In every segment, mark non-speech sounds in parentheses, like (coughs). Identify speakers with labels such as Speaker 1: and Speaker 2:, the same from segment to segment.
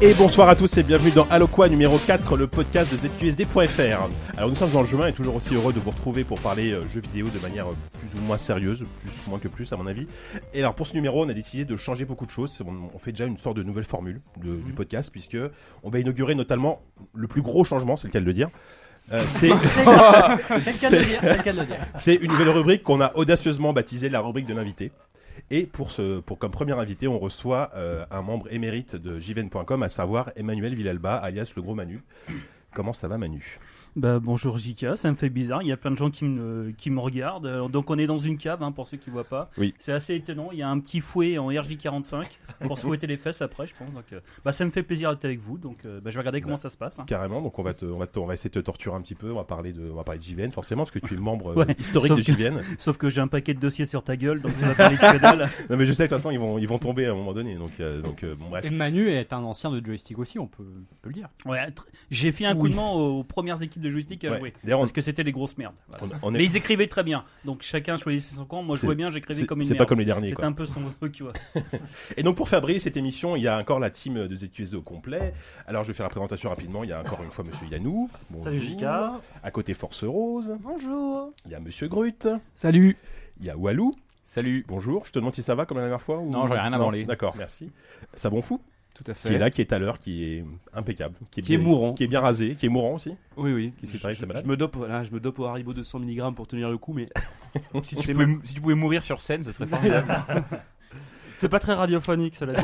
Speaker 1: Et bonsoir à tous et bienvenue dans Alloqua numéro 4, le podcast de ZQSD.fr. Alors nous sommes en juin et toujours aussi heureux de vous retrouver pour parler euh, jeux vidéo de manière euh, plus ou moins sérieuse, plus moins que plus à mon avis. Et alors pour ce numéro, on a décidé de changer beaucoup de choses. On, on fait déjà une sorte de nouvelle formule de-
Speaker 2: Mhm.
Speaker 1: du podcast puisque on va inaugurer notamment le plus gros changement, c'est le cas de le dire. Euh,
Speaker 2: (laughs)
Speaker 1: c'est
Speaker 2: C'est le cas de le dire, c'est le cas de le dire.
Speaker 1: (laughs) C'est une nouvelle rubrique qu'on a audacieusement baptisée la rubrique de l'invité. Et pour ce, pour comme premier invité, on reçoit euh, un membre émérite de jvn.com, à savoir Emmanuel Villalba, alias le gros Manu. Comment ça va, Manu
Speaker 3: Bah, bonjour Jika, ça me fait bizarre, il y a plein de gens qui me, qui me regardent. Euh, Donc on est dans une cave, hein, pour ceux qui voient pas.
Speaker 1: Oui.
Speaker 3: C'est assez étonnant, il y a un petit fouet en RJ45
Speaker 1: (laughs)
Speaker 3: pour se fouetter les fesses après, je pense. Donc, euh, bah, ça me fait plaisir d'être avec vous, donc euh, bah, je vais regarder comment ça se passe. hein.
Speaker 1: Carrément. Donc on va te, on va te- on va essayer de te torturer un petit peu. On va parler de, on va parler de JVN forcément, parce que tu es le membre euh,
Speaker 3: Ouais,
Speaker 1: historique
Speaker 3: sauf
Speaker 1: de
Speaker 3: que-
Speaker 1: JVN.
Speaker 3: Sauf que j'ai un paquet de dossiers sur ta gueule, donc (laughs) tu vas parler de que
Speaker 1: (laughs)
Speaker 3: dalle.
Speaker 1: non mais je sais que de toute façon ils vont, ils vont tomber à un moment donné. Donc, euh, donc euh, bon bref.
Speaker 4: Et Manu est un ancien de joystick aussi, on peut, on peut le dire.
Speaker 3: Ouais, tr- j'ai fait un coup de main aux premières équipes de joystick à
Speaker 1: Ouais.
Speaker 3: jouer.
Speaker 1: D'ailleurs, on,
Speaker 3: Parce que c'était des grosses merdes. Voilà.
Speaker 1: on- on
Speaker 3: Mais
Speaker 1: est,
Speaker 3: ils écrivaient très bien, donc chacun choisissait son camp. Moi je
Speaker 1: C'est-
Speaker 3: jouais bien, j'écrivais
Speaker 1: c'est
Speaker 3: comme une
Speaker 1: c'est
Speaker 3: merde.
Speaker 1: pas comme les derniers.
Speaker 3: C'était
Speaker 1: quoi.
Speaker 3: un peu son truc, tu vois.
Speaker 1: (laughs) Et donc pour Fabrice, cette émission, il y a encore la team de ZQSD au complet. Alors je vais faire la présentation rapidement. Il y a encore une fois Monsieur Yanou. Bonjour.
Speaker 2: Salut Jika.
Speaker 1: À côté Force Rose.
Speaker 5: Bonjour.
Speaker 1: Il y a Monsieur Grut.
Speaker 4: Salut
Speaker 1: Il y a Walou.
Speaker 6: Salut.
Speaker 1: Bonjour. Je te demande si ça va comme la dernière fois. Ou...
Speaker 6: Non, j'en ai rien à branler.
Speaker 1: D'accord, merci. Sabon fou,
Speaker 6: Tout à
Speaker 1: qui est là, qui est à l'heure, qui est impeccable,
Speaker 6: Qui est
Speaker 1: bien-
Speaker 6: mourant.
Speaker 1: qui est bien rasé, qui est mourant aussi.
Speaker 6: Oui, oui.
Speaker 1: Qu'est-ce qui
Speaker 6: Je-
Speaker 1: t'arrive,
Speaker 6: je,
Speaker 1: t'es malade
Speaker 6: je me dope, là, je me dope au Haribo 200 mg pour tenir le coup, mais (laughs) si, tu
Speaker 5: C'est
Speaker 6: pouvais, si tu pouvais mourir sur scène, (laughs) ça serait formidable.
Speaker 5: C'est pas très radiophonique cela.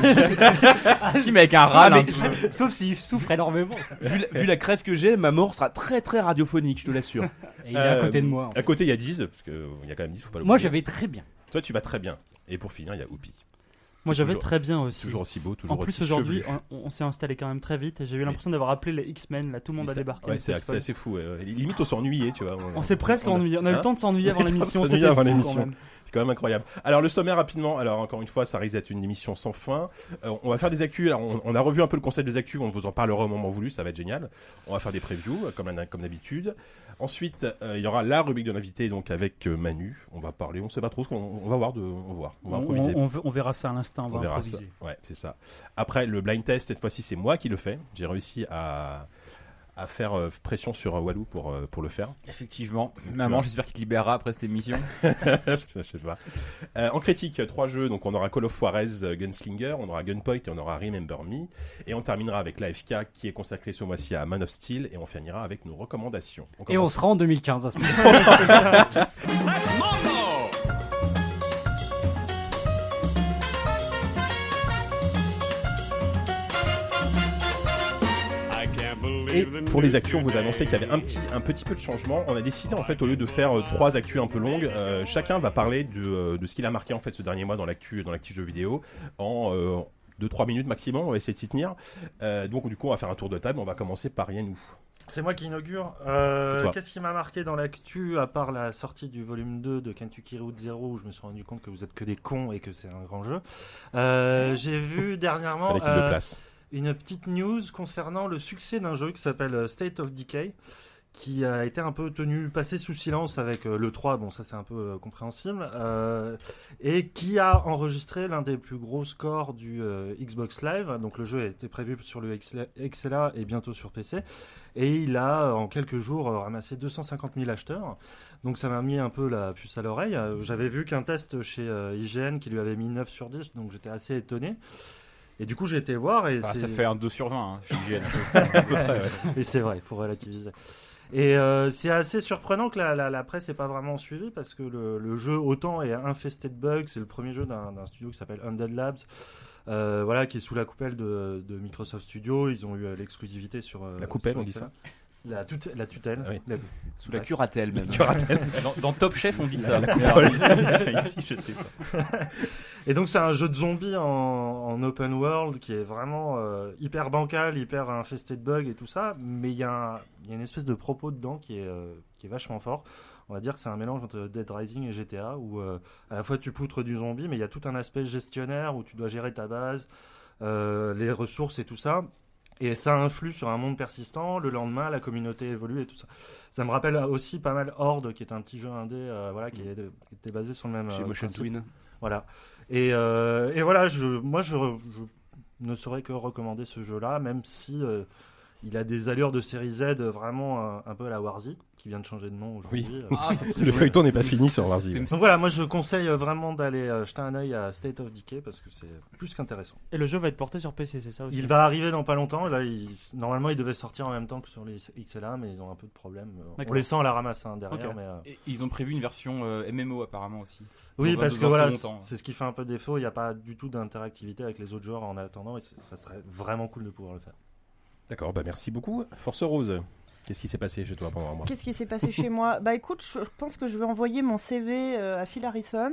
Speaker 6: (laughs) si, mais avec un râle.
Speaker 4: Ah,
Speaker 6: un peu.
Speaker 4: Sauf s'il souffre énormément.
Speaker 6: vu, la, vu la crève que j'ai, ma mort sera très très radiophonique, je te l'assure.
Speaker 4: Et il est à
Speaker 1: Euh,
Speaker 4: côté de moi. en
Speaker 1: À
Speaker 4: fait.
Speaker 1: côté, il y a 10, parce qu'il y a quand même 10, faut pas le
Speaker 4: Moi, je vais très bien.
Speaker 1: Toi, tu vas très bien. Et pour finir, il y a Oupi.
Speaker 5: (laughs) Moi j'avais
Speaker 1: Toujours-
Speaker 5: très bien aussi.
Speaker 1: Toujours aussi beau, toujours
Speaker 5: en plus
Speaker 1: aussi
Speaker 5: aujourd'hui
Speaker 1: chevelu.
Speaker 5: on, on s'est installé quand même très vite et j'ai eu l'impression d'avoir appelé les X-Men là tout le monde
Speaker 1: Mais
Speaker 5: a
Speaker 1: ça-
Speaker 5: débarqué.
Speaker 1: ouais,
Speaker 5: mais
Speaker 1: c'est
Speaker 5: c'est
Speaker 1: c'est
Speaker 5: pas-
Speaker 1: assez fou. ouais, ouais.
Speaker 5: (laughs)
Speaker 1: Limite, on s'ennuyait, tu vois.
Speaker 5: On s'est presque
Speaker 1: on a-
Speaker 5: ennuyé. On a eu
Speaker 1: Hein
Speaker 5: le temps de s'ennuyer
Speaker 1: (laughs)
Speaker 5: avant
Speaker 1: On a eu le temps de
Speaker 5: l'émission.
Speaker 1: s'ennuyer
Speaker 5: c'était
Speaker 1: avant
Speaker 5: fou, quand
Speaker 1: l'émission.
Speaker 5: même.
Speaker 1: C'est quand même incroyable. Alors le sommaire rapidement. Alors encore une fois, ça risque d'être une émission sans fin. Euh, on va faire des actus. Alors, on, on a revu un peu le concept des actus. On vous en parlera au moment voulu. Ça va être génial. On va faire des previews euh, comme la- comme d'habitude. Ensuite, euh, il y aura la rubrique de l'invité donc avec euh, Manu. On va parler. On sait pas trop ce qu'on on va voir. De, on va voir. On va
Speaker 3: On,
Speaker 1: improviser.
Speaker 3: on- on ve- on verra ça à l'instant, on va
Speaker 1: On verra ça.
Speaker 3: improviser.
Speaker 1: Ouais, c'est ça. Après, le blind test, cette fois-ci, c'est moi qui le fais. J'ai réussi à, à faire euh, pression sur euh, Walou pour, euh, pour le faire. euh,
Speaker 6: Effectivement. Maman, j'espère qu'il te libérera après
Speaker 1: (laughs)
Speaker 6: cette émission.
Speaker 1: je sais pas. Euh, en critique, euh, trois jeux. Donc, on aura Call of Juarez, euh, Gunslinger, on aura Gunpoint et on aura Remember Me. Et on terminera avec l'AFK qui est consacré ce mois-ci à Man of Steel. Et on finira avec nos recommandations. On
Speaker 4: Et on
Speaker 1: commence.
Speaker 4: sera en 2015 à ce moment-là.
Speaker 7: (laughs)
Speaker 1: Et pour les actus, on vous a annoncé qu'il y avait un petit, un petit peu de changement. On a décidé, en fait, au lieu de faire euh, trois actus un peu longues, euh, chacun va parler de, euh, de ce qu'il a marqué, en fait, ce dernier mois dans l'actu, dans l'actu jeu vidéo, en euh, 2-3 minutes maximum. On va essayer de s'y tenir. Euh, donc, du coup, on va faire un tour de table. On va commencer par Yannou.
Speaker 8: C'est moi qui inaugure.
Speaker 1: C'est
Speaker 8: Euh,
Speaker 1: toi.
Speaker 8: Qu'est-ce qui m'a marqué dans l'actu, à part la sortie du volume 2 de Kentucky Route Zero, où je me suis rendu compte que vous êtes que des cons et que c'est un grand jeu Euh, J'ai vu dernièrement
Speaker 1: Fallait qu'il le
Speaker 8: euh,
Speaker 1: place.
Speaker 8: une petite news concernant le succès d'un jeu qui s'appelle euh, State of Decay, qui a été un peu tenu, passé sous silence avec euh, le 3, bon ça c'est un peu euh, compréhensible, euh, et qui a enregistré l'un des plus gros scores du euh, Xbox Live. Donc le jeu a été prévu sur le XL- XLA et bientôt sur PC, et il a euh, en quelques jours euh, ramassé 250 000 acheteurs. Donc ça m'a mis un peu la puce à l'oreille. Euh, J'avais vu qu'un test chez euh, IGN qui lui avait mis 9 sur 10, donc j'étais assez étonné. Et du coup, j'ai été voir et
Speaker 5: Bah,
Speaker 6: Enfin,
Speaker 8: c'est-
Speaker 6: ça fait un 2 sur 20, hein,
Speaker 8: (laughs)
Speaker 6: je suis hygiène.
Speaker 8: et c'est vrai, il faut relativiser. Et euh, c'est assez surprenant que la, la, la presse n'ait pas vraiment suivi parce que le, le jeu autant est infesté de bugs. C'est le premier jeu d'un d'un studio qui s'appelle Undead Labs, euh, voilà, qui est sous la coupelle de, de Microsoft Studio. Ils ont eu euh, l'exclusivité sur euh,
Speaker 1: La coupelle,
Speaker 8: sur
Speaker 1: on dit
Speaker 8: Excel. La, tute- la tutelle.
Speaker 1: Ah oui.
Speaker 8: La-
Speaker 6: Sous la curatelle, même.
Speaker 5: Dans, dans Top Chef on dit ça.
Speaker 8: (laughs) Et donc c'est un jeu de zombies en, en open world qui est vraiment euh, hyper bancal, hyper infesté de bugs et tout ça, mais il y, a un- il y a une espèce de propos dedans qui est, euh, qui est vachement fort. On va dire que c'est un mélange entre Dead Rising et GTA où euh, à la fois tu poutres du zombie, mais il y a tout un aspect gestionnaire où tu dois gérer ta base, euh, les ressources et tout ça. Et ça influe sur un monde persistant. Le lendemain, la communauté évolue et tout ça. Ça me rappelle aussi pas mal Horde, qui est un petit jeu indé, euh, voilà, qui, est- qui était basé sur le même.
Speaker 6: Chez
Speaker 8: euh,
Speaker 6: Motion
Speaker 8: principe.
Speaker 6: Twin.
Speaker 8: Voilà. Et, euh, et voilà, je, moi, je, je- ne saurait que recommander ce jeu-là, même si euh, il a des allures de série Z vraiment euh, un peu à la Warzy, qui vient de changer de nom aujourd'hui. Euh,
Speaker 9: Ah, c'est très
Speaker 1: Le
Speaker 9: joli.
Speaker 1: feuilleton n'est pas fini sur Warzy.
Speaker 9: C'était-
Speaker 8: Donc voilà, moi je conseille euh, vraiment d'aller euh, jeter un œil à State of Decay parce que c'est plus qu'intéressant.
Speaker 5: Et le jeu va être porté sur PC, c'est ça aussi
Speaker 8: Il va arriver dans pas longtemps. Là, il- normalement, il devait sortir en même temps que sur les XLA, mais ils ont un peu de problème. On
Speaker 5: D'accord.
Speaker 8: les sent à la ramasse hein, derrière.
Speaker 5: Ok.
Speaker 8: Mais, euh,
Speaker 9: Et Ils ont prévu une version euh, MMO apparemment aussi.
Speaker 8: Oui,
Speaker 9: Dans un-
Speaker 8: parce
Speaker 9: dans
Speaker 8: que
Speaker 9: un
Speaker 8: voilà,
Speaker 9: second temps.
Speaker 8: c'est ce qui fait un peu défaut. Il n'y a pas du tout d'interactivité avec les autres joueurs en attendant, et c- ça serait vraiment cool de pouvoir le faire.
Speaker 1: D'accord, bah merci beaucoup. Force Rose, qu'est-ce qui s'est passé chez toi pendant un mois
Speaker 7: Qu'est-ce qui s'est passé chez moi Bah écoute, je je pense que je vais envoyer mon CV euh, à Phil Harrison.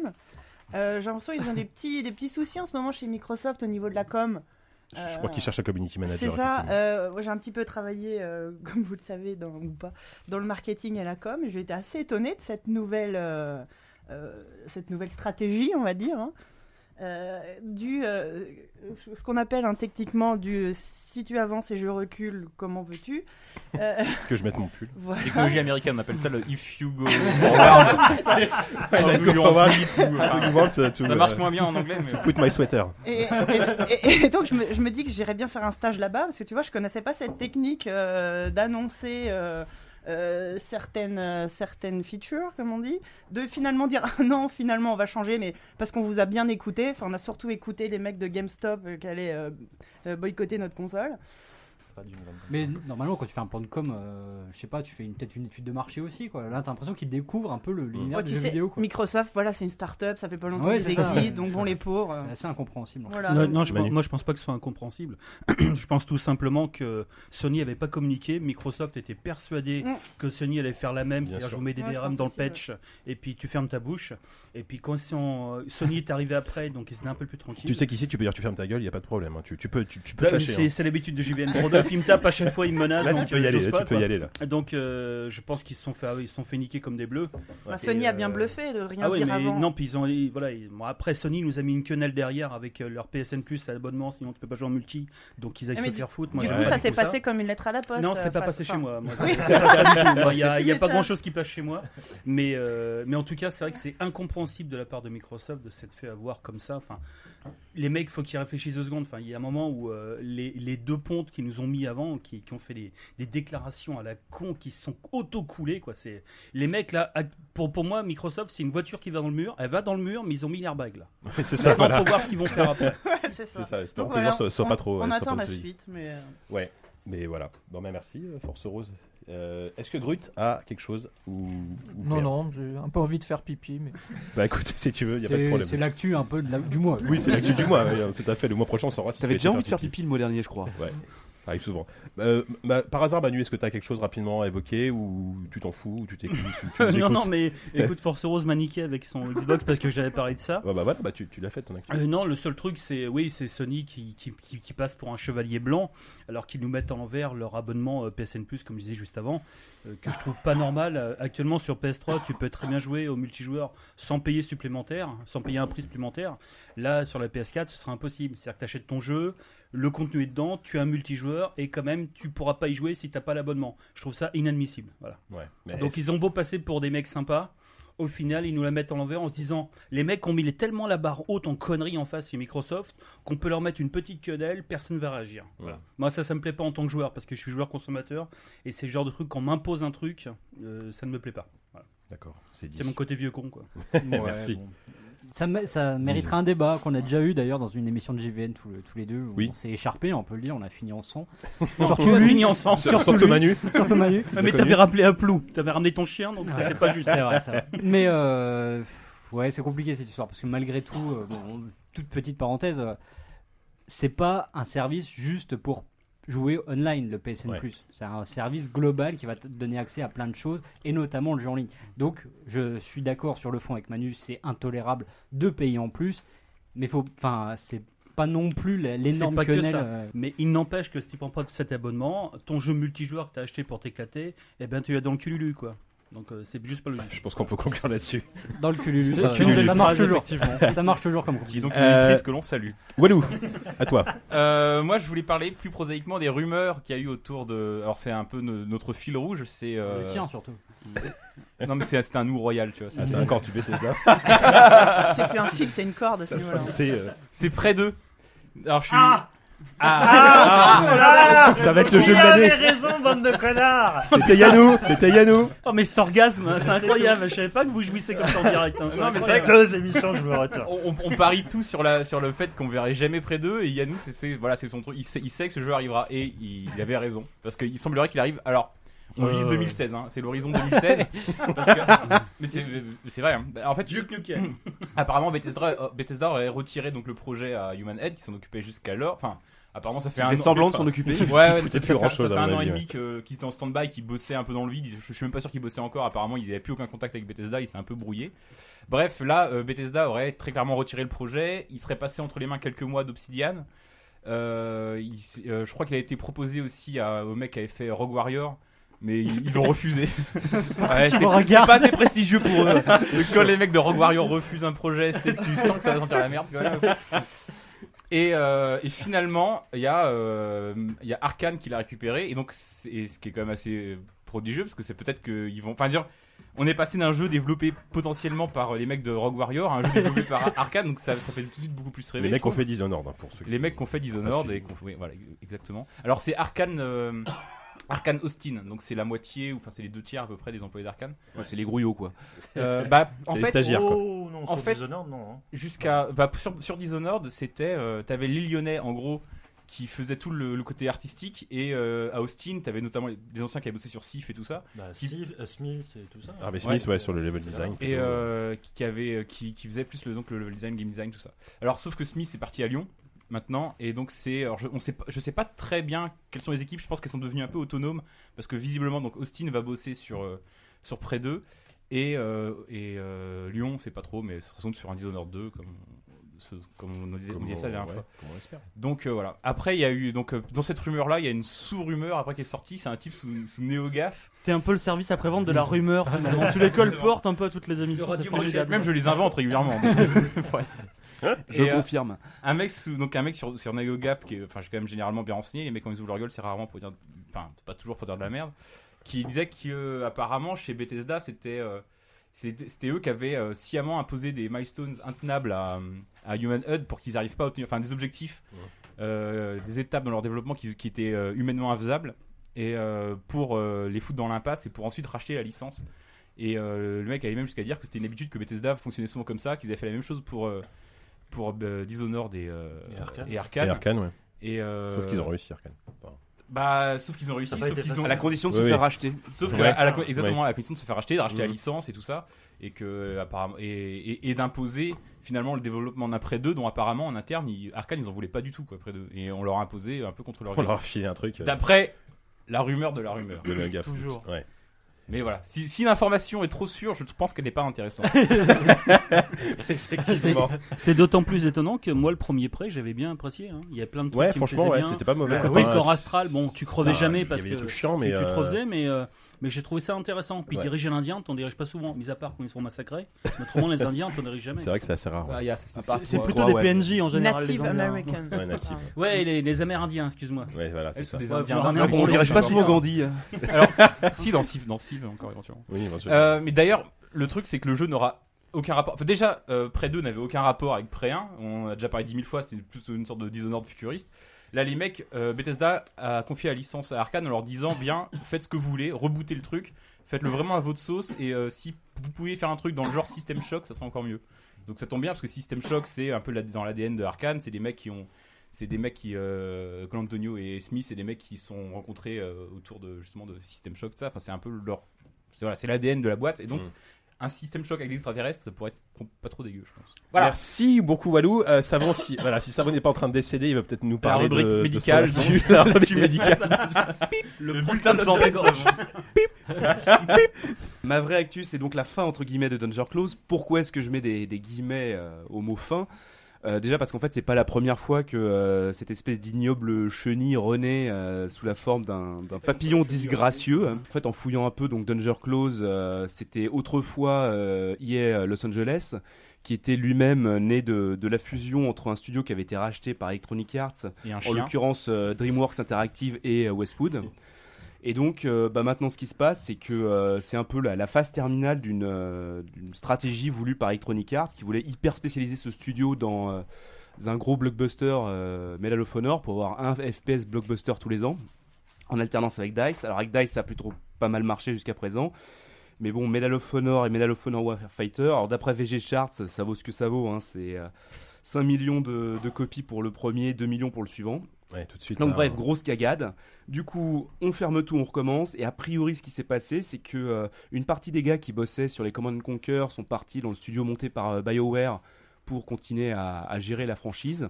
Speaker 7: Euh, J'ai l'impression qu'ils ont des petits, des petits soucis en ce moment chez Microsoft au niveau de la com.
Speaker 1: Je- Je crois qu'il cherche un community
Speaker 7: C'est
Speaker 1: manager.
Speaker 7: ça.
Speaker 1: effectivement.
Speaker 7: euh, moi, j'ai un petit peu travaillé, euh, (laughs) comme vous le savez, dans, ou pas, dans le marketing et la com. Et j'ai été assez étonnée de cette nouvelle, euh, euh, cette nouvelle stratégie, on va dire, hein, euh, du euh, ce qu'on appelle hein, techniquement du euh, si tu avances et je recule, comment veux-tu Euh,
Speaker 1: (laughs) (laughs) Que je mette mon pull.
Speaker 7: (laughs) voilà.
Speaker 9: L'écologie américaine, on appelle ça le if you
Speaker 1: (laughs)
Speaker 9: go forward,
Speaker 1: I
Speaker 9: you
Speaker 1: go forward, you want to,
Speaker 9: ça marche
Speaker 1: euh,
Speaker 9: moins bien en anglais, mais
Speaker 1: Put my sweater.
Speaker 7: Et, et- et- et donc je me, je me dis que j'irais bien faire un stage là-bas parce que tu vois, je connaissais pas cette technique euh, d'annoncer euh, euh, certaines euh, certaines features, comme on dit, de finalement dire Ah non, finalement on va changer, mais parce qu'on vous a bien écouté. Enfin, on a surtout écouté les mecs de GameStop euh, qui allaient euh, euh, boycotter notre console.
Speaker 8: Pas d'une grande-
Speaker 4: Mais normalement, quand tu fais un plan de com, euh, je sais pas, tu fais une- peut-être une étude de marché aussi. Quoi. Là, t'as l'impression qu'ils découvrent un peu le- l'univers
Speaker 7: Ouais,
Speaker 4: du
Speaker 7: Oh, tu
Speaker 4: jeu
Speaker 7: sais,
Speaker 4: vidéo. quoi.
Speaker 7: Microsoft, voilà, c'est une start-up, ça fait pas longtemps
Speaker 4: Ouais,
Speaker 7: qu'ils
Speaker 4: c'est ça.
Speaker 7: existent, donc bon les pauvres. euh,
Speaker 4: C'est assez incompréhensible. en fait.
Speaker 7: voilà.
Speaker 2: Non, non, je
Speaker 1: Manu.
Speaker 2: pense- moi je pense pas que ce soit incompréhensible. (clears throat) je pense tout simplement que Sony avait pas communiqué, Microsoft était persuadé
Speaker 7: Mm.
Speaker 2: que Sony allait faire la même,
Speaker 1: Bien
Speaker 2: c'est-à-dire je
Speaker 1: sûr.
Speaker 2: vous mets des
Speaker 7: Ouais, je
Speaker 2: DRM
Speaker 7: pense
Speaker 2: dans le
Speaker 7: aussi, ouais.
Speaker 2: patch et puis tu fermes ta bouche. Et puis quand ils sont- euh, Sony est arrivé après, donc ils étaient un peu plus tranquilles.
Speaker 1: Tu sais qu'ici, tu peux dire tu fermes ta gueule, il n'y a pas de problème. hein. Tu, tu peux, tu, tu peux
Speaker 2: Là,
Speaker 1: te lâcher.
Speaker 2: Bah, c'est c'est l'habitude de JVN Brodov, il me tape à chaque fois, il me
Speaker 1: hein.
Speaker 2: menace.
Speaker 1: Là, tu
Speaker 2: donc,
Speaker 1: peux y
Speaker 2: euh,
Speaker 1: aller.
Speaker 2: j'ose
Speaker 1: là,
Speaker 2: pas,
Speaker 1: Tu peux
Speaker 2: quoi.
Speaker 1: y aller là.
Speaker 2: Donc euh, je pense qu'ils se sont fait ils se sont fait niquer comme des bleus.
Speaker 7: Enfin,
Speaker 2: Et,
Speaker 7: bah, Sony a bien
Speaker 2: euh,
Speaker 7: bluffé de rien
Speaker 2: Ah oui,
Speaker 7: dire
Speaker 2: mais
Speaker 7: avant.
Speaker 2: non, puis ils ont ils- voilà. ils- bon, après Sony nous a mis une quenelle derrière avec euh, leur PSN Plus à l'abonnement, sinon tu peux pas jouer en multi, donc ils aillent
Speaker 7: Ah, mais
Speaker 2: se faire foutre. Moi,
Speaker 7: du
Speaker 2: j'aime
Speaker 7: coup,
Speaker 2: pas
Speaker 7: ça s'est
Speaker 2: ça.
Speaker 7: passé comme une lettre à la poste.
Speaker 2: Non, c'est
Speaker 7: euh,
Speaker 2: pas
Speaker 7: face-
Speaker 2: passé chez
Speaker 7: enfin,
Speaker 2: moi. Moi, ça- ça passe pas
Speaker 1: (laughs)
Speaker 2: du tout. Moi, (laughs) Il n'y a,
Speaker 7: Tu
Speaker 2: il y a pas
Speaker 7: m'étonnes.
Speaker 2: grand chose qui passe chez moi. Mais, euh, mais en tout cas, c'est vrai que c'est incompréhensible de la part de Microsoft de s'être fait avoir comme ça. Enfin, les mecs, faut qu'ils réfléchissent deux secondes. Enfin, il y a un moment où euh, les, les deux pontes qui nous ont mis avant, qui, qui ont fait des, des déclarations à la con, qui se sont auto-coulées, quoi. C'est les mecs là. à- pour, pour moi, Microsoft, c'est une voiture qui va dans le mur. Elle va dans le mur, mais ils ont mis l'airbag là.
Speaker 1: (laughs) C'est ça,
Speaker 2: Maintenant,
Speaker 1: voilà.
Speaker 2: faut voir ce qu'ils vont faire (laughs) après.
Speaker 7: Ouais, c'est ça.
Speaker 1: C'est ça, espérons
Speaker 7: Donc
Speaker 1: que les
Speaker 7: voilà,
Speaker 1: gens ne soient
Speaker 7: on-
Speaker 1: pas trop.
Speaker 7: On
Speaker 1: soient
Speaker 7: attend
Speaker 1: pas
Speaker 7: la
Speaker 1: trop-
Speaker 7: suite, mais. euh,
Speaker 1: Mais voilà. Bon, ben merci, euh, Force Rose. Euh, Est-ce que Drut a quelque chose ou, ou
Speaker 10: Non,
Speaker 1: Pierre
Speaker 10: non, j'ai un peu envie de faire pipi, mais
Speaker 1: Bah écoute, (laughs) si tu veux, il n'y a pas de
Speaker 4: C'est c'est
Speaker 1: problème.
Speaker 4: l'actu un peu de la- du mois.
Speaker 1: Oui, c'est l'actu du mois, oui, hein, tout à fait. Le mois prochain, on saura si tu
Speaker 6: T'avais
Speaker 1: vas
Speaker 6: déjà
Speaker 1: te
Speaker 6: envie de faire pipi le mois dernier, je crois.
Speaker 1: Ouais, ça arrive souvent. Euh, ma- par hasard, Manu, est-ce que tu as quelque chose rapidement à évoquer ou tu t'en fous ou tu t'écoutes tu- tu nous
Speaker 2: (laughs) non,
Speaker 1: écoutes Eh.
Speaker 2: non, mais écoute, Force Rose m'a niqué avec son Xbox parce que j'avais parlé de ça.
Speaker 1: Ah bah voilà, bah tu, tu l'as fait ton actu.
Speaker 2: Euh, non, le seul truc, c'est oui, c'est Sony qui, qui, qui- qui passe pour un chevalier blanc, alors qu'ils nous mettent à l'envers leur abonnement euh, PSN Plus, comme je disais juste avant, euh, que je trouve pas normal. Euh, Actuellement sur PS3, tu peux très bien jouer au multijoueur sans payer supplémentaire, sans payer un prix supplémentaire. Là, sur la PS4, ce sera impossible. C'est-à-dire que t'achètes ton jeu, le contenu est dedans, tu as un multijoueur et quand même, tu pourras pas y jouer si t'as pas l'abonnement. Je trouve ça inadmissible. Voilà.
Speaker 1: Ouais. Mais
Speaker 2: Donc ils ont beau passer pour des mecs sympas, au final ils nous la mettent en l'envers en se disant les mecs ont mis les- tellement la barre haute en conneries en face chez Microsoft qu'on peut leur mettre une petite quenelle, personne ne va réagir.
Speaker 1: Voilà.
Speaker 2: Moi ça ça me plaît pas en tant que joueur parce que je suis joueur consommateur et c'est le genre de truc qu'on m'impose un truc, euh, ça ne me plaît pas.
Speaker 1: D'accord, c'est dit.
Speaker 2: C'est mon côté vieux con
Speaker 1: (laughs)
Speaker 2: quoi.
Speaker 1: Merci.
Speaker 4: Ça, mé- ça mériterait un débat qu'on a déjà eu d'ailleurs dans une émission de JVN tous, le- tous les deux. où
Speaker 1: Oui.
Speaker 4: On s'est écharpé, on peut le dire, on a fini en
Speaker 2: (laughs)
Speaker 4: son.
Speaker 2: Surtout
Speaker 4: lui.
Speaker 2: lui ensemble.
Speaker 1: Surtout,
Speaker 4: Surtout lui.
Speaker 1: Manu.
Speaker 4: Surtout Manu.
Speaker 2: Ouais, Ah, mais t'avais rappelé à Plou, t'avais ramené ton chien donc c'était pas juste.
Speaker 4: C'est vrai, ça va. Mais euh, pff, ouais, c'est compliqué cette histoire parce que malgré tout, euh, bon, toute petite parenthèse, euh, c'est pas un service juste pour jouer online le PSN
Speaker 1: Ouais.
Speaker 4: Plus. C'est un service global qui va te donner accès à plein de choses et notamment le jeu en ligne. Donc je suis d'accord sur le fond avec Manu, c'est intolérable de payer en plus, mais faut, enfin, c'est pas non plus la- l'énorme
Speaker 2: pas que
Speaker 4: quenelle.
Speaker 2: ça.
Speaker 4: euh,
Speaker 2: Mais il n'empêche que si tu prends pas cet abonnement, ton jeu multijoueur que t'as acheté pour t'éclater, eh ben tu l'as dans le cululu quoi. Donc euh, c'est juste pas logique.
Speaker 1: Je pense qu'on peut conclure là-dessus.
Speaker 4: dans le cululu. Ça,
Speaker 5: Cululu.
Speaker 4: ça marche
Speaker 5: Phrase,
Speaker 4: toujours.
Speaker 5: effectivement.
Speaker 4: ça marche toujours comme
Speaker 9: qui est donc une
Speaker 1: Euh,
Speaker 9: maîtrise que l'on salue.
Speaker 1: Walou, à toi.
Speaker 9: Euh, moi, je voulais parler plus prosaïquement des rumeurs qu'il y a eu autour de. Alors, c'est un peu no- notre fil rouge, c'est. euh,
Speaker 4: Le tien surtout.
Speaker 9: Non, mais c'est c'est un nous royal, tu vois.
Speaker 1: Ah,
Speaker 9: ça.
Speaker 1: c'est encore tu (laughs)
Speaker 9: (laughs)
Speaker 1: Tesla.
Speaker 7: C'est plus un fil, c'est une corde. à ce niveau-là.
Speaker 1: T'es, euh,
Speaker 9: C'est près d'eux. Alors, je suis. Ah.
Speaker 7: oh
Speaker 8: Ah,
Speaker 1: Ça va être le jeu de
Speaker 8: Vous avez
Speaker 1: l'année.
Speaker 8: raison, bande de connards
Speaker 1: (laughs)
Speaker 8: (laughs)
Speaker 1: C'était Yannou, c'était Yannou.
Speaker 3: Oh, mais cet orgasme, hein, c'est incroyable. Je savais pas que vous jouissez comme ça en direct. hein.
Speaker 9: Non, mais c'est vrai
Speaker 3: incroyable.
Speaker 9: que On, on- on parie tout sur, la, sur le fait qu'on verrait jamais près d'eux. Et Yannou, c'est- c'est voilà, c'est son truc. Il sait, il sait que ce jeu arrivera. Et il, il avait raison. Parce qu'il semblerait qu'il arrive. Alors. On
Speaker 3: Euh.
Speaker 9: vise 2016, hein, c'est l'horizon 2016. Parce que- mais c'est mais c'est vrai. hein. Bah, En fait, (clears throat) apparemment Bethesda, euh, Bethesda aurait retiré donc le projet à Human Head qui s'en occupait jusqu'alors. Enfin, apparemment ça fait
Speaker 6: Ils
Speaker 9: un
Speaker 6: faisaient semblant de
Speaker 9: enfin,
Speaker 6: s'en occuper.
Speaker 9: (laughs) Ouais, ouais,
Speaker 6: Ils
Speaker 9: ça,
Speaker 6: foutaient
Speaker 9: ça
Speaker 6: plus
Speaker 9: fait-
Speaker 6: grand-chose,
Speaker 9: ça fait
Speaker 6: à mon
Speaker 9: un an et
Speaker 6: avis,
Speaker 9: demi que- qu'ils étaient en stand-by, qu'ils bossaient un peu dans le vide. Ils- Je, je suis même pas sûr qu'ils bossaient encore. Apparemment, ils n'avaient plus aucun contact avec Bethesda. Ils étaient un peu brouillés. Bref, là, euh, Bethesda aurait très clairement retiré le projet. Il serait passé entre les mains quelques mois d'Obsidian. Euh, il s- euh, je crois qu'il a été proposé aussi à- au mec qui avait fait Rogue Warrior. Mais ils
Speaker 3: (laughs)
Speaker 9: ils ont refusé.
Speaker 3: tu
Speaker 9: c'était-
Speaker 3: me regardes
Speaker 9: c'est pas assez prestigieux
Speaker 3: (laughs)
Speaker 9: pour eux. Quand les mecs de Rogue Warrior refusent un projet, c'est que tu sens que ça va sentir la merde. quoi. Et, euh, et finalement, il y, a, euh, il y a Arkane qui l'a récupéré. Et donc, c'est- et ce qui est quand même assez prodigieux, parce que c'est peut-être qu'ils vont. Enfin, dire, on est passé d'un jeu développé potentiellement par les mecs de Rogue Warrior à un jeu développé par Arkane, donc ça, ça fait tout de suite beaucoup plus rêver.
Speaker 1: Les
Speaker 9: je
Speaker 1: mecs ont
Speaker 9: trouve.
Speaker 1: fait Dishonored hein, pour ceux qui-
Speaker 9: Les mecs qu'on fait Dishonored
Speaker 1: Pas
Speaker 9: et qu'on oui, voilà exactement. Alors c'est Arkane euh, Arkane Austin, donc c'est la moitié ou enfin c'est les deux tiers à peu près des employés d'Arkane.
Speaker 6: Ouais, c'est les (laughs) grouillots, quoi.
Speaker 9: Euh, bah en
Speaker 6: C'est
Speaker 9: fait
Speaker 6: les stagiaires, quoi.
Speaker 8: Oh, non,
Speaker 9: en
Speaker 8: sur
Speaker 9: fait
Speaker 8: Dishonored, non, hein.
Speaker 9: jusqu'à bah, sur, sur Dishonored, c'était euh, t'avais les Lyonnais en gros qui faisaient tout le, le côté artistique et euh, à Austin, t'avais notamment les- des anciens qui avaient bossé sur Sif et tout ça.
Speaker 8: Bah,
Speaker 9: qui-
Speaker 8: Steve, euh, Smith et tout ça.
Speaker 1: Ah, mais Smith, ouais, sur le level design,
Speaker 9: et
Speaker 1: plutôt.
Speaker 9: euh, qui, qui avait qui, qui faisait plus le donc le level design game design tout ça alors sauf que Smith est parti à Lyon maintenant et donc c'est alors je, on sait pas- je sais pas très bien quelles sont les équipes je pense qu'elles sont devenues un peu autonomes parce que visiblement donc Austin va bosser sur euh, sur près 2 et euh, et euh, Lyon c'est pas trop mais ça ressemble sur un Dishonored 2 comme ce- comme on disait, on
Speaker 1: Comme
Speaker 9: disait ça la
Speaker 1: on-
Speaker 9: dernière
Speaker 1: ouais,
Speaker 9: fois.
Speaker 1: comme on l'espère.
Speaker 9: Donc euh, voilà. Après, il y a eu donc euh, dans cette rumeur là, il y a une sous-rumeur après qui est sortie. C'est un type sous, sous NeoGaf
Speaker 5: T'es un peu le service après-vente de la rumeur, finalement. Tu les colportes un peu à toutes les émissions, c'est formidable.
Speaker 9: Même je les invente
Speaker 5: (laughs)
Speaker 9: régulièrement. Pour être-
Speaker 6: Je
Speaker 9: euh,
Speaker 6: confirme.
Speaker 9: un mec sous- donc un mec sur sur NagoGap qui est- enfin je suis quand même généralement bien renseigné. Les mecs quand ils ouvrent leur gueule, c'est rarement pour dire, enfin c'est pas toujours pour dire de la merde. Qui disait que euh, apparemment chez Bethesda c'était euh, c'était c'était eux qui avaient euh, sciemment imposé des milestones intenables à, euh, à Human HUD pour qu'ils n'arrivent pas à obtenir enfin des objectifs, euh, des étapes dans leur développement qui, qui étaient euh, humainement infaisables et euh, pour euh, les foutre dans l'impasse et pour ensuite racheter la licence. Et euh, le mec allait même jusqu'à dire que c'était une habitude que Bethesda fonctionnait souvent comme ça, qu'ils avaient fait la même chose pour euh, pour euh, Dishonored et, euh,
Speaker 1: Et Arkane.
Speaker 9: et Arkane.
Speaker 1: Et Arkane, ouais.
Speaker 9: Et, euh,
Speaker 1: Sauf qu'ils ont réussi, Arkane. Pardon.
Speaker 9: Bah, sauf qu'ils ont réussi,
Speaker 1: Ça a pas
Speaker 9: sauf
Speaker 1: été
Speaker 9: qu'ils ont
Speaker 1: facile. À la condition de se Oui, faire oui. racheter.
Speaker 9: Sauf que
Speaker 1: Ouais.
Speaker 9: à la co- exactement
Speaker 1: Ouais.
Speaker 9: à la condition de se faire racheter, de racheter la
Speaker 1: Mhm.
Speaker 9: licence et tout ça, et que apparemment et, et- et d'imposer finalement le développement d'un prêt 2 dont apparemment en interne ils, Arkane ils en voulaient pas du tout quoi près 2 et on leur a imposé un peu contre leur
Speaker 1: On
Speaker 9: gré.
Speaker 1: leur a filé un truc, euh.
Speaker 9: D'après la rumeur de la rumeur.
Speaker 1: De la gaffe.
Speaker 9: Toujours.
Speaker 1: Ouais.
Speaker 9: Mais voilà, si, si l'information est trop sûre, je pense qu'elle n'est
Speaker 1: (laughs)
Speaker 9: pas intéressante.
Speaker 3: C'est-
Speaker 9: Effectivement.
Speaker 3: C'est d'autant plus étonnant que moi, le premier prêt, j'avais bien apprécié. hein. Il y a plein de trucs.
Speaker 1: Ouais,
Speaker 3: qui me
Speaker 1: franchement,
Speaker 3: plaisaient
Speaker 1: ouais,
Speaker 3: bien.
Speaker 1: c'était pas mauvais.
Speaker 3: Le côté
Speaker 1: Enfin,
Speaker 3: corps astral, bon, tu crevais
Speaker 1: putain, il
Speaker 3: jamais
Speaker 1: y
Speaker 3: parce
Speaker 1: avait
Speaker 3: que
Speaker 1: des trucs chiants, mais,
Speaker 3: tu, tu te
Speaker 1: euh,
Speaker 3: refaisais, mais, euh, mais j'ai trouvé ça intéressant. Puis
Speaker 1: Ouais.
Speaker 3: diriger l'Indien, t'en diriges pas souvent, mis à part quand ils se font massacrer. Mais Autrement, les Indiens, t'en diriges jamais.
Speaker 1: C'est vrai que c'est assez rare, ouais. Ah, il y a Assassin's Creed,
Speaker 3: C'est
Speaker 1: ouais.
Speaker 3: plutôt
Speaker 1: Ouais,
Speaker 3: des
Speaker 1: ouais.
Speaker 3: PNJ en général.
Speaker 1: Native
Speaker 3: les Indiens.
Speaker 1: American. Ouais, native.
Speaker 3: Ouais, et les, les Amérindiens, excuse-moi.
Speaker 1: Ouais, voilà, c'est
Speaker 3: Elles
Speaker 1: ça.
Speaker 3: sont des
Speaker 1: Ouais,
Speaker 3: Indiens.
Speaker 1: on
Speaker 3: Amérindiens.
Speaker 1: dirait
Speaker 9: dirige
Speaker 1: pas souvent
Speaker 9: Gandhi. Alors, si, dans Civ, dans Civ, encore éventuellement.
Speaker 1: Oui, éventuellement.
Speaker 9: Euh, mais d'ailleurs, le truc, c'est que le jeu n'aura aucun rapport. Enfin, déjà, euh, Prey 2 n'avait aucun rapport avec Prey 1. On a déjà parlé 10 000 fois, c'est plus une sorte de Dishonored futuriste. Là, les mecs, euh, Bethesda a confié la licence à Arkane en leur disant bien, faites ce que vous voulez, rebootez le truc, faites-le vraiment à votre sauce, et euh, si vous pouvez faire un truc dans le genre System Shock, ça sera encore mieux. Donc ça tombe bien parce que System Shock, c'est un peu la- dans l'ADN de Arkane, c'est des mecs qui ont c'est des mecs qui euh, Colantonio et Smith c'est des mecs qui se sont rencontrés euh, autour de justement de System Shock tout ça enfin c'est un peu leur c'est voilà, c'est l'ADN de la boîte et donc
Speaker 1: Mmh.
Speaker 9: un System Shock avec des extraterrestres ça pourrait être com- pas trop dégueu je pense voilà
Speaker 1: Merci beaucoup Walou. Euh, savon si (laughs) voilà si Savon n'est pas en train de décéder, il va peut-être nous parler
Speaker 9: rubrique
Speaker 1: de, de
Speaker 9: médicale,
Speaker 1: son
Speaker 9: donc.
Speaker 1: actu, (laughs) la rubrique
Speaker 9: Tu- (laughs)
Speaker 1: médicale.
Speaker 9: Pip. Le Le bulletin de santé de Savon.
Speaker 6: Pip. (laughs) Ma vraie actu, c'est donc la fin entre guillemets de Danger Close. Pourquoi est-ce que je mets des, des guillemets euh, au mot fin Euh, déjà parce qu'en fait c'est pas la première fois que euh, cette espèce d'ignoble chenille renaît euh, sous la forme d'un d'un papillon disgracieux. En fait en fouillant un peu donc Danger Close, euh, c'était autrefois euh, EA Los Angeles qui était lui-même euh, né de, de la fusion entre un studio qui avait été racheté par Electronic Arts,
Speaker 9: Et un
Speaker 6: en
Speaker 9: chien.
Speaker 6: l'occurrence, concurrence euh, DreamWorks Interactive et euh, Westwood. Et donc, euh, bah, maintenant, ce qui se passe, c'est que euh, c'est un peu la, la phase terminale d'une euh, d'une stratégie voulue par Electronic Arts, qui voulait hyper spécialiser ce studio dans, euh, un gros blockbuster euh, Medal of Honor pour avoir un FPS blockbuster tous les ans, en alternance avec DICE. Alors avec DICE, ça a plutôt pas mal marché jusqu'à présent. Mais bon, Medal of Honor et Medal of Honor Warfighter, alors d'après VG Charts, ça, vaut ce que ça vaut. hein, c'est euh, 5 millions de, de copies pour le premier, 2 millions pour le suivant.
Speaker 1: Ouais, tout de suite,
Speaker 6: Donc
Speaker 1: là,
Speaker 6: bref,
Speaker 1: hein.
Speaker 6: grosse cagade. Du coup, on ferme tout, on recommence. Et a priori, ce qui s'est passé, c'est que euh, une partie des gars qui bossaient sur les Command Conquer sont partis dans le studio monté par euh, BioWare pour continuer à, à gérer la franchise.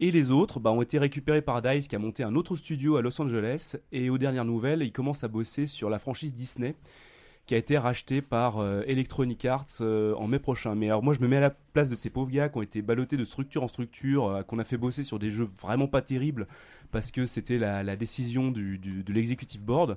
Speaker 6: Et les autres bah, ont été récupérés par DICE qui a monté un autre studio à Los Angeles. Et aux dernières nouvelles, ils commencent à bosser sur la franchise Disney qui a été rachetée par euh, Electronic Arts euh, en mai prochain. Mais alors moi je me mets à la place de ces pauvres gars qui ont été ballottés de structure en structure, euh, qu'on a fait bosser sur des jeux vraiment pas terribles parce que c'était la, la décision du- du- de l'executive board.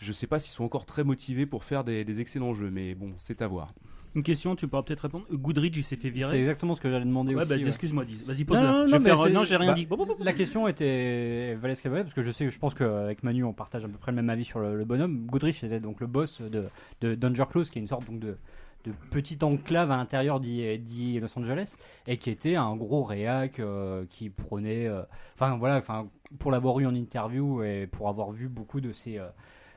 Speaker 6: Je sais pas s'ils sont encore très motivés pour faire des, des excellents jeux, mais bon, c'est à voir.
Speaker 3: Une question, tu pourras peut-être répondre. Goodridge, il s'est fait virer.
Speaker 4: C'est exactement ce que j'allais demander
Speaker 3: Ouais,
Speaker 4: aussi.
Speaker 3: bah,
Speaker 4: ouais.
Speaker 3: excuse-moi, dis. Vas-y,
Speaker 4: Non,
Speaker 3: pose-la.
Speaker 4: non,
Speaker 3: Je vais
Speaker 4: non, mais
Speaker 3: faire, euh,
Speaker 4: c'est-
Speaker 3: non, j'ai rien
Speaker 4: bah,
Speaker 3: dit.
Speaker 4: La question était valait ce qu'elle valait parce que je sais, je pense qu'avec Manu, on partage à peu près le même avis sur le, le bonhomme. Goodrich c'est donc le boss de, de Danger Close, qui est une sorte donc de de petite enclave à l'intérieur d'I- d'I Los Angeles et qui était un gros réac euh, qui prenait euh, enfin voilà enfin pour l'avoir eu en interview et pour avoir vu beaucoup de ses euh,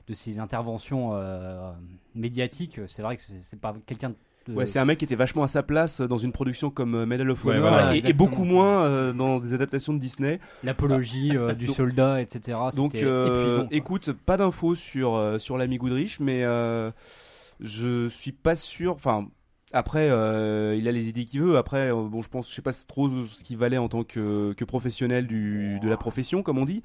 Speaker 4: de ses interventions euh, médiatiques c'est vrai que c'est- c'est pas quelqu'un de
Speaker 6: Ouais, c'est un mec qui était vachement à sa place dans une production comme euh, Medal of
Speaker 4: Ouais,
Speaker 6: Honor
Speaker 4: voilà,
Speaker 6: et- et,
Speaker 4: exactement.
Speaker 6: beaucoup moins euh, dans des adaptations de Disney. Ah,
Speaker 4: L'apologie euh, du
Speaker 6: Donc-
Speaker 4: soldat, etc.
Speaker 6: Donc,
Speaker 4: Ah, C'était
Speaker 6: euh,
Speaker 4: épuisant, quoi.
Speaker 6: écoute, pas d'infos sur, euh, sur l'ami Goodrich, mais euh, je suis pas sûr. Enfin, après, euh, il a les idées qu'il veut. Après, euh, bon, je pense, je sais pas trop ce qu'il valait en tant que, que professionnel du, de la profession, comme on dit.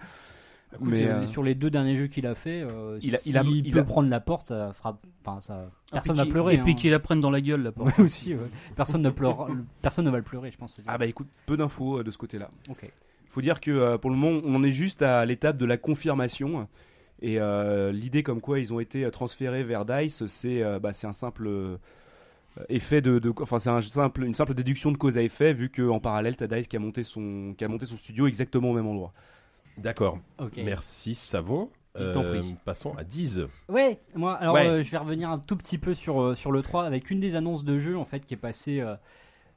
Speaker 4: Écoute,
Speaker 6: mais,
Speaker 4: euh,
Speaker 6: euh,
Speaker 4: sur les deux derniers jeux qu'il a fait, euh,
Speaker 6: il a-
Speaker 4: s'il
Speaker 6: il a- il
Speaker 4: peut
Speaker 6: a-
Speaker 4: prendre la porte, ça fera. Enfin, ça.
Speaker 2: Ah,
Speaker 4: Personne
Speaker 3: puis
Speaker 4: n'a
Speaker 3: qu'il-
Speaker 4: pleuré. hein.
Speaker 3: et puis qu'il la prenne dans la gueule, la porte.
Speaker 4: aussi, (laughs) ouais. Personne ne pleure. Personne ne va le pleurer, je pense.
Speaker 6: Ah bah écoute, peu d'infos euh, de ce côté-là.
Speaker 4: Ok.
Speaker 6: Faut dire que euh, pour le moment, on en est juste à l'étape de la confirmation. Et euh, l'idée comme quoi ils ont été euh, transférés vers Dice, c'est euh, bah, c'est un simple euh, effet de, de- enfin c'est un simple, une simple déduction de cause à effet vu que en parallèle t'as Dice qui a monté son qui a monté son studio exactement au même endroit.
Speaker 1: D'accord.
Speaker 4: Ok.
Speaker 1: Merci, Savon.
Speaker 6: Je t'en
Speaker 1: Euh,
Speaker 6: prie.
Speaker 1: passons à 10.
Speaker 4: Ouais, moi, alors
Speaker 1: Ouais.
Speaker 4: euh, je vais revenir un tout petit peu sur, euh, sur le 3 avec une des annonces de jeu en fait qui est passée, euh,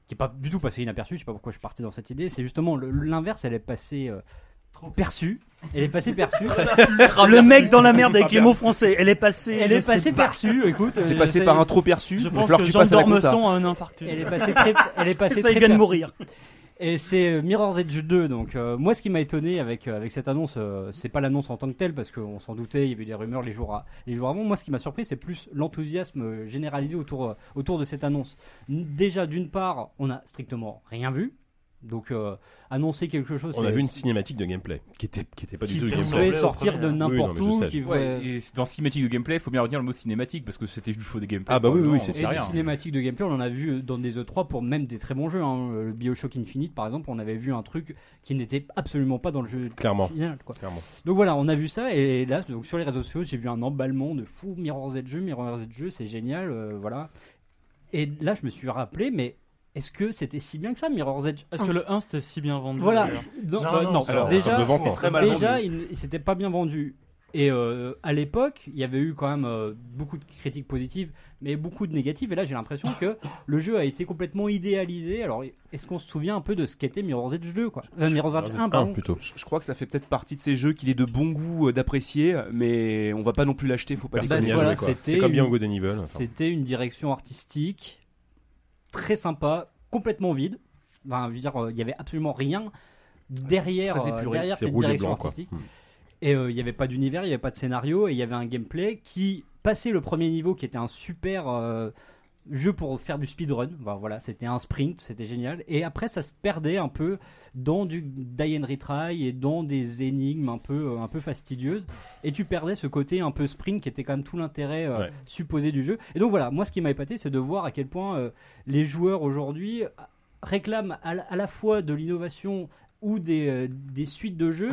Speaker 4: qui est pas du tout passée inaperçue. Je sais pas pourquoi je partais dans cette idée. C'est justement le- l'inverse, elle est passée euh, perçue. Elle est passée
Speaker 5: (laughs)
Speaker 4: perçue.
Speaker 3: Le mec dans la merde avec les mots français. Elle est passée.
Speaker 4: Elle
Speaker 3: je
Speaker 4: est
Speaker 3: sais
Speaker 4: passée
Speaker 3: pas.
Speaker 4: perçue, écoute.
Speaker 6: C'est
Speaker 4: euh,
Speaker 6: passé
Speaker 4: ça-
Speaker 6: par un trop perçu.
Speaker 5: Je
Speaker 6: Il va
Speaker 5: pense
Speaker 6: falloir
Speaker 5: que
Speaker 6: tu
Speaker 5: Jean
Speaker 6: passes à la compta.
Speaker 5: Dormesson a
Speaker 3: Oh
Speaker 5: un infarctus.
Speaker 4: Elle est passée très. Elle
Speaker 3: (laughs)
Speaker 4: est passée
Speaker 5: (laughs) Ça, il
Speaker 4: très
Speaker 5: vient de
Speaker 4: perçue.
Speaker 5: mourir.
Speaker 4: Et c'est euh, Mirror's Edge 2. Donc, euh, moi, ce qui m'a étonné avec, euh, avec cette annonce, euh, c'est pas l'annonce en tant que telle, parce qu'on s'en doutait, il y avait eu des rumeurs les jours, à- les jours avant. Moi, ce qui m'a surpris, c'est plus l'enthousiasme euh, généralisé autour, euh, autour de cette annonce. N- Déjà, d'une part, on a strictement rien vu. Donc, euh, annoncer quelque chose.
Speaker 1: (laughs) On
Speaker 4: c'est-
Speaker 1: a vu une cinématique de gameplay qui était, qui était pas du
Speaker 8: Qui
Speaker 1: tout du
Speaker 4: qui
Speaker 1: gameplay.
Speaker 4: pouvait sortir de
Speaker 8: Oui,
Speaker 1: non, mais
Speaker 4: n'importe
Speaker 1: je
Speaker 4: où,
Speaker 1: sais.
Speaker 4: qui
Speaker 9: Ouais,
Speaker 4: pouvait-
Speaker 9: et c'est dans cinématique de gameplay, il faut bien revenir le mot cinématique parce que c'était du faux des gameplay.
Speaker 1: Ah bah oui, oui, oui,
Speaker 9: Non,
Speaker 1: c'est
Speaker 9: on
Speaker 4: Et
Speaker 9: sait
Speaker 1: ça.
Speaker 4: des
Speaker 9: rien.
Speaker 4: cinématiques de gameplay, on en a vu euh, dans des E3 pour même des très bons jeux. hein. Le Bioshock Infinite, par exemple, on avait vu un truc qui n'était absolument pas dans le jeu
Speaker 1: Clairement.
Speaker 4: final. Quoi.
Speaker 1: Clairement.
Speaker 4: Donc voilà, on a vu ça, et là, donc, sur les réseaux sociaux, j'ai vu un emballement de fou, Mirror's Edge, Mirror's Edge, c'est génial, euh, voilà. Et là, je me suis rappelé, mais est-ce que c'était si bien que ça, Mirror's Edge
Speaker 5: Est-ce que le 1 c'était si bien vendu
Speaker 4: Voilà,
Speaker 5: d'ailleurs
Speaker 4: c'est- non,
Speaker 8: Non,
Speaker 4: bah,
Speaker 8: non,
Speaker 4: non.
Speaker 8: ça va.
Speaker 4: déjà,
Speaker 1: Comme
Speaker 5: hein.
Speaker 1: le ventre.
Speaker 6: Très mal
Speaker 4: déjà, il, il s'était pas bien vendu. Et euh, à l'époque, il y avait eu quand même euh, beaucoup de critiques positives, mais beaucoup de négatives. Et là, j'ai l'impression que le jeu a été complètement idéalisé. Alors, est-ce qu'on se souvient un peu de ce qu'était Mirror's Edge 2 quoi Euh, Mirror's Edge 1,
Speaker 1: Un
Speaker 4: pardon.
Speaker 1: plutôt.
Speaker 6: Je crois que ça fait peut-être partie de ces jeux qu'il est de bon goût euh, d'apprécier, mais on va pas non plus l'acheter, faut pas
Speaker 1: Personne
Speaker 6: déconner.
Speaker 1: n'y a
Speaker 4: Bah, voilà,
Speaker 1: joué quoi.
Speaker 4: c'était
Speaker 1: C'est comme
Speaker 4: une-
Speaker 1: Beyond Good and Evil. enfin.
Speaker 4: C'était une direction artistique très sympa, complètement vide. Enfin, je veux dire, euh, il y avait absolument rien derrière,
Speaker 6: Très
Speaker 4: euh,
Speaker 6: épuré.
Speaker 4: derrière
Speaker 1: C'est
Speaker 4: cette
Speaker 1: rouge et
Speaker 4: direction
Speaker 1: blanc quoi.
Speaker 4: artistique.
Speaker 1: Mm.
Speaker 4: Et euh, il n'y avait pas d'univers, il n'y avait pas de scénario, et il y avait un gameplay qui passait le premier niveau, qui était un super euh, jeu pour faire du speedrun. Enfin, voilà, c'était un sprint, c'était génial. Et après, ça se perdait un peu dans du die and retry et dans des énigmes un peu, euh, un peu fastidieuses. Et tu perdais ce côté un peu sprint qui était quand même tout l'intérêt euh,
Speaker 1: Ouais.
Speaker 4: supposé du jeu. Et donc voilà, moi ce qui m'a épaté, c'est de voir à quel point euh, les joueurs aujourd'hui réclament à, la- à la fois de l'innovation ou des, euh, des suites de jeux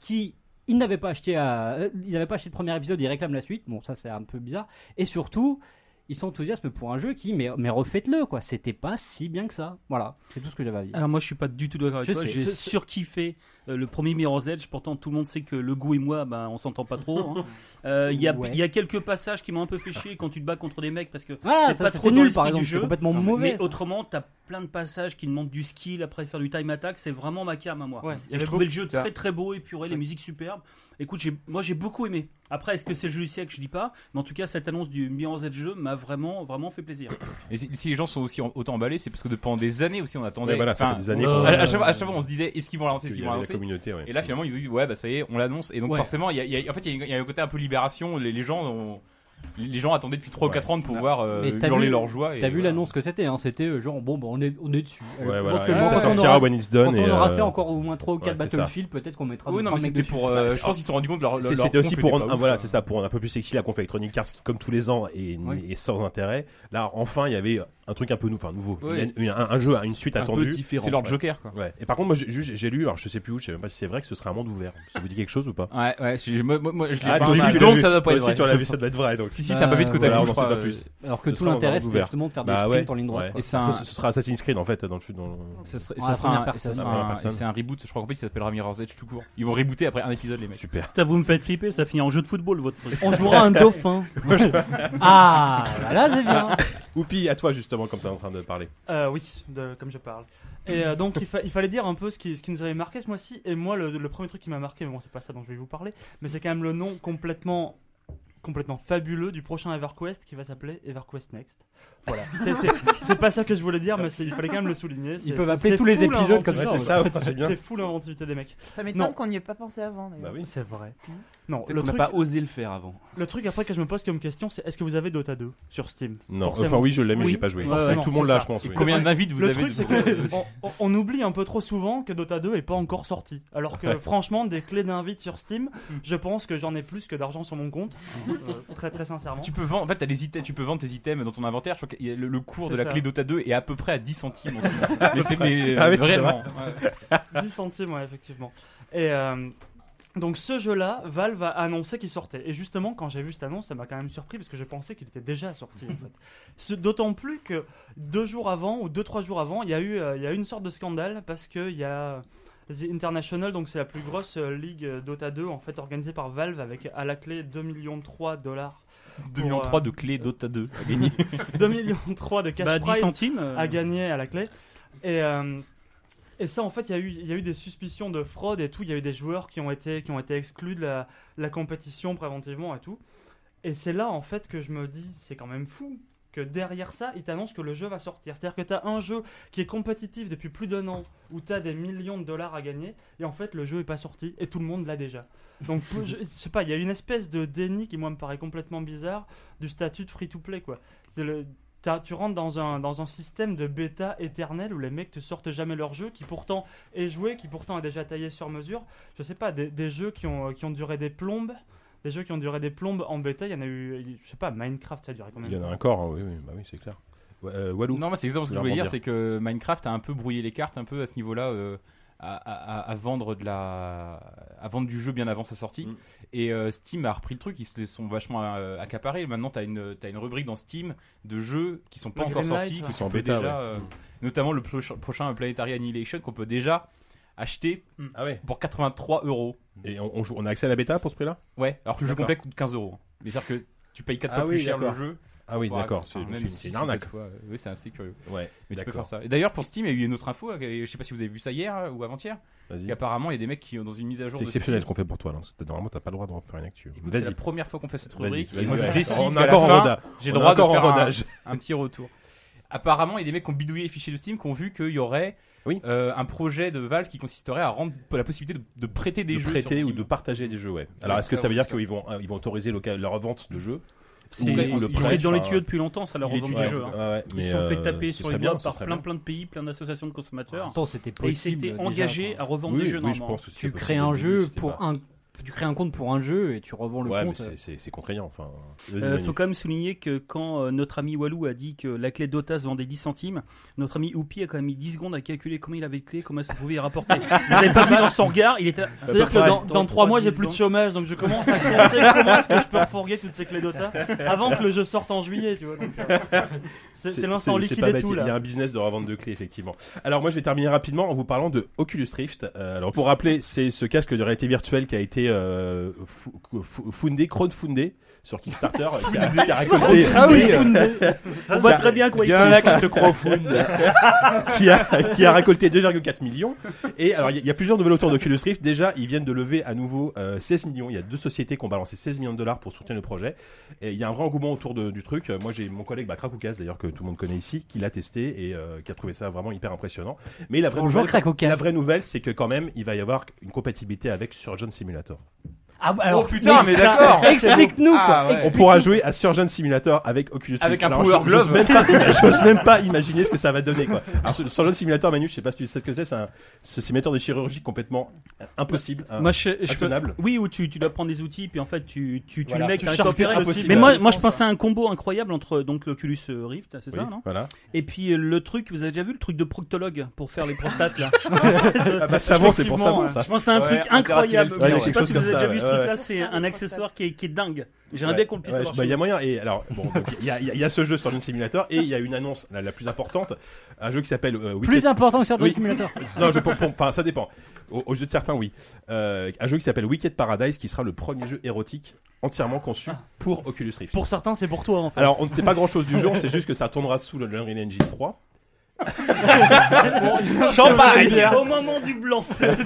Speaker 4: qui ils n'avaient pas acheté à, euh, ils n'avaient pas acheté le premier épisode, ils réclament la suite. Bon, ça c'est un peu bizarre. Et surtout, ils s'enthousiasment pour un jeu qui, mais, mais refaites-le quoi. C'était pas si bien que ça. Voilà, c'est tout ce que j'avais à dire.
Speaker 3: Alors moi je suis pas du tout d'accord avec
Speaker 4: Je
Speaker 3: toi,
Speaker 4: sais.
Speaker 3: j'ai
Speaker 4: Ce- ce-
Speaker 3: surkiffé euh, le premier Mirror's Edge, pourtant tout le monde sait que le goût et moi bah, on s'entend pas trop.
Speaker 4: (laughs)
Speaker 3: hein. Euh, Il y, a-
Speaker 4: Ouais.
Speaker 3: il y a quelques passages qui m'ont un peu fait chier quand tu te bats contre des mecs parce que
Speaker 4: Ah,
Speaker 3: c'est
Speaker 4: ça,
Speaker 3: pas
Speaker 4: c'était
Speaker 3: trop dans
Speaker 4: nul
Speaker 3: l'esprit
Speaker 4: par
Speaker 3: du
Speaker 4: exemple,
Speaker 3: jeu.
Speaker 4: c'est complètement mauvais.
Speaker 3: mais
Speaker 4: ça.
Speaker 3: autrement t'as plein de passages qui demandent du skill après faire du time attack. C'est vraiment ma cam à moi.
Speaker 5: Ouais, il y
Speaker 3: J'ai
Speaker 5: avait
Speaker 3: trouvé le
Speaker 5: beaucoup-
Speaker 3: jeu
Speaker 5: ça.
Speaker 3: très très beau, épuré, les musiques superbes. Écoute, j'ai- moi j'ai beaucoup aimé. Après, est-ce que c'est le jeu du siècle Je dis pas. Mais en tout cas, cette annonce du Mirror's Edge jeu m'a vraiment vraiment fait plaisir.
Speaker 9: Et si, si les gens sont aussi en- autant emballés, c'est parce que de- pendant des années aussi on attendait.
Speaker 1: Ouais, voilà, ça
Speaker 9: Enfin,
Speaker 1: fait des années
Speaker 9: à-
Speaker 1: qu'on-
Speaker 9: à, chaque, fois- à chaque fois on se disait est-ce qu'ils vont l'annoncer, est-ce
Speaker 1: Qu'il y
Speaker 9: qu'ils vont
Speaker 1: avait la
Speaker 9: l'annoncer.
Speaker 1: communauté, ouais.
Speaker 9: Et là finalement ils nous disent ouais bah ça y est, on l'annonce. Et donc
Speaker 1: Ouais.
Speaker 9: forcément, il y a- il y a- en fait il y a- il y, a un côté un peu libération. Les, les gens ont- les gens attendaient depuis 3 ou 4 ans de pouvoir euh,
Speaker 4: Mais t'as
Speaker 9: hurler
Speaker 4: vu-
Speaker 9: leur joie. et
Speaker 4: T'as vu
Speaker 9: voilà.
Speaker 4: l'annonce que c'était, hein, c'était euh, genre bon, bah, on, est, on est dessus.
Speaker 1: Ouais,
Speaker 4: Alors,
Speaker 1: voilà,
Speaker 4: éventuellement,
Speaker 1: et ça
Speaker 4: quand on
Speaker 1: sortira when it's
Speaker 4: Quand
Speaker 1: done et,
Speaker 4: on aura fait
Speaker 1: euh,
Speaker 4: encore au moins 3 ou 4
Speaker 1: ouais, c'est ça.
Speaker 4: Battlefield, peut-être qu'on mettra
Speaker 9: Oui,
Speaker 4: deux,
Speaker 9: non,
Speaker 4: trois
Speaker 9: mais
Speaker 4: mecs
Speaker 9: c'était
Speaker 4: dessus.
Speaker 9: pour, euh, Bah, je pense qu'ils se sont rendus compte que leur-
Speaker 1: C'est-
Speaker 9: leur
Speaker 1: C'était
Speaker 9: conf
Speaker 1: aussi
Speaker 9: était
Speaker 1: pour
Speaker 9: pas
Speaker 1: rendre,
Speaker 9: ouf,
Speaker 1: ah, voilà,
Speaker 9: hein.
Speaker 1: c'est ça, pour rendre un peu plus sexy la conf Electronic Arts qui, comme tous les ans, est,
Speaker 4: Oui.
Speaker 1: est sans intérêt. Là, enfin, il y avait un truc un peu nou- enfin, nouveau,
Speaker 9: Ouais,
Speaker 1: Une-
Speaker 9: c'est-
Speaker 1: une- un, un jeu, une suite
Speaker 9: un peu
Speaker 1: attendue.
Speaker 9: différent, C'est leur ouais. Joker, quoi.
Speaker 1: Ouais. Et par contre, moi, j'ai- j'ai j'ai lu, alors je sais plus où, je sais même pas si c'est vrai que ce sera un monde ouvert. Ça vous dit quelque chose ou pas
Speaker 9: Ouais, ouais, je, moi, moi, moi, je l'ai
Speaker 1: Ah,
Speaker 9: pas
Speaker 1: toi aussi,
Speaker 9: vu,
Speaker 1: tu l'as
Speaker 9: donc
Speaker 1: vu.
Speaker 9: ça doit pas
Speaker 1: Toi
Speaker 9: être
Speaker 1: aussi,
Speaker 9: vrai.
Speaker 1: tu l'as vu, ça doit être vrai, donc.
Speaker 9: Si, si, c'est un papier de
Speaker 1: Euh,
Speaker 9: côté à
Speaker 1: voilà,
Speaker 9: gauche,
Speaker 1: on en
Speaker 9: je
Speaker 1: sait
Speaker 9: crois,
Speaker 1: pas plus.
Speaker 9: euh,
Speaker 4: Bah, Alors que
Speaker 1: Ce
Speaker 4: tout
Speaker 1: sera un
Speaker 4: l'intérêt,
Speaker 1: monde
Speaker 4: c'est
Speaker 1: ouvert.
Speaker 4: justement de faire des
Speaker 1: Bah
Speaker 4: sprints
Speaker 1: ouais,
Speaker 4: en ligne droite,
Speaker 1: ouais.
Speaker 4: quoi.
Speaker 1: Et ça,
Speaker 9: Et ça-
Speaker 1: ce, ce sera Assassin's Creed en fait dans le fut- dans le-
Speaker 9: Ça serait-
Speaker 1: dans
Speaker 9: ça
Speaker 1: la
Speaker 9: sera
Speaker 1: première
Speaker 9: un-
Speaker 1: personne.
Speaker 9: ça
Speaker 1: La
Speaker 9: sera
Speaker 1: première
Speaker 9: un-
Speaker 1: personne.
Speaker 9: Ah, C'est un reboot, je crois qu'en fait il s'appellera Mirror's Edge tout court. Ils vont rebooter après un épisode, les mecs. Super.
Speaker 3: Putain, vous me faites flipper, ça finit en jeu de football, votre truc.
Speaker 5: On jouera
Speaker 3: (laughs)
Speaker 5: un dauphin.
Speaker 4: Ah, voilà, c'est bien.
Speaker 1: (laughs) Oupi, à toi justement, comme tu es en train de parler.
Speaker 5: Euh, oui, de- comme je parle.
Speaker 4: Mm.
Speaker 5: Et euh, donc il, fa- il fallait dire un peu ce qui, ce qui nous avait marqué ce mois-ci. Et moi, le, le premier truc qui m'a marqué, mais bon, c'est pas ça dont je vais vous parler, mais c'est quand même le nom complètement, complètement fabuleux du prochain EverQuest qui va s'appeler EverQuest Next.
Speaker 4: (laughs)
Speaker 5: Voilà. C'est- C'est c'est pas ça que je voulais dire, mais c'est- il fallait quand même le souligner. C'est-
Speaker 4: peuvent
Speaker 5: c'est-
Speaker 4: appeler
Speaker 5: c'est
Speaker 4: tous les
Speaker 5: fou
Speaker 4: épisodes
Speaker 5: l'inventivité.
Speaker 4: comme ça,
Speaker 1: Ouais, c'est ça,
Speaker 5: (laughs)
Speaker 1: ouais, c'est bien.
Speaker 5: C'est fou l'inventivité des mecs.
Speaker 7: Ça
Speaker 5: Non.
Speaker 7: m'étonne qu'on n'y ait pas pensé avant. d'ailleurs.
Speaker 1: Bah oui.
Speaker 5: C'est vrai. Non,
Speaker 6: Peut-être
Speaker 5: le
Speaker 6: qu'on n'a
Speaker 5: truc,
Speaker 6: pas osé le faire avant.
Speaker 5: le truc après que je me pose comme question, c'est est-ce que vous avez Dota 2 sur Steam
Speaker 1: Non,
Speaker 5: Forcément.
Speaker 1: enfin oui, je l'ai, mais
Speaker 5: Oui.
Speaker 1: j'ai pas joué.
Speaker 5: Ouais,
Speaker 1: Forcément,
Speaker 5: ouais,
Speaker 1: tout le monde
Speaker 5: c'est
Speaker 1: là,
Speaker 5: ça.
Speaker 1: je pense. oui.
Speaker 9: Combien d'invites vous
Speaker 5: Le
Speaker 9: avez
Speaker 5: truc,
Speaker 9: de-
Speaker 5: c'est qu'on on, on oublie un peu trop souvent que Dota 2 est pas encore sorti. Alors que, franchement, des clés d'invite sur Steam,
Speaker 9: Hmm.
Speaker 5: je pense que j'en ai plus que d'argent sur mon compte. Euh, très, très sincèrement.
Speaker 9: Tu peux vendre, en fait, t'as des items, tu peux vendre tes items dans ton inventaire. Je crois que le, le cours de
Speaker 5: C'est
Speaker 9: la
Speaker 5: ça.
Speaker 9: clé Dota 2 est à peu près à 10 centimes. en ce moment. mais c'est mais, euh,
Speaker 1: Ah oui, c'est
Speaker 9: vraiment. ouais.
Speaker 5: 10 centimes, ouais, effectivement. Et euh, donc, ce jeu-là, Valve a annoncé qu'il sortait. Et justement, quand j'ai vu cette annonce, ça m'a quand même surpris parce que je pensais qu'il était déjà sorti, en fait. Ce- D'autant plus que deux jours avant, ou deux, trois jours avant, il y, a eu, euh, il y a eu une sorte de scandale parce qu'il y a. The International, donc c'est la plus grosse euh, ligue euh, Dota 2 en fait organisée par Valve avec à la clé 2 millions 3 dollars,
Speaker 9: 2 millions
Speaker 5: euh,
Speaker 9: 3 de clés Dota 2 à
Speaker 5: (laughs)
Speaker 9: gagner.
Speaker 5: 2 millions 3 de cash
Speaker 3: Bah, 10
Speaker 5: prize
Speaker 3: centimes. euh,
Speaker 5: à gagner à la clé. Et, euh, et ça, en fait, il y, a eu- il y a eu des suspicions de fraude et tout. Il y a eu des joueurs qui ont été, qui ont été exclus de la, la compétition préventivement et tout. Et c'est là, en fait, que je me dis, c'est quand même fou que derrière ça, ils t'annoncent que le jeu va sortir. C'est-à-dire que tu as un jeu qui est compétitif depuis plus d'un an, où tu as des millions de dollars à gagner, et en fait, le jeu est pas sorti, et tout le monde l'a déjà. Donc, je, je sais pas, il y a une espèce de déni qui, moi, me paraît complètement bizarre du statut de free-to-play, quoi. C'est le, T'as- tu rentres dans un, dans un système de bêta éternel où les mecs te sortent jamais leur jeu qui pourtant est joué, qui pourtant est déjà taillé sur mesure. Je sais pas, des, des jeux qui ont, qui ont duré des plombes, des jeux qui ont duré des plombes en bêta, il y en a eu, je sais pas, Minecraft ça a duré combien
Speaker 1: Il
Speaker 5: de
Speaker 1: y en a
Speaker 5: temps
Speaker 1: encore, hein, oui, oui, bah oui, c'est clair. Ouais, euh, Walou.
Speaker 9: Non, moi, c'est exactement ce que je voulais
Speaker 1: Leur
Speaker 9: dire,
Speaker 1: mentir.
Speaker 9: c'est que Minecraft a un peu brouillé les cartes un peu à ce niveau-là. euh, à, à- à- à vendre de la à vendre du jeu bien avant sa sortie
Speaker 1: Mm.
Speaker 9: et euh, Steam a repris le truc ils se les sont vachement euh, accaparés maintenant t'as une t'as une rubrique dans Steam de jeux qui sont pas
Speaker 5: Le
Speaker 9: encore
Speaker 5: Greenlight,
Speaker 9: sortis
Speaker 5: là.
Speaker 9: qui
Speaker 1: Qui sont en
Speaker 9: sont
Speaker 1: bêta,
Speaker 9: déjà
Speaker 1: ouais.
Speaker 9: euh, notamment le prochain- prochain Planetary Annihilation qu'on peut déjà acheter
Speaker 1: Ah ouais.
Speaker 9: pour 83 euros
Speaker 1: Et on, on joue- on a accès à la bêta pour ce prix-là
Speaker 9: ouais alors que le jeu
Speaker 1: D'accord.
Speaker 9: complet coûte 15 euros mais c'est à dire que tu payes 4
Speaker 1: Ah
Speaker 9: fois
Speaker 1: oui,
Speaker 9: plus cher le
Speaker 1: d'accord.
Speaker 9: jeu
Speaker 1: Ah oui,
Speaker 9: pour avoir
Speaker 1: d'accord.
Speaker 9: accès-
Speaker 1: C'est
Speaker 9: enfin,
Speaker 1: une-
Speaker 9: même
Speaker 1: c'est
Speaker 9: six
Speaker 1: une
Speaker 9: ou
Speaker 1: arnaque.
Speaker 9: sept fois, euh, oui c'est assez curieux
Speaker 1: Ouais,
Speaker 9: mais tu peux
Speaker 1: d'accord.
Speaker 9: faire ça. Et d'ailleurs, pour Steam, il y a eu une autre info, euh, je sais pas si vous avez vu ça hier euh, ou avant-hier,
Speaker 1: Vas-y.
Speaker 9: qu'apparemment, il y a des mecs qui, ont dans une mise à jour.
Speaker 1: C'est
Speaker 9: de
Speaker 1: exceptionnel ce
Speaker 9: Steam,
Speaker 1: qu'on fait pour toi. là. hein. C'est- Normalement, t'as pas le droit de faire une actu.
Speaker 9: écoute, C'est la
Speaker 1: Vas-y.
Speaker 9: première fois qu'on fait cette
Speaker 1: Vas-y,
Speaker 9: rubrique.
Speaker 1: vas-y,
Speaker 9: et moi, je
Speaker 1: vas-y.
Speaker 9: décide
Speaker 1: On est
Speaker 9: qu'à la
Speaker 1: encore en
Speaker 9: fin,
Speaker 1: rodage.
Speaker 9: j'ai
Speaker 1: On
Speaker 9: le
Speaker 1: est
Speaker 9: droit de
Speaker 1: encore en
Speaker 9: faire un,
Speaker 1: rodage.
Speaker 9: un petit retour. Apparemment, il y a des mecs qui ont bidouillé les fichiers de Steam qui ont vu qu'il y aurait
Speaker 1: Oui.
Speaker 9: euh, un projet de Valve qui consisterait à rendre la possibilité de, de prêter des
Speaker 1: de
Speaker 9: jeux
Speaker 1: prêter
Speaker 9: sur
Speaker 1: ou
Speaker 9: Steam.
Speaker 1: de partager des jeux, ouais. Alors,
Speaker 9: Ouais,
Speaker 1: est-ce que
Speaker 9: ça,
Speaker 1: ça veut
Speaker 9: ouais,
Speaker 1: dire
Speaker 9: ça.
Speaker 1: qu'ils vont, ah, ils vont autoriser local- leur vente de jeux
Speaker 3: C'est
Speaker 1: Ou- ou le
Speaker 3: ils
Speaker 1: prêt,
Speaker 3: sont dans les
Speaker 1: enfin,
Speaker 3: tuyaux depuis longtemps, ça leur
Speaker 1: Il est
Speaker 3: revend
Speaker 1: du
Speaker 3: du jeu.
Speaker 1: ouais,
Speaker 3: hein.
Speaker 1: ouais,
Speaker 3: Ils
Speaker 1: mais,
Speaker 3: se sont fait
Speaker 1: euh,
Speaker 3: taper
Speaker 1: ce
Speaker 3: sur
Speaker 1: serait
Speaker 3: les
Speaker 1: bien,
Speaker 3: doigts
Speaker 1: ce
Speaker 3: par
Speaker 1: serait
Speaker 3: plein
Speaker 1: bien.
Speaker 3: plein de pays, plein d'associations de consommateurs.
Speaker 4: Attends, c'était
Speaker 3: Et ils
Speaker 4: possible.
Speaker 3: s'étaient
Speaker 4: déjà,
Speaker 3: engagés
Speaker 4: quoi.
Speaker 3: à revendre
Speaker 1: Oui,
Speaker 3: des
Speaker 1: oui,
Speaker 3: jeux
Speaker 1: oui, je
Speaker 3: normalement.
Speaker 1: pense que c'est
Speaker 4: Tu
Speaker 1: possible
Speaker 4: crées
Speaker 1: au
Speaker 4: un
Speaker 1: début,
Speaker 4: jeu
Speaker 1: c'était
Speaker 4: pour
Speaker 1: pas-
Speaker 4: un. Tu crées un compte pour un jeu et tu revends le
Speaker 1: Ouais, mais
Speaker 4: compte.
Speaker 5: euh.
Speaker 1: c'est- c'est c'est contraignant. Enfin,
Speaker 3: Il
Speaker 1: Vas-y, Manu.
Speaker 3: Euh,
Speaker 1: (laughs)
Speaker 3: faut quand même souligner que quand euh, notre ami Walou a dit que la clé d'Otas vendait 10 centimes, notre ami Oupi a quand même mis 10 secondes à calculer combien il avait de clés, comment ça pouvait y rapporter.
Speaker 1: (laughs)
Speaker 3: Vous avez pas vu dans son regard, il était.
Speaker 5: C'est-à-dire que
Speaker 1: près.
Speaker 5: dans, dans 3 mois, j'ai plus de chômage, donc je commence à compter comment est-ce que je peux refourguer toutes ces
Speaker 3: (laughs)
Speaker 5: clés Dota avant que le jeu sorte en juillet, tu vois. donc, euh, C'est c'est l'instant
Speaker 1: c'est
Speaker 5: liquide
Speaker 1: pas
Speaker 5: et
Speaker 1: bête,
Speaker 5: tout,
Speaker 1: il y a- Il y a
Speaker 5: là.
Speaker 1: un business de revente de clés, effectivement. Alors moi, je vais terminer rapidement en vous parlant de Oculus Rift. Euh, alors pour rappeler, c'est ce casque de réalité virtuelle qui a été été euh, fou- fou- fundé, crowdfundé sur Kickstarter, qui a, qui a récolté.
Speaker 5: Ah oui,
Speaker 1: euh, On voit très bien quoi il pense.
Speaker 6: te crowdfund.
Speaker 1: (laughs) qui a, qui a récolté 2,4 millions. Et alors, il y, a- il y a plusieurs nouvelles autour d'Oculus Rift. Déjà, ils viennent de lever à nouveau euh, 16 millions. Il y a deux sociétés qui ont balancé 16 millions de dollars pour soutenir le projet. Et il y a un vrai engouement autour de- du truc. Euh, Moi, j'ai mon collègue bah, Krakoukas, d'ailleurs, que tout le monde connaît ici, qui l'a testé et euh, qui a trouvé ça vraiment hyper impressionnant. Mais la vraie
Speaker 4: Bonjour,
Speaker 1: nouvelle,
Speaker 4: Krakoukas.
Speaker 1: la vraie nouvelle, c'est que quand même, il va y avoir une compatibilité avec Surgeon Simulator.
Speaker 4: Ah, bah, alors,
Speaker 9: Oh, putain, mais
Speaker 4: ça-
Speaker 9: d'accord.
Speaker 4: ça, Explique-nous, quoi.
Speaker 9: Ah, ouais.
Speaker 1: On pourra jouer à Surgeon Simulator avec Oculus
Speaker 9: Avec
Speaker 1: Rift.
Speaker 9: un
Speaker 1: Alors,
Speaker 9: Power
Speaker 1: je- j'ose
Speaker 9: Glove. (laughs)
Speaker 1: même pas- J'ose même pas imaginer ce que ça va donner, quoi. Alors, sur- Surgeon Simulator, Manu, je sais pas si tu sais ce que c'est, c'est un, ce simulateur de chirurgie complètement impossible. hein.
Speaker 3: Moi, je, je peux-
Speaker 1: Intenable.
Speaker 3: Oui, où tu, tu dois prendre des outils, puis en fait, tu, tu, tu
Speaker 1: Voilà.
Speaker 3: le mets
Speaker 1: Tu
Speaker 3: avec un
Speaker 1: charcuteries
Speaker 3: corps direct.
Speaker 1: impossible
Speaker 3: Mais
Speaker 1: à
Speaker 3: moi,
Speaker 1: la
Speaker 3: moi je pensais à un combo incroyable entre donc l'Oculus Rift, c'est
Speaker 1: Oui,
Speaker 3: ça, non
Speaker 1: Voilà.
Speaker 3: Et puis euh, le truc, vous avez déjà vu le truc de proctologue pour faire les prostates là
Speaker 1: (laughs) Ah bah, savon, c'est pour savon,
Speaker 3: Effectivement,
Speaker 1: ça.
Speaker 3: Je pense à un
Speaker 9: Ouais,
Speaker 3: truc incroyable.
Speaker 9: interactive,
Speaker 1: ouais,
Speaker 3: je
Speaker 1: quelque
Speaker 3: sais pas
Speaker 1: chose
Speaker 3: si vous
Speaker 1: comme
Speaker 3: avez
Speaker 1: ça,
Speaker 3: déjà vu ce
Speaker 1: ouais,
Speaker 3: truc là, c'est un accessoire qui est, qui est dingue. J'aimerais bien qu'on le puisse
Speaker 1: Ouais,
Speaker 3: avoir
Speaker 1: bah,
Speaker 3: chez
Speaker 1: Il y a
Speaker 3: nous.
Speaker 1: moyen. Et
Speaker 3: (laughs)
Speaker 1: alors, bon, donc, il y, a- il y a- il y a ce jeu sur le simulator et il y a une annonce la, la plus importante, un jeu qui s'appelle euh, Wicked-
Speaker 4: Plus important que sur
Speaker 1: Oui.
Speaker 4: le simulateur.
Speaker 1: (laughs) Non, je pour- pour- enfin, ça dépend. Au, au jeu de certains, oui. Euh, un jeu qui s'appelle Wicked Paradise, qui sera le premier jeu érotique entièrement conçu pour Oculus Rift.
Speaker 5: Ah. Pour certains, c'est pour toi en fait.
Speaker 1: Alors, on ne sait pas grand chose du jeu, on
Speaker 5: (laughs)
Speaker 1: sait juste que ça tournera sous le Unreal Engine (laughs) 3.
Speaker 3: Champagne Au moment du
Speaker 1: (laughs)
Speaker 3: blanc, c'est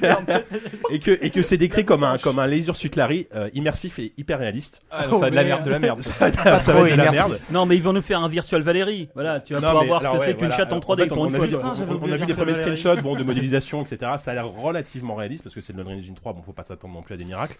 Speaker 1: Et que, et que c'est décrit comme un, comme un laser suit Larry euh, immersif et hyper réaliste.
Speaker 9: Ah, non, ça a de la merde, de la merde.
Speaker 1: Oh, (laughs) ça va être ça va être de la
Speaker 6: immersif.
Speaker 1: merde.
Speaker 3: Non, mais ils vont nous faire un virtuel Valérie. Voilà, tu vas
Speaker 1: Non,
Speaker 3: pouvoir
Speaker 1: mais
Speaker 3: voir ce que
Speaker 1: alors,
Speaker 3: c'est
Speaker 1: ouais,
Speaker 3: qu'une
Speaker 1: voilà.
Speaker 3: chatte en
Speaker 1: Alors,
Speaker 3: 3D
Speaker 1: fait,
Speaker 3: pour
Speaker 1: on
Speaker 3: une
Speaker 1: a
Speaker 3: fois.
Speaker 1: vu-
Speaker 3: tu vois.
Speaker 1: on-
Speaker 5: Ah, j'avais
Speaker 1: on
Speaker 5: oublié
Speaker 1: a vu les
Speaker 5: Virtual
Speaker 1: premiers
Speaker 5: Valérie.
Speaker 1: screenshots
Speaker 5: (laughs)
Speaker 1: bon, de modélisation, etc. Ça a l'air relativement réaliste parce que c'est de l'Unreal Engine 3, bon, faut pas s'attendre non plus à des miracles.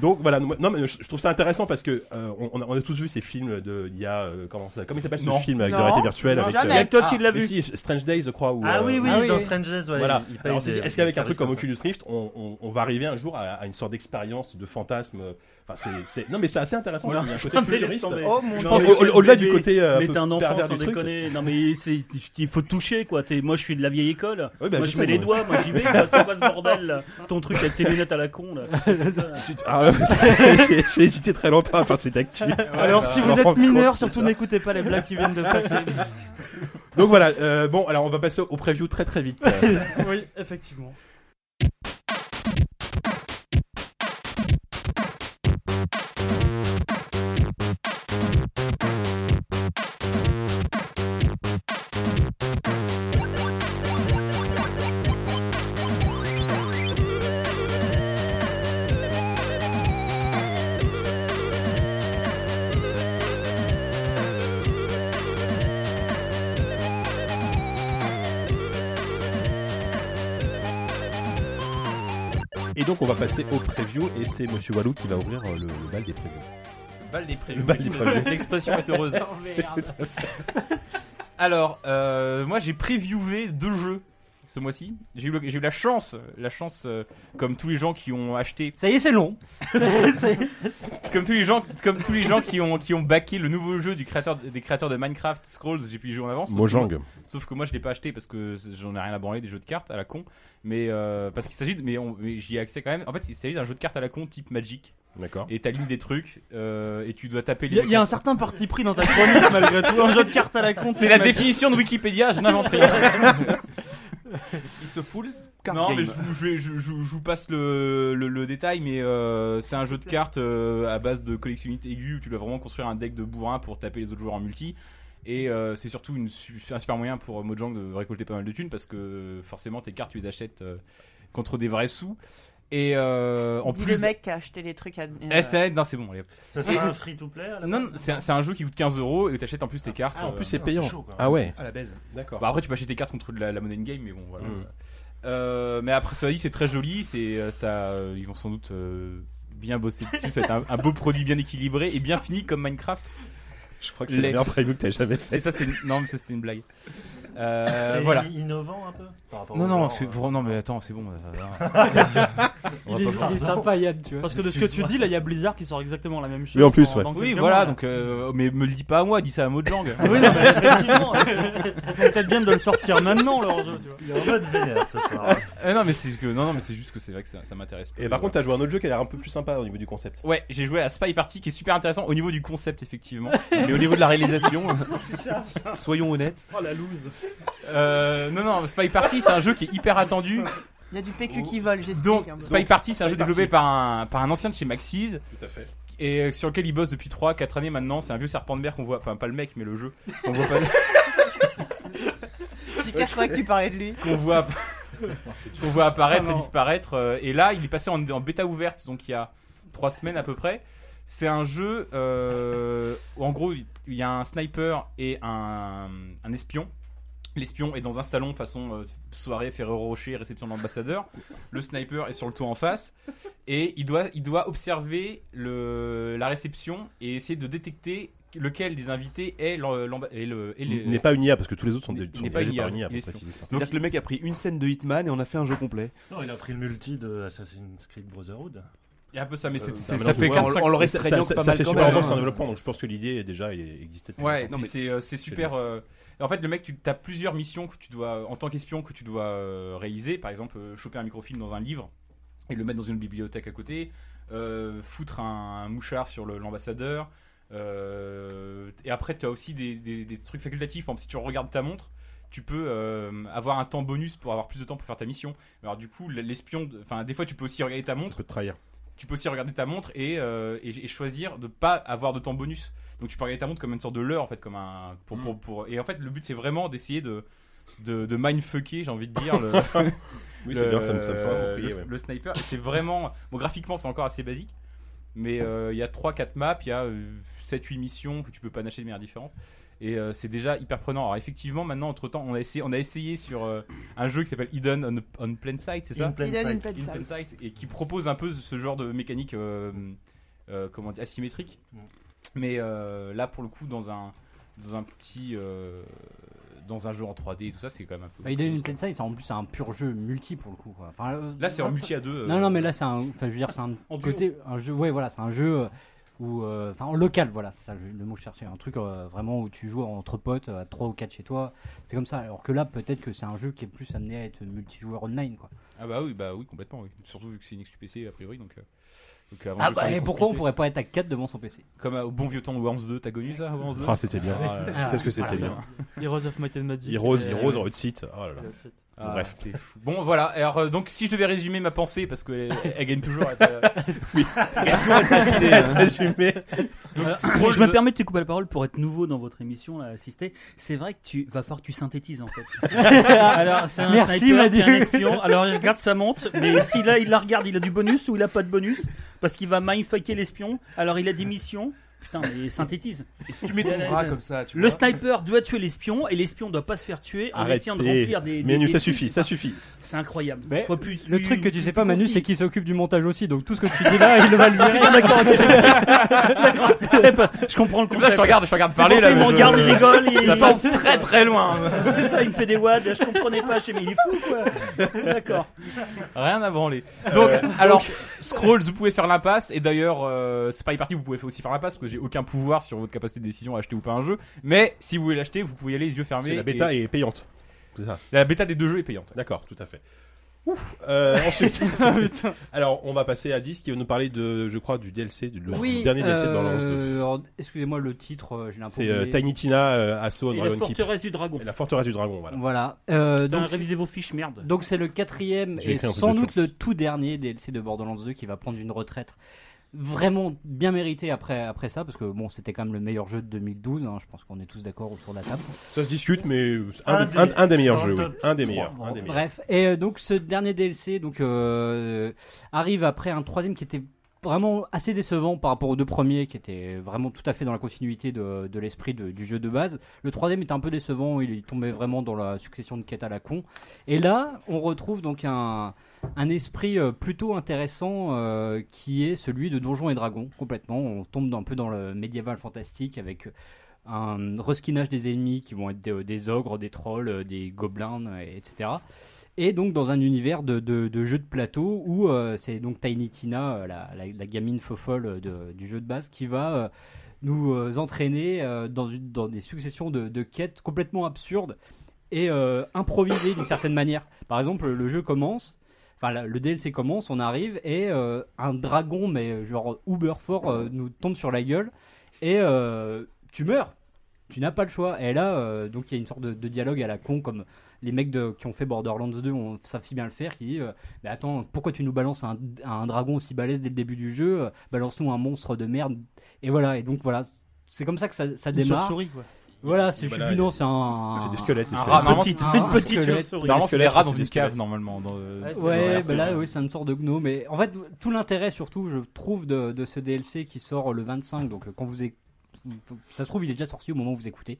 Speaker 1: Donc voilà, nous- non, mais je, je trouve ça intéressant parce que euh, on, on a, on a tous vu ces films de. Il y a. euh, comment, ça, comment il s'appelle
Speaker 9: Non.
Speaker 1: ce film avec
Speaker 7: Non.
Speaker 1: la réalité virtuelle
Speaker 7: Non,
Speaker 1: avec, euh,
Speaker 7: jamais.
Speaker 3: Il y a que toi
Speaker 7: Ah,
Speaker 3: qui l'as
Speaker 1: mais
Speaker 3: vu.
Speaker 1: si, Strange Days, je crois. Où,
Speaker 8: Ah
Speaker 1: euh,
Speaker 8: oui, oui,
Speaker 4: Ah oui,
Speaker 8: dans
Speaker 4: oui.
Speaker 8: Strange Days, ouais.
Speaker 1: voilà.
Speaker 8: il- il paye
Speaker 1: Alors, on s'est dit,
Speaker 8: des-
Speaker 1: Est-ce qu'avec
Speaker 8: des
Speaker 1: un truc
Speaker 8: services
Speaker 1: comme
Speaker 8: ça.
Speaker 1: Oculus Rift, on, on- on va arriver un jour à, à une sorte d'expérience, de fantasme euh, Enfin, c'est- c'est. Non, mais c'est assez
Speaker 3: (laughs)
Speaker 1: intéressant.
Speaker 3: Voilà.
Speaker 1: il y a un côté
Speaker 3: mais laisse
Speaker 1: futuriste.
Speaker 3: tomber.
Speaker 7: Oh mon
Speaker 1: Je pense
Speaker 3: Non, mais
Speaker 1: au- au- au-delà
Speaker 3: mais-
Speaker 1: du côté euh, un
Speaker 3: mais
Speaker 1: peu
Speaker 3: t'es un enfant
Speaker 1: pervers
Speaker 3: sans
Speaker 1: du truc.
Speaker 3: déconner. Non mais c'est il faut toucher quoi. T'es- moi je suis de la vieille école.
Speaker 1: Oui,
Speaker 3: moi
Speaker 1: bah,
Speaker 3: je
Speaker 1: justement,
Speaker 3: mets les
Speaker 1: ouais.
Speaker 3: doigts. Moi j'y vais. quoi. C'est quoi ce bordel là Ton truc avec tes lunettes à la con là.
Speaker 1: (laughs) Tu- tu- ah, j'ai- (laughs) J'ai hésité très longtemps à faire cette (laughs) actu.
Speaker 5: Alors,
Speaker 1: bah,
Speaker 5: si vous
Speaker 1: franchement,
Speaker 5: êtes mineur,
Speaker 1: c'est
Speaker 5: surtout
Speaker 1: ça.
Speaker 5: n'écoutez pas les blagues qui viennent
Speaker 1: (laughs)
Speaker 5: de passer.
Speaker 1: Donc voilà, euh, bon, alors on va passer au preview très très (laughs) vite. Euh,
Speaker 5: oui, effectivement.
Speaker 1: et donc on va passer au preview et c'est Monsieur Walou qui va ouvrir euh, le, le bal des previews.
Speaker 9: Bal des prévus.
Speaker 1: Le bal des prévus.
Speaker 9: L'expression
Speaker 1: (laughs)
Speaker 9: est heureuse. (laughs) Alors, euh, moi j'ai préviewé deux jeux ce mois-ci. J'ai eu, le- j'ai eu la chance, la chance, euh, comme tous les gens qui ont acheté,
Speaker 4: Ça y est, c'est long.
Speaker 9: (laughs) comme tous les gens, comme tous les gens qui ont qui ont baqué le nouveau jeu du créateur des créateurs de Minecraft Scrolls. J'ai pu y jouer en avance. sauf que moi-
Speaker 1: Mojang.
Speaker 9: Sauf que moi je l'ai pas acheté parce que c'est- j'en ai rien à branler des jeux de cartes à la con. Mais euh, parce qu'il s'agit, de- mais, on- mais j'y ai accès quand même. En fait, il s'agit d'un jeu de cartes à la con type Magic.
Speaker 1: D'accord.
Speaker 9: Et t'alignes des trucs euh, et tu dois taper
Speaker 5: Il
Speaker 9: les.
Speaker 5: y, a- il y a un certain parti pris dans ta chronique malgré tout. Un jeu de cartes à la con.
Speaker 9: C'est la définition de Wikipédia, je
Speaker 5: (laughs)
Speaker 9: n'invente rien. It's a fool's
Speaker 6: card
Speaker 9: Non,
Speaker 6: game.
Speaker 9: mais je vous, je, vais- je- je- je vous passe le, le- le détail, mais euh, c'est un jeu de cartes euh, à base de collectionnité aiguë où tu dois vraiment construire un deck de bourrin pour taper les autres joueurs en multi. Et euh, c'est surtout une, su- un super moyen pour euh, Mojang de récolter pas mal de thunes parce que forcément tes cartes tu les achètes euh, contre des vrais sous. Et euh, en
Speaker 7: Dis
Speaker 9: plus.
Speaker 7: le mec qui a acheté les trucs à. euh,
Speaker 9: Eh, c'est- non, c'est bon. allez.
Speaker 8: Ça sera un free to play à la
Speaker 9: Non, non,
Speaker 8: base
Speaker 9: c'est un, c'est un jeu qui coûte 15 euros et tu achètes en plus tes cartes.
Speaker 1: Ah, en
Speaker 9: euh,
Speaker 1: plus c'est
Speaker 8: Ah,
Speaker 1: payant.
Speaker 8: chaud, quoi.
Speaker 1: Ah ouais.
Speaker 9: à la baise.
Speaker 1: D'accord.
Speaker 9: Bah après tu peux acheter tes cartes contre de la, la monnaie in-game mais bon voilà.
Speaker 1: Mm.
Speaker 9: Euh, mais après ça dit c'est très joli, c'est euh, ça euh, ils vont sans doute euh, bien bosser dessus, c'est un, un beau produit bien équilibré et bien fini comme Minecraft.
Speaker 1: je crois que c'est le
Speaker 9: les-
Speaker 1: meilleur preview que t'as jamais
Speaker 9: Et
Speaker 1: fait.
Speaker 9: ça c'est non mais ça c'était une blague. Euh,
Speaker 8: C'est
Speaker 9: voilà.
Speaker 8: i- innovant un peu par rapport
Speaker 9: Non
Speaker 8: au
Speaker 9: non,
Speaker 8: genre,
Speaker 9: c'est
Speaker 8: euh,
Speaker 9: non mais attends, c'est bon.
Speaker 8: (laughs)
Speaker 9: euh, on va
Speaker 4: Il est,
Speaker 9: pas voir.
Speaker 4: il est sympa, Yann, tu vois.
Speaker 5: Parce que de ce que tu dis, là, il y a Blizzard qui sort exactement la même chose.
Speaker 1: Oui, en plus, ouais.
Speaker 5: dans
Speaker 9: Oui
Speaker 5: quelques
Speaker 9: voilà
Speaker 5: mois,
Speaker 9: donc euh, mais me le dis pas à moi, dis ça à Mojang.
Speaker 5: là. (laughs) Oui, non, mais
Speaker 9: (laughs)
Speaker 5: effectivement. Il faut peut-être bien de le sortir maintenant, leur jeu, tu vois.
Speaker 8: Il est en mode vénère ce soir.
Speaker 9: Euh, non mais c'est que non non mais c'est juste que c'est vrai que ça, ça m'intéresse.
Speaker 1: Et
Speaker 9: peu,
Speaker 1: par
Speaker 9: voilà.
Speaker 1: contre, t'as joué à un autre jeu qui a l'air un peu plus sympa au niveau du concept.
Speaker 9: Ouais, j'ai joué à Spy Party qui est super intéressant au niveau du concept effectivement, mais au niveau de la réalisation, (laughs) soyons honnêtes.
Speaker 5: Oh la loose.
Speaker 9: Euh, non non, Spy Party c'est un jeu qui est hyper attendu
Speaker 7: Il y a du PQ qui vole, j'explique.
Speaker 9: Donc,
Speaker 7: hein, bon.
Speaker 9: Spy Party, c'est un
Speaker 1: Spy
Speaker 9: jeu
Speaker 1: Party.
Speaker 9: développé par un, par un ancien de chez Maxis,
Speaker 1: Tout à fait.
Speaker 9: et euh, sur lequel il bosse depuis 3-4 années maintenant. C'est un vieux serpent de mer qu'on voit, enfin pas le mec, mais le jeu, qu'on
Speaker 7: (laughs)
Speaker 9: voit pas,
Speaker 7: Je cacherais que tu parlais de lui.
Speaker 1: (laughs)
Speaker 9: qu'on voit, qu'on voit apparaître et disparaître. euh, Et là, il est passé en, en bêta ouverte, donc il y a 3 semaines à peu près. C'est un jeu euh, où en gros, il y a un sniper et un, un espion. L'espion est dans un salon façon euh, soirée Ferrero Rocher, réception de l'ambassadeur. Le sniper est sur le toit en face et il doit, il doit observer le, la réception et essayer de détecter lequel des invités est l'am- l'amba- et le, et le-
Speaker 1: N'est pas une IA parce que tous les autres sont, dé- sont
Speaker 9: n'est pas
Speaker 1: dirigés
Speaker 9: une
Speaker 1: par une
Speaker 9: IA,
Speaker 1: IA.
Speaker 9: il est
Speaker 1: faut préciser ça.
Speaker 6: C'est-à-dire que le mec a pris une scène de Hitman et on a fait un jeu complet.
Speaker 8: Non, il a pris le multi de Assassin's Creed Brotherhood.
Speaker 9: Il y a un peu ça, mais c'est-
Speaker 8: Euh,
Speaker 9: c'est-
Speaker 1: c'est un
Speaker 9: ça fait
Speaker 1: mélange.
Speaker 9: 4
Speaker 6: Ouais,
Speaker 9: cinq-
Speaker 6: on le
Speaker 1: Mais
Speaker 6: restreignant
Speaker 1: ça,
Speaker 6: pas
Speaker 1: ça
Speaker 6: mal
Speaker 1: fait
Speaker 6: quand
Speaker 1: super
Speaker 6: même.
Speaker 1: longtemps que c'est en développement, donc je pense que l'idée est déjà existait. depuis
Speaker 9: Ouais,
Speaker 1: longtemps.
Speaker 9: non, mais c'est euh, c'est super. euh, en fait, le mec, tu as plusieurs missions que tu dois, euh, en tant qu'espion, que tu dois euh, réaliser. Par exemple, euh, choper un microfilm dans un livre et le mettre dans une bibliothèque à côté, euh, foutre un, un mouchard sur le- l'ambassadeur. euh, et après, tu as aussi des, des- des trucs facultatifs. Par exemple, si tu regardes ta montre, tu peux euh, avoir un temps bonus pour avoir plus de temps pour faire ta mission. Alors, du coup, l'espion, enfin, des fois, tu peux aussi regarder ta montre
Speaker 1: Ça peut te trahir.
Speaker 9: tu peux aussi regarder ta montre et, euh, et- et choisir de pas avoir de temps bonus. Donc tu peux regarder ta montre comme une sorte de leurre en fait, comme un pour,
Speaker 1: Mm.
Speaker 9: pour, pour- et en fait le but c'est vraiment d'essayer de de, de mindfucker, j'ai envie de dire le,
Speaker 1: (laughs) Oui,
Speaker 9: le-
Speaker 1: c'est bien, ça me, ça me semble
Speaker 9: (laughs) le-
Speaker 1: approprié, ouais.
Speaker 9: le sniper. Et C'est vraiment bon graphiquement c'est encore assez basique, mais euh, il y a 3-4 maps, il y a 7-8 missions que tu peux panacher de manière différente. Et euh, c'est déjà hyper prenant. Alors effectivement, maintenant, entre temps, on a essayé, on a essayé sur euh, un jeu qui s'appelle Hidden on, on Plain Sight, c'est ça
Speaker 8: In Plain
Speaker 7: Il donne une
Speaker 8: Sight.
Speaker 7: pelle
Speaker 9: Intel Sight et qui propose un peu ce genre de mécanique euh, euh, comment dire, asymétrique.
Speaker 8: Mm.
Speaker 9: Mais euh, là, pour le coup, dans un, dans un petit. euh, dans un jeu en 3D et tout ça, c'est quand même un peu.
Speaker 4: Bah, Hidden in Plain Sight, c'est en plus c'est un pur jeu multi pour le coup. quoi. Enfin, euh,
Speaker 9: Là, c'est en multi à deux. euh,
Speaker 4: Non, non, mais là, c'est un. Enfin, je veux dire,
Speaker 9: (laughs)
Speaker 4: c'est un
Speaker 5: En
Speaker 4: côté. Un jeu, ouais, voilà, c'est un jeu euh, où. euh, Enfin, en local, voilà, c'est ça le le mot que je cherchais. Un truc euh, vraiment où tu joues entre potes, euh, à 3 ou 4 chez toi. C'est comme ça. Alors que là, peut-être que c'est un jeu qui est plus amené à être multijoueur online, quoi.
Speaker 9: Ah bah oui, bah oui, complètement. oui. Surtout vu que c'est une XQPC a priori, donc. euh, donc avant
Speaker 4: Ah,
Speaker 9: de faire
Speaker 4: bah,
Speaker 9: des
Speaker 4: et pourquoi on
Speaker 9: possibilités.
Speaker 4: pourrait pas être à 4 devant son PC
Speaker 9: Comme euh, au bon vieux temps de Worms 2, t'as connu ça Worms 2
Speaker 1: Ah, c'était bien.
Speaker 9: Ah, là, là.
Speaker 1: Qu'est-ce que c'était
Speaker 9: Ah,
Speaker 1: bien.
Speaker 5: Heroes of Might and Magic.
Speaker 1: Heroes,
Speaker 5: Euh,
Speaker 1: Heroes en haut de site. Oh là là.
Speaker 9: Ah,
Speaker 1: Bref.
Speaker 9: c'est fou. Bon, voilà. Alors, euh, donc, si je devais résumer ma pensée, parce qu'elle elle gagne toujours.
Speaker 1: (laughs)
Speaker 9: à- Elle gagne toujours (laughs) à être
Speaker 3: (laughs)
Speaker 9: affilée, hein.
Speaker 1: Résumé.
Speaker 9: Donc,
Speaker 3: Euh, Mais
Speaker 9: Scrolls-
Speaker 3: je me permets de te couper la parole pour être nouveau dans votre émission, là, assister. C'est vrai que tu vas falloir que tu synthétises en fait. Alors c'est un
Speaker 4: Merci,
Speaker 3: sniper, puis un
Speaker 4: Madu.
Speaker 3: espion. Alors il regarde sa montre, mais si là il la regarde, il a du bonus ou il a pas de bonus parce qu'il va mindfucker l'espion. Alors il a des missions. Putain, mais synthétise.
Speaker 6: Et si tu mets ton bras comme ça, tu
Speaker 3: Le
Speaker 6: vois.
Speaker 3: sniper doit tuer l'espion et l'espion doit pas se faire tuer en essayant de
Speaker 1: Arrêtez.
Speaker 3: remplir des. des-
Speaker 1: Menu,
Speaker 3: des-
Speaker 1: ça suffit, ça suffit.
Speaker 3: C'est incroyable.
Speaker 4: Mais
Speaker 3: Sois plus-
Speaker 4: Le
Speaker 3: plus-
Speaker 4: truc que tu sais
Speaker 3: plus
Speaker 4: pas, Manu,
Speaker 3: concis.
Speaker 4: c'est qu'il s'occupe du montage aussi. Donc tout ce que tu dis là, il va le virer.
Speaker 3: (laughs) D'accord, ok, j'ai-
Speaker 4: (laughs)
Speaker 3: D'accord, j'ai pas- je comprends le
Speaker 9: Comme ça,
Speaker 3: concept.
Speaker 9: je te regarde, je te regarde
Speaker 3: C'est
Speaker 9: parler
Speaker 3: pour ça,
Speaker 9: là.
Speaker 3: il
Speaker 9: mais
Speaker 3: me
Speaker 9: je-
Speaker 3: regarde, il rigole, il
Speaker 9: Ça
Speaker 3: il-
Speaker 9: passe très
Speaker 2: (laughs)
Speaker 9: très loin.
Speaker 3: C'est ça, il me fait des wads, je comprenais pas, chez mais il est fou
Speaker 2: (laughs)
Speaker 9: (laughs)
Speaker 3: quoi. D'accord.
Speaker 9: Rien à branler. Donc, alors, Scrolls, vous pouvez faire l'impasse. Et d'ailleurs, euh, Spy Party, vous pouvez aussi faire l'impasse parce que j'ai aucun pouvoir sur votre capacité de décision à acheter ou pas un jeu. Mais si vous voulez l'acheter, vous pouvez y aller les yeux fermés.
Speaker 1: La bêta
Speaker 9: et-
Speaker 1: est payante. C'est ça.
Speaker 9: la bêta des deux jeux est payante.
Speaker 1: D'accord, tout à fait. Ouf. Euh,
Speaker 9: (laughs)
Speaker 1: ensuite, (laughs)
Speaker 9: Ah,
Speaker 5: Putain.
Speaker 1: alors on va passer à 10 qui va nous parler de, je crois, du DLC, du le
Speaker 4: Oui,
Speaker 1: dernier DLC de Borderlands 2.
Speaker 4: euh, alors, Excusez-moi le titre, euh, je l'ai un peu
Speaker 1: C'est euh,
Speaker 4: oublié.
Speaker 1: Tiny Tina, euh, Assaut on
Speaker 3: Et la
Speaker 1: Dragon Keep.
Speaker 3: forteresse du dragon.
Speaker 1: Et la forteresse du dragon, voilà.
Speaker 4: Voilà. Euh,
Speaker 3: Putain,
Speaker 4: donc,
Speaker 3: révisez vos fiches, merde.
Speaker 4: Donc c'est le quatrième
Speaker 1: J'ai
Speaker 4: et
Speaker 1: écrit un truc
Speaker 4: sans
Speaker 1: dessus.
Speaker 4: doute le tout dernier DLC de Borderlands 2 qui va prendre une retraite vraiment bien méritée après, après ça, parce que bon, c'était quand même le meilleur jeu de 2012, hein, je pense qu'on est tous d'accord autour de la table.
Speaker 1: Ça se discute, mais un,
Speaker 8: Un
Speaker 1: des,
Speaker 8: des-
Speaker 1: un- un des meilleurs
Speaker 8: dans
Speaker 1: jeux,
Speaker 8: le
Speaker 1: oui.
Speaker 8: top
Speaker 1: Un des
Speaker 8: trois,
Speaker 1: meilleurs.
Speaker 8: bon,
Speaker 1: un des meilleurs.
Speaker 4: Bref, et euh, donc ce dernier DLC donc, euh, arrive après un troisième qui était vraiment assez décevant par rapport aux deux premiers qui étaient vraiment tout à fait dans la continuité de, de l'esprit de- du jeu de base. Le troisième était un peu décevant, il tombait vraiment dans la succession de quêtes à la con. Et là, on retrouve donc un, un esprit euh, plutôt intéressant euh, qui est celui de Donjons et Dragons, complètement. On tombe un peu dans le médiéval fantastique avec un reskinage des ennemis qui vont être des, des ogres, des trolls, euh, des gobelins, euh, etc. Et donc dans un univers de, de, de jeux de plateau où euh, c'est donc Tiny Tina, euh, la, la, la gamine fofolle de- du jeu de base, qui va euh, nous euh, entraîner euh, dans, une, dans des successions de, de quêtes complètement absurdes et euh, improvisées d'une certaine manière. Par exemple, le jeu commence, enfin la- le DLC commence, on arrive et euh, un dragon, mais genre uber fort, euh, nous tombe sur la gueule et euh, tu meurs. tu n'as pas le choix. Et là, euh, donc il y a une sorte de, de dialogue à la con, comme les mecs de- qui ont fait Borderlands 2 on, savent si bien le faire, qui dit euh, Mais attends, pourquoi tu nous balances un, un dragon aussi balèze dès le début du jeu Euh, Balance-nous un monstre de merde. Et voilà, et donc voilà, c'est comme ça que ça, ça
Speaker 5: Une
Speaker 4: démarre.
Speaker 5: chauve-souris, quoi.
Speaker 4: Voilà, c'est
Speaker 1: Bah
Speaker 4: je
Speaker 1: là,
Speaker 4: suis plus-
Speaker 1: il y a-
Speaker 4: non, c'est
Speaker 5: Ah,
Speaker 4: un.
Speaker 1: C'est des squelettes, des
Speaker 9: Un
Speaker 1: squelettes.
Speaker 9: rat, normalement,
Speaker 1: Petite-
Speaker 9: c'est-
Speaker 4: un
Speaker 1: petite
Speaker 4: squelette.
Speaker 1: chauve-souris.
Speaker 9: Normalement, c'est
Speaker 1: Des
Speaker 9: des rats dans
Speaker 1: squelettes,
Speaker 9: une
Speaker 1: des
Speaker 9: cave,
Speaker 1: squelettes.
Speaker 9: normalement. dans, euh,
Speaker 5: Ouais, c'est
Speaker 9: dans un
Speaker 4: Ouais,
Speaker 9: arbre.
Speaker 4: bah là, oui, c'est une sorte de gnome. Mais en fait, tout l'intérêt, surtout, je trouve, de, de ce DLC qui sort le 25, donc euh, quand vous éc- Ça se trouve, il est déjà sorti au moment où vous écoutez.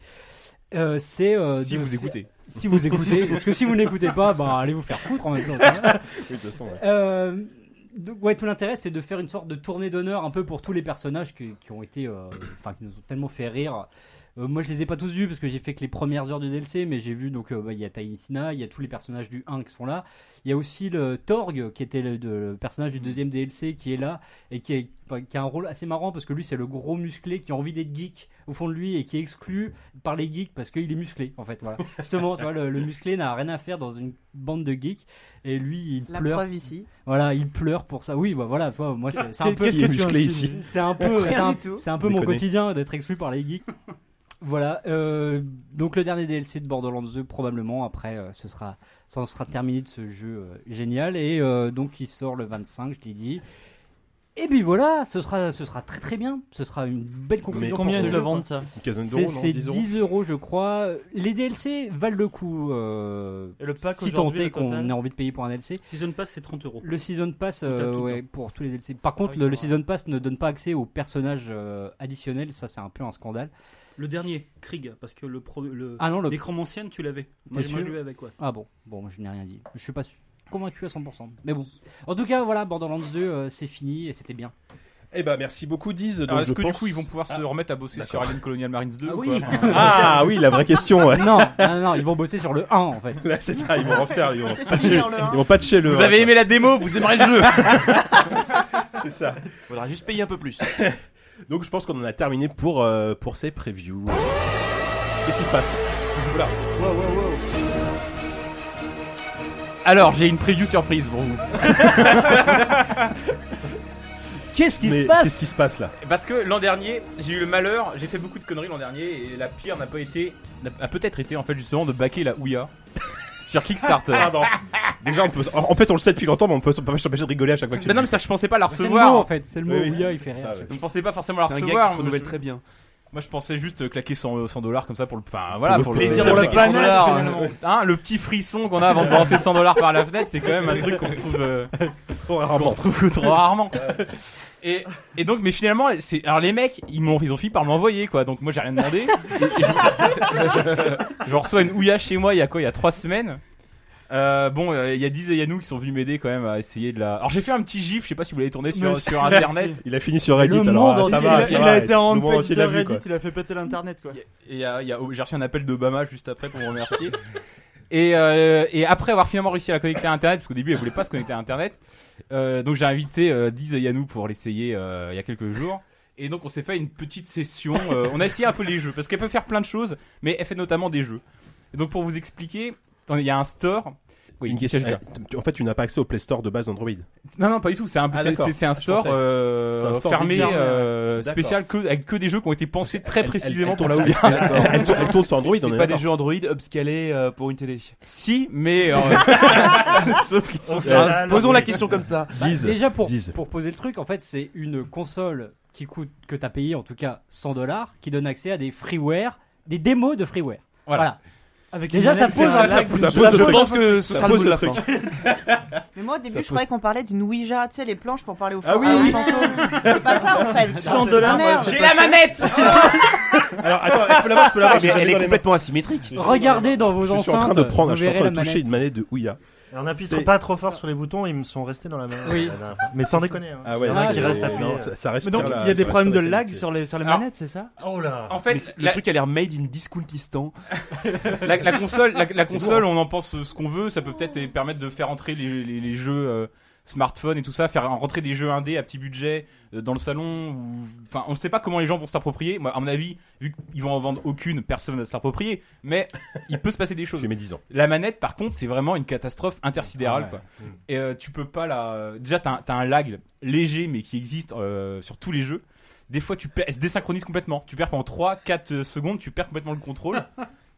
Speaker 4: Euh, c'est euh,
Speaker 9: Si
Speaker 4: de
Speaker 9: vous
Speaker 4: fa-
Speaker 9: écoutez.
Speaker 4: Si vous écoutez, parce que si vous n'écoutez pas, bah, allez vous faire foutre en même temps.
Speaker 1: Oui, de toute façon, ouais.
Speaker 4: Euh, donc, ouais, tout l'intérêt, c'est de faire une sorte de tournée d'honneur un peu pour tous les personnages qui, qui ont été, euh, enfin, qui nous ont tellement fait rire. Euh, moi, je les ai pas tous vus parce que j'ai fait que les premières heures du DLC, mais j'ai vu donc euh, bah, il y a Tiny Tina, il y a tous les personnages du 1 qui sont là. Il y a aussi le Torg qui était le, de- le personnage du deuxième DLC qui est là et qui, est- enfin, qui a un rôle assez marrant parce que lui, c'est le gros musclé qui a envie d'être geek au fond de lui et qui est exclu par les geeks parce qu'il est musclé en fait. Voilà. Justement, tu vois, le, le musclé n'a rien à faire dans une bande de geeks et lui, il
Speaker 7: La
Speaker 4: pleure
Speaker 7: preuve ici.
Speaker 4: voilà, il pleure pour ça. Oui, bah voilà, tu vois, moi c'est c'est un peu
Speaker 1: Qu'est-ce que tu clé ici
Speaker 4: c'est un peu
Speaker 7: Rien
Speaker 4: c'est un,
Speaker 7: du tout.
Speaker 4: c'est un peu mon
Speaker 1: Déconner.
Speaker 4: quotidien d'être exclu par les geeks. voilà, euh, donc le dernier DLC de Borderlands 2 probablement après euh, ce sera ça en sera terminé de ce jeu euh, génial et euh, donc il sort le 25, je l'ai dit. Et puis voilà, ce sera ce sera très très bien, ce sera une belle conclusion.
Speaker 1: Mais
Speaker 4: pour
Speaker 2: Combien
Speaker 4: ce
Speaker 2: ils le
Speaker 4: jeu.
Speaker 2: vendent ça
Speaker 1: Une quinzaine
Speaker 4: C'est
Speaker 1: d'euros, non
Speaker 4: c'est
Speaker 1: 10 euros
Speaker 4: 10 euros, je crois. Les DLC valent le coup. euh,
Speaker 5: Et le pack
Speaker 4: si
Speaker 5: aujourd'hui,
Speaker 4: tenté
Speaker 5: le total
Speaker 4: qu'on ait envie de payer pour un DLC.
Speaker 3: Season Pass, c'est 30 euros.
Speaker 4: Le Season Pass, euh,
Speaker 3: Tout à tout,
Speaker 4: ouais, pour tous les DLC. Par contre,
Speaker 5: Ah oui,
Speaker 4: le,
Speaker 5: c'est
Speaker 4: le
Speaker 5: vrai.
Speaker 4: Season Pass ne donne pas accès aux personnages euh, additionnels, ça c'est un peu un scandale.
Speaker 3: Le dernier, Krieg, parce que le, pro, le
Speaker 4: Ah non, le.
Speaker 3: Nécromancienne, tu l'avais. Moi,
Speaker 4: T'es
Speaker 3: moi, je
Speaker 4: sûr
Speaker 3: l'ai avec, ouais.
Speaker 4: Ah bon, bon, moi, je n'ai rien dit. Je suis pas su- convaincu à 100%.
Speaker 3: (laughs)
Speaker 4: Mais bon. En tout cas, voilà, Borderlands 2, euh, c'est fini et c'était bien.
Speaker 1: Eh ben, merci beaucoup, Diz. Donc,
Speaker 9: Alors, est-ce
Speaker 1: je
Speaker 9: que
Speaker 1: pense-
Speaker 9: du coup, ils vont pouvoir se remettre à bosser sur Alien Colonial Marines 2
Speaker 4: Ah
Speaker 9: ou
Speaker 4: oui.
Speaker 9: quoi Enfin,
Speaker 1: Ah oui, la vraie question, ouais.
Speaker 4: non, non, non, ils vont bosser sur le 1 en fait.
Speaker 1: Là, c'est ça, ils vont refaire, ils vont
Speaker 7: Peut-être
Speaker 1: patcher,
Speaker 7: faire le un.
Speaker 1: ils vont patcher le.
Speaker 9: Vous avez aimé la démo, vous aimerez le jeu
Speaker 1: (laughs) C'est ça.
Speaker 6: Faudra juste payer un peu plus.
Speaker 1: (laughs) Donc, je pense qu'on en a terminé pour, euh, pour ces previews. Qu'est-ce qui se passe Oula.
Speaker 9: Alors, j'ai une preview surprise pour vous.
Speaker 4: (laughs) Qu'est-ce qui
Speaker 1: Mais
Speaker 4: se passe
Speaker 1: Qu'est-ce qui se passe là
Speaker 9: Parce que l'an dernier, j'ai eu le malheur, j'ai fait beaucoup de conneries l'an dernier et la pire n'a pas été n'a- a peut-être été en fait justement de baquer la Ouya sur Kickstarter.
Speaker 1: Pardon. Déjà, on peut. En fait, on le sait depuis longtemps, mais on peut on peut pas s'empêcher de rigoler à chaque fois que tu
Speaker 9: non, non,
Speaker 1: le
Speaker 9: mais ça je pensais pas la
Speaker 4: Bah, C'est le mot en
Speaker 9: recevoir.
Speaker 4: fait, c'est le mot
Speaker 1: Oui, oui.
Speaker 4: Ouya, il fait
Speaker 1: dis.
Speaker 4: rien.
Speaker 1: Ça, ouais.
Speaker 9: Je pensais pas forcément la
Speaker 6: C'est un gars qui
Speaker 9: recevoir.
Speaker 6: se
Speaker 9: Moi,
Speaker 6: renouvelle
Speaker 9: je,
Speaker 6: très bien.
Speaker 9: moi, je pensais juste euh, claquer 100 100 dollars comme ça pour le enfin voilà
Speaker 1: le
Speaker 9: pour
Speaker 1: plaisir
Speaker 9: le
Speaker 1: de
Speaker 9: claquer 100 dollars. Hein, le petit frisson qu'on a avant de balancer 100 dollars par la fenêtre, c'est quand même un truc qu'on retrouve euh,
Speaker 1: Trop
Speaker 9: qu'on
Speaker 1: rarement.
Speaker 9: retrouve (laughs) trop rarement. Et, et donc, mais finalement, c'est, alors les mecs, ils m'ont, ils ont fini par m'envoyer quoi. Donc moi, j'ai rien demandé. Et- et je, je reçois une ouïa chez moi il y a quoi, il y a trois semaines. Euh, bon, euh, il y a Diz et Yannou qui sont venus m'aider quand même à essayer de la. Alors j'ai fait un petit gif, je sais pas si vous l'avez tourné sur,
Speaker 5: Mais
Speaker 9: sur
Speaker 5: si,
Speaker 9: internet.
Speaker 1: Il a fini sur Reddit,
Speaker 5: Le
Speaker 1: alors
Speaker 5: monde
Speaker 1: ah, ça
Speaker 5: entier,
Speaker 1: va.
Speaker 5: il a-
Speaker 1: ça
Speaker 5: il
Speaker 1: va,
Speaker 5: a été en
Speaker 1: le monde
Speaker 5: page
Speaker 1: entier
Speaker 5: de
Speaker 1: l'a vu,
Speaker 5: Reddit,
Speaker 1: quoi.
Speaker 5: il a fait péter l'internet quoi.
Speaker 9: Et il y a- il y a- oh, j'ai reçu un appel d'Obama juste après pour me remercier. (laughs) Et, euh, et après avoir finalement réussi à la connecter à Internet, parce qu'au début elle voulait pas se connecter à Internet, euh, donc j'ai invité euh, Diz et Yannou pour l'essayer euh, il y a quelques jours. Et donc on s'est fait une petite session. euh, on a essayé un peu les jeux, parce qu'elle peut faire plein de choses, mais elle fait notamment des jeux. Et donc pour vous expliquer, attendez, il y a un store. Oui,
Speaker 1: Une
Speaker 9: qu'est-ce que
Speaker 1: question.
Speaker 9: je veux dire
Speaker 1: eh, tu- En fait, tu n'as pas accès au Play Store de base d'Android.
Speaker 9: Non, non, pas du tout. C'est un,
Speaker 1: Ah,
Speaker 9: c'est-
Speaker 1: d'accord.
Speaker 9: c'est- c'est un
Speaker 1: Je
Speaker 9: store
Speaker 1: pensais.
Speaker 9: euh,
Speaker 1: C'est un store
Speaker 9: fermé,
Speaker 1: dédié.
Speaker 9: euh,
Speaker 1: D'accord.
Speaker 9: spécial, que, avec que des jeux qui ont été pensés très précisément pour la Wii.
Speaker 1: Elle tourne- elle tourne sur Android, on
Speaker 6: C'est
Speaker 1: est
Speaker 6: pas des
Speaker 1: d'accord.
Speaker 6: jeux Android upscalés euh, pour une télé.
Speaker 9: Si, mais
Speaker 6: (laughs)
Speaker 9: euh,
Speaker 6: Ah
Speaker 4: (laughs)
Speaker 9: sauf qu'ils sont sur
Speaker 1: Euh,
Speaker 9: un-
Speaker 6: Posons la question comme ça.
Speaker 4: Ah, Bah,
Speaker 1: Diz.
Speaker 4: déjà pour,
Speaker 1: Diz.
Speaker 4: pour poser le truc, en fait, c'est une console qui coûte que t'as payé en tout cas 100 dollars, qui donne accès à des freeware, des démos de freeware.
Speaker 9: Voilà.
Speaker 4: voilà.
Speaker 5: Avec
Speaker 4: Déjà,
Speaker 5: une
Speaker 4: ça
Speaker 5: manette
Speaker 4: pose-
Speaker 5: et
Speaker 4: ça
Speaker 5: un lac.
Speaker 1: Ça
Speaker 6: Je,
Speaker 1: pose le truc.
Speaker 6: pense que ce
Speaker 1: Ça
Speaker 6: sera le
Speaker 1: pose
Speaker 6: mot de
Speaker 1: le
Speaker 6: la
Speaker 1: truc.
Speaker 6: fin.
Speaker 7: Mais moi au début
Speaker 1: Ça
Speaker 7: je croyais qu'on parlait d'une Ouija, tu sais les planches pour parler aux
Speaker 1: Ah
Speaker 7: fantômes.
Speaker 1: oui. (laughs)
Speaker 7: C'est pas ça en fait.
Speaker 5: 100 dollars,
Speaker 7: Ah, merde.
Speaker 5: moi,
Speaker 9: J'ai la manette
Speaker 1: Alors, attends, je peux l'avoir, je peux l'avoir. j'ai jamais
Speaker 6: elle
Speaker 1: dans
Speaker 6: est
Speaker 1: les mains.
Speaker 6: complètement asymétrique.
Speaker 4: Regardez dans vos
Speaker 1: Je
Speaker 4: enceintes.
Speaker 1: suis en train de prendre,
Speaker 4: vous
Speaker 1: je suis en
Speaker 4: verrez
Speaker 1: train de
Speaker 4: la
Speaker 1: toucher
Speaker 4: manette.
Speaker 1: une manette de Ouya.
Speaker 8: Et on n'appuie
Speaker 1: C'est-
Speaker 8: pas trop fort sur les boutons, ils me sont restés dans la main.
Speaker 4: Oui.
Speaker 8: la dernière fois. Mais (laughs) sans déconner. hein.
Speaker 1: Ah ouais,
Speaker 8: Il y en a
Speaker 1: c'est-
Speaker 8: qui restent appuyés.
Speaker 1: non, ça, ça
Speaker 5: Mais
Speaker 1: respire la-
Speaker 5: donc, il y a
Speaker 1: ça
Speaker 5: des problèmes de
Speaker 1: respire la
Speaker 5: lag
Speaker 1: qualité.
Speaker 5: sur les, sur les
Speaker 9: Alors-
Speaker 5: manettes, c'est ça
Speaker 8: Oh là
Speaker 9: En
Speaker 6: Mais
Speaker 9: fait,
Speaker 6: c'est- le
Speaker 9: la,
Speaker 6: truc a l'air made in Discountistan.
Speaker 9: la- la console, la, la console
Speaker 1: hein.
Speaker 9: on en pense euh, ce qu'on veut, ça peut peut-être permettre de faire entrer les, les- les jeux euh, smartphone et tout ça, faire rentrer des jeux indés à petit budget euh, dans le salon. ou- Enfin, on ne sait pas comment les gens vont s'approprier. Moi, à mon avis, vu qu'ils vont en vendre aucune, personne ne va se l'approprier. Mais il peut se passer des choses.
Speaker 1: J'ai mes 10 ans. Ah
Speaker 9: La manette, par contre, c'est vraiment une catastrophe intersidérale. quoi. Et euh, tu peux pas la. Déjà, t'as un- t'as un lag léger, mais qui existe euh, sur tous les jeux. Des fois, tu perds, elle se désynchronise complètement. Tu perds pendant 3-4 secondes, tu perds complètement le contrôle.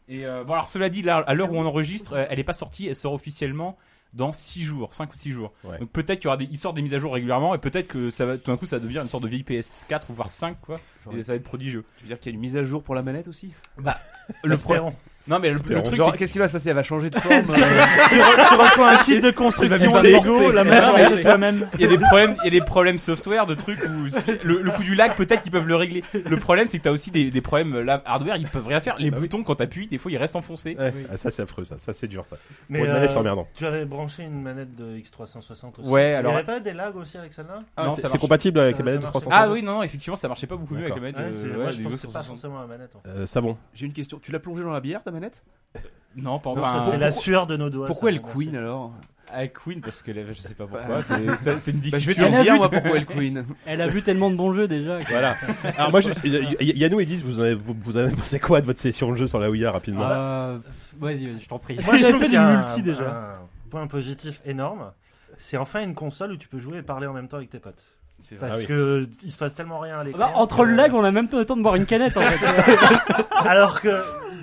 Speaker 9: Et euh, bon, alors cela dit, là, à l'heure où on enregistre, euh, elle n'est pas sortie, elle sort officiellement dans 6 jours, 5 ou 6 jours.
Speaker 1: Ouais.
Speaker 9: Donc peut-être qu'il y aura des, ils sortent des mises à jour régulièrement et peut-être que ça va, tout d'un coup, ça va devenir une sorte de vieille PS4 ou voire 5, quoi. Et ça va être prodigieux.
Speaker 6: Tu veux dire qu'il y a une mise à jour pour la manette aussi
Speaker 9: Bah, Le problème. Non, mais le, le
Speaker 1: Espérons.
Speaker 9: truc,
Speaker 6: Genre,
Speaker 9: c'est que-
Speaker 6: qu'est-ce qui va se passer Elle
Speaker 1: (laughs)
Speaker 9: (laughs)
Speaker 6: va changer de
Speaker 9: euh,
Speaker 6: forme euh,
Speaker 5: tu reçois un kit de construction
Speaker 1: Il va
Speaker 5: de
Speaker 1: mettre
Speaker 5: Lego, la
Speaker 9: Non, mais-
Speaker 5: même de toi-même.
Speaker 9: il y a des problèmes, il y a des problèmes software, de trucs où le, le coup du lag, peut-être qu'ils peuvent le régler. Le problème, c'est que t'as aussi des, des problèmes euh, là, hardware, ils peuvent rien faire. Les
Speaker 1: Ah oui.
Speaker 9: boutons, quand t'appuies, des fois, ils restent enfoncés.
Speaker 1: Ouais, ah, ça c'est affreux, ça, ça c'est dur. Ça.
Speaker 8: Mais
Speaker 1: Pour une manette,
Speaker 8: euh,
Speaker 1: c'est emmerdant.
Speaker 8: tu avais branché une manette de X360 aussi.
Speaker 9: Ouais,
Speaker 8: Il
Speaker 9: alors-
Speaker 8: n'y avait pas des lags aussi avec celle-là
Speaker 9: non, ça
Speaker 1: c'est c'est
Speaker 9: marche.
Speaker 1: compatible avec
Speaker 8: Ça-
Speaker 1: la manette de
Speaker 8: ça marche.
Speaker 1: 360
Speaker 9: Ah oui, non, non, effectivement, ça marchait pas beaucoup mieux avec la
Speaker 1: D'accord.
Speaker 9: manette.
Speaker 8: Ouais,
Speaker 9: euh,
Speaker 8: c'est-
Speaker 9: ouais,
Speaker 8: Moi,
Speaker 9: des
Speaker 8: je pense que
Speaker 9: Xbox
Speaker 8: c'est pas
Speaker 9: 360.
Speaker 8: forcément la manette. hein. en fait.
Speaker 1: Euh, savon.
Speaker 6: J'ai une question. Tu l'as plongée dans la bière ta manette
Speaker 9: Non, pas
Speaker 8: Non,
Speaker 9: enfin,
Speaker 8: ça, c'est la
Speaker 9: pourquoi-
Speaker 8: sueur de nos doigts.
Speaker 6: Pourquoi
Speaker 8: ça,
Speaker 6: elle queen alors
Speaker 9: Avec Ah, Queen, parce que la- je sais pas pourquoi.
Speaker 6: Bah,
Speaker 9: c'est- c'est c'est une
Speaker 6: Bah, Je vais
Speaker 9: dictature.
Speaker 6: te dire moi pourquoi
Speaker 9: (laughs)
Speaker 6: elle queen.
Speaker 4: (laughs) Elle a vu tellement de bons jeux déjà. (laughs)
Speaker 1: Voilà. Alors moi, je, Y- Y- Yannou et Diz, vous en avez, vous, vous en avez pensé quoi de votre session de jeu sur la Ouya rapidement
Speaker 4: Euh, Vas-y, vas-y, Ah, je t'en prie.
Speaker 8: Moi, je
Speaker 5: J'avais
Speaker 8: trouve
Speaker 5: fait
Speaker 8: qu'il y a
Speaker 5: du
Speaker 8: un-
Speaker 5: multi, déjà.
Speaker 8: Un point positif énorme, c'est enfin une console où tu peux jouer et parler en même temps avec tes potes.
Speaker 1: Ah
Speaker 8: Parce
Speaker 1: oui.
Speaker 8: que il se passe tellement rien à l'écran. Euh,
Speaker 4: Bah, entre le
Speaker 8: que-
Speaker 4: lag, on a même pas le temps de boire une canette
Speaker 8: (laughs)
Speaker 4: en fait.
Speaker 1: (laughs)
Speaker 8: Alors que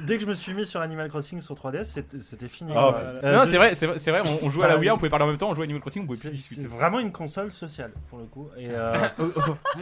Speaker 8: dès que je me suis mis sur Animal Crossing sur 3DS, c'était c'était fini.
Speaker 1: Ah,
Speaker 8: Euh,
Speaker 9: non,
Speaker 8: de-
Speaker 9: c'est vrai, c'est vrai, c'est vrai, on, on jouait à la
Speaker 8: Bah,
Speaker 9: Wii, on pouvait parler en même temps, on jouait à Animal Crossing, on pouvait
Speaker 8: C'est
Speaker 9: plus
Speaker 8: c'est
Speaker 9: discuter.
Speaker 8: vraiment une console sociale pour le coup. Et
Speaker 1: (laughs)
Speaker 8: euh,
Speaker 1: Oh,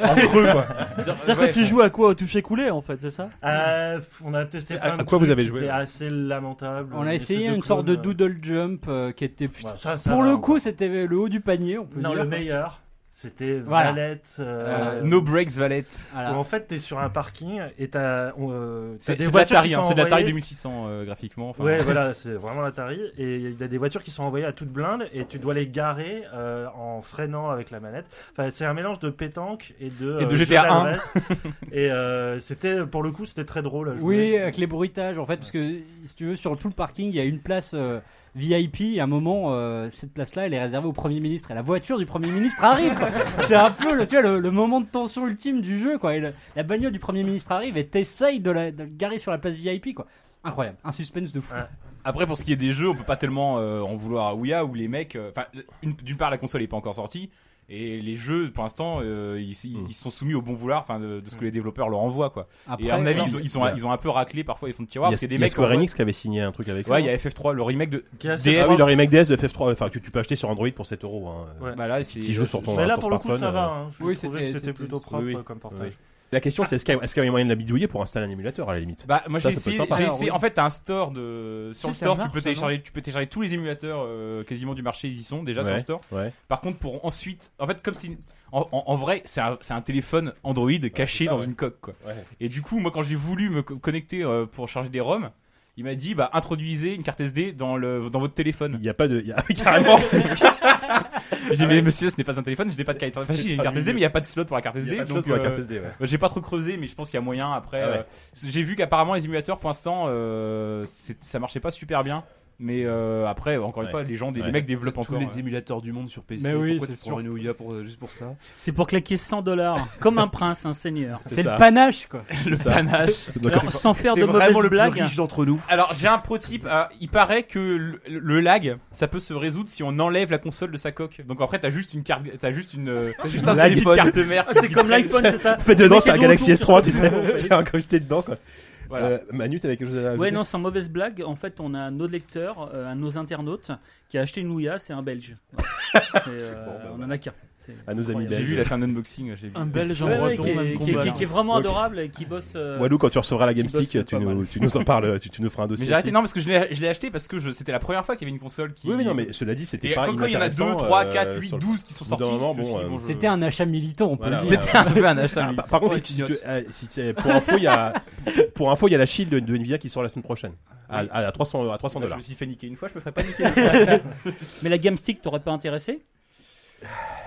Speaker 9: En creux, quoi.
Speaker 5: C'est-à-dire que tu joues à quoi Au toucher coulé en fait, c'est ça
Speaker 8: euh, on a testé
Speaker 1: À-
Speaker 8: plein
Speaker 1: à
Speaker 8: de
Speaker 1: quoi vous
Speaker 8: trucs
Speaker 1: avez
Speaker 8: qui
Speaker 1: joué,
Speaker 8: étaient
Speaker 1: ouais.
Speaker 8: assez lamentable.
Speaker 4: on a essayé une sorte de doodle jump euh, qui
Speaker 8: Bah,
Speaker 4: était putain. Pour le coup, c'était le haut du panier, on peut
Speaker 8: euh, non,
Speaker 4: dire.
Speaker 8: le meilleur, c'était
Speaker 4: Voilà.
Speaker 8: Valette. euh,
Speaker 9: Euh, no breaks, Valette.
Speaker 4: Voilà.
Speaker 8: Où en fait, t'es sur un parking et t'as on, euh, t'as
Speaker 9: C'est
Speaker 8: des
Speaker 9: c'est de
Speaker 8: voitures
Speaker 9: l'Atari,
Speaker 8: qui
Speaker 9: hein,
Speaker 8: sont
Speaker 9: c'est de l'Atari
Speaker 8: envoyées-
Speaker 9: 2600 euh, graphiquement. enfin.
Speaker 8: Ouais, voilà, c'est vraiment l'Atari. Et il y a des voitures qui sont envoyées à toute blinde et tu dois les garer euh, en freinant avec la manette. Enfin, c'est un mélange de pétanque et de,
Speaker 9: Et de
Speaker 8: euh,
Speaker 9: GTA
Speaker 8: jeu
Speaker 9: un.
Speaker 8: d'adresse. et euh, c'était, pour le coup, c'était très drôle à jouer.
Speaker 4: Oui, avec les bruitages en fait, parce que si tu veux, sur tout le parking, il y a une place euh, VIP. Et à un moment, euh, cette place-là, elle est réservée au Premier ministre. Et la voiture du Premier ministre arrive.
Speaker 8: (laughs)
Speaker 4: quoi. C'est un peu le, tu vois, le, le moment de tension ultime du jeu. Quoi. Et le- la bagnole du Premier ministre arrive et t'essayes de la de le garer sur la place VIP. Quoi. Incroyable, un suspense de fou.
Speaker 8: Ouais.
Speaker 9: (laughs) Après, pour ce qui est des jeux, on peut pas tellement euh, en vouloir à Ouya où les mecs. euh, Enfin, une- d'une part, la console est pas encore sortie. Et les jeux, pour l'instant, euh, ils, ils-
Speaker 1: Hmm.
Speaker 9: ils sont soumis au bon vouloir enfin, de, de ce que les développeurs leur envoient. Quoi.
Speaker 4: Après,
Speaker 9: et à mon avis,
Speaker 4: non.
Speaker 9: ils, ont- ils ont, ils ont un peu raclé parfois les fonds de tiroir.
Speaker 1: Il y
Speaker 9: Parce
Speaker 1: a,
Speaker 9: que des
Speaker 1: il y a
Speaker 9: mecs.
Speaker 1: Square
Speaker 9: en vrai-
Speaker 1: Ennis qui avait signé un truc avec.
Speaker 9: Ouais,
Speaker 1: eux. hein.
Speaker 9: il y a FF3, le remake de
Speaker 8: Qui est assez
Speaker 9: DS.
Speaker 1: Ah oui, le remake DS de FF3, enfin que tu peux acheter sur Android pour 7 euros. hein.
Speaker 8: Ouais.
Speaker 9: Bah là, c'est-
Speaker 1: Qui joue sur ton-
Speaker 8: Mais là,
Speaker 1: ton
Speaker 8: pour le coup, ça
Speaker 1: smartphone,
Speaker 8: va. Hein. Je
Speaker 4: oui,
Speaker 8: trouvais
Speaker 4: c'était-
Speaker 8: que
Speaker 4: c'était-
Speaker 8: c'était plutôt propre
Speaker 1: euh. oui, oui.
Speaker 8: euh, comme portage.
Speaker 1: Oui. La question, c'est est-ce qu'il y a- est-ce qu'il y a moyen de la bidouiller pour installer un émulateur à la limite
Speaker 9: Bah, moi
Speaker 1: Ça,
Speaker 9: j'ai
Speaker 1: ça peut être
Speaker 9: essayé,
Speaker 1: sympa.
Speaker 9: j'ai
Speaker 1: Alors,
Speaker 9: essayé- En fait, t'as un store de. Sur
Speaker 5: Si,
Speaker 9: le
Speaker 5: ça
Speaker 9: store,
Speaker 5: marche,
Speaker 9: tu, peux
Speaker 5: ça,
Speaker 9: télécharger, tu peux télécharger tous les émulateurs euh, quasiment du marché, ils y sont déjà sur
Speaker 1: Ouais.
Speaker 9: le store.
Speaker 1: Ouais.
Speaker 9: Par contre, pour ensuite. En fait, comme c'est. une- En, en- en vrai, c'est un, c'est un téléphone Android caché
Speaker 1: c'est ça,
Speaker 9: dans
Speaker 1: ouais.
Speaker 9: une coque, quoi.
Speaker 1: Ouais.
Speaker 9: Et du coup, moi, quand j'ai voulu me co- connecter euh, pour charger des ROM, il m'a dit, bah, introduisez une carte SD dans, le, dans votre
Speaker 1: Il
Speaker 9: téléphone.
Speaker 1: n'y a pas de.
Speaker 9: (laughs)
Speaker 1: il y a- Carrément
Speaker 9: J'ai dit, mais monsieur, ce n'est pas un téléphone, je n'ai pas de carte. Enfin, si, j'ai une
Speaker 1: Ah,
Speaker 9: carte
Speaker 1: oui.
Speaker 9: SD, mais il n'y a pas de slot pour la carte
Speaker 1: Il y a
Speaker 9: SD.
Speaker 1: pas de slot
Speaker 9: donc,
Speaker 1: pour la
Speaker 9: euh,
Speaker 1: carte SD, ouais.
Speaker 9: j'ai pas trop creusé, mais je pense qu'il y a moyen après.
Speaker 1: Ah ouais.
Speaker 9: euh, j'ai vu qu'apparemment les émulateurs pour l'instant euh, c'est- ça marchait pas super bien. Mais euh, après, encore une
Speaker 1: Ouais.
Speaker 9: fois, les gens, des-
Speaker 1: Ouais.
Speaker 9: les mecs développent
Speaker 6: Tous
Speaker 9: encore.
Speaker 6: les
Speaker 9: euh.
Speaker 6: émulateurs du monde sur PC.
Speaker 4: Mais oui,
Speaker 6: Pourquoi
Speaker 4: c'est
Speaker 6: tu
Speaker 4: sûr.
Speaker 6: prends une Ouya pour, euh, juste pour ça
Speaker 2: C'est pour claquer 100 (laughs) dollars, comme un prince, un seigneur.
Speaker 1: C'est
Speaker 4: c'est
Speaker 1: ça.
Speaker 4: le panache
Speaker 9: (laughs)
Speaker 4: quoi.
Speaker 1: Le
Speaker 9: panache.
Speaker 2: (laughs)
Speaker 1: Donc,
Speaker 2: Alors, sans faire
Speaker 6: T'es
Speaker 2: de
Speaker 6: vraiment
Speaker 2: mauvaises
Speaker 6: le plus
Speaker 2: blagues,
Speaker 6: riche d'entre nous.
Speaker 9: Alors j'ai un prototype. euh, il paraît que le, le lag, ça peut se résoudre si on enlève la console de sa coque. Donc après, t'as juste une carte, t'as juste une, euh,
Speaker 6: juste
Speaker 9: une
Speaker 6: un
Speaker 9: petite
Speaker 6: téléphone.
Speaker 9: carte mère.
Speaker 5: C'est comme l'iPhone, c'est ça
Speaker 1: En fait, dedans,
Speaker 2: Mais
Speaker 1: c'est un
Speaker 2: c'est
Speaker 1: Galaxy
Speaker 2: nous,
Speaker 1: S3,
Speaker 2: autour,
Speaker 1: tu
Speaker 2: sur
Speaker 1: sais.
Speaker 2: le
Speaker 1: Il y a un costé dedans, quoi. Euh, Manu, t'avais quelque chose à
Speaker 2: Ouais,
Speaker 1: ajouter
Speaker 2: non, sans mauvaise blague, en fait, on a un de nos lecteurs, euh, un de nos internautes, qui a acheté une Ouya, c'est
Speaker 1: (laughs)
Speaker 2: un Belge. Voilà. C'est, euh,
Speaker 1: Bon, bah,
Speaker 2: on en a qu'un. C'est
Speaker 1: À nos amis
Speaker 2: incroyable.
Speaker 9: J'ai
Speaker 1: belges.
Speaker 9: vu, il a fait un unboxing. j'ai vu.
Speaker 5: Un belge en
Speaker 2: Ouais, ouais,
Speaker 5: breton,
Speaker 2: qui, est,
Speaker 5: même
Speaker 2: qui est-
Speaker 5: combat.
Speaker 2: qui est- qui est vraiment
Speaker 1: Ok.
Speaker 2: adorable et qui bosse. euh,
Speaker 1: Walou, quand tu recevras la
Speaker 2: qui
Speaker 1: GameStick,
Speaker 2: bosse
Speaker 1: tu
Speaker 2: pas
Speaker 1: nous,
Speaker 2: mal.
Speaker 1: tu nous en parles, tu, tu nous feras un
Speaker 9: Mais
Speaker 1: dossier.
Speaker 9: j'ai arrêté.
Speaker 1: aussi.
Speaker 9: Non, parce que je l'ai je l'ai acheté parce que je- c'était la première fois qu'il y avait une console qui.
Speaker 1: Oui, oui, non, mais cela dit, c'était
Speaker 9: Et
Speaker 1: pas
Speaker 9: quand quand il y en a 2,
Speaker 1: inintéressant,
Speaker 9: 3,
Speaker 1: euh,
Speaker 9: 4, 8,
Speaker 1: sur le-
Speaker 9: 12 qui sont
Speaker 1: au bout d'un
Speaker 9: sortis,
Speaker 1: moment,
Speaker 9: je me suis
Speaker 1: bon,
Speaker 9: dit,
Speaker 1: euh,
Speaker 9: je-
Speaker 4: C'était un achat militant, on peut
Speaker 1: Voilà,
Speaker 4: le dire.
Speaker 1: ouais.
Speaker 9: C'était un
Speaker 4: (laughs)
Speaker 9: peu un achat.
Speaker 1: Ah,
Speaker 9: mais-
Speaker 1: par- Par contre,
Speaker 9: Oh,
Speaker 1: si tu- si tu-
Speaker 9: idiote.
Speaker 1: euh, si tu- pour info, il y a pour- pour info, il y a la shield de Nvidia qui sort la semaine prochaine à, à 300 à 300
Speaker 9: Moi, Je
Speaker 1: dollars.
Speaker 9: me suis fait niquer une fois, je me ferai pas niquer.
Speaker 2: Mais la GameStick t'aurais pas intéressé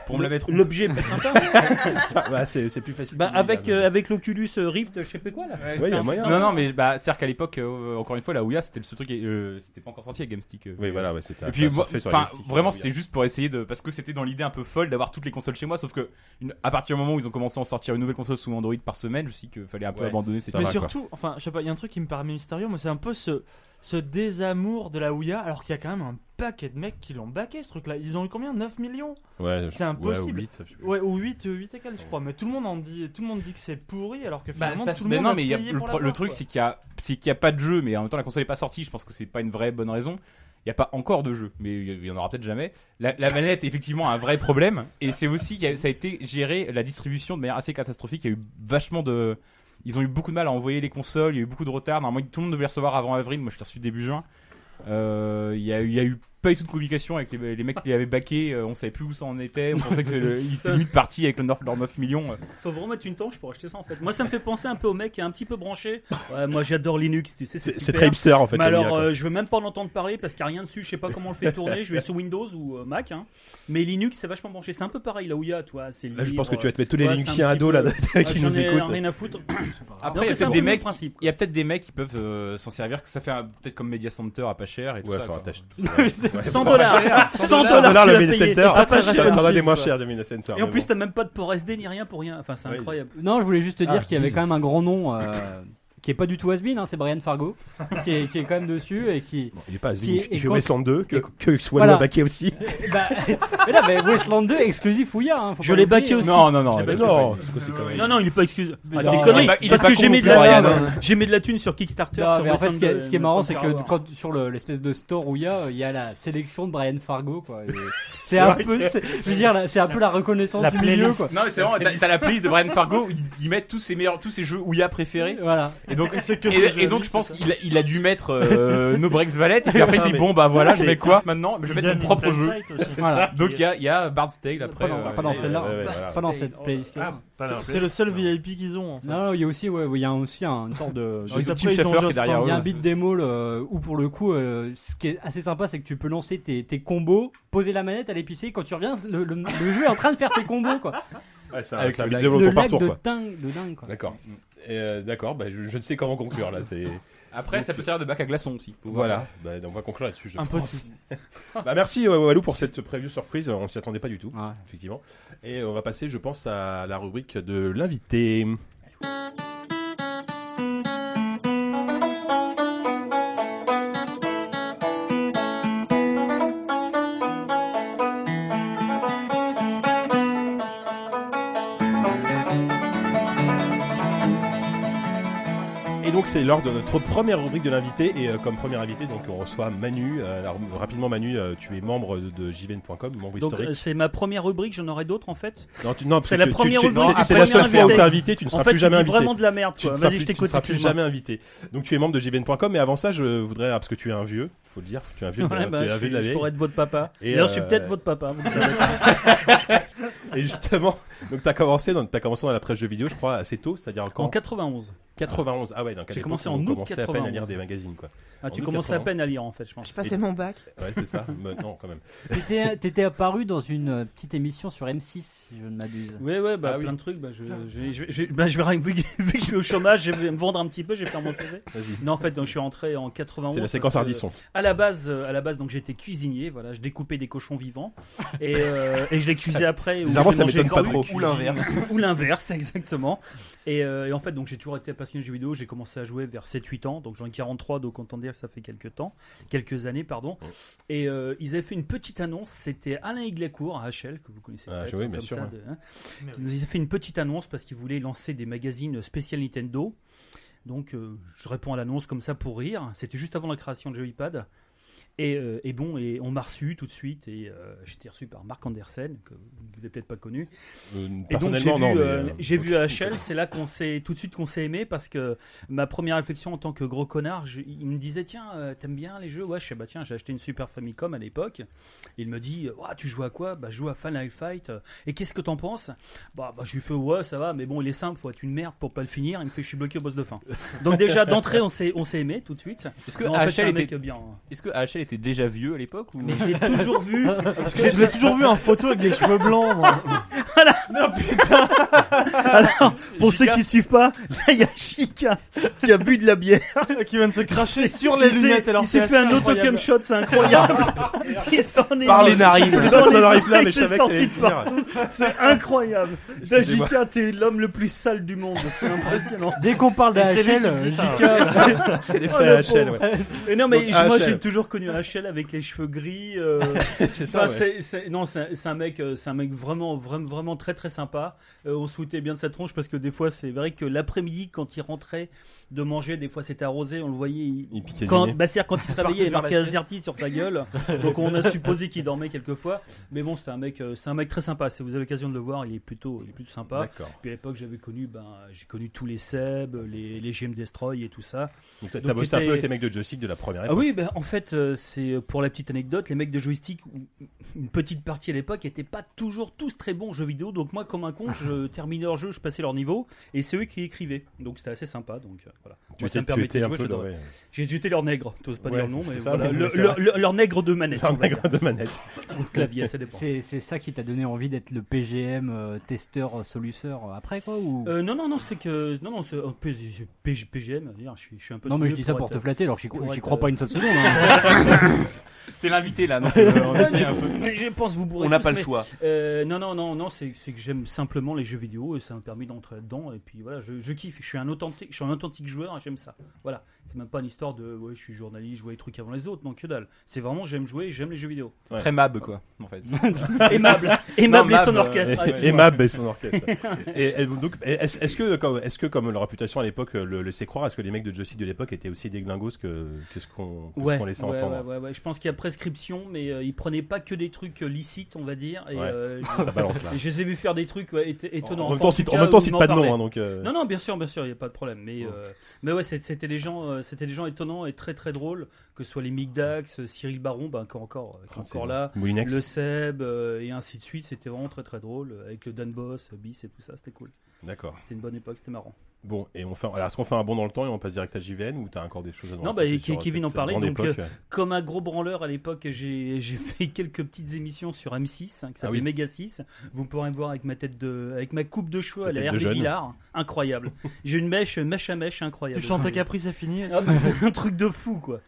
Speaker 9: Pour me la mettre.
Speaker 2: L'objet (laughs) est
Speaker 1: (laughs)
Speaker 2: pas sympa.
Speaker 1: Bah, c'est c'est plus facile.
Speaker 2: bah,
Speaker 1: que lui,
Speaker 2: avec,
Speaker 1: là,
Speaker 2: euh,
Speaker 1: mais-
Speaker 2: avec l'Oculus euh, Rift, je sais plus quoi là.
Speaker 1: Ouais, il y a moyen.
Speaker 9: Non, non, mais bah, c'est-à-dire qu'à l'époque, euh, encore une fois, la Ouya, c'était le seul truc, euh, c'était pas encore sorti avec GameStick. euh.
Speaker 1: Oui, voilà, ouais, c'était.
Speaker 9: Et
Speaker 1: un-
Speaker 9: puis,
Speaker 1: ça
Speaker 9: moi,
Speaker 1: surfait sur la
Speaker 9: enfin,
Speaker 1: GameStick,
Speaker 9: vraiment,
Speaker 1: euh,
Speaker 9: c'était juste pour essayer de, parce que c'était dans l'idée un peu folle d'avoir toutes les consoles chez moi, sauf que une- à partir du moment où ils ont commencé à en sortir une nouvelle console sous Android par semaine, je me suis dit qu'il fallait un peu
Speaker 1: Ouais.
Speaker 9: abandonner cette.
Speaker 1: Ça
Speaker 5: Mais
Speaker 1: va, quoi.
Speaker 5: surtout, enfin, je sais pas, il y a un truc qui me paraît mystérieux, mais c'est un peu ce, ce désamour de la Ouya alors qu'il y a quand même un paquet de mecs qui l'ont baqué ce truc-là. Ils ont eu combien 9 millions
Speaker 1: Ouais,
Speaker 5: C'est impossible.
Speaker 1: Ouais, 8, je sais plus.
Speaker 5: Ouais, ou 8, 8 et quelques, je crois. Mais tout le monde en dit, tout le monde dit que c'est pourri alors que
Speaker 9: Bah,
Speaker 5: finalement
Speaker 9: parce-
Speaker 5: tout le
Speaker 9: mais
Speaker 5: monde
Speaker 9: non,
Speaker 5: a
Speaker 9: mais il y a-
Speaker 5: payé
Speaker 9: le,
Speaker 5: pour
Speaker 9: pro-
Speaker 5: l'avoir,
Speaker 9: le truc,
Speaker 5: quoi.
Speaker 9: c'est qu'il y a, c'est qu'il y a pas de jeu, mais en même temps, la console est pas sortie. Je pense que c'est pas une vraie bonne raison. Il n'y a pas encore de jeu, mais il y en aura peut-être jamais. La, la manette est effectivement un vrai problème, et c'est aussi qu'il y a- ça a été géré la distribution de manière assez catastrophique. Il y a eu vachement de, ils ont eu beaucoup de mal à envoyer les consoles. Il y a eu beaucoup de retard. Normalement, tout le monde devait les recevoir avant avril. Moi, je l'ai reçu début juin. Euh, Il y, a eu- il y a eu pas eu toute communication avec les, les mecs qui les avaient baqués. Euh, on savait plus où ça en était. On pensait qu'ils étaient limite partis avec le 9, leurs 9 millions.
Speaker 2: Faut vraiment mettre une tanche pour acheter ça en fait. Moi ça me fait penser un peu au mec qui est un petit peu branché. Ouais, moi j'adore Linux, tu sais,
Speaker 1: C'est
Speaker 2: c'est
Speaker 1: c'est
Speaker 2: super.
Speaker 1: très hipster en fait.
Speaker 2: Mais
Speaker 1: la
Speaker 2: alors,
Speaker 1: Mia, quoi.
Speaker 2: euh, je veux même pas en entendre parler parce qu'il n'y a rien dessus. Je sais pas comment on le fait tourner. Je vais sous Windows ou euh, Mac. hein. Mais Linux, c'est vachement branché. C'est un peu pareil là où il y a, toi. C'est
Speaker 1: Là, je pense que
Speaker 2: libre.
Speaker 1: tu
Speaker 2: euh,
Speaker 1: vas te mettre tous les
Speaker 2: Ouais, c'est
Speaker 1: Linuxiens
Speaker 2: un
Speaker 1: à
Speaker 2: petit
Speaker 1: dos là (laughs)
Speaker 2: peu-
Speaker 1: qui
Speaker 2: Ah, j'en
Speaker 1: nous
Speaker 2: ai
Speaker 1: écoutent.
Speaker 2: rien
Speaker 4: (coughs)
Speaker 2: à (coughs) foutre.
Speaker 9: Après, il y a
Speaker 2: c'est un peu
Speaker 9: peut-être des
Speaker 2: le
Speaker 9: mecs.
Speaker 2: principe.
Speaker 9: Il y a peut-être des mecs qui peuvent euh, s'en servir, que ça fait un- peut-être comme Media Center à pas cher et tout
Speaker 1: Ouais,
Speaker 9: ça.
Speaker 1: faudra
Speaker 9: quoi.
Speaker 1: t'acheter.
Speaker 2: 100 dollars. 100
Speaker 1: 100 dollars
Speaker 2: dollars tu
Speaker 1: le
Speaker 2: l'as
Speaker 1: Media
Speaker 2: payé. Et
Speaker 1: Center.
Speaker 2: pas très cher
Speaker 1: T'en as
Speaker 2: aussi.
Speaker 1: des moins chers de Media Center.
Speaker 2: Et en
Speaker 1: mais
Speaker 2: plus,
Speaker 1: bon. Ah
Speaker 2: t'as même pas de port SD ni rien pour rien. Enfin, c'est
Speaker 1: Ouais.
Speaker 2: incroyable.
Speaker 4: Non, je voulais juste te dire
Speaker 11: Ah,
Speaker 4: qu'il y avait
Speaker 11: dis.
Speaker 4: quand même un grand nom euh, qui est pas du tout has hein, c'est Brian Fargo, qui, est, qui est quand même dessus et qui.
Speaker 1: Bon, il est pas
Speaker 4: Qui
Speaker 1: Asvin,
Speaker 4: est-
Speaker 1: il
Speaker 4: et
Speaker 1: fait
Speaker 4: quand-
Speaker 1: Wasteland 2, que,
Speaker 4: et-
Speaker 1: que Swan
Speaker 4: Voilà.
Speaker 1: a baqué aussi.
Speaker 4: Bah, (laughs) mais là, mais Westland 2 exclusif Ouya. Hein, faut
Speaker 2: Je
Speaker 4: pas
Speaker 2: l'ai
Speaker 4: l'oublier.
Speaker 2: backé aussi.
Speaker 9: Non, non,
Speaker 2: Je
Speaker 9: non.
Speaker 2: l'ai
Speaker 9: bah,
Speaker 2: pas
Speaker 9: c'est-
Speaker 1: non, c'est quoi, c'est quand même-
Speaker 2: Non, non, il est pas excuse. Ah,
Speaker 4: non,
Speaker 2: des
Speaker 9: il
Speaker 2: conneries.
Speaker 9: est pas- il est
Speaker 2: Parce
Speaker 9: pas
Speaker 2: que
Speaker 9: con
Speaker 2: j'ai
Speaker 9: non
Speaker 2: mis de
Speaker 9: plus,
Speaker 2: la
Speaker 9: Ryan,
Speaker 2: thune.
Speaker 9: hein.
Speaker 2: J'ai mis de la thune sur Kickstarter.
Speaker 4: Non,
Speaker 2: sur euh,
Speaker 4: mais en fait,
Speaker 2: Westland
Speaker 4: ce qui est,
Speaker 2: de-
Speaker 4: ce qui est marrant, c'est que
Speaker 2: Power.
Speaker 4: quand- sur le- l'espèce de store Ouya, il y a la sélection de Brian Fargo. quoi, et
Speaker 1: C'est
Speaker 4: C'est un
Speaker 1: vrai
Speaker 4: peu, c'est- je veux dire, la- c'est un peu la reconnaissance
Speaker 5: La
Speaker 4: du milieu.
Speaker 5: playlist.
Speaker 4: Quoi.
Speaker 9: Non, mais c'est vraiment, t'as t'as la playlist de Brian Fargo où ils, ils mettent tous ses meilleurs, tous ses jeux Ouya préférés.
Speaker 4: Voilà.
Speaker 9: Et donc,
Speaker 5: C'est que
Speaker 9: et,
Speaker 5: ce
Speaker 9: et
Speaker 5: jeu-là,
Speaker 9: donc je
Speaker 5: c'est
Speaker 9: pense
Speaker 5: ça.
Speaker 9: qu'il a, il a dû mettre euh, No Breaks Valet. Et puis après,
Speaker 1: Non,
Speaker 9: c'est
Speaker 1: mais-
Speaker 9: bon, bah voilà, je
Speaker 1: c'est-
Speaker 9: mets
Speaker 8: Ah.
Speaker 9: quoi maintenant Je vais mettre
Speaker 8: Bien
Speaker 9: mon propre
Speaker 8: Nintendo
Speaker 9: jeu.
Speaker 8: Site aussi.
Speaker 4: Voilà.
Speaker 9: Donc il y a, il y a Bard's Tale après.
Speaker 4: pas dans,
Speaker 9: euh,
Speaker 4: pas dans
Speaker 9: c'est-
Speaker 4: celle-là.
Speaker 1: ouais, ouais, voilà.
Speaker 4: Pas dans cette playlist là.
Speaker 8: Ah, pas la-
Speaker 5: C'est c'est le seul VIP qu'ils ont. en fait.
Speaker 4: Non, non, il y a aussi, ouais, il y a aussi un- une sorte de.
Speaker 9: Ils ont
Speaker 5: Ils ont-
Speaker 9: Tim
Speaker 5: ils ont
Speaker 9: Schafer qui est
Speaker 5: Just
Speaker 9: derrière
Speaker 4: Il y a un
Speaker 9: eux.
Speaker 4: beat démo euh, où pour le coup, euh, ce qui est assez sympa, c'est que tu peux lancer tes, tes combos, poser la manette à l'épicerie, quand tu reviens, le, le- le jeu est en train de faire tes combos quoi.
Speaker 1: Ouais, c'est un-
Speaker 9: Avec
Speaker 1: c'est un
Speaker 9: le
Speaker 1: beat
Speaker 9: lag-
Speaker 1: them up
Speaker 4: le
Speaker 1: tour par
Speaker 4: lag
Speaker 1: tour,
Speaker 4: de
Speaker 1: quoi.
Speaker 4: dingue, de dingue quoi.
Speaker 1: D'accord. Et, euh, D'accord, bah, je je ne sais comment conclure là. C'est
Speaker 9: Après, ça peut servir de bac à glaçons aussi. Faut voir.
Speaker 1: Voilà, Bah, on va conclure là-dessus. je
Speaker 5: Un peu.
Speaker 1: pense. (laughs) Bah, merci euh, Walou pour cette preview surprise, on s'y attendait pas du tout,
Speaker 4: Ouais.
Speaker 1: effectivement. Et on va passer, je pense, à la rubrique de l'invité. Et donc c'est l'heure de notre première rubrique de l'invité et euh, comme premier invité donc on reçoit Manu. Euh, alors, rapidement Manu, euh, tu es membre de, de jvn.com, membre
Speaker 2: Donc,
Speaker 1: historique.
Speaker 2: euh, c'est ma première rubrique. J'en aurai d'autres en fait.
Speaker 1: Non, tu- non, parce
Speaker 2: c'est la
Speaker 1: que tu-
Speaker 2: première
Speaker 1: tu-
Speaker 2: rubrique.
Speaker 1: c'est-
Speaker 2: Non,
Speaker 1: C'est
Speaker 2: après,
Speaker 1: la
Speaker 2: on est
Speaker 1: seule fois où
Speaker 2: invité.
Speaker 1: t'es invité, tu ne seras
Speaker 2: En fait,
Speaker 1: plus
Speaker 2: tu dis
Speaker 1: jamais invité.
Speaker 2: vraiment de la merde.
Speaker 1: Tu
Speaker 2: quoi.
Speaker 1: ne seras
Speaker 2: Vas-y,
Speaker 1: plus-
Speaker 2: je
Speaker 1: tu ne
Speaker 2: t'écoute.
Speaker 1: seras plus
Speaker 2: excuse-moi.
Speaker 1: jamais euh, invité. Donc tu es membre de jvn.com mais avant ça je voudrais parce que tu es un vieux, faut le dire, tu es un vieux, de-
Speaker 2: Ouais, bah,
Speaker 1: tu es
Speaker 2: je,
Speaker 1: un vieux
Speaker 2: suis-
Speaker 1: de la
Speaker 2: je
Speaker 1: vieille.
Speaker 2: pourrais être votre papa.
Speaker 1: Et,
Speaker 2: Et alors, je
Speaker 1: euh,
Speaker 2: suis peut-être votre papa. vous le savez.
Speaker 1: (laughs) Et justement, donc t'as commencé dans t'as commencé dans la presse jeux vidéo, je crois assez tôt, c'est-à-dire quand
Speaker 2: en 91.
Speaker 1: 91. Ah ouais, donc à
Speaker 2: J'ai
Speaker 1: l'époque,
Speaker 2: commencé
Speaker 1: on
Speaker 2: en août
Speaker 1: commençait à peine à lire
Speaker 2: 91.
Speaker 1: des magazines quoi.
Speaker 2: Ah, tu
Speaker 1: En
Speaker 2: commences
Speaker 1: 80.
Speaker 2: à peine à lire en fait, je
Speaker 7: Je
Speaker 2: pense.
Speaker 7: passais mon bac.
Speaker 1: Ouais, c'est ça. Maintenant quand même.
Speaker 4: T'étais t'étais apparu dans une euh, petite émission sur M6, si je ne m'abuse.
Speaker 2: Ouais, ouais, bah,
Speaker 1: Ah oui.
Speaker 2: plein de trucs. Bah, je, je, je, je- bah, je verrai, (laughs) vu que vu que je suis au chômage, je vais me vendre un petit peu, je vais faire mon CV.
Speaker 1: Vas-y.
Speaker 2: Non, en fait, donc, je suis rentré en 91.
Speaker 1: C'est la
Speaker 2: parce
Speaker 1: séquence
Speaker 2: que,
Speaker 1: Ardisson.
Speaker 2: À la base, euh, à la base, donc j'étais cuisinier. Voilà, je découpais des cochons vivants et, euh, et je les cuisais après. ou
Speaker 1: Bizarrement,
Speaker 2: je
Speaker 1: ça
Speaker 2: les
Speaker 1: m'étonne pas
Speaker 2: mangeais
Speaker 1: trop.
Speaker 2: ou l'inverse. (laughs) ou l'inverse, exactement. Et, euh, et en fait, donc j'ai toujours été passionné de jeux vidéo. J'ai commencé à jouer vers 7-8 ans. Donc j'en ai 43, donc autant dire que ça fait quelques temps, quelques années, pardon. Et euh, ils avaient fait une petite annonce. C'était Alain Iglacourt à HL, que vous connaissez
Speaker 1: Ah,
Speaker 2: peut-être.
Speaker 1: oui, bien
Speaker 2: comme
Speaker 1: sûr,
Speaker 2: ça,
Speaker 1: ouais.
Speaker 2: de- hein, qui nous a fait une petite annonce parce qu'ils voulaient lancer des magazines spécial Nintendo. Donc euh, je réponds à l'annonce comme ça pour rire. C'était juste avant la création de Joypad. Et, euh, et bon, et on m'a reçu tout de suite, et euh, j'étais reçu par Marc Andersen, que vous n'avez peut-être pas connu,
Speaker 1: Euh,
Speaker 2: et donc j'ai
Speaker 1: personnellement,
Speaker 2: vu,
Speaker 1: non. mais,
Speaker 2: euh,
Speaker 1: euh,
Speaker 2: j'ai
Speaker 1: ok.
Speaker 2: vu HL, c'est là qu'on s'est tout de suite qu'on s'est aimé parce que ma première réflexion en tant que gros connard, je- il me disait tiens euh, t'aimes bien les jeux ouais je fais bah tiens j'ai acheté une Super Famicom à l'époque. Il me dit euh, Ouah, tu joues à quoi bah je joue à Final Fight euh, et qu'est-ce que t'en penses bah, bah, je lui fais ouais ça va mais bon il est simple faut être une merde pour pas le finir. Il me fait je suis bloqué au boss de fin. Donc déjà d'entrée on s'est on s'est aimé tout de suite.
Speaker 9: Est-ce que
Speaker 2: Non, en fait, c'est un
Speaker 9: AHL
Speaker 2: mec
Speaker 9: était-
Speaker 2: bien. hein.
Speaker 9: est-ce que AHL était déjà vieux à l'époque ou... (laughs)
Speaker 2: Mais je l'ai toujours vu. (laughs)
Speaker 5: Parce que je l'ai toujours vu en photo avec des cheveux blancs. moi.
Speaker 2: Non, putain Alors, pour ceux qui suivent pas, (laughs) là, il y a Chica qui a bu de la bière.
Speaker 5: (laughs) qui vient de se
Speaker 8: (laughs)
Speaker 2: Il
Speaker 5: cracher
Speaker 2: s'est-
Speaker 5: sur les
Speaker 2: il s'est-
Speaker 5: lunettes alors
Speaker 2: Il s'est
Speaker 5: c'est
Speaker 2: fait
Speaker 5: assez
Speaker 2: un
Speaker 5: incroyable.
Speaker 2: auto-cum shot,
Speaker 5: (laughs)
Speaker 2: c'est incroyable (laughs) Il s'en est
Speaker 6: Par les
Speaker 2: mis
Speaker 6: narines.
Speaker 2: dans
Speaker 1: Dans
Speaker 2: les
Speaker 1: leur
Speaker 2: oreilles,
Speaker 1: rifle, mais
Speaker 2: il
Speaker 1: je
Speaker 2: s'est
Speaker 1: savais que t'allais
Speaker 2: sorti
Speaker 1: le
Speaker 2: de partout.
Speaker 1: dire.
Speaker 8: (laughs)
Speaker 2: C'est incroyable
Speaker 1: Excusez-moi.
Speaker 2: Dajika, t'es l'homme le plus sale du monde, c'est impressionnant
Speaker 4: Dès qu'on parle
Speaker 5: Et c'est lui qui
Speaker 4: d'AHL,
Speaker 2: euh,
Speaker 5: me dit ça,
Speaker 4: Jika,
Speaker 1: hein. (laughs) C'est les
Speaker 2: Oh,
Speaker 1: frères
Speaker 2: le
Speaker 1: HL,
Speaker 2: pauvre.
Speaker 1: ouais.
Speaker 2: Et non, mais
Speaker 1: Donc,
Speaker 2: je- moi
Speaker 1: HL.
Speaker 2: j'ai toujours connu HL avec les cheveux gris. euh,
Speaker 1: (laughs) C'est ça,
Speaker 2: enfin,
Speaker 1: ouais.
Speaker 2: c'est- c'est- non, c'est c'est un mec, euh, c'est un mec vraiment, vraiment, vraiment très, très sympa. Euh, on se foutait bien de sa tronche parce que des fois, c'est vrai que l'après-midi, quand il rentrait de manger, des fois c'était arrosé, on le voyait. il-
Speaker 1: Il piquait du
Speaker 2: Quand,
Speaker 1: nez.
Speaker 2: bah, c'est-à-dire
Speaker 1: (laughs)
Speaker 2: quand il se réveillait, il
Speaker 5: faire la
Speaker 2: marquait Azerty sur sa gueule. Donc on a supposé qu'il dormait quelquefois. Mais bon, c'était un mec, euh, c'est un mec très sympa. Si vous avez l'occasion de le voir, il est plutôt, il est plutôt sympa.
Speaker 1: D'accord.
Speaker 2: Puis à l'époque, j'avais connu, ben, j'ai connu tous les Seb, les, les GM Destroy et tout ça.
Speaker 1: Donc t'as
Speaker 2: Donc,
Speaker 1: t'as bossé un peu
Speaker 2: t'étais-
Speaker 1: avec les mecs de Joystick de la première
Speaker 2: Ah
Speaker 1: époque.
Speaker 2: oui, ben en fait, euh, c'est euh, pour la petite anecdote, les mecs de joystick, ou- une petite partie à l'époque, n'étaient pas toujours tous très bons en jeux vidéo. Donc moi, comme un con, je
Speaker 1: Ah.
Speaker 2: terminais leur jeu, je passais leur niveau, et c'est eux qui écrivaient. Donc c'était assez sympa. Donc euh, voilà.
Speaker 1: Tu
Speaker 2: Moi,
Speaker 1: étais,
Speaker 2: ça me
Speaker 1: tu
Speaker 2: permettait
Speaker 1: étais
Speaker 2: de
Speaker 1: un
Speaker 2: jouer,
Speaker 1: peu dans
Speaker 2: j'adorais. J'ai- J'étais leur nègre, t'oses pas
Speaker 1: Ouais,
Speaker 2: dire le nom, mais
Speaker 1: c'est ça,
Speaker 2: voilà,
Speaker 1: mais
Speaker 2: le-
Speaker 1: c'est vrai.
Speaker 2: le- le- leur nègre de manette.
Speaker 1: un nègre de manette.
Speaker 2: (laughs) Ou de clavier, ça dépend.
Speaker 4: c'est c'est ça qui t'a donné envie d'être le PGM euh, testeur euh, soluceur euh, après quoi ou...
Speaker 2: Euh, non, non, non, c'est que. Non, non, c'est euh, P- P- PGM, je suis, je suis un peu.
Speaker 4: Non mais je
Speaker 2: vieux
Speaker 4: dis ça pour te
Speaker 2: être-
Speaker 4: flatter, alors j'y
Speaker 2: pour
Speaker 4: crois, j'y
Speaker 2: être,
Speaker 4: crois
Speaker 2: euh,
Speaker 4: pas une seule seconde. hein.
Speaker 9: (laughs) T'es l'invité là, donc euh, on essaie un peu.
Speaker 2: Mais je pense vous bourrez
Speaker 6: On n'a
Speaker 2: tous,
Speaker 6: pas le
Speaker 2: mais-
Speaker 6: choix.
Speaker 2: Euh, non, non, non, non, c'est c'est que j'aime simplement les jeux vidéo et ça m'a permis d'entrer là-dedans. Et puis voilà, je, je kiffe. Je suis un authentique, je suis un authentique joueur et j'aime ça. Voilà, c'est même pas une histoire de ouais, je suis journaliste, je vois les trucs avant les autres. Non, que dalle. C'est vraiment j'aime jouer et j'aime les jeux vidéo.
Speaker 1: Ouais.
Speaker 9: Très mab quoi, en fait.
Speaker 2: (laughs) Aimable,
Speaker 9: (laughs)
Speaker 2: aimable et
Speaker 9: mab,
Speaker 2: son
Speaker 9: euh,
Speaker 1: Et,
Speaker 2: orchestre.
Speaker 1: et Mab et son
Speaker 2: (laughs)
Speaker 1: orchestre. et, et donc, est-ce est-ce que, comme- est-ce que comme leur réputation à l'époque le laissait croire, est-ce que les mecs de Joystick de l'époque étaient aussi des glingos que, que ce qu'on que ce
Speaker 2: Ouais,
Speaker 1: qu'on laissait
Speaker 2: ouais,
Speaker 1: entendre
Speaker 2: ouais, ouais, ouais. Je pense qu'il y a prescription, mais euh, ils prenaient pas que des trucs euh, licites, on va dire. Et,
Speaker 1: Ouais. (laughs)
Speaker 2: euh,
Speaker 1: Ça balance là.
Speaker 2: je, je les ai vus faire des trucs ouais, éton- étonnants.
Speaker 1: en même
Speaker 2: Enfin,
Speaker 1: temps, si
Speaker 2: tout
Speaker 1: en
Speaker 2: cas,
Speaker 1: même temps,
Speaker 2: où
Speaker 1: cite
Speaker 2: ils m'en
Speaker 1: pas de
Speaker 2: parlaient.
Speaker 1: nom, hein, donc. euh,
Speaker 2: Non, non, bien sûr, bien sûr, il n'y a pas de problème. Mais, euh, mais ouais, c'est- c'était des gens, euh, c'était des gens étonnants et très très drôles, que ce soit les Migdax, euh, Cyril Baron, ben, qui est encore, euh, qui est
Speaker 1: Ah, c'est
Speaker 2: encore là,
Speaker 1: Moulinex.
Speaker 2: le Seb euh, et ainsi de suite. C'était vraiment très très drôle euh, avec le Dan Boss, euh, Bis et tout ça. C'était cool.
Speaker 1: D'accord.
Speaker 2: C'était une bonne époque, c'était marrant.
Speaker 1: Bon, et on fait. Alors, est-ce qu'on fait un bond dans le temps et on passe direct à JVN ou t'as encore des choses à nous
Speaker 2: Non,
Speaker 1: raconter
Speaker 2: bah, et
Speaker 1: sur
Speaker 2: Ke- Kevin
Speaker 1: cette-
Speaker 2: en
Speaker 1: cette
Speaker 2: parlait,
Speaker 1: grande
Speaker 2: donc, euh,
Speaker 1: époque
Speaker 2: Comme un gros branleur à l'époque, j'ai (laughs) j'ai fait quelques petites émissions sur M6 hein, qui s'appelait
Speaker 1: Ah oui.
Speaker 2: Mega 6. Vous pourrez me voir avec ma tête de, avec ma coupe de cheveux à
Speaker 1: Ta
Speaker 2: la
Speaker 1: tête de
Speaker 2: Hervé
Speaker 1: jeune.
Speaker 2: Villard, incroyable. j'ai une mèche, mèche à mèche, incroyable.
Speaker 5: tu chantes Capri c'est fini
Speaker 2: Ah, mais c'est un truc de fou quoi.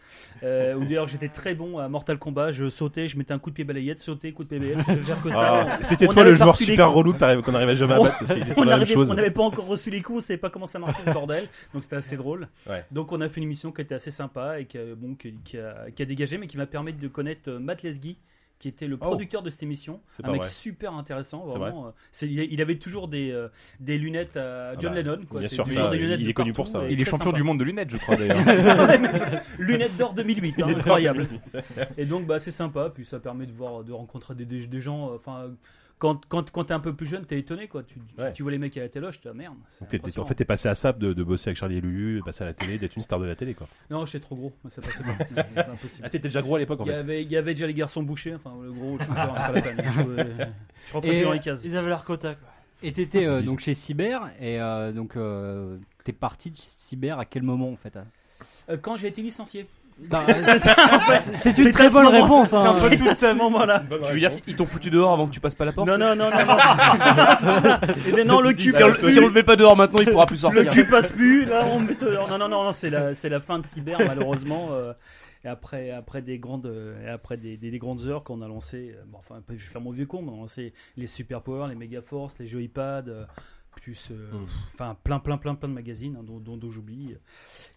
Speaker 2: Euh, ou d'ailleurs j'étais très bon à Mortal Kombat, je sautais, je mettais un coup de pied balayette, sautais, coup de pied balayette, je faisais faire que ça.
Speaker 1: Ah, C'était
Speaker 2: On
Speaker 1: toi le
Speaker 2: avait
Speaker 1: joueur
Speaker 2: reçu des
Speaker 1: super
Speaker 2: coups.
Speaker 1: relou que t'arrives- qu'on n'arrivait jamais à
Speaker 2: On-
Speaker 1: battre parce qu'il était
Speaker 2: On
Speaker 1: toujours la même
Speaker 2: n'arrivait-
Speaker 1: chose.
Speaker 2: on n'avait pas encore reçu les coups, on savait pas comment ça marchait ce bordel, donc c'était assez drôle.
Speaker 1: Ouais.
Speaker 2: Donc on a fait une émission qui était assez sympa et qui a, bon, qui, qui a, qui a dégagé, mais qui m'a permis de connaître euh, Matt Lesguy, qui était le producteur de cette émission,
Speaker 1: Oh. C'est
Speaker 2: un
Speaker 1: pas
Speaker 2: mec
Speaker 1: vrai.
Speaker 2: super intéressant,
Speaker 1: C'est
Speaker 2: vraiment. euh, c'est- il, il avait toujours des, euh, des lunettes à John
Speaker 1: bah,
Speaker 2: Lennon. Quoi.
Speaker 1: bien
Speaker 2: C'est
Speaker 1: sûr,
Speaker 2: toujours
Speaker 1: ça,
Speaker 2: des
Speaker 1: il-
Speaker 2: lunettes
Speaker 1: il
Speaker 2: de
Speaker 1: est connu pour
Speaker 2: partout
Speaker 1: ça, ouais.
Speaker 2: et
Speaker 9: Il est
Speaker 2: très
Speaker 9: champion
Speaker 2: sympa.
Speaker 9: du monde de lunettes,
Speaker 2: (laughs)
Speaker 9: je crois d'ailleurs.
Speaker 2: Ouais, mais c'est- Lunettes d'or 2008, hein, incroyable. Et donc, bah, c'est sympa. Puis ça permet de voir, de rencontrer des, des- des gens. euh, Enfin, quand, quand, quand t'es un peu plus jeune, t'es étonné, quoi. Tu, tu-
Speaker 1: Ouais.
Speaker 2: tu vois les mecs à la téloche, tu dis, ah, merde. c'est
Speaker 1: T'es- t'es- En
Speaker 2: impressionnant.
Speaker 1: fait, t'es passé à Sap de, de bosser avec Charlie et Lulu, de passer à la télé, d'être une star de la télé, quoi.
Speaker 2: Non, j'étais trop gros. Moi, ça
Speaker 1: (laughs)
Speaker 2: passait pas. Non, c'était impossible.
Speaker 1: Ah, t'étais déjà gros à l'époque, en
Speaker 2: Il y,
Speaker 1: fait.
Speaker 2: avait, il y avait déjà les garçons bouchés, enfin le gros chanteur, c'est pas
Speaker 1: (laughs)
Speaker 2: la peine. Je, euh, je rentrais
Speaker 4: Et-
Speaker 2: plus dans les cases.
Speaker 5: ils avaient leur quota quoi.
Speaker 4: Et t'étais euh,
Speaker 1: Dis-
Speaker 4: donc chez Cyber et euh, donc euh, t'es parti de Cyber à quel moment en fait hein
Speaker 2: Euh, Quand j'ai été licencié, (laughs)
Speaker 4: Bah, euh, C'est c'est une très
Speaker 2: à ce
Speaker 4: bonne
Speaker 2: moment,
Speaker 4: réponse. hein.
Speaker 2: c'est tout à ce moment-là.
Speaker 6: Tu veux dire qu'ils t'ont foutu dehors avant que tu passes pas la porte
Speaker 2: Non, non, non, non, non.
Speaker 9: (laughs)
Speaker 2: Et non, le cul.
Speaker 6: si, on, le- si on le met pas dehors maintenant, il pourra plus
Speaker 2: Le
Speaker 6: sortir.
Speaker 2: cul passe plus, là
Speaker 6: (laughs)
Speaker 2: on met dehors. Non, non, non, non, c'est la, c'est la fin de Cyber malheureusement. euh, et après, après des grandes, euh, et après des, des- des grandes heures qu'on a lancé, euh, bon, enfin un peu, je vais faire mon vieux con, mais on a lancé les Super Power, les Mega Force, les jeux iPad, euh, plus, euh,
Speaker 1: Mm.
Speaker 2: enfin plein, plein, plein, plein de magazines hein, dont, dont- dont j'oublie.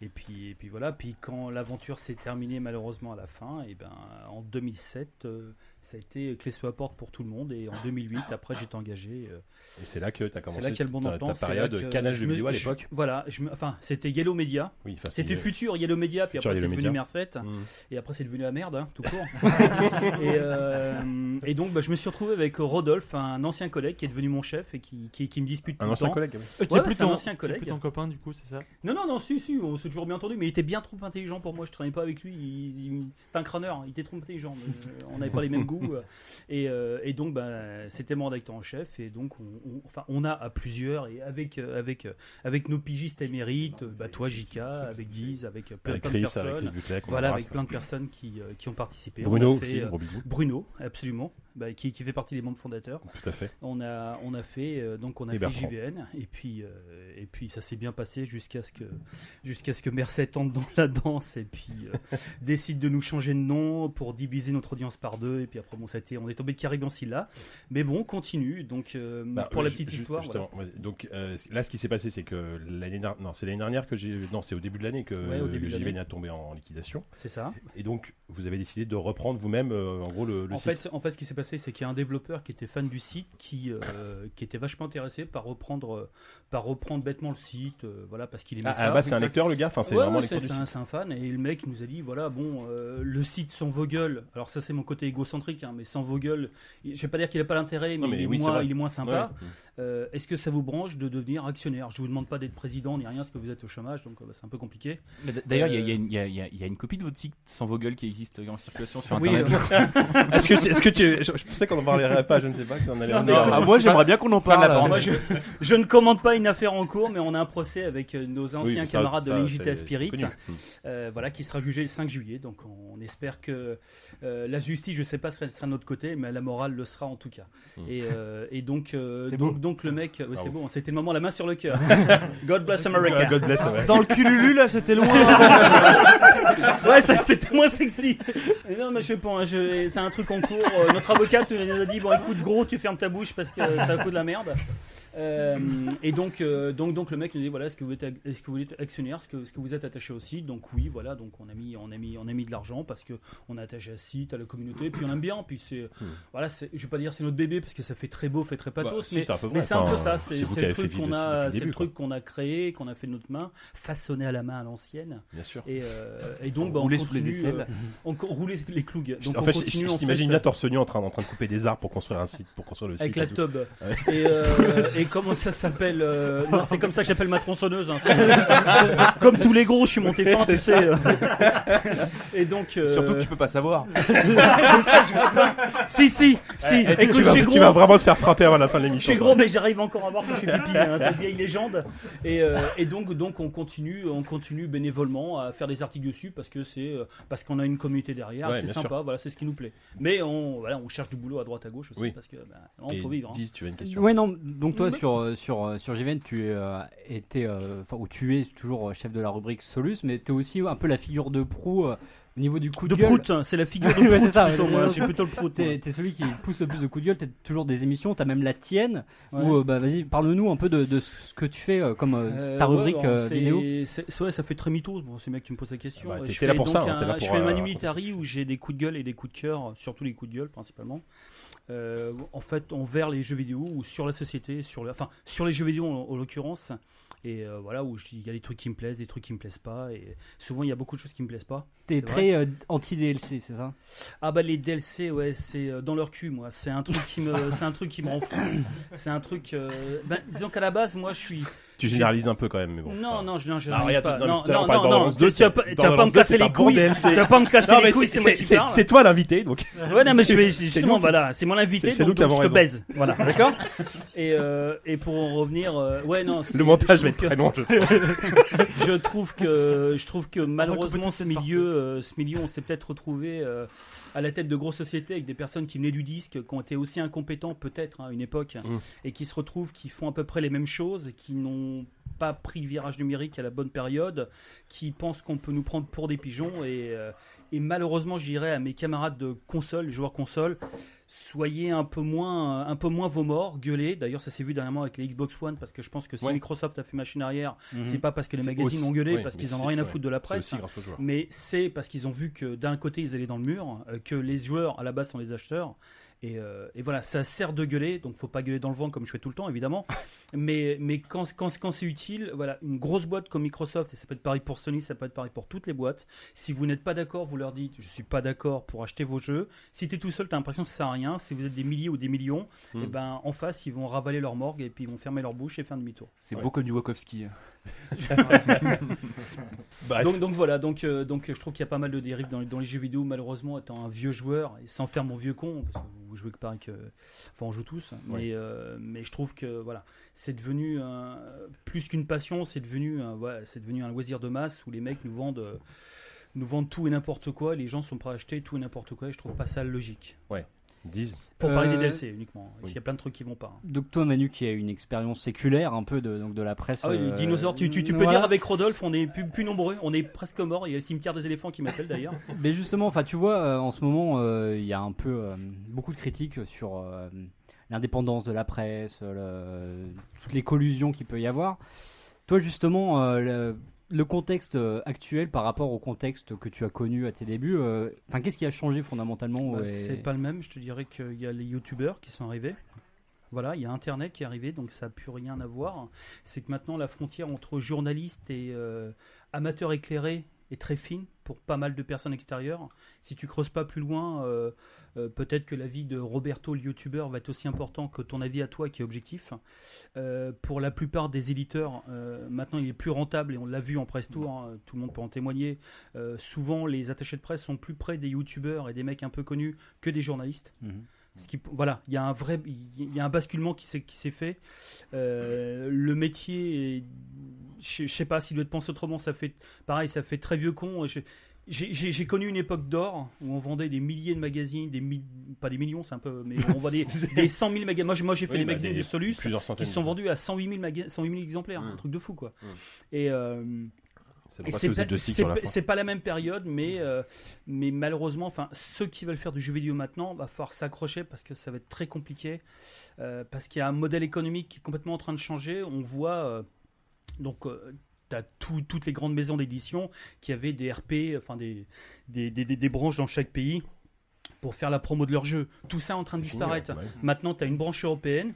Speaker 2: Et puis, et puis voilà. Puis quand l'aventure s'est terminée malheureusement à la fin, et ben en 2007, euh, ça a été clé sous la porte pour tout le monde. Et en 2008, après j'étais engagé. euh,
Speaker 1: Et c'est là que t'as commencé
Speaker 2: c'est là qu'il y a le bon
Speaker 1: ta, ta
Speaker 2: entente. c'est là
Speaker 1: période
Speaker 2: que euh,
Speaker 1: canage
Speaker 2: je
Speaker 1: de
Speaker 2: me-
Speaker 1: vidéo à
Speaker 2: je-
Speaker 1: l'époque.
Speaker 2: Voilà, je me- enfin, c'était Yellow Media.
Speaker 1: Oui, enfin,
Speaker 2: C'était
Speaker 1: c'est-
Speaker 2: futur Yellow Media, puis
Speaker 1: Futur
Speaker 2: après c'est
Speaker 1: Yellow
Speaker 2: devenu
Speaker 1: Media.
Speaker 2: Merced,
Speaker 1: Mm.
Speaker 2: et après c'est devenu la merde, hein, tout court. (laughs) et, euh, et donc bah, je me suis retrouvé avec Rodolphe, un ancien collègue qui est devenu mon chef et qui, qui, qui me dispute
Speaker 1: Un
Speaker 2: plus
Speaker 1: ancien
Speaker 2: temps.
Speaker 1: collègue.
Speaker 5: Euh, qui
Speaker 2: Ouais,
Speaker 5: est
Speaker 2: ouais,
Speaker 5: plus
Speaker 2: c'est un
Speaker 5: ton-
Speaker 2: ancien
Speaker 5: qui est plus
Speaker 2: collègue.
Speaker 5: ton copain, du coup, c'est ça
Speaker 2: Non, non, non, si, si, on s'est toujours bien entendu, mais il était bien trop intelligent pour moi, je traînais pas avec lui, il- il- c'était un crâneur, il était trop intelligent, mais, euh, on n'avait pas les mêmes goûts. euh, Et, euh, et donc, bah, c'était mon rédacteur en chef, et donc, on, on- enfin, on a à plusieurs, et avec, euh, avec, euh, avec nos pigistes émérites, euh, bah, toi, Jika, avec Diz, avec euh, plein,
Speaker 1: Avec
Speaker 2: plein
Speaker 1: Chris,
Speaker 2: de
Speaker 1: avec Chris
Speaker 2: personnes,
Speaker 1: Buclec, on
Speaker 2: voilà,
Speaker 1: l'embrasse.
Speaker 2: avec plein de personnes qui, euh, qui ont participé. On
Speaker 1: Bruno
Speaker 2: a fait,
Speaker 1: aussi,
Speaker 2: euh,
Speaker 1: gros bisous.
Speaker 2: Bruno, absolument, bah, qui, qui fait partie des membres fondateurs.
Speaker 1: Tout à fait.
Speaker 2: On a, on a fait, euh, donc on a
Speaker 1: Et
Speaker 2: fait
Speaker 1: Bertrand.
Speaker 2: JVN, et puis, euh, et puis ça s'est bien passé jusqu'à ce que, jusqu'à ce que Merced entre dans la danse et puis
Speaker 1: (laughs)
Speaker 2: euh, décide de nous changer de nom pour diviser notre audience par deux. Et puis après, bon, ça a été- on est tombé de Carigancy là. Mais bon, on continue. Donc, euh,
Speaker 1: Bah,
Speaker 2: pour la
Speaker 1: ju-
Speaker 2: petite
Speaker 1: ju-
Speaker 2: histoire,
Speaker 1: justement, vas-y. Donc euh, là, ce qui s'est passé, c'est que l'année dernière, non, c'est l'année dernière que j'ai, non, c'est au début de l'année que
Speaker 2: Ouais, au début de
Speaker 1: JVN
Speaker 2: l'année.
Speaker 1: a tombé en liquidation.
Speaker 2: voilà, c'est ça.
Speaker 1: Et donc, vous avez décidé de reprendre vous-même, euh, en gros, le, le
Speaker 2: en,
Speaker 1: site.
Speaker 2: fait, en fait, ce qui s'est passé, c'est qu'il y a un développeur qui était fan du site, qui, euh, qui était vachement intéressé par reprendre, euh, par reprendre bêtement le site, euh, voilà, parce qu'il aimait
Speaker 1: Ah, à
Speaker 2: ça.
Speaker 1: la base, c'est un
Speaker 2: Exact.
Speaker 1: lecteur, le gars. Enfin, c'est
Speaker 2: Ouais,
Speaker 1: vraiment
Speaker 2: ouais,
Speaker 1: un lecteur du
Speaker 2: c'est- c'est
Speaker 1: site.
Speaker 2: un, c'est un fan et le mec nous a dit voilà bon euh, le site sans vos gueules alors ça c'est mon côté égocentrique hein, mais sans vos gueules il- je vais pas dire qu'il a pas l'intérêt mais,
Speaker 1: Non, mais
Speaker 2: il, est
Speaker 1: oui, c'est
Speaker 2: moins,
Speaker 1: vrai.
Speaker 2: il est moins sympa
Speaker 1: Ouais.
Speaker 2: Euh, est-ce que ça vous branche de devenir actionnaire je vous demande pas d'être président ni rien parce que vous êtes au chômage donc euh, c'est un peu compliqué
Speaker 9: Mais d- D'ailleurs, il y a- il y, a
Speaker 2: Euh,
Speaker 9: une- il y a- il y a- il y a une copie de votre site sans vos gueules qui existe en circulation sur
Speaker 2: Oui,
Speaker 9: internet.
Speaker 1: (laughs) Est-ce que, tu- est-ce que tu, je, je pensais qu'on en parlerait pas, je ne sais pas, que ça en allait en
Speaker 6: Non,
Speaker 1: dire.
Speaker 6: ah, moi j'aimerais bien qu'on en
Speaker 9: Fin de
Speaker 6: parle.
Speaker 9: la
Speaker 6: là.
Speaker 9: bande.
Speaker 2: moi, je, je ne commande pas une affaire en cours mais on a un procès avec euh, nos
Speaker 1: Oui,
Speaker 2: anciens
Speaker 1: mais ça-
Speaker 2: camarades
Speaker 1: ça,
Speaker 2: de
Speaker 1: c'est-
Speaker 2: l'Ingita
Speaker 1: c'est
Speaker 2: Spirit
Speaker 1: connu.
Speaker 2: Euh, voilà, qui sera jugé le 5 juillet. Donc on espère que euh, la justice, je sais pas, sera, sera de notre côté, mais la morale le sera en tout cas.
Speaker 1: Hmm.
Speaker 2: Et, euh, et donc, euh,
Speaker 4: C'est
Speaker 2: donc, donc le mec, ouais, c'est
Speaker 1: Bravo.
Speaker 2: bon, c'était le moment, la main sur
Speaker 1: (laughs)
Speaker 2: le cœur. God bless
Speaker 1: Ah,
Speaker 2: America.
Speaker 1: God bless, Ah, ouais.
Speaker 5: Dans le cululu, là, c'était loin
Speaker 2: (laughs) Ouais, ça c'était moins sexy. Mais non, mais je sais pas, hein, je- c'est un truc en cours. Euh, notre avocate euh, nous a dit bon, écoute, gros, tu fermes ta bouche parce que ça coûte de la merde. Euh, et donc, euh, donc, donc, le mec nous dit voilà, est-ce que vous êtes, est-ce que vous êtes actionnaire, est-ce que, est-ce que vous êtes attaché au site Donc oui, voilà, donc on a mis, on a mis, on a mis de l'argent parce que on est attaché à ce site, à la communauté, et puis on aime bien. Puis c'est, voilà, c'est, je vais pas dire c'est notre bébé parce que ça fait très beau, fait très pathos,
Speaker 1: Hmm. Bah, si,
Speaker 2: mais
Speaker 1: c'est un peu vrai,
Speaker 2: mais c'est un
Speaker 1: enfin,
Speaker 2: peu ça, c'est
Speaker 1: vous
Speaker 2: c'est
Speaker 1: qui
Speaker 2: le
Speaker 1: avez fait
Speaker 2: truc
Speaker 1: vivre
Speaker 2: qu'on
Speaker 1: le site depuis
Speaker 2: a,
Speaker 1: le
Speaker 2: c'est
Speaker 1: début,
Speaker 2: le truc qu'on a créé, qu'on a fait de notre main, façonné à la main à l'ancienne.
Speaker 1: quoi. Bien sûr.
Speaker 2: Et, euh, et donc, bah, on
Speaker 6: Rouler sous
Speaker 2: continue,
Speaker 6: les aisselles.
Speaker 2: euh, on co- rouler les clougues. Donc,
Speaker 1: en
Speaker 2: on
Speaker 1: fait, je-
Speaker 2: continue
Speaker 1: je,
Speaker 2: en
Speaker 1: je
Speaker 2: fait,
Speaker 1: t'imagine là torse nu en train, en train de couper des arbres pour construire un site, pour construire le
Speaker 2: avec
Speaker 1: site. Ah,
Speaker 2: la
Speaker 1: et tout.
Speaker 2: tub. Et, euh, et comment ça s'appelle euh, non, C'est comme ça que j'appelle ma tronçonneuse. hein.
Speaker 1: (laughs)
Speaker 2: comme tous les gros, je
Speaker 8: (laughs)
Speaker 2: suis monté fin, tu sais. euh. et donc. euh,
Speaker 6: Surtout
Speaker 2: (laughs)
Speaker 6: que tu peux pas savoir.
Speaker 2: c'est ça, je veux pas. Si, si, si.
Speaker 1: Eh, tu,
Speaker 2: Écoute, je
Speaker 1: vas,
Speaker 2: suis
Speaker 1: tu vas
Speaker 2: gros.
Speaker 1: vraiment te faire frapper avant la fin de l'émission.
Speaker 2: Je suis gros, mais j'arrive encore à voir que je suis pipi, hein, cette vieille légende. Et, euh, et donc, donc on continue, on continue bénévolement à faire des articles dessus parce que c'est euh, parce qu'on a une communauté derrière,
Speaker 1: Ouais,
Speaker 2: c'est
Speaker 1: bien
Speaker 2: sympa, voilà, c'est ce qui nous plaît. Mais on, voilà, on cherche du boulot à droite à gauche aussi
Speaker 1: Oui.
Speaker 2: parce que bah,
Speaker 1: Et
Speaker 2: on faut vivre. hein. Bah, Mm-hmm.
Speaker 1: Diz, tu as une question.
Speaker 4: Ouais, non, donc toi, sur, euh, sur, euh, sur GVN, tu euh, étais, euh, enfin, ou tu es toujours euh, chef de la rubrique Solus, mais tu es aussi un peu la figure de proue euh, au niveau du coup de,
Speaker 2: De
Speaker 4: gueule.
Speaker 2: prout, hein, c'est la figure
Speaker 4: (laughs)
Speaker 2: de
Speaker 4: Ouais,
Speaker 2: prout
Speaker 4: c'est ça,
Speaker 2: plutôt,
Speaker 4: ouais.
Speaker 2: moi, j'ai plutôt le prout.
Speaker 4: T'es
Speaker 2: moi.
Speaker 4: t'es celui qui pousse le plus de coups de gueule, t'as toujours des émissions, t'as même la tienne,
Speaker 2: Ouais.
Speaker 4: où, euh, bah, vas-y, parle-nous un peu de, de ce que tu fais euh, comme euh,
Speaker 2: Euh,
Speaker 4: ta
Speaker 2: ouais,
Speaker 4: rubrique
Speaker 2: alors,
Speaker 4: euh,
Speaker 2: c'est-
Speaker 4: vidéo.
Speaker 2: c'est- c'est- ouais, ça fait très mytho. Bon, c'est bien que tu me poses la question.
Speaker 1: Ah bah,
Speaker 2: Euh,
Speaker 1: t'es-
Speaker 2: je
Speaker 1: t'es
Speaker 2: fais
Speaker 1: là pour
Speaker 2: donc
Speaker 1: ça, hein, t'es là
Speaker 2: un, je
Speaker 1: pour,
Speaker 2: fais un
Speaker 1: euh,
Speaker 2: Manu
Speaker 1: raconter
Speaker 2: Militari où j'ai des coups de gueule et des coups de cœur, surtout les coups de gueule principalement. Euh, en fait, envers les jeux vidéo ou sur la société, sur le, enfin sur les jeux vidéo en, en l'occurrence. Et euh, voilà où je dis, il y a des trucs qui me plaisent, des trucs qui me plaisent pas. Et souvent, il y a beaucoup de choses qui me plaisent pas.
Speaker 4: T'es
Speaker 2: c'est
Speaker 4: très euh, anti-DLC, c'est ça
Speaker 2: Ah bah les DLC, ouais, c'est euh, dans leur cul, moi. C'est un truc qui me, c'est un truc qui me
Speaker 4: (coughs)
Speaker 2: rend fou. C'est un truc. euh, ben, disons qu'à la base, moi, je suis.
Speaker 1: Tu généralises un peu quand même, mais bon.
Speaker 2: Non,
Speaker 1: Enfin,
Speaker 2: non, je non,
Speaker 1: (laughs)
Speaker 2: je
Speaker 1: Ah,
Speaker 2: n'analyse
Speaker 1: regarde, non,
Speaker 2: pas.
Speaker 1: mais
Speaker 2: Non,
Speaker 1: tout à l'heure, on
Speaker 2: non,
Speaker 1: parle
Speaker 2: non,
Speaker 1: d'Ordonnance
Speaker 2: non,
Speaker 1: 2,
Speaker 2: tu vas pas
Speaker 1: c'est-
Speaker 2: tu vas pas me
Speaker 1: d'Ordonnance 2,
Speaker 2: casser
Speaker 1: c'est un
Speaker 2: les
Speaker 1: bon
Speaker 2: couilles.
Speaker 1: DLC.
Speaker 2: Tu vas pas me casser
Speaker 1: Non,
Speaker 2: les
Speaker 1: mais
Speaker 2: couilles,
Speaker 1: c'est-
Speaker 2: c'est moi
Speaker 1: c'est
Speaker 2: qui
Speaker 1: c'est-
Speaker 2: parle.
Speaker 1: c'est toi l'invité, donc.
Speaker 2: Ouais, non, mais je vais
Speaker 1: c'est nous
Speaker 2: justement,
Speaker 1: qui-
Speaker 2: voilà, c'est mon invité,
Speaker 1: c'est- c'est nous
Speaker 2: donc,
Speaker 1: qui
Speaker 2: donc
Speaker 1: avons
Speaker 2: je
Speaker 1: raison.
Speaker 2: te baise.
Speaker 1: (laughs)
Speaker 2: Voilà, d'accord et, euh, et pour en revenir, euh, ouais, non. c'est-
Speaker 1: Le montage
Speaker 2: je
Speaker 1: va
Speaker 2: trouve
Speaker 1: être
Speaker 2: que-
Speaker 1: très long, je
Speaker 2: (laughs) je trouve que je trouve que malheureusement ce milieu euh, ce milieu on s'est peut-être retrouvé euh, à la tête de grosses sociétés avec des personnes qui venaient du disque qui ont été aussi incompétents peut-être hein, à une époque
Speaker 1: Mm.
Speaker 2: et qui se retrouvent qui font à peu près les mêmes choses et qui n'ont pas pris le virage numérique à la bonne période qui pensent qu'on peut nous prendre pour des pigeons et euh, et malheureusement, je dirais à mes camarades de console, les joueurs console, soyez un peu moins, un peu moins vos morts, gueulez. D'ailleurs, ça s'est vu dernièrement avec les Xbox One, parce que je pense que si
Speaker 1: Ouais.
Speaker 2: Microsoft a fait machine arrière, c'est pas parce que les magazines
Speaker 1: Mhm. aussi-
Speaker 2: ont gueulé,
Speaker 1: oui,
Speaker 2: parce
Speaker 1: mais
Speaker 2: qu'ils en ont
Speaker 1: c'est-
Speaker 2: rien à
Speaker 1: ouais,
Speaker 2: foutre de la
Speaker 1: C'est
Speaker 2: presse.
Speaker 1: aussi grâce aux joueurs.
Speaker 2: Mais c'est parce qu'ils ont vu que d'un côté ils allaient dans le mur, euh, que les joueurs à la base sont les acheteurs. Et, euh, et voilà, ça sert de gueuler, donc faut pas gueuler dans le vent comme je fais tout le
Speaker 1: (laughs)
Speaker 2: temps évidemment. Mais, mais quand, quand, quand c'est utile, voilà, une grosse boîte comme Microsoft, et ça peut être pareil pour Sony, ça peut être pareil pour toutes les boîtes, si vous n'êtes pas d'accord, vous leur dites je suis pas d'accord pour acheter vos jeux. Si tu es tout seul, tu as l'impression que ça sert à rien, si vous êtes des milliers ou des millions,
Speaker 1: Hmm.
Speaker 2: et ben en face, ils vont ravaler leur morgue et puis ils vont fermer leur bouche et faire demi-tour.
Speaker 6: C'est beau comme
Speaker 2: (laughs)
Speaker 6: du Wachowski. hein.
Speaker 1: (laughs) Bref.
Speaker 2: Donc, donc voilà, donc, euh, donc je trouve qu'il y a pas mal de dérives dans, les- dans les jeux vidéo, malheureusement, étant un vieux joueur, et sans faire mon vieux con, parce que vous jouez que pas avec. euh, enfin, on joue tous, mais, euh, mais je trouve que voilà, c'est devenu un- plus qu'une passion, c'est devenu, un- voilà, c'est devenu un loisir de masse où les mecs nous vendent. euh, nous vendent tout et n'importe quoi, les gens sont prêts à acheter tout et n'importe quoi, et je trouve pas ça logique.
Speaker 1: Disent.
Speaker 2: Pour parler des
Speaker 4: Euh,
Speaker 2: DLC uniquement, hein, parce
Speaker 1: oui.
Speaker 2: qu'il y a plein de trucs qui vont pas. hein.
Speaker 4: Donc toi Manu qui a une expérience séculaire un peu de, donc de la presse.
Speaker 2: Ah oui, les
Speaker 4: euh,
Speaker 2: dinosaures, tu, tu- tu peux
Speaker 4: voilà.
Speaker 2: dire avec Rodolphe, on est plus, plus nombreux, on est presque morts, il y a le cimetière des éléphants qui m'appelle d'ailleurs.
Speaker 4: Mais justement, enfin tu vois, euh, en ce moment, euh, il y a un peu euh, beaucoup de critiques sur euh, l'indépendance de la presse, euh, le- toutes les collusions qu'il peut y avoir. Toi justement, euh, le, le contexte euh, actuel par rapport au contexte que tu as connu à tes débuts, euh, enfin qu'est-ce qui a changé fondamentalement (laughs)
Speaker 2: Bah,
Speaker 4: ouais.
Speaker 2: C'est pas le même, je te dirais qu'il y a les youtubeurs qui sont arrivés. Voilà, il y a Internet qui est arrivé, donc ça n'a plus rien à voir. C'est que maintenant la frontière entre journaliste et euh, amateur éclairé est très fine pour pas mal de personnes extérieures. Si tu creuses pas plus loin, euh, euh, peut-être que l'avis de Roberto, le youtubeur, va être aussi important que ton avis à toi qui est objectif. Euh, pour la plupart des éditeurs, euh, maintenant il est plus rentable et on l'a vu en presse tour, hein, tout le monde peut en témoigner. Euh, souvent, les attachés de presse sont plus près des youtubeurs et des mecs un peu connus que des journalistes.
Speaker 4: Mhm.
Speaker 2: Mmh. Ce qui, voilà, il y a un vrai, il y a un basculement qui s'est qui s'est fait. Euh, le métier, est- je je sais pas s'il doit être pensé autrement. Ça fait pareil, ça fait très vieux con. Je- j'ai- J'ai j'ai connu une époque d'or où on vendait des milliers de magazines, des mille- pas des millions, c'est un peu, mais
Speaker 1: (laughs)
Speaker 2: on vendait des 100 000 magazines. Moi, j'ai- moi, j'ai fait
Speaker 1: Oui,
Speaker 2: les
Speaker 1: bah,
Speaker 2: magazines
Speaker 1: des-
Speaker 2: du Solus
Speaker 1: Plusieurs centaines.
Speaker 2: qui se sont vendus à 108 000, maga- 108 000 exemplaires,
Speaker 1: Mm.
Speaker 2: un truc de fou quoi.
Speaker 1: Mm.
Speaker 2: Et euh,
Speaker 1: C'est
Speaker 2: et
Speaker 1: pour ça
Speaker 2: C'est
Speaker 1: que vous
Speaker 2: pas,
Speaker 1: êtes joystick
Speaker 2: c'est
Speaker 1: sur la
Speaker 2: pas-
Speaker 1: fin.
Speaker 2: c'est pas la même période, mais, euh, mais malheureusement, enfin, ceux qui veulent faire du jeu vidéo maintenant, va falloir s'accrocher parce que ça va être très compliqué, euh, parce qu'il y a un modèle économique qui est complètement en train de changer. On voit euh, donc. euh, T'as tout- toutes les grandes maisons d'édition qui avaient des RP, enfin des, des, des- des- des branches dans chaque pays pour faire la promo de leur jeu. Tout ça est en train de
Speaker 1: C'est fini, ouais.
Speaker 2: disparaître.
Speaker 1: Ouais.
Speaker 2: Maintenant, tu as une branche européenne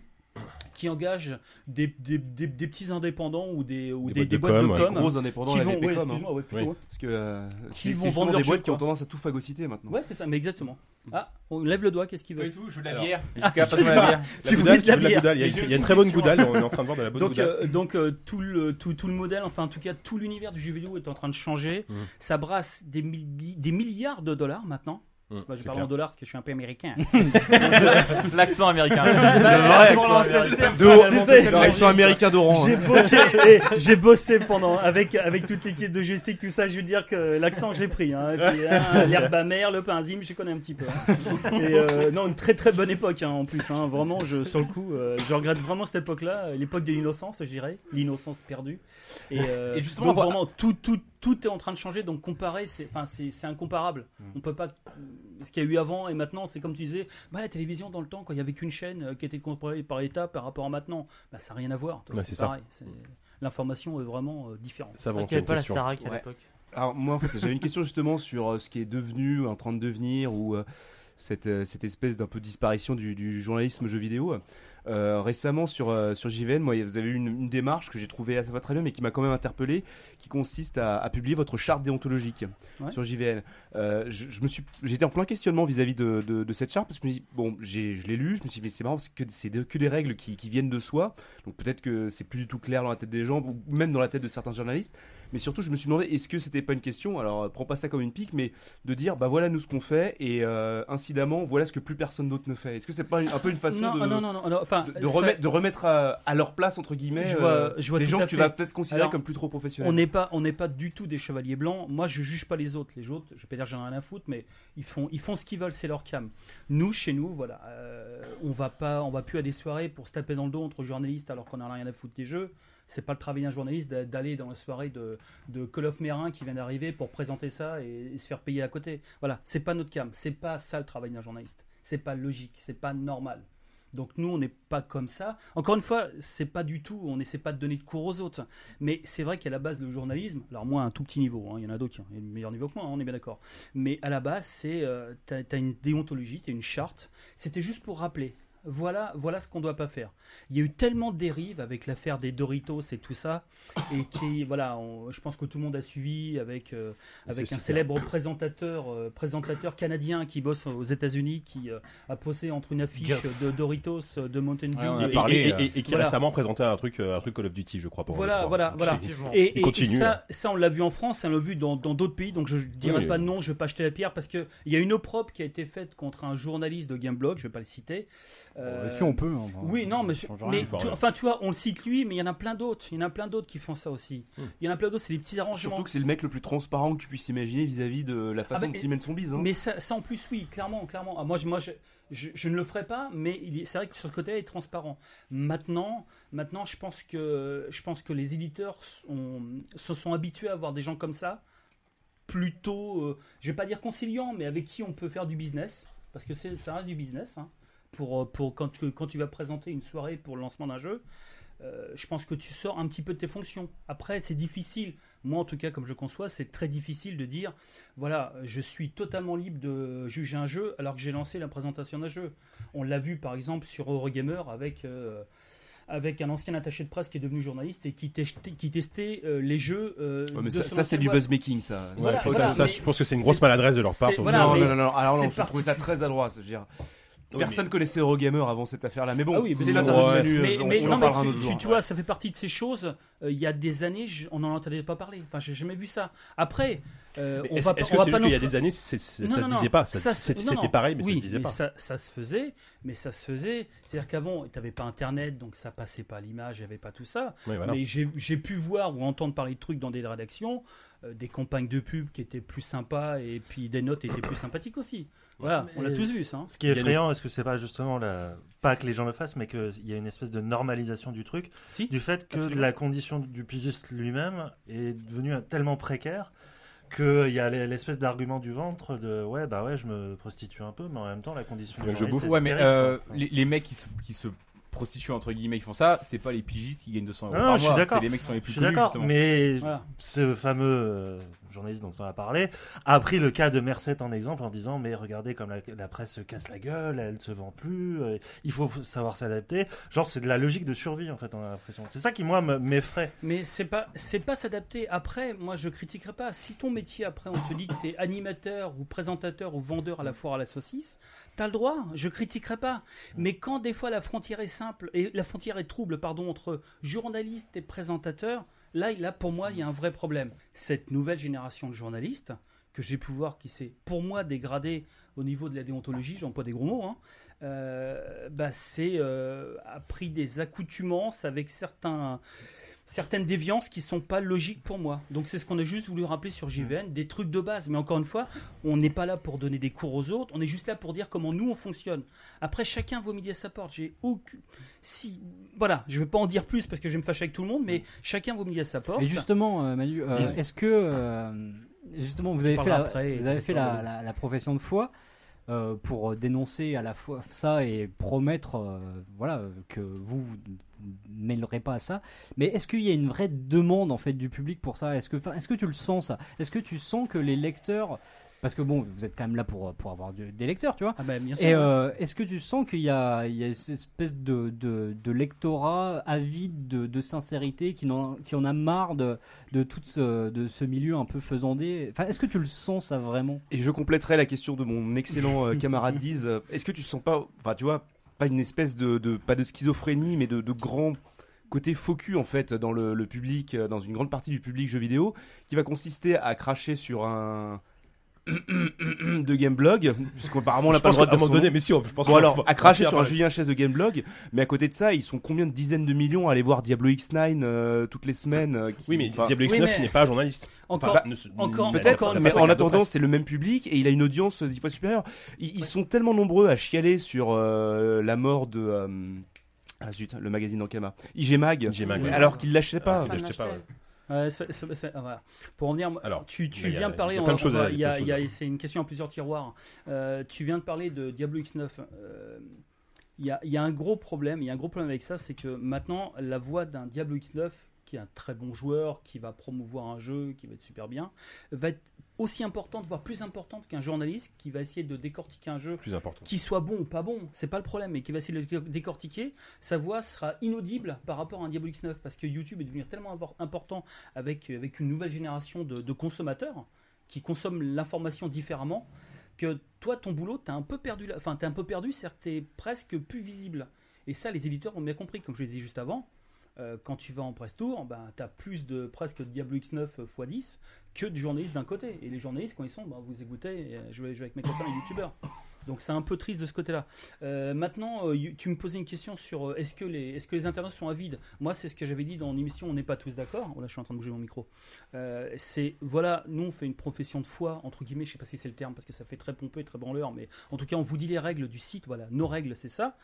Speaker 2: qui engage des, des- des- des petits indépendants ou des, ou
Speaker 1: Des
Speaker 2: des, des
Speaker 1: boîtes
Speaker 2: boîtes
Speaker 1: de
Speaker 2: de
Speaker 1: com,
Speaker 2: com,
Speaker 1: ouais.
Speaker 6: Gros indépendants,
Speaker 2: qui
Speaker 6: la
Speaker 2: vont, ouais,
Speaker 6: VPcom, hein.
Speaker 2: excuse-moi, ouais, plutôt,
Speaker 1: Oui.
Speaker 2: ouais.
Speaker 6: Parce que euh,
Speaker 2: Qui
Speaker 6: c'est
Speaker 2: vont
Speaker 6: c'est
Speaker 2: vendre
Speaker 6: souvent
Speaker 2: leur
Speaker 6: des boîtes
Speaker 2: chute,
Speaker 6: qui ont
Speaker 2: quoi.
Speaker 6: tendance à tout phagocyter maintenant.
Speaker 2: Ouais, c'est ça, mais exactement.
Speaker 1: Mm.
Speaker 2: Ah, on lève le doigt, qu'est-ce qu'il
Speaker 9: Pas
Speaker 2: veut
Speaker 9: du tout, je veux de la
Speaker 1: Alors.
Speaker 2: (laughs)
Speaker 9: bière.
Speaker 1: (laughs)
Speaker 9: Jusqu'à pas trouver la bière.
Speaker 1: La goudale,
Speaker 2: voulais de la
Speaker 1: tu veux
Speaker 2: bière.
Speaker 1: goudale, Il y a,
Speaker 9: Les jeux
Speaker 1: il y a une
Speaker 9: sont
Speaker 1: très bonne
Speaker 9: question.
Speaker 1: goudale. On est en train de voir de la bonne
Speaker 2: Donc,
Speaker 1: goudale.
Speaker 2: euh, donc euh, tout, le, tout, tout le modèle, enfin en tout cas tout l'univers du jeu vidéo est en train de changer.
Speaker 1: Mhm.
Speaker 2: Ça brasse des, milli- des milliards de dollars maintenant.
Speaker 1: Hum,
Speaker 2: Bah, je
Speaker 1: c'est
Speaker 2: parle en
Speaker 1: clair.
Speaker 2: dollars parce que je suis un
Speaker 1: (laughs)
Speaker 2: peu américain.
Speaker 9: L'accent américain. Le vrai accent américain.
Speaker 6: L'action américain d'Oran.
Speaker 2: J'ai bossé, et
Speaker 1: (laughs)
Speaker 2: (laughs) j'ai bossé pendant avec avec toute l'équipe de joystick, tout ça. Je veux dire que l'accent, j'ai pris. Hein, Et puis, hein, l'herbe amère, le pain zim, je connais un petit peu. hein. Et, euh, non, une très très bonne époque hein, en plus. hein. vraiment, je, sur le coup, euh, je regrette vraiment cette époque-là, euh, l'époque de l'innocence, je dirais, l'innocence perdue. Et, euh,
Speaker 9: Et justement,
Speaker 2: donc,
Speaker 9: on voit-
Speaker 2: vraiment, tout tout tout est en train de changer. Donc comparer, c'est enfin c'est c'est incomparable.
Speaker 1: Mm.
Speaker 2: On peut pas ce qu'il y a eu avant et maintenant, c'est comme tu disais, bah, la télévision dans le temps, quand il y avait qu'une chaîne euh, qui était contrôlée par l'État par rapport à maintenant, bah, ça n'a rien à voir. toi,
Speaker 1: Ouais, c'est
Speaker 2: c'est
Speaker 1: ça.
Speaker 2: pareil. c'est- L'information est vraiment euh, différente.
Speaker 1: Ça va, on
Speaker 5: Il
Speaker 1: fait
Speaker 5: n'y
Speaker 1: une
Speaker 5: avait Ah, pas la
Speaker 1: question.
Speaker 5: Starac à
Speaker 6: Ouais.
Speaker 5: l'époque.
Speaker 6: Alors moi en fait j'avais une question justement sur euh, ce qui est devenu, en train de devenir ou euh, cette, euh, cette espèce d'un peu disparition du, du journalisme jeu vidéo. Euh, récemment sur, euh, sur JVN, moi, vous avez eu une, une démarche que j'ai trouvée assez très bien mais qui m'a quand même interpellé, qui consiste à, à publier votre charte déontologique
Speaker 2: Ouais.
Speaker 6: sur JVN. Euh, je, je me suis, j'étais en plein questionnement vis-à-vis de, de- de cette charte parce que je me suis dit, bon, j'ai, je l'ai lu, je me suis dit mais c'est marrant parce que c'est de- que des règles qui, qui viennent de soi, donc peut-être que c'est plus du tout clair dans la tête des gens ou même dans la tête de certains journalistes. Mais surtout, je me suis demandé, est-ce que c'était pas une question Alors, euh, prends pas ça comme une pique, mais de dire, bah voilà nous ce qu'on fait, et euh, incidemment, voilà ce que plus personne d'autre ne fait. Est-ce que c'est pas une- un peu une façon
Speaker 2: Non, ah,
Speaker 6: de,
Speaker 2: non, non, non, non, enfin,
Speaker 6: de- de
Speaker 2: ça-
Speaker 6: remettre, de remettre à, à leur place, entre guillemets,
Speaker 2: Je vois-
Speaker 6: euh,
Speaker 2: je vois
Speaker 6: les
Speaker 2: tout
Speaker 6: gens
Speaker 2: à
Speaker 6: que tu
Speaker 2: fait.
Speaker 6: vas peut-être considérer
Speaker 2: Alors,
Speaker 6: comme plus trop
Speaker 2: on
Speaker 6: professionnels
Speaker 2: n'est pas, on n'est pas du tout des chevaliers blancs. Moi, je juge pas les autres. Les autres, je vais pas dire que j'en ai rien à foutre, mais ils font, ils font ce qu'ils veulent, c'est leur cam. Nous, chez nous, voilà, euh, on va pas, on va plus à des soirées pour se taper dans le dos entre journalistes alors qu'on a rien à foutre des jeux. C'est pas le travail d'un journaliste d'a- d'aller dans la soirée de, de Call of Merin qui vient d'arriver pour présenter ça et, et se faire payer à côté. Voilà, c'est pas notre cam. C'est pas ça le travail d'un journaliste. C'est pas logique, c'est pas normal. Donc nous, on n'est pas comme ça. Encore une fois, c'est pas du tout. On n'essaie pas de donner de cours aux autres. Mais c'est vrai qu'à la base, le journalisme, alors moi, à un tout petit niveau, hein, il y en a d'autres qui ont un meilleur niveau que moi, hein, on est bien d'accord. Mais à la base, c'est, euh, t'as, t'as une déontologie, t'as une charte. C'était juste pour rappeler. voilà, voilà ce qu'on doit pas faire. Il y a eu tellement de dérives avec l'affaire des Doritos et tout ça, et qui, voilà, on- je pense que tout le monde a suivi avec, euh, avec un célèbre présentateur, euh, présentateur canadien qui bosse aux États-Unis, qui euh, a posé entre une affiche de Doritos, euh, de Mountain Dew.
Speaker 9: Ouais, on a
Speaker 2: et-
Speaker 1: Et-
Speaker 9: parlé,
Speaker 1: et, et-
Speaker 9: euh,
Speaker 1: et qui
Speaker 2: voilà.
Speaker 1: récemment présentait un truc, euh, un truc Call of Duty, je crois. Pour
Speaker 2: Voilà,
Speaker 1: je crois.
Speaker 2: voilà, voilà.
Speaker 5: Effectivement.
Speaker 2: Et, et-
Speaker 1: Il continue,
Speaker 2: et
Speaker 1: hein.
Speaker 2: ça, ça, on l'a vu en France, hein, on l'a vu dans dans d'autres pays, donc je dirais
Speaker 1: Oui.
Speaker 2: pas non, je vais pas acheter la pierre parce que il y a une opprobre qui a été faite contre un journaliste de Gameblog, je vais pas le citer. Euh,
Speaker 4: Si on peut. hein,
Speaker 2: Oui,
Speaker 4: on
Speaker 2: non, mais,
Speaker 4: change
Speaker 2: mais
Speaker 4: rien.
Speaker 1: Enfin,
Speaker 2: tu-
Speaker 1: voilà.
Speaker 2: enfin, tu vois, on le cite lui, mais il y en a plein d'autres. Il y en a plein d'autres qui font ça aussi. Il y en a plein d'autres, c'est des petits arrangements.
Speaker 6: Surtout que c'est le mec le plus transparent que tu puisses imaginer vis-à-vis de la façon
Speaker 2: Ah, mais-
Speaker 6: dont il mène son bise. hein.
Speaker 2: Mais ça, ça en plus, oui, clairement, clairement. Ah, moi, je, moi je, je, je ne le ferai pas, mais il est- c'est vrai que sur le côté, il est transparent. Maintenant, maintenant, je pense que, je pense que les éditeurs sont- se sont habitués à avoir des gens comme ça, plutôt, euh, je vais pas dire conciliants, mais avec qui on peut faire du business, parce que c'est, ça reste du business. hein. Pour, euh, pour quand, tu- quand tu vas présenter une soirée pour le lancement d'un jeu, euh, je pense que tu sors un petit peu de tes fonctions. Après, c'est difficile. Moi, en tout cas, comme je le conçois, c'est très difficile de dire voilà, je suis totalement libre de juger un jeu alors que j'ai lancé la présentation d'un jeu. On l'a vu par exemple sur Eurogamer avec, euh, avec un ancien attaché de presse qui est devenu journaliste et qui, testait- qui testait euh, les jeux. euh,
Speaker 6: Ouais, mais
Speaker 2: de
Speaker 6: ça,
Speaker 2: son
Speaker 6: ça, c'est
Speaker 2: ancienne
Speaker 6: du
Speaker 2: boîte.
Speaker 6: buzzmaking, ça.
Speaker 1: Ouais,
Speaker 2: Voilà,
Speaker 1: après,
Speaker 2: voilà,
Speaker 1: ça, ça,
Speaker 2: mais
Speaker 1: je pense que c'est une
Speaker 2: c'est-
Speaker 1: grosse maladresse de leur part.
Speaker 2: c'est-
Speaker 1: surtout.
Speaker 2: voilà,
Speaker 6: non,
Speaker 2: mais
Speaker 6: non, non, non, alors non,
Speaker 2: c'est
Speaker 6: je trouve ça
Speaker 2: particulier.
Speaker 6: très adroit. ça, je veux dire.
Speaker 1: Oui,
Speaker 6: Personne connaissait Eurogamer avant cette affaire-là, mais bon,
Speaker 2: Ah oui, mais
Speaker 6: c'est
Speaker 2: bon,
Speaker 6: l'intérêt
Speaker 1: ouais.
Speaker 6: de Manu.
Speaker 2: Mais,
Speaker 6: euh, on-
Speaker 2: mais-
Speaker 6: on
Speaker 2: non,
Speaker 6: en
Speaker 2: mais
Speaker 6: parlera un
Speaker 2: tu,
Speaker 6: autre
Speaker 2: tu-
Speaker 6: jour.
Speaker 2: tu vois, ça fait partie de ces choses. euh, Il y a des années, je- on n'en entendait pas parler. Enfin, j'ai jamais vu ça. Après, euh,
Speaker 1: Mais
Speaker 2: on
Speaker 1: Est-ce
Speaker 2: va pas-
Speaker 1: est-ce
Speaker 2: on
Speaker 1: que
Speaker 2: va
Speaker 1: c'est
Speaker 2: pas
Speaker 1: juste
Speaker 2: non-
Speaker 1: qu'il y a des années, c'est- c'est-
Speaker 2: Non,
Speaker 1: ça
Speaker 2: non,
Speaker 1: se
Speaker 2: non.
Speaker 1: disait pas ça-
Speaker 2: Ça,
Speaker 1: c'est-
Speaker 2: c'est- non,
Speaker 1: C'était
Speaker 2: non.
Speaker 1: pareil, mais ça
Speaker 2: Oui,
Speaker 1: se disait
Speaker 2: mais
Speaker 1: pas.
Speaker 2: Ça, ça se faisait, mais ça se faisait. C'est-à-dire qu'avant, t'avais pas Internet, donc ça passait pas à l'image, il y avait pas tout ça.
Speaker 1: Oui, voilà.
Speaker 2: Mais j'ai j'ai pu voir ou entendre parler de trucs dans des rédactions, euh, des campagnes de pub qui étaient plus sympas et puis des notes étaient plus sympathiques aussi. Voilà, on l'a
Speaker 8: Mais-
Speaker 2: tous vu ça. hein.
Speaker 8: Ce qui est
Speaker 1: Il y a
Speaker 8: effrayant, est-ce que c'est pas justement la... pas que les gens le fassent, mais qu'il y a une espèce de normalisation du truc,
Speaker 2: Si.
Speaker 8: du fait que
Speaker 2: Absolument.
Speaker 8: la condition du pigiste lui-même est devenue un- tellement précaire qu'il y a l'e- l'espèce d'argument du ventre de ouais bah ouais je me prostitue un peu, mais en même temps la condition.
Speaker 1: Faut
Speaker 8: du
Speaker 1: que je
Speaker 8: journaliste
Speaker 1: bouffe.
Speaker 8: est
Speaker 9: Ouais, mais
Speaker 8: terrible,
Speaker 9: euh,
Speaker 8: quoi.
Speaker 9: les, les mecs qui se, qui se prostituent entre guillemets, qui font ça, c'est pas les pigistes qui gagnent 200 euros
Speaker 8: Non,
Speaker 9: par
Speaker 8: je suis
Speaker 9: mois.
Speaker 8: d'accord.
Speaker 9: C'est les mecs qui sont les
Speaker 8: Je
Speaker 9: plus
Speaker 8: suis
Speaker 9: connus
Speaker 8: d'accord,
Speaker 9: justement.
Speaker 8: mais
Speaker 2: Voilà.
Speaker 8: ce fameux euh, journaliste dont on a parlé a pris le cas de Merced en exemple en disant mais regardez comme la, la presse se casse la gueule, elle ne se vend plus, euh, il faut savoir s'adapter. Genre c'est de la logique de survie en fait on a l'impression. C'est ça qui moi me- m'effraie.
Speaker 2: Mais c'est pas c'est pas s'adapter. Après, moi je critiquerai pas. Si ton métier après on te dit que t'es animateur ou présentateur ou vendeur à la foire à la saucisse, t'as le droit. Je critiquerai pas. Mais quand des fois la frontière est simple et la frontière est trouble pardon entre journaliste et présentateur, là là pour moi il y a un vrai problème. Cette nouvelle génération de journalistes que j'ai pu voir qui s'est pour moi dégradée au niveau de la déontologie, j'emploie des gros mots, hein, euh, bah c'est euh, a pris des accoutumances avec certains certaines déviances qui sont pas logiques pour moi. Donc c'est ce qu'on a juste voulu rappeler
Speaker 4: Mm.
Speaker 2: sur JVN, des trucs de base. Mais encore une fois, on n'est pas là pour donner des cours aux autres, on est juste là pour dire comment nous on fonctionne. Après chacun vaut midi à sa porte. J'ai aucune... Si... Voilà, je vais pas en dire plus parce que je vais me fâcher avec tout le monde, mais chacun vaut midi à sa porte.
Speaker 4: Mm. Et justement, euh, Manu, euh,
Speaker 8: Dis-
Speaker 4: est-ce que euh, justement vous avez fait,
Speaker 2: parlera
Speaker 4: la,
Speaker 2: après,
Speaker 4: vous avez fait
Speaker 2: d'accord,
Speaker 4: la,
Speaker 2: oui.
Speaker 4: la- la profession de foi euh, pour dénoncer à la fois ça et promettre euh, voilà euh, que vous vous ne mêlerez pas à ça. Mais est-ce qu'il y a une vraie demande en fait du public pour ça Est-ce que enfin, est-ce que tu le sens ça Est-ce que tu sens que les lecteurs parce que bon, vous êtes quand même là pour, pour avoir du- des lecteurs, tu vois.
Speaker 2: Ah bah, bien sûr.
Speaker 4: Et euh, est-ce que tu sens qu'il y a, il y a cette espèce de, de, de lectorat avide de, de sincérité qui, n'en- qui en a marre de, de tout ce, de ce milieu un peu faisandé enfin, Est-ce que tu le sens ça vraiment
Speaker 6: Et je compléterai la question de mon excellent
Speaker 1: (laughs)
Speaker 6: euh, camarade Diz. Euh, Est-ce que tu te sens pas, enfin, tu vois, pas une espèce de, de- pas de schizophrénie, mais de, de grand côté faux cul, en fait dans le, le public, euh, dans une grande partie du public jeu vidéo, qui va consister à cracher sur un (coughs) de Gameblog, puisqu'apparemment on
Speaker 1: Je
Speaker 6: n'a pas le
Speaker 1: pense
Speaker 6: droit
Speaker 1: qu'à
Speaker 6: de
Speaker 1: un
Speaker 6: dire
Speaker 1: moment
Speaker 6: son
Speaker 1: donné,
Speaker 6: nom.
Speaker 1: mais si, on- je pense
Speaker 6: Ou
Speaker 1: qu'on-
Speaker 6: alors
Speaker 1: faut-
Speaker 6: à cracher
Speaker 1: faut-
Speaker 6: sur un Julien Chaise de Gameblog, mais à côté de ça, ils sont combien de dizaines de millions à aller voir Diablo X9 euh, toutes les semaines euh, qui-
Speaker 1: Oui, mais
Speaker 6: enfin,
Speaker 1: Diablo
Speaker 2: Oui,
Speaker 1: X9
Speaker 2: mais-
Speaker 1: n'est pas journaliste.
Speaker 2: encore,
Speaker 1: ne se-
Speaker 2: encore-
Speaker 1: n'a-
Speaker 2: peut-être,
Speaker 1: n'a pas
Speaker 6: mais
Speaker 1: sa
Speaker 6: en
Speaker 1: carte de
Speaker 6: attendant,
Speaker 1: presse.
Speaker 6: c'est le même public et il a une audience dix fois supérieure. Ils, ils sont tellement nombreux à chialer sur euh, la mort de. euh, ah zut, le magazine Ankama. IG Mag.
Speaker 1: J'ai mal, ouais.
Speaker 6: Alors qu'il l'achetaient pas.
Speaker 1: Ah, je l'achetais pas, ouais.
Speaker 2: Ouais, ça- ça- ça- ah, voilà. Pour en venir,
Speaker 1: Alors,
Speaker 2: tu, tu
Speaker 1: il y a-
Speaker 2: viens de
Speaker 1: il
Speaker 2: parler.
Speaker 1: y a
Speaker 2: on-
Speaker 1: plein de
Speaker 2: on
Speaker 1: choses à-
Speaker 2: va-
Speaker 1: il
Speaker 2: il
Speaker 1: y
Speaker 2: y
Speaker 1: a
Speaker 2: a-
Speaker 1: plein de
Speaker 2: il y a-
Speaker 1: choses à-
Speaker 2: C'est une question en plusieurs tiroirs. Euh, tu viens de parler de Diablo X9. Euh, Il y, a, il y a un gros problème. Il y a un gros problème avec ça, c'est que maintenant la voix d'un Diablo X9 qui est un très bon joueur, qui va promouvoir un jeu, qui va être super bien, va être aussi importante, voire plus importante qu'un journaliste qui va essayer de décortiquer un jeu
Speaker 1: Plus important. (laughs)
Speaker 2: qu'il soit bon ou pas bon, c'est pas le problème, mais qui va essayer de le décortiquer, sa voix sera inaudible par rapport à un Diabolix 9, parce que YouTube est devenu tellement avoir- important avec, avec une nouvelle génération de, de consommateurs qui consomment l'information différemment, que toi, ton boulot, t'as un peu perdu, la- enfin, t'es un peu perdu, c'est-à-dire que t'es presque plus visible. Et ça, les éditeurs ont bien compris, comme je le disais juste avant. euh, quand tu vas en press tour, ben, tu as plus de presque de Diablo X9 x10 que de journalistes d'un côté. Et les journalistes, quand ils sont, ben, vous écoutez, euh, je vais jouer avec mes copains les youtubeurs. Donc c'est un peu triste de ce côté-là. Euh, maintenant, euh, you- tu me posais une question sur euh, est-ce que les est-ce que les internautes sont avides Moi, c'est ce que j'avais dit dans l'émission. On n'est pas tous d'accord. Oh là, je suis en train de bouger mon micro. Euh, c'est voilà, nous on fait une profession de foi entre guillemets. Je sais pas si c'est le terme parce que ça fait très pompeux et très branleur, mais en tout cas, on vous dit les règles du site. Voilà, nos règles, c'est ça.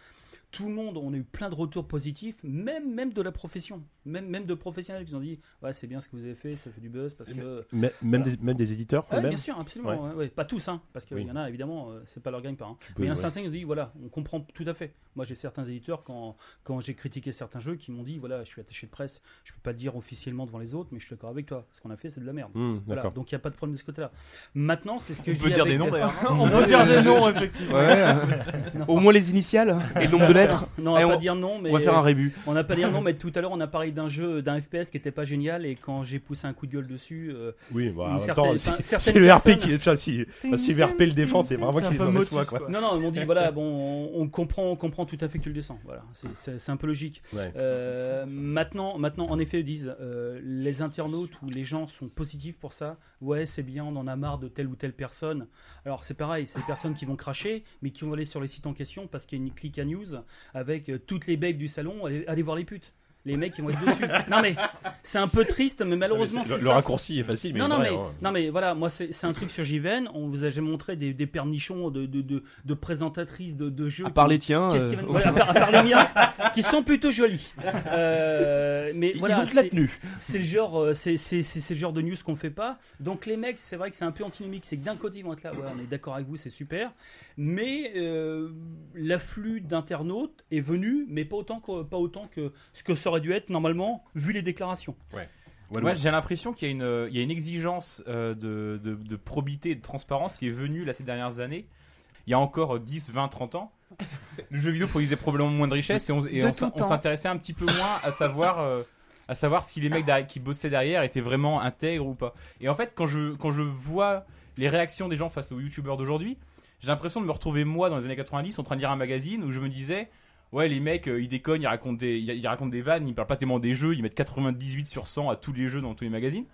Speaker 2: Tout le monde, on a eu plein de retours positifs, même même de la profession, même même de professionnels qui ont dit ouais c'est bien ce que vous avez fait, ça fait du buzz parce que
Speaker 1: Mais- même, des, même des éditeurs
Speaker 2: Ouais,
Speaker 1: eux-mêmes
Speaker 2: bien sûr, absolument. ouais, ouais. Pas tous, hein, parce qu'il
Speaker 1: Oui.
Speaker 2: y en a évidemment, euh, c'est pas leur gagne-pain. hein.
Speaker 1: peux,
Speaker 2: Mais il y en a
Speaker 1: ouais.
Speaker 2: certains qui disent voilà, on comprend tout à fait. Moi, j'ai certains éditeurs, quand, quand j'ai critiqué certains jeux, qui m'ont dit voilà, je suis attaché de presse, je peux pas le dire officiellement devant les autres, mais je suis d'accord avec toi. Ce qu'on a fait, c'est de la merde.
Speaker 1: Hmm,
Speaker 2: Voilà,
Speaker 1: D'accord.
Speaker 2: donc il n'y a pas de problème de ce côté-là. Maintenant, c'est ce que
Speaker 9: On
Speaker 2: je
Speaker 9: peut
Speaker 2: dis
Speaker 9: dire
Speaker 2: avec-
Speaker 9: des noms, d'ailleurs.
Speaker 5: On peut dire des noms, effectivement.
Speaker 6: (laughs) Au moins les initiales et le nombre de lettres.
Speaker 2: (laughs) Non, on va
Speaker 6: Eh,
Speaker 2: pas dire non, mais
Speaker 6: On va faire un rébut.
Speaker 2: on n'a pas dire non, mais tout à l'heure on a parlé d'un jeu, d'un FPS qui était pas génial, et quand j'ai poussé un coup de gueule dessus, euh,
Speaker 1: Oui, bah, en
Speaker 2: Une
Speaker 1: même temps,
Speaker 2: (laughs) certaine-
Speaker 1: si,
Speaker 2: enfin,
Speaker 1: si
Speaker 2: certaines
Speaker 1: le RP
Speaker 2: personnes-
Speaker 1: qui, enfin, si, enfin, si le RP le défend, c'est vraiment
Speaker 5: C'est un
Speaker 1: qu'il est
Speaker 5: peu
Speaker 1: de mauvaise
Speaker 5: motus,
Speaker 1: foi, quoi.
Speaker 5: quoi.
Speaker 2: Non, non, ils m'ont dit, voilà, bon, on, on comprend, on comprend tout à fait que tu le descends. Voilà, c'est- c'est c'est un peu logique.
Speaker 1: Ouais.
Speaker 2: Euh, maintenant, maintenant, en effet, ils disent, euh, les internautes ou les gens sont positifs pour ça. Ouais, c'est bien, on en a marre de telle ou telle personne. Alors c'est pareil, c'est les personnes qui vont cracher, mais qui vont aller sur les sites en question parce qu'il y a une clique à news avec euh, toutes les babes du salon, allez, allez voir les putes. Les mecs, ils vont être dessus. Non mais, c'est un peu triste, mais malheureusement,
Speaker 1: Le-
Speaker 2: c'est
Speaker 1: Ah, le,
Speaker 2: ça.
Speaker 1: raccourci est facile, mais
Speaker 2: Non, non,
Speaker 1: vrai,
Speaker 2: mais,
Speaker 1: hein.
Speaker 2: non, mais voilà, moi, c'est c'est un truc sur JVN. On vous a jamais montré des, des pernichons de, de, de, de présentatrices de, de jeux.
Speaker 6: À part les tiens.
Speaker 2: Qu'est-ce qui
Speaker 6: euh,
Speaker 2: va- voilà, à, part, à part les
Speaker 6: (laughs)
Speaker 2: miens, qui sont plutôt jolis. Euh, mais voilà,
Speaker 6: ils ont de la
Speaker 2: c'est-
Speaker 6: tenue.
Speaker 2: c'est le genre, euh, c'est c'est- c'est- c'est le genre de news qu'on fait pas. Donc les mecs, c'est vrai que c'est un peu antinomique. C'est que d'un côté ils vont être là, ouais, on est d'accord avec vous, c'est super. Mais euh, l'afflux d'internautes est venu, mais pas autant que pas autant que ce que ça aurait dû être normalement vu les déclarations.
Speaker 1: Walou.
Speaker 9: Moi, j'ai l'impression qu'il y a une, il y a une exigence euh, de, de- de probité et de transparence qui est venue là ces dernières années. Il y a encore euh, 10, 20, 30 ans. Le jeu vidéo produisait probablement moins de richesse et on, et
Speaker 7: De
Speaker 9: on s'in-
Speaker 7: tout
Speaker 9: on
Speaker 7: temps.
Speaker 9: s'intéressait un petit peu moins à savoir, euh, à savoir si les mecs derrière- qui bossaient derrière étaient vraiment intègres ou pas. Et en fait, quand je, quand je vois les réactions des gens face aux youtubeurs d'aujourd'hui, j'ai l'impression de me retrouver moi dans les années 90 en train de lire un magazine où je me disais Ouais, les mecs, euh, ils déconnent, ils racontent, des, ils, ils racontent des vannes, ils parlent pas tellement des jeux, ils mettent 98 sur 100 à tous les jeux dans tous les magazines.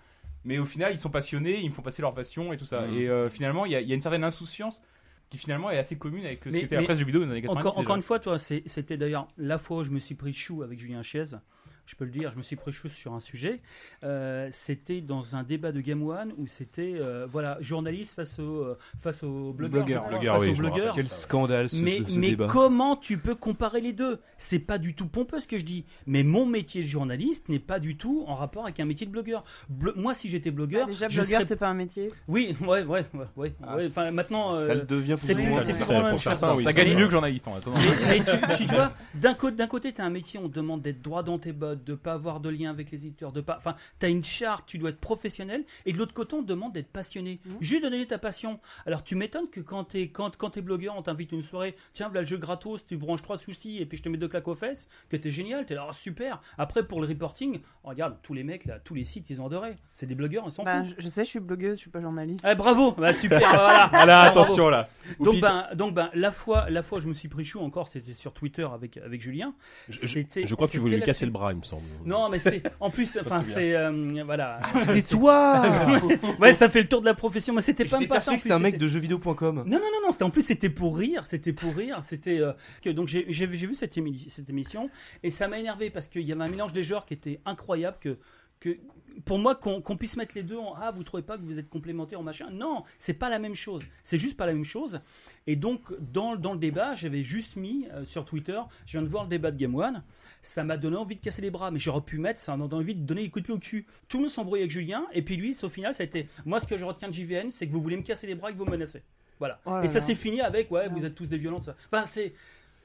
Speaker 9: Mais au final, ils sont passionnés, ils me font passer leur passion et tout ça.
Speaker 6: Mhm.
Speaker 9: Et euh, finalement, il y, a- il y a une certaine insouciance qui finalement est assez commune avec euh, ce
Speaker 2: Mais-
Speaker 9: qui était la
Speaker 2: mais-
Speaker 9: presse du vidéo dans les années 90.
Speaker 2: Encore,
Speaker 9: déjà.
Speaker 2: encore une fois, toi, c'est- c'était d'ailleurs la fois où je me suis pris chou avec Julien Chiez. Je peux le dire, je me suis pris chou sur un sujet. Euh, c'était dans un débat de Game One où c'était euh, voilà journaliste face au euh, face au blogueur, je
Speaker 4: Blogueur.
Speaker 2: crois,
Speaker 1: Blogueur,
Speaker 2: face
Speaker 1: oui,
Speaker 2: au
Speaker 1: je me rappelle.
Speaker 2: blogueur.
Speaker 6: Quel scandale ce,
Speaker 2: Mais,
Speaker 6: ce- ce
Speaker 2: mais
Speaker 6: débat.
Speaker 2: comment tu peux comparer les deux C'est pas du tout pompeux ce que je dis. Mais mon métier de journaliste n'est pas du tout en rapport avec un métier de blogueur. Blo- Moi, si j'étais blogueur,
Speaker 7: Bah, Déjà,
Speaker 2: je
Speaker 7: blogueur,
Speaker 2: serais-
Speaker 7: c'est pas un métier.
Speaker 2: Oui, ouais, ouais, ouais. ouais,
Speaker 6: Ah,
Speaker 2: ouais. Enfin, maintenant,
Speaker 6: Ça
Speaker 2: euh,
Speaker 6: le devient
Speaker 2: c'est
Speaker 6: plus ou
Speaker 2: plus-
Speaker 6: moins.
Speaker 2: c'est
Speaker 1: ça,
Speaker 2: plus vraiment la
Speaker 1: pour
Speaker 2: même chose.
Speaker 1: certains, oui,
Speaker 9: ça
Speaker 1: c'est
Speaker 9: gagne
Speaker 1: vrai.
Speaker 9: mieux que journaliste hein, en attendant.
Speaker 2: Mais tu, tu vois, d'un côté, d'un côté, t'as un métier, on te demande d'être droit dans tes bottes, de pas avoir de lien avec les éditeurs, de pas, enfin, t'as une charte, tu dois être professionnel, et de l'autre côté, on te demande d'être passionné,
Speaker 7: Mmh.
Speaker 2: juste de donner ta passion. Alors, tu m'étonnes que quand t'es, quand, quand t'es blogueur, on t'invite à une soirée, tiens, voilà le jeu gratos, tu branches trois soucis, et puis je te mets deux claques aux fesses, que t'es génial, t'es là, oh, super. Après, pour le reporting, regarde, tous les mecs, là, tous les sites, ils ont adoré. C'est des blogueurs, ils s'en
Speaker 7: Bah,
Speaker 2: foutent.
Speaker 7: je- je sais, je suis blogueuse, je suis pas journaliste.
Speaker 2: Eh, bravo, bah,
Speaker 6: (laughs)
Speaker 2: super, voilà.
Speaker 1: (laughs) Voilà,
Speaker 2: Bravo.
Speaker 1: attention Ah, là.
Speaker 2: Donc ben, donc ben, la fois, la fois, je me suis pris chou encore. C'était sur Twitter avec avec Julien.
Speaker 1: Je, je-
Speaker 2: C'était-
Speaker 1: je crois que tu voulais lui
Speaker 2: c'était
Speaker 1: casser le
Speaker 2: là-dessus.
Speaker 1: bras, il me semble.
Speaker 2: Non, mais c'est
Speaker 1: (laughs)
Speaker 2: en plus, enfin
Speaker 1: c'est
Speaker 2: c'est euh, voilà.
Speaker 6: Ah, C'était toi
Speaker 2: (laughs) ouais, ça fait le tour de la profession, mais c'était pas
Speaker 6: J'étais
Speaker 2: même pas ça. en
Speaker 6: persuadé
Speaker 2: plus,
Speaker 6: que c'était un mec
Speaker 2: c'était-
Speaker 6: de jeuxvideo.com.
Speaker 2: Non, non, non, non. C'était en plus, c'était pour rire, c'était pour rire, c'était. euh, que- donc j'ai j'ai vu j'ai vu cette, émi- cette émission et ça m'a énervé parce qu'il y avait un mélange des genres qui était incroyable que que pour moi qu'on qu'on puisse mettre les deux en ah vous trouvez pas que vous êtes complémentaires en machin non c'est pas la même chose c'est juste pas la même chose et donc dans, dans le débat j'avais juste mis euh, sur Twitter je viens de voir le débat de Game One ça m'a donné envie de casser les bras mais j'aurais pu mettre ça m'a donné envie de donner des coups de pied au cul tout le monde s'embrouillait avec Julien et puis lui au final ça a été moi ce que je retiens de JVN c'est que vous voulez me casser les bras et que vous me menacez voilà
Speaker 7: Oh là
Speaker 2: et ça
Speaker 7: là.
Speaker 2: s'est fini avec ouais vous êtes tous des violents tout ça enfin c'est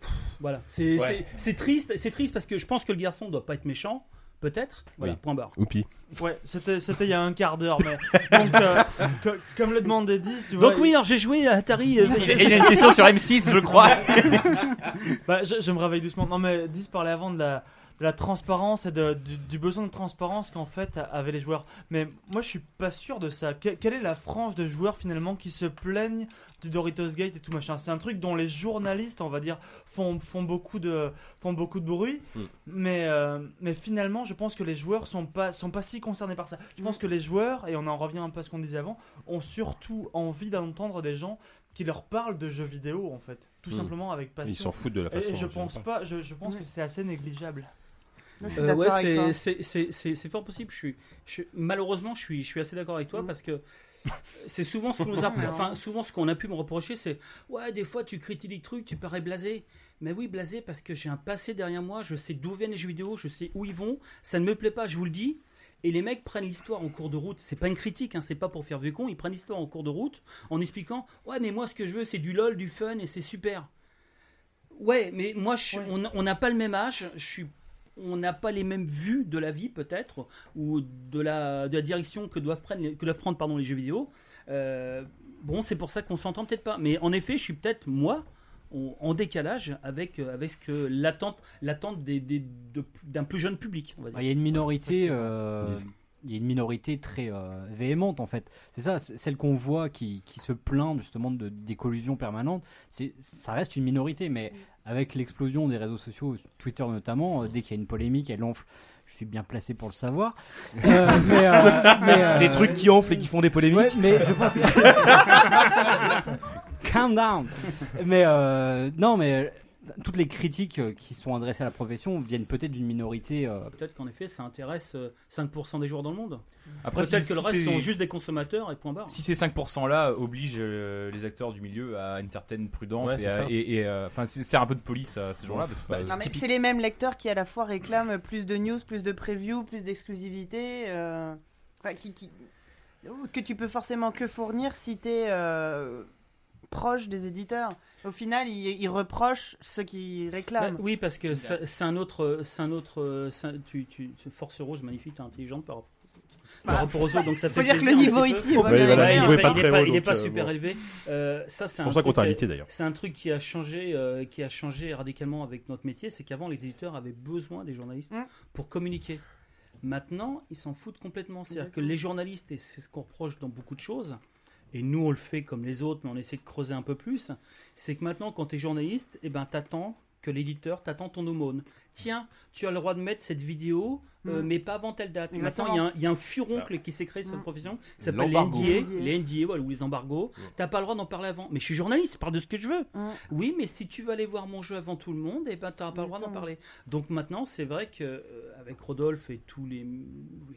Speaker 2: Pff, voilà c'est c'est- c'est triste c'est triste parce que je pense que le garçon doit pas être méchant peut-être. Voilà,
Speaker 1: Oui.
Speaker 2: point barre.
Speaker 1: Oupi.
Speaker 5: Ouais, c'était c'était il y a un quart d'heure, mais (laughs) donc euh, co- comme le demande Edis, tu vois.
Speaker 2: Donc oui, alors j'ai joué à
Speaker 5: (laughs)
Speaker 2: Atari. euh,
Speaker 9: Et il y a une question sur M6, je crois.
Speaker 5: Bah, je, je me réveille doucement. Non, mais 10 parlait avant de la, de la transparence et de- du, du besoin de transparence qu'en fait avaient les joueurs. Mais moi, je suis pas sûr de ça. Que- quelle est la frange de joueurs finalement qui se plaignent du Doritos Gate et tout machin C'est un truc dont les journalistes, on va dire, font, font, beaucoup, de, font beaucoup de bruit.
Speaker 1: Mm.
Speaker 5: Mais, euh, mais finalement, je pense que les joueurs sont pas, sont pas si concernés par ça. Je
Speaker 2: Mm.
Speaker 5: pense que les joueurs, et on en revient un peu à ce qu'on disait avant, ont surtout envie d'entendre des gens qui leur parlent de jeux vidéo en fait. Tout
Speaker 1: Mm.
Speaker 5: simplement avec passion.
Speaker 1: Ils s'en foutent de la
Speaker 5: Et
Speaker 1: façon.
Speaker 5: je
Speaker 1: dont ils
Speaker 5: pense
Speaker 1: en parlent.
Speaker 5: pas, je, je pense
Speaker 2: Mm.
Speaker 5: que c'est assez négligeable.
Speaker 7: Je suis
Speaker 2: Euh,
Speaker 7: d'accord
Speaker 2: ouais,
Speaker 7: avec toi.
Speaker 2: c'est- c'est- c'est c'est- c'est fort possible. Je suis, je suis- malheureusement, je suis, je suis assez d'accord avec
Speaker 7: Mm.
Speaker 2: toi parce que c'est souvent ce qu'on nous a,
Speaker 7: (laughs)
Speaker 2: enfin, souvent ce qu'on a pu me reprocher, c'est ouais, des fois tu critiques les trucs, tu parais blasé. Mais oui, blasé parce que j'ai un passé derrière moi, je sais d'où viennent les jeux vidéo, je sais où ils vont. Ça ne me plaît pas, je vous le dis. Et les mecs prennent l'histoire en cours de route. C'est pas une critique, hein, c'est pas pour faire vieux con. Ils prennent l'histoire en cours de route en expliquant ouais, mais moi ce que je veux, c'est du lol, du fun et c'est super. Ouais, mais moi, je suis-
Speaker 5: Ouais.
Speaker 2: on- on n'a pas le même âge. Je suis on n'a pas les mêmes vues de la vie peut-être ou de la, de la direction que doivent prendre, que doivent prendre pardon, les jeux vidéo. Euh, bon, c'est pour ça qu'on s'entend peut-être pas. Mais en effet, je suis peut-être moi en en décalage avec, euh, avec ce que l'attente l'attente des- des- de- d'un plus jeune public. On va dire.
Speaker 4: Bah, Il y a une minorité, euh,
Speaker 1: Dis-
Speaker 4: il y a une minorité très euh, véhémente en fait. C'est ça, c'est- celle qu'on voit qui, qui se plaint justement de, des collusions permanentes. C'est, ça reste une minorité, mais avec l'explosion des réseaux sociaux, Twitter notamment, euh, dès qu'il y a une polémique, elle enfle. Je suis bien placé pour le savoir. (laughs) Euh, mais, euh, mais, euh,
Speaker 6: Des trucs qui enflent et qui font des polémiques.
Speaker 4: Ouais, mais je pense. (laughs) Calm down. Mais euh, non, mais toutes les critiques euh, qui sont adressées à la profession viennent peut-être d'une minorité. euh,
Speaker 2: Peut-être qu'en effet, ça intéresse euh, 5% des joueurs dans le monde.
Speaker 9: Après,
Speaker 2: Peut-être
Speaker 9: si
Speaker 2: que le reste
Speaker 9: c'est-
Speaker 2: sont juste des consommateurs et point barre.
Speaker 9: Si ces 5% là obligent euh, les acteurs du milieu à une certaine prudence
Speaker 1: Ouais,
Speaker 9: et,
Speaker 1: c'est
Speaker 9: à-
Speaker 1: ça.
Speaker 9: et- et, euh, enfin c'est c'est un peu de police à ces gens-là parce que,
Speaker 1: Bah,
Speaker 9: bah,
Speaker 7: Non, mais
Speaker 9: typique-
Speaker 7: c'est les mêmes lecteurs qui à la fois réclament plus de news, plus de previews, plus d'exclusivité, euh, enfin, qui- qui- que tu peux forcément que fournir si tu es proche des éditeurs. Au final, ils, ils reprochent ceux qui réclament.
Speaker 2: Bah, oui, parce que ça- c'est un autre, c'est un autre, euh, c'est un- tu, tu, tu- force rouge magnifique, t'es intelligente par, par rapport aux autres, donc ça
Speaker 7: Bah,
Speaker 2: fait
Speaker 7: Faut dire que le
Speaker 2: plaisir un
Speaker 7: niveau
Speaker 2: petit peu.
Speaker 7: ici, est
Speaker 1: Ouais,
Speaker 7: bon,
Speaker 1: voilà,
Speaker 7: mais-
Speaker 1: le niveau
Speaker 2: il
Speaker 1: est pas
Speaker 2: il
Speaker 1: très
Speaker 2: pas,
Speaker 1: haut,
Speaker 2: il est pas
Speaker 1: donc, euh,
Speaker 2: super
Speaker 1: bon.
Speaker 2: élevé. Euh, ça, c'est
Speaker 1: C'est
Speaker 2: un
Speaker 1: pour ça qu'on
Speaker 2: truc
Speaker 1: t'a
Speaker 2: qui-
Speaker 1: invité d'ailleurs.
Speaker 2: C'est un truc qui a changé, euh, qui a changé radicalement avec notre métier, c'est qu'avant les éditeurs avaient besoin des journalistes
Speaker 7: Mm.
Speaker 2: pour communiquer. Maintenant, ils s'en foutent complètement. C'est-à-dire que les journalistes, et c'est ce qu'on reproche dans beaucoup de choses, et nous on le fait comme les autres, mais on essaie de creuser un peu plus, c'est que maintenant quand tu es journaliste, eh ben, t'attends que l'éditeur t'attend ton aumône. Tiens, tu as le droit de mettre cette vidéo, euh,
Speaker 7: Mm.
Speaker 2: mais pas avant telle date.
Speaker 7: Exactement.
Speaker 2: Maintenant, Mmh. il y a un- il y, a un furoncle qui s'est créé sur
Speaker 7: Mm.
Speaker 2: cette profession, qui s'appelle les
Speaker 6: L'embargo.
Speaker 2: NDA,
Speaker 7: NDA.
Speaker 2: les NDA voilà, ou les embargos. T'as pas le droit d'en parler avant. Mais je suis journaliste, je parle de ce que je veux.
Speaker 7: Mm.
Speaker 2: Oui, mais si tu veux aller voir mon jeu avant tout le monde, eh ben t'auras pas le droit d'en
Speaker 7: Exactement.
Speaker 2: parler. Donc maintenant, c'est vrai que euh, avec Rodolphe et tous les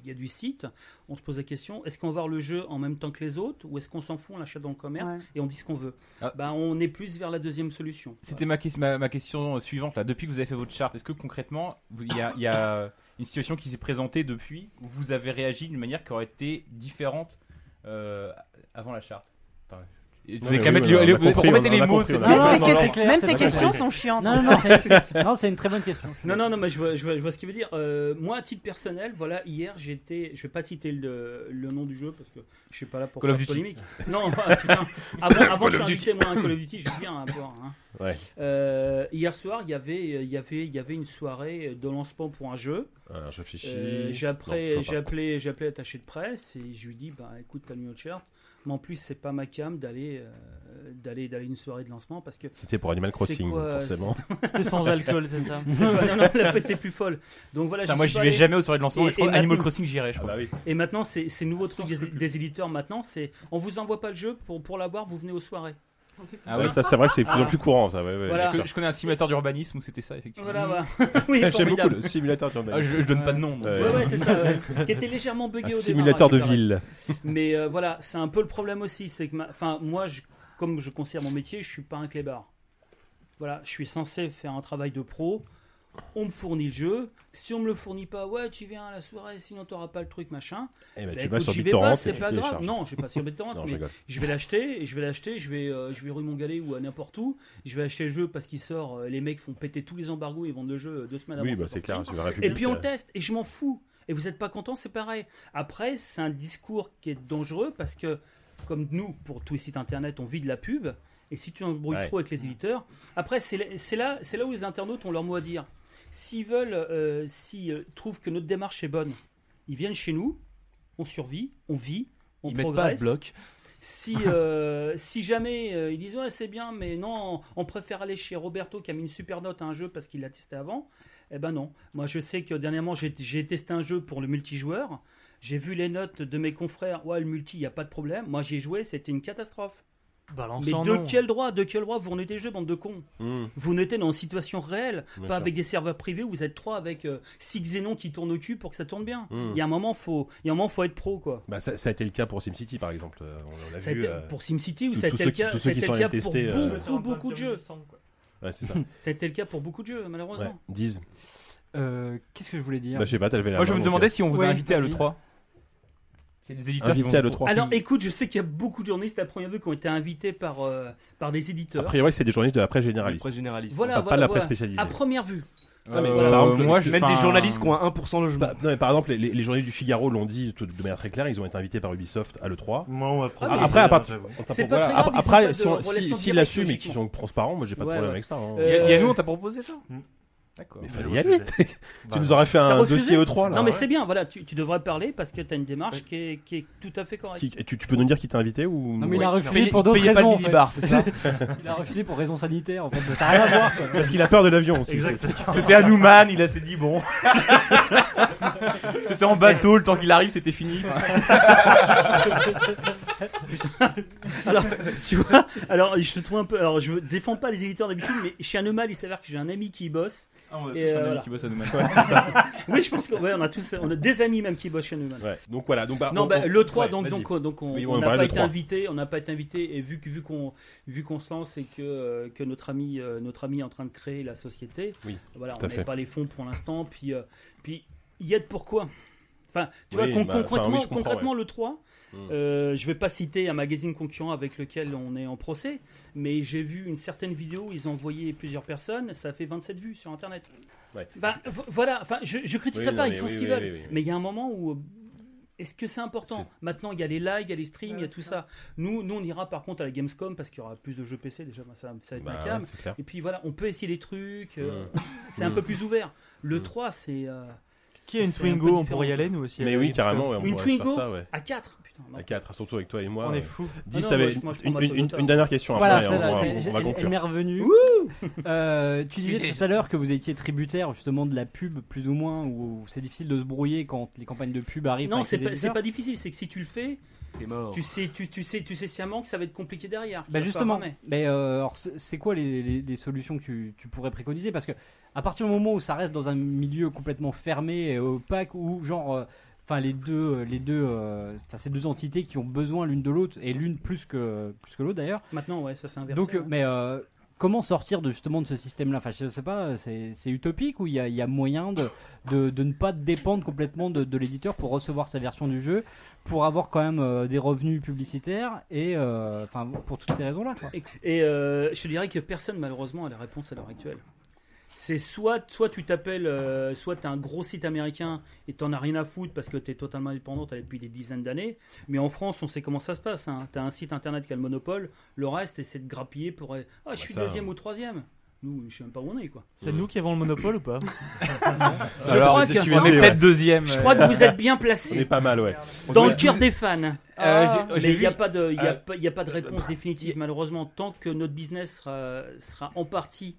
Speaker 2: gars du site, on se pose la question est-ce qu'on va voir le jeu en même temps que les autres, ou est-ce qu'on s'en fout, on l'achète dans le commerce
Speaker 7: Ouais.
Speaker 2: et on dit ce qu'on veut
Speaker 9: Ah.
Speaker 2: Bah, on est plus vers la deuxième solution.
Speaker 9: C'était ma, ques- ma- ma question suivante là. Depuis que vous avez fait votre charte, est-ce que concrètement vous- il y a, il y a une situation qui s'est présentée depuis où vous avez réagi d'une manière qui aurait été différente euh, avant la charte Enfin, et Vous
Speaker 1: Non,
Speaker 9: avez
Speaker 1: mais
Speaker 9: qu'à
Speaker 1: oui,
Speaker 9: mettre
Speaker 1: voilà,
Speaker 9: les-
Speaker 1: on a
Speaker 9: les-
Speaker 1: compris,
Speaker 9: remettez
Speaker 1: on a- on
Speaker 9: les
Speaker 1: a
Speaker 9: mots.
Speaker 1: compris, on
Speaker 9: c'est
Speaker 1: a
Speaker 9: tout.
Speaker 7: Non, mais
Speaker 4: non,
Speaker 7: tes
Speaker 4: non,
Speaker 7: questions-
Speaker 4: c'est clair,
Speaker 7: même
Speaker 4: c'est
Speaker 7: tes
Speaker 4: très
Speaker 7: questions
Speaker 4: clair.
Speaker 7: sont chiantes.
Speaker 4: Non, non, non, c'est non, c'est une très bonne question.
Speaker 2: Non, non, non, mais je vois, je vois, je vois ce qu'il veut dire. Euh, moi, à titre personnel, voilà, hier, j'étais. Je vais pas citer le, le nom du jeu parce que je suis pas là pour
Speaker 9: Call of
Speaker 2: faire
Speaker 9: Duty.
Speaker 2: polémique. Non, (laughs) ah, putain. Avant, avant que je
Speaker 9: Call of
Speaker 2: sois invité, moi, à un Call of Duty, je viens à boire. hein.
Speaker 1: Ouais.
Speaker 2: Euh, hier soir, il y avait, il y avait, il y avait une soirée de lancement pour un jeu.
Speaker 1: Alors, je réfléchis.
Speaker 2: Euh, j'ai appelé-
Speaker 1: Non, je
Speaker 2: j'ai
Speaker 1: vois pas.
Speaker 2: appelé, j'ai appelé l'attaché de presse et je lui dis bah écoute t'as mis notre shirt, mais en plus c'est pas ma cam d'aller, euh, d'aller, d'aller une soirée de lancement parce que
Speaker 1: C'était pour Animal
Speaker 2: C'est
Speaker 1: Crossing,
Speaker 2: quoi,
Speaker 1: forcément.
Speaker 9: (laughs)
Speaker 5: C'était sans alcool, c'est ça
Speaker 2: (laughs) c'est pas- non, non, la fête est plus folle. Donc voilà,
Speaker 9: Putain,
Speaker 2: j'y
Speaker 9: moi
Speaker 2: suis
Speaker 9: je
Speaker 2: pas
Speaker 9: vais
Speaker 2: allé.
Speaker 9: jamais aux soirées de lancement.
Speaker 2: Et-
Speaker 9: mais je crois
Speaker 2: et
Speaker 9: que Animal
Speaker 2: maintenant-
Speaker 9: Crossing j'irai. Je crois.
Speaker 1: Ah bah oui.
Speaker 2: Et maintenant, c'est ces nouveaux trucs des, des éditeurs maintenant, c'est on vous envoie pas le jeu pour, pour l'avoir, vous venez aux soirées.
Speaker 9: Ah ouais.
Speaker 1: Ça, c'est vrai que c'est de plus en plus courant, ça. Ouais, ouais,
Speaker 2: Voilà.
Speaker 1: c'est sûr.
Speaker 9: Je, je connais un simulateur d'urbanisme où c'était ça effectivement.
Speaker 2: Voilà, voilà. oui,
Speaker 1: J'aime beaucoup
Speaker 2: formidable.
Speaker 1: le simulateur d'urbanisme.
Speaker 9: Ah, je, je donne pas de nom. donc.
Speaker 1: Ouais.
Speaker 2: Ouais, ouais, c'est ça, ouais. (laughs) qui était légèrement
Speaker 1: Un
Speaker 2: bugué au
Speaker 1: simulateur de
Speaker 2: démarrage, il
Speaker 1: ville.
Speaker 2: paraît. Mais euh, voilà, c'est un peu le problème aussi, c'est que ma- enfin moi, je- comme je considère mon métier, je suis pas un clébard. Voilà, je suis censé faire un travail de pro. on me fournit le jeu. Si on me le fournit pas, ouais, tu viens à la soirée, sinon t'auras pas le truc, machin.
Speaker 1: Eh ben,
Speaker 2: Bah,
Speaker 1: tu vas
Speaker 2: écoute,
Speaker 1: sur
Speaker 2: j'y vais
Speaker 1: BitTorrent
Speaker 2: pas,
Speaker 1: et
Speaker 2: c'est
Speaker 1: tu
Speaker 2: pas grave.
Speaker 1: télécharges.
Speaker 2: Non, je
Speaker 1: (laughs)
Speaker 2: vais pas sur BitTorrent,
Speaker 1: Non, je
Speaker 2: mais
Speaker 1: rigole.
Speaker 2: je vais l'acheter, et je vais l'acheter, je vais, euh, je vais rue Montgalet ou à n'importe où. Je vais acheter le jeu parce qu'il sort, euh, les mecs font péter tous les embargos et vendent le jeu euh, deux semaines avant.
Speaker 1: Oui, bah
Speaker 2: sa
Speaker 1: c'est clair,
Speaker 2: sortie.
Speaker 1: tu vas
Speaker 2: Et
Speaker 1: République.
Speaker 2: puis on
Speaker 1: euh,
Speaker 2: teste, et je m'en fous. Et vous n'êtes pas content, c'est pareil. Après, c'est un discours qui est dangereux parce que, comme nous, pour tous les sites internet, on vit de la pub. Et si tu embrouilles
Speaker 1: Ouais.
Speaker 2: trop avec les éditeurs, après, c'est là, c'est là, c'est là où les internautes ont leur mot à dire. S'ils veulent, euh, s'ils euh, trouvent que notre démarche est bonne, ils viennent chez nous, on survit, on vit, on
Speaker 6: Ils mettent pas
Speaker 2: progresse.
Speaker 6: de bloc.
Speaker 2: Si, euh, si jamais euh, ils disent ouais c'est bien mais non on préfère aller chez Roberto qui a mis une super note à un jeu parce qu'il l'a testé avant eh ben non moi je sais que dernièrement j'ai- j'ai testé un jeu pour le multijoueur j'ai vu les notes de mes confrères ouais le multi il n'y a pas de problème moi j'ai joué c'était une catastrophe
Speaker 5: Balance
Speaker 2: mais
Speaker 5: en
Speaker 2: de
Speaker 5: nom.
Speaker 2: quel droit de quel droit vous remettez des jeux bande de cons
Speaker 1: hmm,
Speaker 2: vous n'êtes dans une situation réelle
Speaker 1: bien
Speaker 2: pas
Speaker 1: sûr.
Speaker 2: avec des serveurs privés où vous êtes trois avec euh, six xénons qui tournent au cul pour que ça tourne bien
Speaker 1: Mm.
Speaker 2: il y a un moment faut il y a un moment faut être pro quoi
Speaker 1: Bah, ça, ça a été le cas pour SimCity par exemple. euh, On, on l'a
Speaker 2: ça a
Speaker 1: vu.
Speaker 2: été
Speaker 1: euh,
Speaker 2: pour SimCity ou
Speaker 1: tous-
Speaker 2: ça a
Speaker 1: tous
Speaker 2: été
Speaker 1: ceux
Speaker 2: le
Speaker 1: qui-
Speaker 2: cas,
Speaker 1: tous
Speaker 2: ça
Speaker 1: ceux
Speaker 2: a
Speaker 1: qui
Speaker 2: été
Speaker 1: sont
Speaker 2: le
Speaker 1: allés
Speaker 2: cas pour
Speaker 1: tester, euh,
Speaker 5: Je vais
Speaker 2: beaucoup,
Speaker 5: sur un
Speaker 2: beaucoup de
Speaker 5: podium, il
Speaker 2: jeux.
Speaker 5: me semble, quoi.
Speaker 1: ouais,
Speaker 6: (laughs)
Speaker 1: c'est ça.
Speaker 2: Ça a été le cas pour beaucoup de jeux,
Speaker 1: Ouais,
Speaker 2: malheureusement.
Speaker 1: disent.
Speaker 4: Euh, Qu'est-ce que je voulais dire
Speaker 1: Bah, je sais pas, t'as levé la
Speaker 9: Moi, je
Speaker 1: main,
Speaker 9: me
Speaker 1: donc,
Speaker 9: demandais si on vous a
Speaker 4: Ouais,
Speaker 9: invité à
Speaker 4: vas-y.
Speaker 9: l'E3. Il y a des
Speaker 1: euh,
Speaker 9: éditeurs qui
Speaker 1: Invité à
Speaker 9: vont-
Speaker 1: l'E3.
Speaker 2: Alors écoute, je sais qu'il y a beaucoup de journalistes à première vue qui ont été invités par, euh, par des
Speaker 1: A
Speaker 2: éditeurs.
Speaker 1: priori, c'est des journalistes de la presse généraliste.
Speaker 6: Presse généraliste.
Speaker 2: voilà,
Speaker 1: pas- pas
Speaker 2: voilà,
Speaker 1: de la
Speaker 2: voilà.
Speaker 1: presse spécialisée.
Speaker 2: À première vue.
Speaker 1: Ah, mais
Speaker 9: Euh,
Speaker 1: voilà, par exemple,
Speaker 9: moi, je
Speaker 6: Même
Speaker 9: enfin,
Speaker 6: des journalistes qui ont un 1% logement.
Speaker 1: Bah, non, mais par exemple, les, les- les journalistes du Figaro l'ont dit tout- de manière très claire, ils ont été invités par Ubisoft à l'E3.
Speaker 8: Moi, on va prendre-
Speaker 1: Ah, après, à
Speaker 8: j'avoue.
Speaker 1: partir-
Speaker 2: C'est
Speaker 1: Enfin,
Speaker 2: pas très grave,
Speaker 1: ap-
Speaker 2: ils sont pas
Speaker 1: après,
Speaker 2: de
Speaker 1: si on-
Speaker 2: relations
Speaker 1: si- s'ils
Speaker 2: directes,
Speaker 1: l'assument et
Speaker 2: logiquement.
Speaker 1: qu'ils sont transparents, moi j'ai pas de
Speaker 2: Ouais,
Speaker 1: problème
Speaker 2: ouais.
Speaker 1: avec ça. hein. Hmm.
Speaker 2: Euh,
Speaker 9: Il y a- il y a nous, on t'a proposé ça D'accord.
Speaker 1: Mais
Speaker 8: Je
Speaker 1: fallait
Speaker 8: vais
Speaker 1: y aller.
Speaker 8: refuser.
Speaker 1: (laughs) Tu nous aurais fait un
Speaker 2: refusé
Speaker 1: dossier E3 là.
Speaker 2: non mais
Speaker 1: ouais.
Speaker 2: c'est bien, voilà, tu, tu devrais parler parce que tu as une démarche qui, est, qui est tout à fait correcte.
Speaker 1: Qui- tu, tu peux nous dire qui t'a invité ou
Speaker 4: Non, mais il a refusé
Speaker 6: Payez-
Speaker 4: pour d'autres
Speaker 6: payez pas
Speaker 4: raisons.
Speaker 6: le
Speaker 4: en fait.
Speaker 6: minibar, c'est
Speaker 4: (laughs)
Speaker 6: ça
Speaker 4: Il a refusé pour raisons sanitaires, en fait. Ça n'a rien à voir, quoi.
Speaker 1: Parce qu'il a peur de l'avion aussi.
Speaker 8: Exactement.
Speaker 9: C'était à Newman, il a s'est dit bon. (laughs) c'était en bateau, le temps qu'il arrive, c'était
Speaker 4: (laughs)
Speaker 9: fini.
Speaker 2: Alors, tu vois, alors je te trouve un peu. Alors je défends pas les éditeurs d'habitude, mais chez Anomal, il s'avère que j'ai un ami qui y bosse.
Speaker 9: Ah,
Speaker 2: Et, euh, voilà.
Speaker 9: bosse à Newman.
Speaker 2: Oui, je pense qu'on ouais, on a tous, on a des amis même qui bossent chez Anomal.
Speaker 1: Ouais. Donc voilà. Donc, bah,
Speaker 2: Non,
Speaker 1: on-
Speaker 2: bah,
Speaker 1: on-
Speaker 2: le 3,
Speaker 1: ouais,
Speaker 2: donc,
Speaker 1: vas-y.
Speaker 2: donc, donc on
Speaker 1: Oui, on
Speaker 2: on n'a
Speaker 1: parlait
Speaker 2: pas
Speaker 1: de
Speaker 2: été
Speaker 1: 3.
Speaker 2: invité, on n'a pas été invité, et vu que vu qu'on vu qu'on se lance et que euh, que notre ami euh, notre ami est en train de créer la société,
Speaker 1: Oui,
Speaker 2: voilà,
Speaker 1: tout à
Speaker 2: on
Speaker 1: fait.
Speaker 2: n'avait pas les fonds pour l'instant, puis euh, puis y être pourquoi Enfin, tu
Speaker 1: Oui,
Speaker 2: vois, con-
Speaker 1: bah, enfin,
Speaker 2: concrètement,
Speaker 1: oui, je comprends,
Speaker 2: concrètement le 3,
Speaker 1: Mm.
Speaker 2: euh, je vais pas citer un magazine concurrent avec lequel on est en procès, mais j'ai vu une certaine vidéo, où ils ont envoyé plusieurs personnes, ça fait 27 vues sur Internet.
Speaker 1: Ouais.
Speaker 2: Enfin, vo- voilà, enfin, je, je critiquerai
Speaker 1: Oui,
Speaker 2: pas,
Speaker 1: non,
Speaker 2: ils
Speaker 1: mais
Speaker 2: font
Speaker 1: oui,
Speaker 2: ce qu'ils
Speaker 1: oui,
Speaker 2: veulent.
Speaker 1: oui, oui, oui.
Speaker 2: Mais il y a un moment où. euh, Est-ce que c'est important Maintenant, il y a les lives, il y a les streams, il y a tout ça. Nous, nous, on ira par contre à la Gamescom parce qu'il y aura plus de jeux PC déjà, ben, ça, ça va être
Speaker 1: Bah,
Speaker 2: ma
Speaker 1: ouais,
Speaker 2: cam.
Speaker 1: c'est clair.
Speaker 2: Et puis voilà, on peut essayer des trucs. euh,
Speaker 1: Mm.
Speaker 2: (laughs) C'est un
Speaker 1: Mm.
Speaker 2: peu plus ouvert. Le
Speaker 1: Mm.
Speaker 2: 3, c'est euh,
Speaker 5: Qui a une
Speaker 2: C'est un peu
Speaker 5: Twingo On
Speaker 2: différent.
Speaker 5: pourrait y aller, nous aussi.
Speaker 1: Mais
Speaker 5: à
Speaker 1: oui,
Speaker 5: Gamescom.
Speaker 1: carrément. ouais, on
Speaker 2: Une
Speaker 1: pourrait faire
Speaker 2: Twingo
Speaker 1: ça, ouais.
Speaker 2: à 4. Putain, non.
Speaker 1: À 4, surtout avec toi et moi.
Speaker 5: On
Speaker 1: ouais.
Speaker 5: est fous.
Speaker 1: 10,
Speaker 2: Ah non,
Speaker 1: t'avais
Speaker 2: moi, je- moi, je prends
Speaker 1: une,
Speaker 2: ma
Speaker 1: une-
Speaker 4: hein.
Speaker 2: Toyota.
Speaker 1: une dernière question.
Speaker 4: Voilà,
Speaker 1: après, hein, on,
Speaker 4: celle-là,
Speaker 1: va-
Speaker 4: c'est-
Speaker 1: on va
Speaker 4: elle- elle
Speaker 1: conclure.
Speaker 4: m'est revenue. Euh, tu disais tout à l'heure que vous étiez tributaire justement de la pub, plus ou moins, où c'est difficile de se brouiller quand les campagnes de pub arrivent.
Speaker 2: Non,
Speaker 4: avec
Speaker 2: c'est
Speaker 4: les
Speaker 2: pas, c'est
Speaker 4: éditeurs.
Speaker 2: pas difficile. C'est que si tu le fais,
Speaker 6: T'es mort.
Speaker 2: tu sais, tu, tu sais, tu sais sciemment que ça va être compliqué derrière. Tu
Speaker 4: Oh. Bah
Speaker 2: vas
Speaker 4: justement,
Speaker 2: pas ramer.
Speaker 4: mais euh, alors, c'est c'est quoi les, les- les solutions que tu, tu pourrais préconiser Parce que à partir du moment où ça reste dans un milieu complètement fermé et opaque, où genre, euh, enfin les deux, les deux, euh, enfin, ces deux entités qui ont besoin l'une de l'autre et l'une plus que plus que l'autre d'ailleurs.
Speaker 2: Maintenant, ouais, ça c'est inversé.
Speaker 4: Donc, euh,
Speaker 2: hein.
Speaker 4: mais euh, comment sortir de justement de ce système-là Enfin, je sais pas, c'est c'est utopique ou il y a, il y a moyen de, de, de ne pas dépendre complètement de, de l'éditeur pour recevoir sa version du jeu, pour avoir quand même euh, des revenus publicitaires et euh, enfin pour toutes ces raisons-là. quoi.
Speaker 2: Et, et, euh, je te dirais que personne, malheureusement, a la réponse à l'heure actuelle. C'est soit, soit tu t'appelles, euh, soit tu un gros site américain et t'en as rien à foutre parce que tu es totalement indépendant, t'as depuis des dizaines d'années. Mais en France, on sait comment ça se passe. Hein. Tu un site internet qui a le monopole, le reste, essaie de grappiller pour. Ah,
Speaker 4: Bah,
Speaker 2: je suis
Speaker 1: ça,
Speaker 2: deuxième
Speaker 4: euh,
Speaker 2: ou troisième. Nous, je sais même pas où on est, quoi.
Speaker 5: C'est nous qui avons le monopole ou
Speaker 2: (laughs)
Speaker 5: pas
Speaker 2: Je
Speaker 1: Mm. Alors,
Speaker 2: crois
Speaker 1: vous
Speaker 2: que-
Speaker 1: êtes
Speaker 9: On
Speaker 1: QVC,
Speaker 9: est
Speaker 1: ouais.
Speaker 9: peut-être deuxième.
Speaker 2: Je crois que
Speaker 5: euh.
Speaker 2: vous êtes bien
Speaker 1: On est
Speaker 2: placé
Speaker 1: pas mal, ouais.
Speaker 2: euh, dans
Speaker 1: doit
Speaker 2: le
Speaker 1: être
Speaker 2: cœur des fans.
Speaker 9: Euh, j'ai-
Speaker 2: Ah. Mais
Speaker 9: j'ai
Speaker 2: il n'y
Speaker 9: vu.
Speaker 2: a, pas de- il y a
Speaker 1: euh,
Speaker 2: pas- il y a pas de réponse définitive, malheureusement. Tant que notre business sera, sera en partie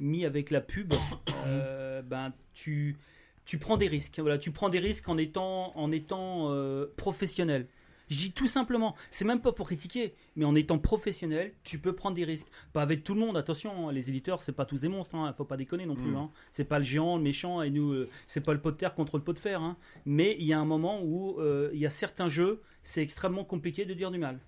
Speaker 2: mis avec la pub, (coughs) euh, ben, tu, tu prends des risques. Voilà, tu prends des risques en étant, en étant euh, professionnel. Je dis tout simplement, c'est même pas pour critiquer, mais en étant professionnel, tu peux prendre des risques. Pas avec tout le monde, attention, hein, les éditeurs, c'est pas tous des monstres, hein, faut pas déconner non plus. hein. C'est pas le géant, le méchant, et nous, euh, c'est pas le pot de terre contre le pot de fer. hein. Mais il y a un moment où euh, il y a certains jeux, c'est extrêmement compliqué de dire du mal.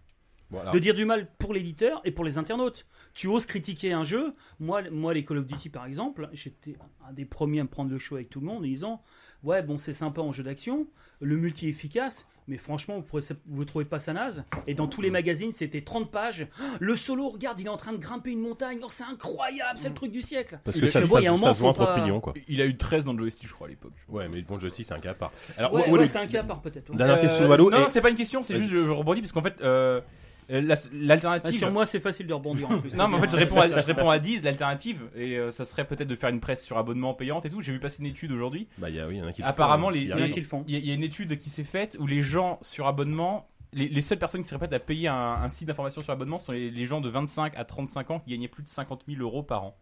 Speaker 1: Voilà.
Speaker 2: de dire du mal pour l'éditeur et pour les internautes. Tu oses critiquer un jeu. Moi, moi les Call of Duty, par exemple, j'étais un des premiers à me prendre le show avec tout le monde en disant Ouais, bon, c'est sympa en jeu d'action, le multi est efficace, mais franchement, vous, pourrez- vous trouvez pas ça naze Et dans
Speaker 1: Mm.
Speaker 2: tous les magazines, c'était 30 pages. Le solo, regarde, il est en train de grimper une montagne. Oh, c'est incroyable, c'est le truc du siècle.
Speaker 1: Mm. Parce
Speaker 2: Et
Speaker 1: que
Speaker 2: je
Speaker 1: ça,
Speaker 2: fais,
Speaker 1: ça,
Speaker 2: bon, il y a un
Speaker 1: ça
Speaker 2: moment,
Speaker 1: se vend
Speaker 2: faut
Speaker 1: entre
Speaker 2: pas-
Speaker 1: opinions, quoi.
Speaker 9: Il a eu 13 dans le joystick, je crois, à l'époque.
Speaker 1: Ouais, mais bon, Justice, c'est un cas à part. Alors,
Speaker 2: Ouais,
Speaker 1: Walou,
Speaker 2: ouais, c'est un cas à part peut-être. ouais.
Speaker 1: dernière
Speaker 9: Euh,
Speaker 1: question de Walou.
Speaker 9: Non,
Speaker 1: et-
Speaker 9: c'est pas une question, c'est
Speaker 1: Vas-y.
Speaker 9: juste je rebondis parce qu'en fait, euh, la-
Speaker 2: Ah,
Speaker 9: l'alternative.
Speaker 2: sur moi, c'est facile de rebondir en plus.
Speaker 9: (laughs) Non, mais en fait, je réponds à, je réponds à 10, l'alternative, et euh, ça serait peut-être de faire une presse sur abonnement payante et tout. J'ai vu passer une étude aujourd'hui.
Speaker 1: Bah, il y, a- oui, il y en a qui le
Speaker 9: Apparemment,
Speaker 1: font,
Speaker 9: les-
Speaker 1: il y a
Speaker 9: les-
Speaker 1: raison.
Speaker 2: qu'ils font.
Speaker 9: Il y, a- il y a une étude qui s'est faite où les gens sur abonnement, les, les seules personnes qui se répètent à payer un, un site d'information sur abonnement sont les, les gens de 25 à 35 ans qui gagnaient plus de 50 000 euros par an.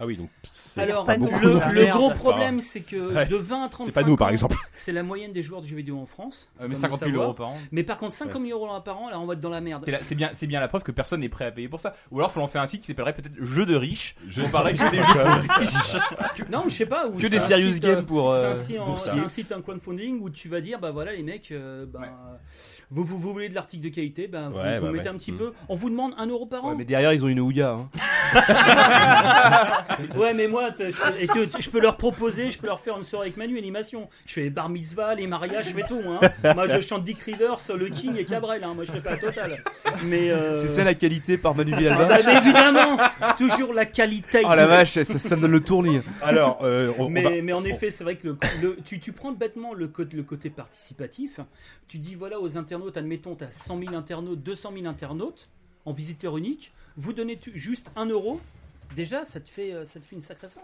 Speaker 1: Ah oui, donc c'est
Speaker 2: Alors,
Speaker 1: pas
Speaker 2: le,
Speaker 1: beaucoup.
Speaker 2: le
Speaker 1: non plus.
Speaker 2: gros
Speaker 1: Enfin,
Speaker 2: problème, c'est que
Speaker 1: Ouais.
Speaker 2: de 20 à 35
Speaker 1: C'est pas nous, par
Speaker 2: ans,
Speaker 1: exemple.
Speaker 2: C'est la moyenne des joueurs de jeux vidéo en France.
Speaker 9: Euh,
Speaker 2: comme
Speaker 9: mais 50 000
Speaker 2: savoir.
Speaker 9: euros par an.
Speaker 2: Mais par contre, 50 000 euros par an, là, on va être dans la merde.
Speaker 9: C'est la- C'est bien, c'est bien la preuve que personne n'est prêt à payer pour ça. Ou alors, faut lancer un site qui s'appellerait peut-être Jeux de riches.
Speaker 1: Je-
Speaker 9: On
Speaker 2: (laughs)
Speaker 9: parlerait que des jeux.
Speaker 2: Non, je sais pas. Ou
Speaker 6: Que
Speaker 2: c'est
Speaker 6: des
Speaker 2: un
Speaker 6: serious
Speaker 2: site,
Speaker 6: games
Speaker 2: euh,
Speaker 6: pour.
Speaker 2: C'est
Speaker 6: euh,
Speaker 2: un, site en-
Speaker 1: pour ça.
Speaker 2: c'est un site, un crowdfunding où tu vas dire, bah voilà les mecs, euh, ben,
Speaker 9: Ouais.
Speaker 2: vous, vous, vous voulez de l'article de qualité, ben, vous,
Speaker 1: Ouais,
Speaker 2: vous
Speaker 1: bah
Speaker 2: mettez
Speaker 1: ouais.
Speaker 2: un petit
Speaker 1: Mm.
Speaker 2: peu. On vous demande 1 euro par an.
Speaker 6: Ouais, mais derrière, ils ont une Ouya. hein.
Speaker 2: Ah, Ouais, mais moi, t'as- je peux, et que tu- je peux leur proposer, je peux leur faire une soirée avec Manu animation. Je fais les bar mitzvah, les mariages, je fais tout. Hein. Moi, je chante Dick Rivers, le King et Cabrel. Hein. Moi, je te fais la totale. Mais euh,
Speaker 6: C'est ça la qualité par Manu Villalba.
Speaker 2: bah, mais évidemment, toujours la qualité.
Speaker 6: Oh la vache, ça, ça me donne le tournis.
Speaker 1: Alors, euh, on, on
Speaker 2: Mais,
Speaker 1: va-
Speaker 2: mais en effet, c'est vrai que le, le- tu, tu prends bêtement le, côté- le côté participatif. Tu dis voilà aux internautes, admettons, tu as 100 000 internautes, 200 000 internautes en visiteur unique. Vous donnez tu- juste 1 euro. Déjà, ça te fait, euh, ça te fait une sacrée somme.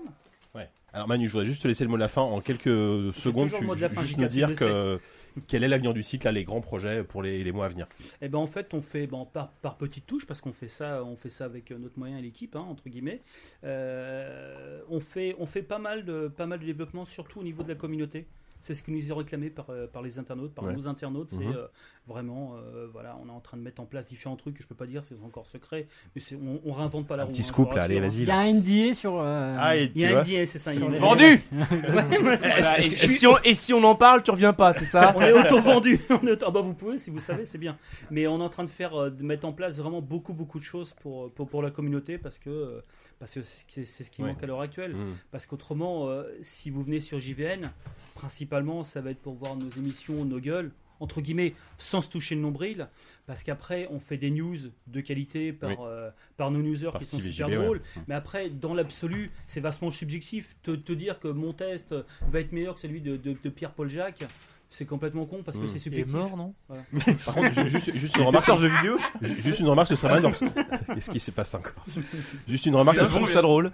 Speaker 1: Ouais. Alors Manu, je voudrais juste te laisser le mot de la fin en quelques secondes.
Speaker 2: toujours
Speaker 1: Tu,
Speaker 2: le mot de la
Speaker 1: ju-
Speaker 2: fin,
Speaker 1: juste
Speaker 2: Jika,
Speaker 1: nous
Speaker 2: tu
Speaker 1: dire
Speaker 2: le
Speaker 1: que quel est l'avenir du site, là, les grands projets pour les, les mois à venir.
Speaker 2: Eh ben en fait on fait bon, par, par petites touches parce qu'on fait ça on fait ça avec euh, notre moyen et l'équipe hein, entre guillemets. Euh, on fait on fait pas mal de pas mal de développement surtout au niveau de la communauté. C'est ce qui nous est réclamé par, euh, par les internautes, par
Speaker 1: Ouais.
Speaker 2: nos internautes. C'est
Speaker 1: Mhm.
Speaker 2: euh, vraiment, euh, voilà, on est en train de mettre en place différents trucs que je peux pas dire, c'est encore secret, mais c'est- on, on réinvente pas la
Speaker 1: Un
Speaker 2: roue.
Speaker 1: petit
Speaker 2: hein, je
Speaker 1: scoop,
Speaker 2: vous
Speaker 1: là, allez,
Speaker 2: rassure,
Speaker 1: vas-y.
Speaker 4: Il y
Speaker 1: là.
Speaker 4: a un NDA sur. euh,
Speaker 1: Ah, et
Speaker 2: hein. Il
Speaker 1: tu
Speaker 2: y a
Speaker 1: vois.
Speaker 2: un NDA, c'est ça. il y a
Speaker 4: Sur
Speaker 2: un
Speaker 4: les-
Speaker 2: NDA.
Speaker 9: Vendu
Speaker 1: (laughs)
Speaker 2: Ouais, ouais, c'est ça.
Speaker 6: Et si, on, et si on en parle, tu reviens pas, c'est ça
Speaker 2: on est
Speaker 6: (laughs)
Speaker 2: auto-vendu. (laughs) On est auto- Ah bah vous pouvez si vous savez, c'est bien. Mais on est en train de faire, euh, de mettre en place vraiment beaucoup beaucoup de choses pour euh, pour, pour la communauté parce que euh, parce que c'est ce qui- c'est ce qui
Speaker 1: Ouais.
Speaker 2: manque à l'heure actuelle.
Speaker 1: Mm.
Speaker 2: Parce qu'autrement, euh, si vous venez sur JVN, principalement ça va être pour voir nos émissions, nos gueules entre guillemets, sans se toucher le nombril, parce qu'après on fait des news de qualité par,
Speaker 1: Oui.
Speaker 2: euh, par nos newsers
Speaker 1: Par
Speaker 2: qui sont
Speaker 1: Stevie
Speaker 2: super
Speaker 1: JB, ouais.
Speaker 2: drôles,
Speaker 1: Mm.
Speaker 2: mais après dans l'absolu c'est vachement subjectif. Te, te dire que mon test va être meilleur que celui de, de- de Pierre-Paul Jacques, c'est complètement con parce que
Speaker 1: Mm.
Speaker 2: c'est
Speaker 5: Il est
Speaker 2: subjectif.
Speaker 5: mort, non
Speaker 1: (laughs) Par contre, ju- juste, juste une remarque.
Speaker 6: jeu vidéo
Speaker 1: ju- Juste une remarque, ce serait
Speaker 5: (laughs)
Speaker 1: bien. (laughs) de- Qu'est-ce qui se passe
Speaker 2: (laughs)
Speaker 1: encore Juste une remarque,
Speaker 6: Je
Speaker 1: ce serait,
Speaker 6: trouve ça drôle.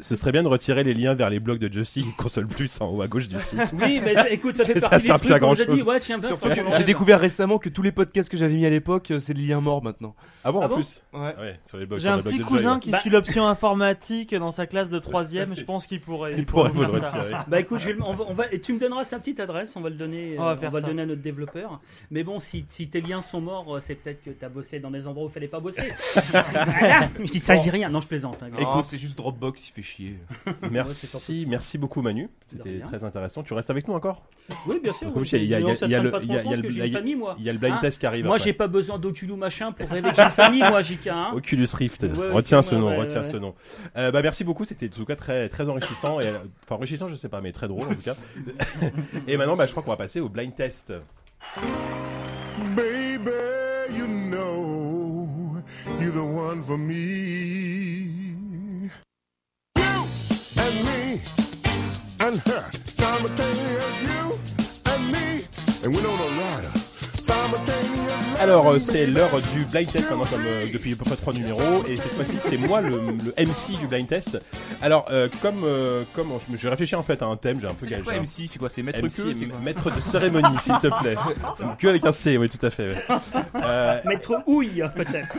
Speaker 1: ce serait bien de retirer les liens vers les blogs de Justy et Console Plus en haut à gauche du site.
Speaker 2: Oui, mais c'est- écoute, ça fait
Speaker 1: C'est- ça
Speaker 2: partie des
Speaker 1: sert plus à
Speaker 2: trucs qu'on nous a
Speaker 1: grand-chose.
Speaker 2: dit, ouais, tiens, bah,
Speaker 6: Surtout
Speaker 2: faut-
Speaker 6: que j'ai découvert récemment que tous les podcasts que j'avais mis à l'époque, euh, c'est des liens morts maintenant.
Speaker 1: Ah bon,
Speaker 2: Ah
Speaker 1: en
Speaker 2: bon
Speaker 1: plus
Speaker 6: Ouais.
Speaker 1: Ouais, sur les blogs
Speaker 5: J'ai
Speaker 1: sur
Speaker 5: un
Speaker 1: les blogs
Speaker 5: petit
Speaker 1: de
Speaker 5: cousin
Speaker 1: Joy,
Speaker 5: qui
Speaker 2: Bah-
Speaker 5: suit l'option informatique dans sa classe de 3ème, je pense qu'il pourrait,
Speaker 1: ouais. Il pourrait vous
Speaker 5: vous
Speaker 1: le
Speaker 5: faire ça.
Speaker 1: retirer.
Speaker 2: Bah écoute, je vais le- on va, on va- et tu me donneras sa petite adresse, on va le donner, euh,
Speaker 5: On
Speaker 2: on
Speaker 5: va
Speaker 2: va,
Speaker 5: faire
Speaker 2: le
Speaker 5: ça.
Speaker 2: donner à notre développeur. Mais bon, si, si tes liens sont morts, euh, c'est peut-être que t'as bossé dans des endroits où il fallait
Speaker 1: (laughs)
Speaker 2: pas bosser. Voilà. je dis ça, je dis rien. Non, je plaisante. hein, évidemment.
Speaker 6: Écoute, c'est juste Dropbox, il fait chier.
Speaker 1: (laughs)
Speaker 2: c'est surtout
Speaker 1: Merci,
Speaker 2: ça.
Speaker 1: merci beaucoup Manu.
Speaker 2: De
Speaker 1: C'était
Speaker 2: rien.
Speaker 1: très intéressant. Tu restes avec nous encore
Speaker 2: oui, bien sûr.
Speaker 1: Comme
Speaker 2: oui,
Speaker 1: si il y a- il y a-
Speaker 2: non, ça
Speaker 1: il y a
Speaker 2: traîne
Speaker 1: le-
Speaker 2: pas trop
Speaker 1: il y a- il
Speaker 2: longtemps
Speaker 1: y a
Speaker 2: parce que
Speaker 1: le-
Speaker 2: j'ai une famille, moi.
Speaker 1: Il y a le blind
Speaker 2: Hein
Speaker 1: test qui arrive.
Speaker 2: Moi,
Speaker 1: après.
Speaker 2: j'ai pas besoin d'Oculus machin pour rêver que j'ai une famille, moi, JK. hein.
Speaker 1: Oculus Rift.
Speaker 2: Ouais,
Speaker 1: retiens
Speaker 2: excuse-moi,
Speaker 1: ce nom,
Speaker 2: ouais,
Speaker 1: retiens
Speaker 2: ouais.
Speaker 1: ce nom. Euh, bah, merci beaucoup, c'était en tout cas très, très enrichissant. Et, euh, enfin, enrichissant, je sais pas, mais très drôle en tout
Speaker 2: (laughs)
Speaker 1: cas. et maintenant, bah, je crois qu'on va passer au blind test.
Speaker 12: Baby, you know you're the one for me. You and me and her. Simultaneous you and me. And we know the rider. Simultaneous.
Speaker 1: Alors, euh, c'est l'heure du blind test maintenant, comme euh, depuis à peu près trois numéros. Et cette fois-ci, c'est moi le, le MC du blind test. Alors, euh, comme, euh, comme on- je réfléchis en fait à un thème, j'ai un peu
Speaker 9: C'est
Speaker 1: gagé. hein.
Speaker 9: quoi MC C'est quoi C'est maître
Speaker 1: MC,
Speaker 9: queue c'est quoi
Speaker 1: maître de cérémonie, s'il te plaît. Que avec un C, oui, tout à fait. (laughs) ouais. Euh,
Speaker 2: Maître houille, peut-être.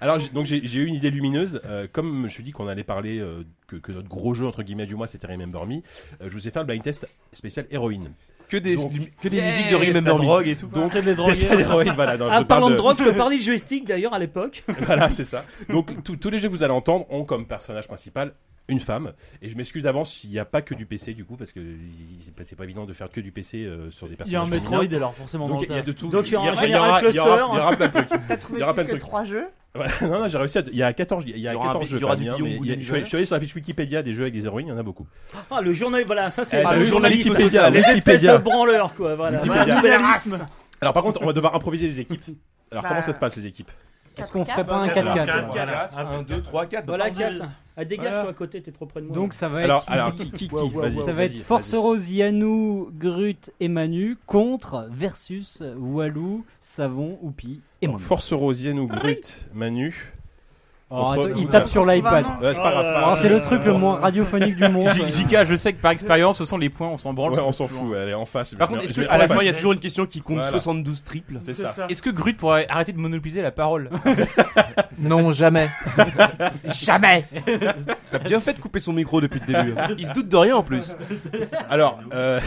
Speaker 1: Alors j'ai- donc j'ai j'ai eu une idée lumineuse. Euh, comme je dis qu'on allait parler euh, que, que notre gros jeu entre guillemets du mois c'était Remember Me, euh, je vous ai fait un blind test spécial héroïne.
Speaker 6: Que des,
Speaker 1: Donc-
Speaker 6: que des
Speaker 9: Yes,
Speaker 6: musiques de
Speaker 9: la
Speaker 6: Remember Me.
Speaker 9: drogue et tout.
Speaker 1: Donc (laughs) test à l'héroïne, voilà. non,
Speaker 2: Ah,
Speaker 1: je parle
Speaker 2: parlant de drogue,
Speaker 1: (laughs)
Speaker 2: je peux parler de joystick d'ailleurs à l'époque.
Speaker 1: Voilà, c'est ça. Donc tous tous les jeux que vous allez entendre ont comme personnage principal une femme. Et je m'excuse avant s'il n'y a pas que du PC du coup, parce que il- c'est pas évident de faire que du PC euh, sur des
Speaker 5: Il y a un
Speaker 1: personnages.
Speaker 5: Metroid
Speaker 1: féminins.
Speaker 5: alors forcément
Speaker 1: Donc
Speaker 5: dans
Speaker 1: il y a
Speaker 5: le tas.
Speaker 1: de tout.
Speaker 2: Donc, il y aura un
Speaker 1: il y aura- il
Speaker 2: général
Speaker 1: y aura-
Speaker 2: cluster.
Speaker 1: il y aura plein de trucs.
Speaker 7: T'as
Speaker 1: Il
Speaker 7: trouvé
Speaker 1: y aura plein
Speaker 7: plus
Speaker 1: de
Speaker 7: que
Speaker 1: trucs.
Speaker 7: trois jeux
Speaker 1: Ouais, non, non, j'ai réussi à. Il y a 14, il y a
Speaker 9: Il y aura
Speaker 1: 14
Speaker 9: un-
Speaker 1: jeux.
Speaker 9: il y aura
Speaker 1: parmi,
Speaker 9: du
Speaker 1: hein,
Speaker 9: Beyond
Speaker 1: mais
Speaker 9: Good
Speaker 1: il y a-
Speaker 9: and
Speaker 1: je suis allé sur la fiche Wikipédia des jeux avec des héroïnes, il y en a beaucoup.
Speaker 2: Ah, le journal, voilà, ça
Speaker 1: Eh,
Speaker 2: c'est
Speaker 1: t'as
Speaker 2: le
Speaker 1: vu,
Speaker 2: journalisme.
Speaker 1: Wikipédia,
Speaker 2: les espèces
Speaker 1: Wikipédia.
Speaker 2: de branleurs, quoi. Voilà,
Speaker 1: Wikipédia.
Speaker 2: Voilà, nouvelle race.
Speaker 1: Alors par contre, on va devoir improviser les équipes. Alors
Speaker 7: Bah.
Speaker 1: comment ça se passe les équipes
Speaker 4: Est-ce qu'on
Speaker 7: 4-4?
Speaker 4: ferait pas un
Speaker 5: Quatre,
Speaker 4: 4-4
Speaker 5: quatre,
Speaker 4: voilà.
Speaker 5: quatre.
Speaker 6: 1, 2, 3, 4.
Speaker 2: Voilà, Kat. Ah, dégage,
Speaker 4: Voilà.
Speaker 2: toi à côté, t'es trop près de
Speaker 4: (laughs)
Speaker 2: moi.
Speaker 4: Donc ça va
Speaker 1: Alors,
Speaker 4: être
Speaker 1: alors qui, qui, qui
Speaker 11: Waouh, waouh,
Speaker 1: Vas-y,
Speaker 11: waouh.
Speaker 4: Ça va
Speaker 1: vas-y,
Speaker 4: être Force
Speaker 1: vas-y.
Speaker 4: Rose, Yanou, Grut et Manu contre versus Walou, Savon, Oupi et Manu.
Speaker 1: Force Rose, Yenou,
Speaker 6: Ah
Speaker 1: Brut, Manu.
Speaker 4: Oh,
Speaker 1: Contre-
Speaker 4: attends, il tape sur l'iPad.
Speaker 7: Vraiment.
Speaker 1: Ouais, c'est pas grave, c'est pas
Speaker 4: Alors,
Speaker 1: grave.
Speaker 4: C'est le truc le moins radiophonique du monde.
Speaker 9: J- JK, je sais que par expérience, ce sont les points, on s'en branle.
Speaker 1: Ouais,
Speaker 9: ça
Speaker 1: on
Speaker 9: compte
Speaker 1: s'en
Speaker 9: toujours.
Speaker 1: fout, allez,
Speaker 6: (laughs)
Speaker 1: en face. Je
Speaker 9: Par contre,
Speaker 1: vais-
Speaker 9: est-ce
Speaker 1: je
Speaker 9: que
Speaker 1: vais-
Speaker 9: à la
Speaker 1: en
Speaker 9: fin, il y a
Speaker 1: face.
Speaker 9: toujours une question qui compte
Speaker 1: Voilà.
Speaker 9: 72 triples
Speaker 1: C'est ça.
Speaker 9: Est-ce que Grut pourrait arrêter de monopoliser
Speaker 1: (laughs)
Speaker 9: la parole
Speaker 11: Non,
Speaker 6: (laughs)
Speaker 11: jamais.
Speaker 9: Jamais
Speaker 6: T'as bien fait de couper son micro depuis le début. hein. Il se doute de rien en plus.
Speaker 1: (laughs) Alors, euh,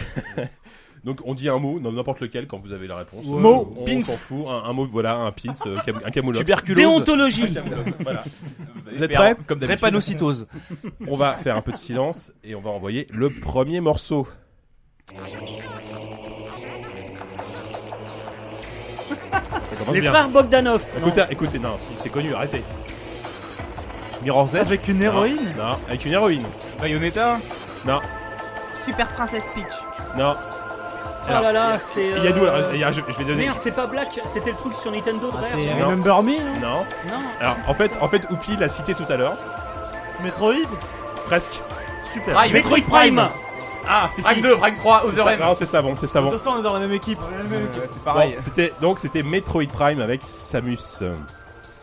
Speaker 1: (laughs) donc on dit un mot, dans n'importe lequel, quand vous avez la réponse.
Speaker 9: Ouais. Mot,
Speaker 1: on
Speaker 9: pins.
Speaker 1: s'en fout, un, un mot, voilà, un pins, euh, cam- un camoulox.
Speaker 9: Tuberculose
Speaker 1: Un
Speaker 2: Déontologie.
Speaker 1: camoulox,
Speaker 4: (laughs)
Speaker 1: voilà.
Speaker 9: Vous
Speaker 1: Vous êtes prêts
Speaker 9: Comme d'habitude.
Speaker 6: Drépanocytose.
Speaker 1: On va faire un peu de silence et on va envoyer le premier morceau. Ça commence
Speaker 2: Les
Speaker 1: bien.
Speaker 2: frères Bogdanov.
Speaker 1: Écoutez, écoutez, non, c'est c'est connu, arrêtez.
Speaker 6: Mirror's Edge.
Speaker 5: Avec une héroïne
Speaker 1: Non, non, avec une héroïne.
Speaker 9: Bayonetta
Speaker 7: Super Princesse Peach.
Speaker 1: Non.
Speaker 2: Oh là là, c'est.
Speaker 1: Il y a d'où
Speaker 2: euh,
Speaker 1: alors, il y a- je, je vais donner.
Speaker 2: Merde, c'est pas Black, c'était le truc sur Nintendo,
Speaker 4: Ah,
Speaker 2: frère.
Speaker 4: c'est-
Speaker 1: Non.
Speaker 5: Remember Me hein
Speaker 1: Non.
Speaker 2: Non,
Speaker 1: Alors en fait, en fait, Oupi l'a cité tout à l'heure,
Speaker 5: Metroid
Speaker 1: presque.
Speaker 8: Super.
Speaker 9: Prime.
Speaker 2: Metroid Prime.
Speaker 1: Ah, c'est
Speaker 9: Frag 2, Frag 3, Other
Speaker 1: ça,
Speaker 9: M
Speaker 1: Non, c'est ça, bon, c'est ça,
Speaker 5: De
Speaker 1: bon.
Speaker 5: toute façon, on est dans la même équipe.
Speaker 6: C'est
Speaker 1: Bon, c'était donc c'était Metroid Prime avec Samus.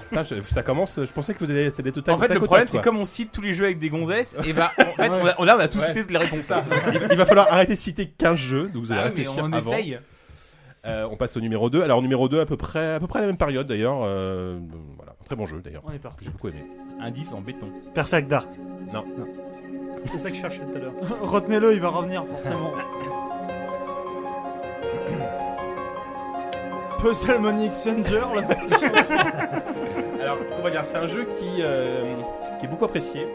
Speaker 1: Putain, je- ça commence. Je pensais que vous allez, c'était total.
Speaker 9: En fait, le problème, c'est comme on cite tous les jeux avec des gonzesses, et bah, en fait, on a, on a- on a tous
Speaker 1: Ouais.
Speaker 9: cité toutes les réponses. Ah
Speaker 1: Il va falloir arrêter de citer 15 jeux, donc vous allez
Speaker 9: oui, Ah, mais
Speaker 1: réfléchir
Speaker 9: on en
Speaker 1: avant.
Speaker 9: essaye.
Speaker 1: Euh, on passe au numéro 2. Alors numéro 2 à peu près à peu près à la même période d'ailleurs. Euh, voilà, très bon jeu d'ailleurs.
Speaker 5: On est parti.
Speaker 1: J'ai beaucoup aimé.
Speaker 9: Indice en béton.
Speaker 8: Perfect Dark.
Speaker 2: C'est ça que je cherchais tout à l'heure.
Speaker 5: (laughs) Retenez-le, il va revenir
Speaker 1: (laughs)
Speaker 5: forcément. Puzzle Money Exchanger, là.
Speaker 1: (laughs) Alors, on va dire, c'est un jeu qui euh, qui est beaucoup apprécié.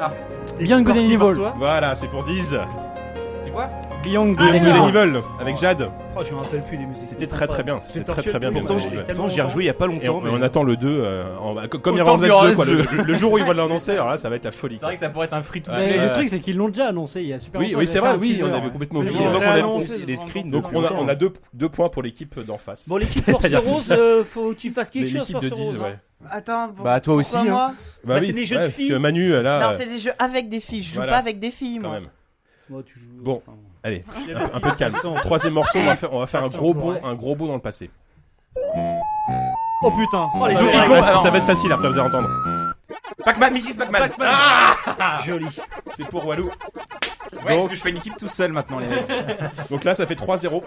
Speaker 9: Ah.
Speaker 4: Beyond Good and
Speaker 5: Porté par
Speaker 4: Evil.
Speaker 5: toi.
Speaker 1: Voilà, c'est pour 10
Speaker 9: C'est quoi Ah,
Speaker 4: Beyond
Speaker 1: Beyond
Speaker 4: Good
Speaker 1: Good
Speaker 4: and
Speaker 1: and
Speaker 4: Evil.
Speaker 1: Evil avec Jade.
Speaker 2: Oh, je me rappelle plus des musiques.
Speaker 1: C'était très très bien. C'était très très bien.
Speaker 6: Pourtant,
Speaker 1: Beyond
Speaker 6: j'ai-
Speaker 1: Good and Evil.
Speaker 6: pourtant, j'y ai rejoué il y a pas
Speaker 1: Et on,
Speaker 6: longtemps.
Speaker 1: et on
Speaker 6: mais-
Speaker 1: attend le 2 euh, en- bah, co- comme
Speaker 9: Autant
Speaker 1: les
Speaker 9: que
Speaker 1: Ramsès 2
Speaker 9: le
Speaker 1: quoi, le,
Speaker 9: reste,
Speaker 1: le- le jour où ils vont l'annoncer alors là ça va être la folie.
Speaker 9: C'est vrai que ça pourrait être un free to
Speaker 1: Ouais.
Speaker 9: play.
Speaker 4: Mais
Speaker 1: Euh,
Speaker 4: le truc, c'est qu'ils l'ont déjà annoncé il y a super
Speaker 1: oui,
Speaker 4: longtemps,
Speaker 1: oui,
Speaker 4: ils
Speaker 1: c'est
Speaker 4: avaient
Speaker 1: vrai,
Speaker 4: fait un
Speaker 1: oui, on
Speaker 4: teaser.
Speaker 1: avait complètement
Speaker 5: C'est
Speaker 1: oublié.
Speaker 5: bon,
Speaker 1: Donc,
Speaker 5: on
Speaker 1: on a-
Speaker 5: l'a
Speaker 1: donc,
Speaker 5: annoncé,
Speaker 6: des screens.
Speaker 1: donc, on a, on a deux, deux points pour l'équipe d'en face.
Speaker 2: Bon, l'équipe Force
Speaker 1: C'est-à-dire-
Speaker 2: Rose, euh, faut que tu fasses quelque chose,
Speaker 1: L'équipe
Speaker 2: Force
Speaker 1: de 10,
Speaker 2: Rose. hein.
Speaker 1: ouais.
Speaker 7: Attends, bon,
Speaker 6: Bah, toi aussi,
Speaker 7: pourquoi
Speaker 6: hein.
Speaker 7: moi
Speaker 1: Bah,
Speaker 2: c'est des jeux de
Speaker 1: ouais, parce
Speaker 2: filles.
Speaker 1: que Manu euh, là,
Speaker 7: Non, c'est des jeux avec des filles. Je joue
Speaker 1: voilà.
Speaker 7: pas avec des filles,
Speaker 1: euh, quand
Speaker 7: moi.
Speaker 1: même.
Speaker 2: Moi, tu joues.
Speaker 1: Bon.
Speaker 2: enfin, bon.
Speaker 1: Allez, un, un peu de calme. Troisième morceau, on va faire, on va faire un gros bond, un gros bond dans le passé.
Speaker 5: Oh putain
Speaker 2: Oh, les
Speaker 1: Ça
Speaker 9: Donkey
Speaker 1: va-
Speaker 9: Kong,
Speaker 1: ça va-
Speaker 9: alors.
Speaker 1: ça va être facile après vous allez entendre.
Speaker 9: Pac-Man, Mrs. Pac-Man.
Speaker 2: Joli.
Speaker 1: C'est pour Walou.
Speaker 9: ouais, parce
Speaker 1: Donc-
Speaker 9: que je fais une équipe tout seul maintenant, les mecs.
Speaker 1: Donc là ça fait 3-0.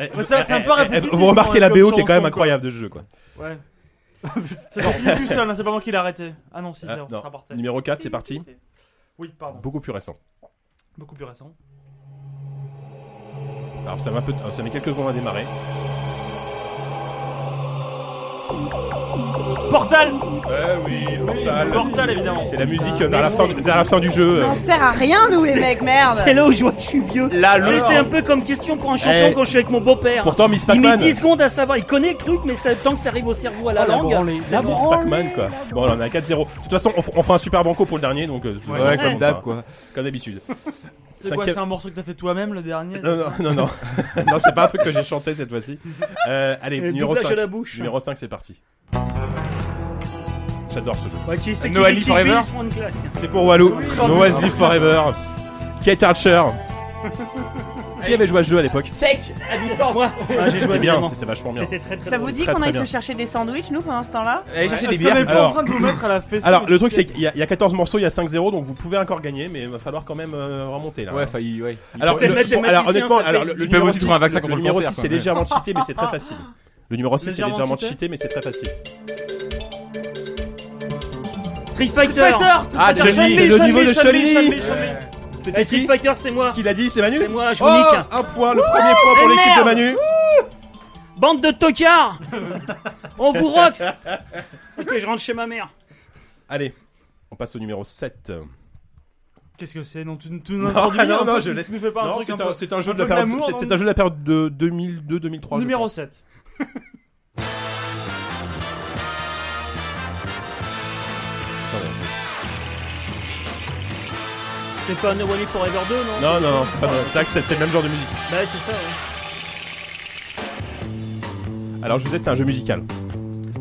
Speaker 1: Eh,
Speaker 5: Mais ça, c'est un peu
Speaker 1: eh,
Speaker 5: répétitif,
Speaker 1: Vous
Speaker 2: hein,
Speaker 1: remarquez la
Speaker 5: comme
Speaker 1: BO qui est quand
Speaker 5: chanson,
Speaker 1: même
Speaker 5: quoi.
Speaker 1: incroyable de ce jeu quoi. (laughs)
Speaker 5: Ouais. c'est sorti tout seul, hein, c'est pas moi qui l'ai arrêté. Ah non, si,
Speaker 1: Ah,
Speaker 5: c'est
Speaker 1: non.
Speaker 5: reparti.
Speaker 1: Numéro 4, c'est parti.
Speaker 5: Oui, pardon.
Speaker 1: Beaucoup plus récent.
Speaker 5: Beaucoup plus récent.
Speaker 1: Alors ça, m'a un peu- ça met quelques secondes à démarrer.
Speaker 7: (laughs)
Speaker 5: Portal
Speaker 1: Eh oui, Portal.
Speaker 5: Portal, évidemment.
Speaker 1: C'est la musique vers la, fin, vers la fin du jeu.
Speaker 7: On sert à rien, nous, les mecs, merde.
Speaker 2: C'est là où je vois que je suis vieux.
Speaker 9: Là,
Speaker 2: C'est
Speaker 9: le.
Speaker 2: c'est un peu comme question pour un champion
Speaker 1: Eh.
Speaker 2: quand je suis avec mon beau-père.
Speaker 1: Pourtant, Miss
Speaker 2: Il met
Speaker 1: Pac-Man.
Speaker 2: 10 secondes à savoir, il connaît le truc, mais ça, tant que ça arrive au cerveau à la
Speaker 4: Ah, la
Speaker 2: langue.
Speaker 4: branlée.
Speaker 2: c'est
Speaker 4: La
Speaker 2: bon.
Speaker 1: Miss Pac-Man, quoi. Bon, là, on est à 4-0. De toute façon, on, f- on fera un super banco pour le dernier, donc. euh,
Speaker 6: Ouais,
Speaker 1: vraiment,
Speaker 6: comme d'hab, quoi.
Speaker 1: Comme d'habitude. (laughs)
Speaker 5: C'est quoi,
Speaker 1: Cinquième-
Speaker 5: c'est un morceau que t'as fait toi-même le dernier
Speaker 1: Non, non, non, (laughs) non. non, c'est pas un truc que j'ai chanté cette
Speaker 5: (laughs)
Speaker 1: fois-ci. Euh, allez,
Speaker 2: Euh,
Speaker 1: numéro
Speaker 2: doublage
Speaker 1: 5.
Speaker 2: à la bouche.
Speaker 1: Numéro 5, c'est parti. J'adore ce jeu.
Speaker 2: Ouais, qui c'est qui
Speaker 9: Noah
Speaker 2: les
Speaker 9: Lee
Speaker 2: Kill
Speaker 9: Forever.
Speaker 2: Bills font une classe, tiens.
Speaker 1: C'est pour Walou. No Oasis Forever. Kate Archer. Qui avait joué à ce jeu à l'époque
Speaker 2: Moi, ah, j'ai
Speaker 1: C'était
Speaker 2: joué
Speaker 1: bien,
Speaker 2: évidemment.
Speaker 1: c'était vachement bien.
Speaker 2: C'était très très
Speaker 7: Ça
Speaker 2: drôle.
Speaker 7: vous dit
Speaker 1: Très,
Speaker 7: qu'on
Speaker 1: très
Speaker 7: aille
Speaker 1: bien. Eh,
Speaker 7: se chercher des sandwichs, nous, pendant ce temps-là
Speaker 9: Allez chercher
Speaker 5: Est-ce
Speaker 9: des
Speaker 5: qu'on est Ah,
Speaker 9: bières.
Speaker 5: pas
Speaker 1: Alors-
Speaker 5: en train de vous mettre à la fessée
Speaker 1: Alors, le truc, c'est qu'il y, a- il y a 14 morceaux, il y a 5-0, donc vous pouvez encore gagner, mais il va falloir quand même euh, remonter là.
Speaker 9: Ouais, failli, ouais.
Speaker 1: alors,
Speaker 2: Peut-être
Speaker 1: le-
Speaker 2: mettre des
Speaker 1: bon, alors,
Speaker 2: mathématiciens,
Speaker 1: honnêtement,
Speaker 2: ça fait-
Speaker 1: alors, le,
Speaker 9: Ils
Speaker 1: le
Speaker 9: peuvent
Speaker 1: numéro
Speaker 9: aussi
Speaker 1: 6,
Speaker 9: trouver un vaccin
Speaker 1: le-
Speaker 9: contre
Speaker 1: le
Speaker 9: le
Speaker 1: numéro
Speaker 9: cancer,
Speaker 1: 6,
Speaker 9: quand
Speaker 1: c'est
Speaker 9: même.
Speaker 1: légèrement cheaté, mais c'est
Speaker 5: (laughs)
Speaker 1: très facile. Le numéro 6, c'est
Speaker 5: Légèrement
Speaker 1: légèrement
Speaker 5: cheaté
Speaker 1: cheaté, mais c'est très facile.
Speaker 2: Street Fighter.
Speaker 9: Ah, Johnny
Speaker 1: C'est le niveau de Chun-Li
Speaker 2: Eh,
Speaker 1: C'était
Speaker 2: Street
Speaker 1: qui
Speaker 2: Fighter, c'est moi.
Speaker 1: Qui l'a dit C'est Manu
Speaker 2: C'est moi, je vous
Speaker 1: Oh,
Speaker 2: nique.
Speaker 1: un point, le premier point pour
Speaker 2: Et
Speaker 1: l'équipe de
Speaker 2: merde
Speaker 1: Manu.
Speaker 2: Bande de tocards On vous rocks Ok, je rentre chez ma mère.
Speaker 1: Allez, on passe au numéro 7.
Speaker 5: Qu'est-ce que c'est Non, tu, tu
Speaker 1: Non,
Speaker 5: introduis
Speaker 1: non,
Speaker 5: un
Speaker 1: non,
Speaker 5: peu-
Speaker 1: je
Speaker 5: tu
Speaker 1: laisse-
Speaker 5: nous fais pas un
Speaker 1: Non,
Speaker 5: truc
Speaker 1: c'est
Speaker 5: un
Speaker 1: un,
Speaker 5: peu-
Speaker 1: c'est un jeu
Speaker 5: un
Speaker 1: de la
Speaker 5: peu de
Speaker 1: période.
Speaker 5: l'amour
Speaker 1: c'est-
Speaker 5: dans
Speaker 1: C'est
Speaker 5: le-
Speaker 1: un jeu de la période de 2002-2003.
Speaker 5: Numéro 7.
Speaker 2: C'est pas No One Forever 2, non
Speaker 1: Non, non, non, c'est pas. C'est vrai que c'est c'est le même genre de musique.
Speaker 2: Bah, c'est ça, ouais.
Speaker 1: Alors, je vous aide, c'est un jeu musical.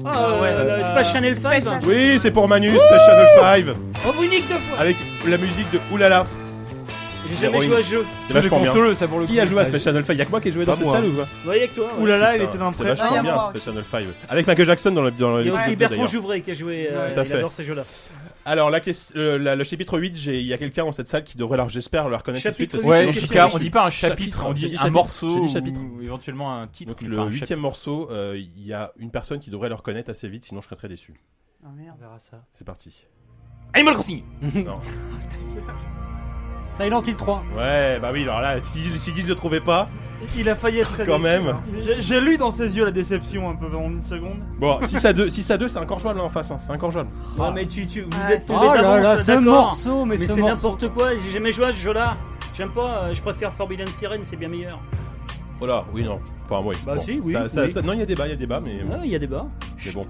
Speaker 2: Ah, ouais, euh, Space Channel 5
Speaker 1: Oui, c'est pour Manu, Space Channel 5,
Speaker 2: Oh, unique deux fois
Speaker 1: avec la musique de Oulala.
Speaker 2: J'ai jamais
Speaker 1: Héroïne.
Speaker 2: joué à ce jeu.
Speaker 1: C'était vachement bien.
Speaker 9: consoleux, ça pour le coup.
Speaker 1: Qui a joué à Space Channel 5 Y'a que moi qui ai joué dans
Speaker 6: Pas
Speaker 1: cette
Speaker 6: moi.
Speaker 1: salle ou quoi
Speaker 2: Ouais, avec toi. ouais.
Speaker 5: Oulala, il
Speaker 1: Putain,
Speaker 5: était dans
Speaker 1: C'est
Speaker 5: le prêtre.
Speaker 1: vachement
Speaker 7: Ah,
Speaker 1: bien,
Speaker 7: moi.
Speaker 1: Space Channel 5. Avec Michael Jackson dans le. Dans
Speaker 2: Il y a aussi
Speaker 1: l'épisode,
Speaker 2: Bertrand
Speaker 1: d'ailleurs.
Speaker 2: Jouvray Ah, qui a joué. euh,
Speaker 1: Tout à
Speaker 2: il
Speaker 1: fait.
Speaker 2: adore ce jeu-là.
Speaker 1: Alors, la question- euh, la- le chapitre 8, j'ai- il y a quelqu'un dans cette salle qui devrait, alors j'espère, le reconnaître tout de suite.
Speaker 2: Chapitre
Speaker 1: parce que
Speaker 2: huit,
Speaker 1: sinon,
Speaker 9: Ouais,
Speaker 1: je suis
Speaker 9: Jika, on
Speaker 1: déçu.
Speaker 9: dit pas un chapitre,
Speaker 1: Chapitre,
Speaker 9: on
Speaker 1: j'ai
Speaker 9: dit
Speaker 1: dit
Speaker 9: un
Speaker 1: chapitre, j'ai
Speaker 9: morceau
Speaker 1: dit chapitre.
Speaker 9: ou éventuellement un titre.
Speaker 1: Donc,
Speaker 9: mais
Speaker 1: le
Speaker 9: pas un
Speaker 1: huitième
Speaker 9: chapitre.
Speaker 1: morceau, euh, il y a une personne qui devrait le reconnaître assez vite, sinon je serais très déçu.
Speaker 7: Ah, merde.
Speaker 1: C'est parti.
Speaker 9: Animal Crossing
Speaker 8: (laughs)
Speaker 1: (laughs)
Speaker 4: Silent Hill 3.
Speaker 1: Ouais, bah oui, alors là, si Diz si Diz ne trouvait pas,
Speaker 5: Il a failli être très
Speaker 1: Quand
Speaker 5: déçu,
Speaker 1: même.
Speaker 5: hein. J'ai- J'ai lu dans ses yeux la déception un peu en une seconde.
Speaker 1: bon, 6 à
Speaker 5: (laughs)
Speaker 1: 2, 6 à 2 c'est encore jouable là, en face, hein, c'est encore jouable.
Speaker 2: Non, Oh, mais tu, tu, vous
Speaker 7: Ah,
Speaker 2: êtes
Speaker 7: c'est-
Speaker 2: tombés d'avance,
Speaker 4: ce
Speaker 2: d'accord.
Speaker 4: morceau, mais,
Speaker 2: Mais
Speaker 4: ce
Speaker 2: c'est
Speaker 4: morceau.
Speaker 2: n'importe quoi, j'ai jamais joué à ce jeu-là. J'aime pas, euh, je préfère Forbidden Siren, c'est bien meilleur.
Speaker 1: Oh là, oui, non. Enfin, oui.
Speaker 2: Bah
Speaker 1: bon,
Speaker 2: si, oui,
Speaker 1: ça- ça-
Speaker 2: oui.
Speaker 1: ça- non, il y a débat, il y a débat, mais bon.
Speaker 2: Ah, il y a des bars.
Speaker 1: Mais bon.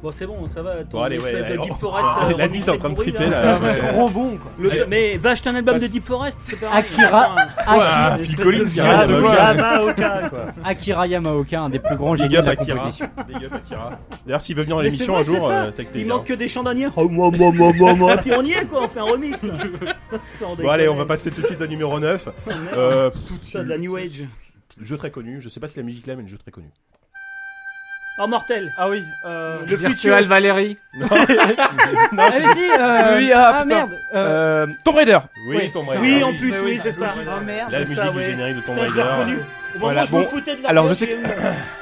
Speaker 2: Bon, c'est bon, ça va. Ton
Speaker 1: Bon, allez,
Speaker 2: espèce
Speaker 1: ouais, allez,
Speaker 2: de Deep
Speaker 1: oh,
Speaker 2: Forest.
Speaker 1: oh,
Speaker 2: euh,
Speaker 1: la
Speaker 2: remix
Speaker 1: liste est en train de
Speaker 2: pourri,
Speaker 1: triper, là.
Speaker 2: Ça-
Speaker 1: Ah, ouais.
Speaker 4: Gros bon, quoi.
Speaker 2: le-
Speaker 1: Allez.
Speaker 2: mais va acheter un album
Speaker 1: Bah,
Speaker 2: de
Speaker 1: c'est-
Speaker 2: Deep Forest, c'est pareil.
Speaker 4: Akira-
Speaker 2: Putain.
Speaker 4: Akira,
Speaker 9: Phil Collins, il
Speaker 1: Ah,
Speaker 9: arrête de
Speaker 1: bah,
Speaker 9: voir.
Speaker 1: ok.
Speaker 2: Yamaoka, quoi.
Speaker 4: Akira Yamaoka, un des plus grands génies
Speaker 1: Big
Speaker 4: de
Speaker 1: up
Speaker 4: la
Speaker 1: Akira.
Speaker 4: composition.
Speaker 1: Big up Akira. D'ailleurs, s'il veut venir à
Speaker 2: Mais c'est
Speaker 1: l'émission
Speaker 2: vrai,
Speaker 1: un jour,
Speaker 2: c'est ça.
Speaker 1: euh, c'est avec
Speaker 2: Il
Speaker 1: plaisir.
Speaker 2: manque que
Speaker 1: (laughs)
Speaker 2: des chandaniers. Oh, moi, moi, moi, moi, (laughs) moi. Puis on y est, quoi, on fait un remix. Sans
Speaker 1: Bon, allez,
Speaker 2: déconner.
Speaker 1: on va passer tout de suite au numéro
Speaker 2: (laughs)
Speaker 1: 9.
Speaker 2: Oh, Merde.
Speaker 1: Euh,
Speaker 2: Putain, de la New Age.
Speaker 1: jeu très connu, je sais pas si la musique là, mais le jeu très connu.
Speaker 2: Oh, mortel.
Speaker 5: Ah oui, euh,
Speaker 2: Le
Speaker 11: Virtual
Speaker 2: futur.
Speaker 1: (laughs)
Speaker 11: Valérie.
Speaker 6: Ah,
Speaker 4: Allez-y, euh,
Speaker 11: Oui, ah, putain.
Speaker 4: merde. euh,
Speaker 11: Euh, Tomb Raider.
Speaker 1: Oui, Tomb Raider.
Speaker 2: Oui, en
Speaker 5: oui,
Speaker 2: plus,
Speaker 5: mais
Speaker 2: oui,
Speaker 5: oui,
Speaker 2: c'est
Speaker 5: je
Speaker 2: ça. Oh,
Speaker 5: joue,
Speaker 7: Ah, merde.
Speaker 1: La
Speaker 2: c'est
Speaker 1: musique
Speaker 2: ça,
Speaker 1: du
Speaker 2: ouais.
Speaker 1: générique de Tomb
Speaker 2: Putain, je l'ai
Speaker 1: Raider.
Speaker 2: reconnu. Au moment
Speaker 6: Voilà,
Speaker 2: où je me
Speaker 6: bon.
Speaker 2: foutais de la
Speaker 6: Alors, je sais-
Speaker 2: que.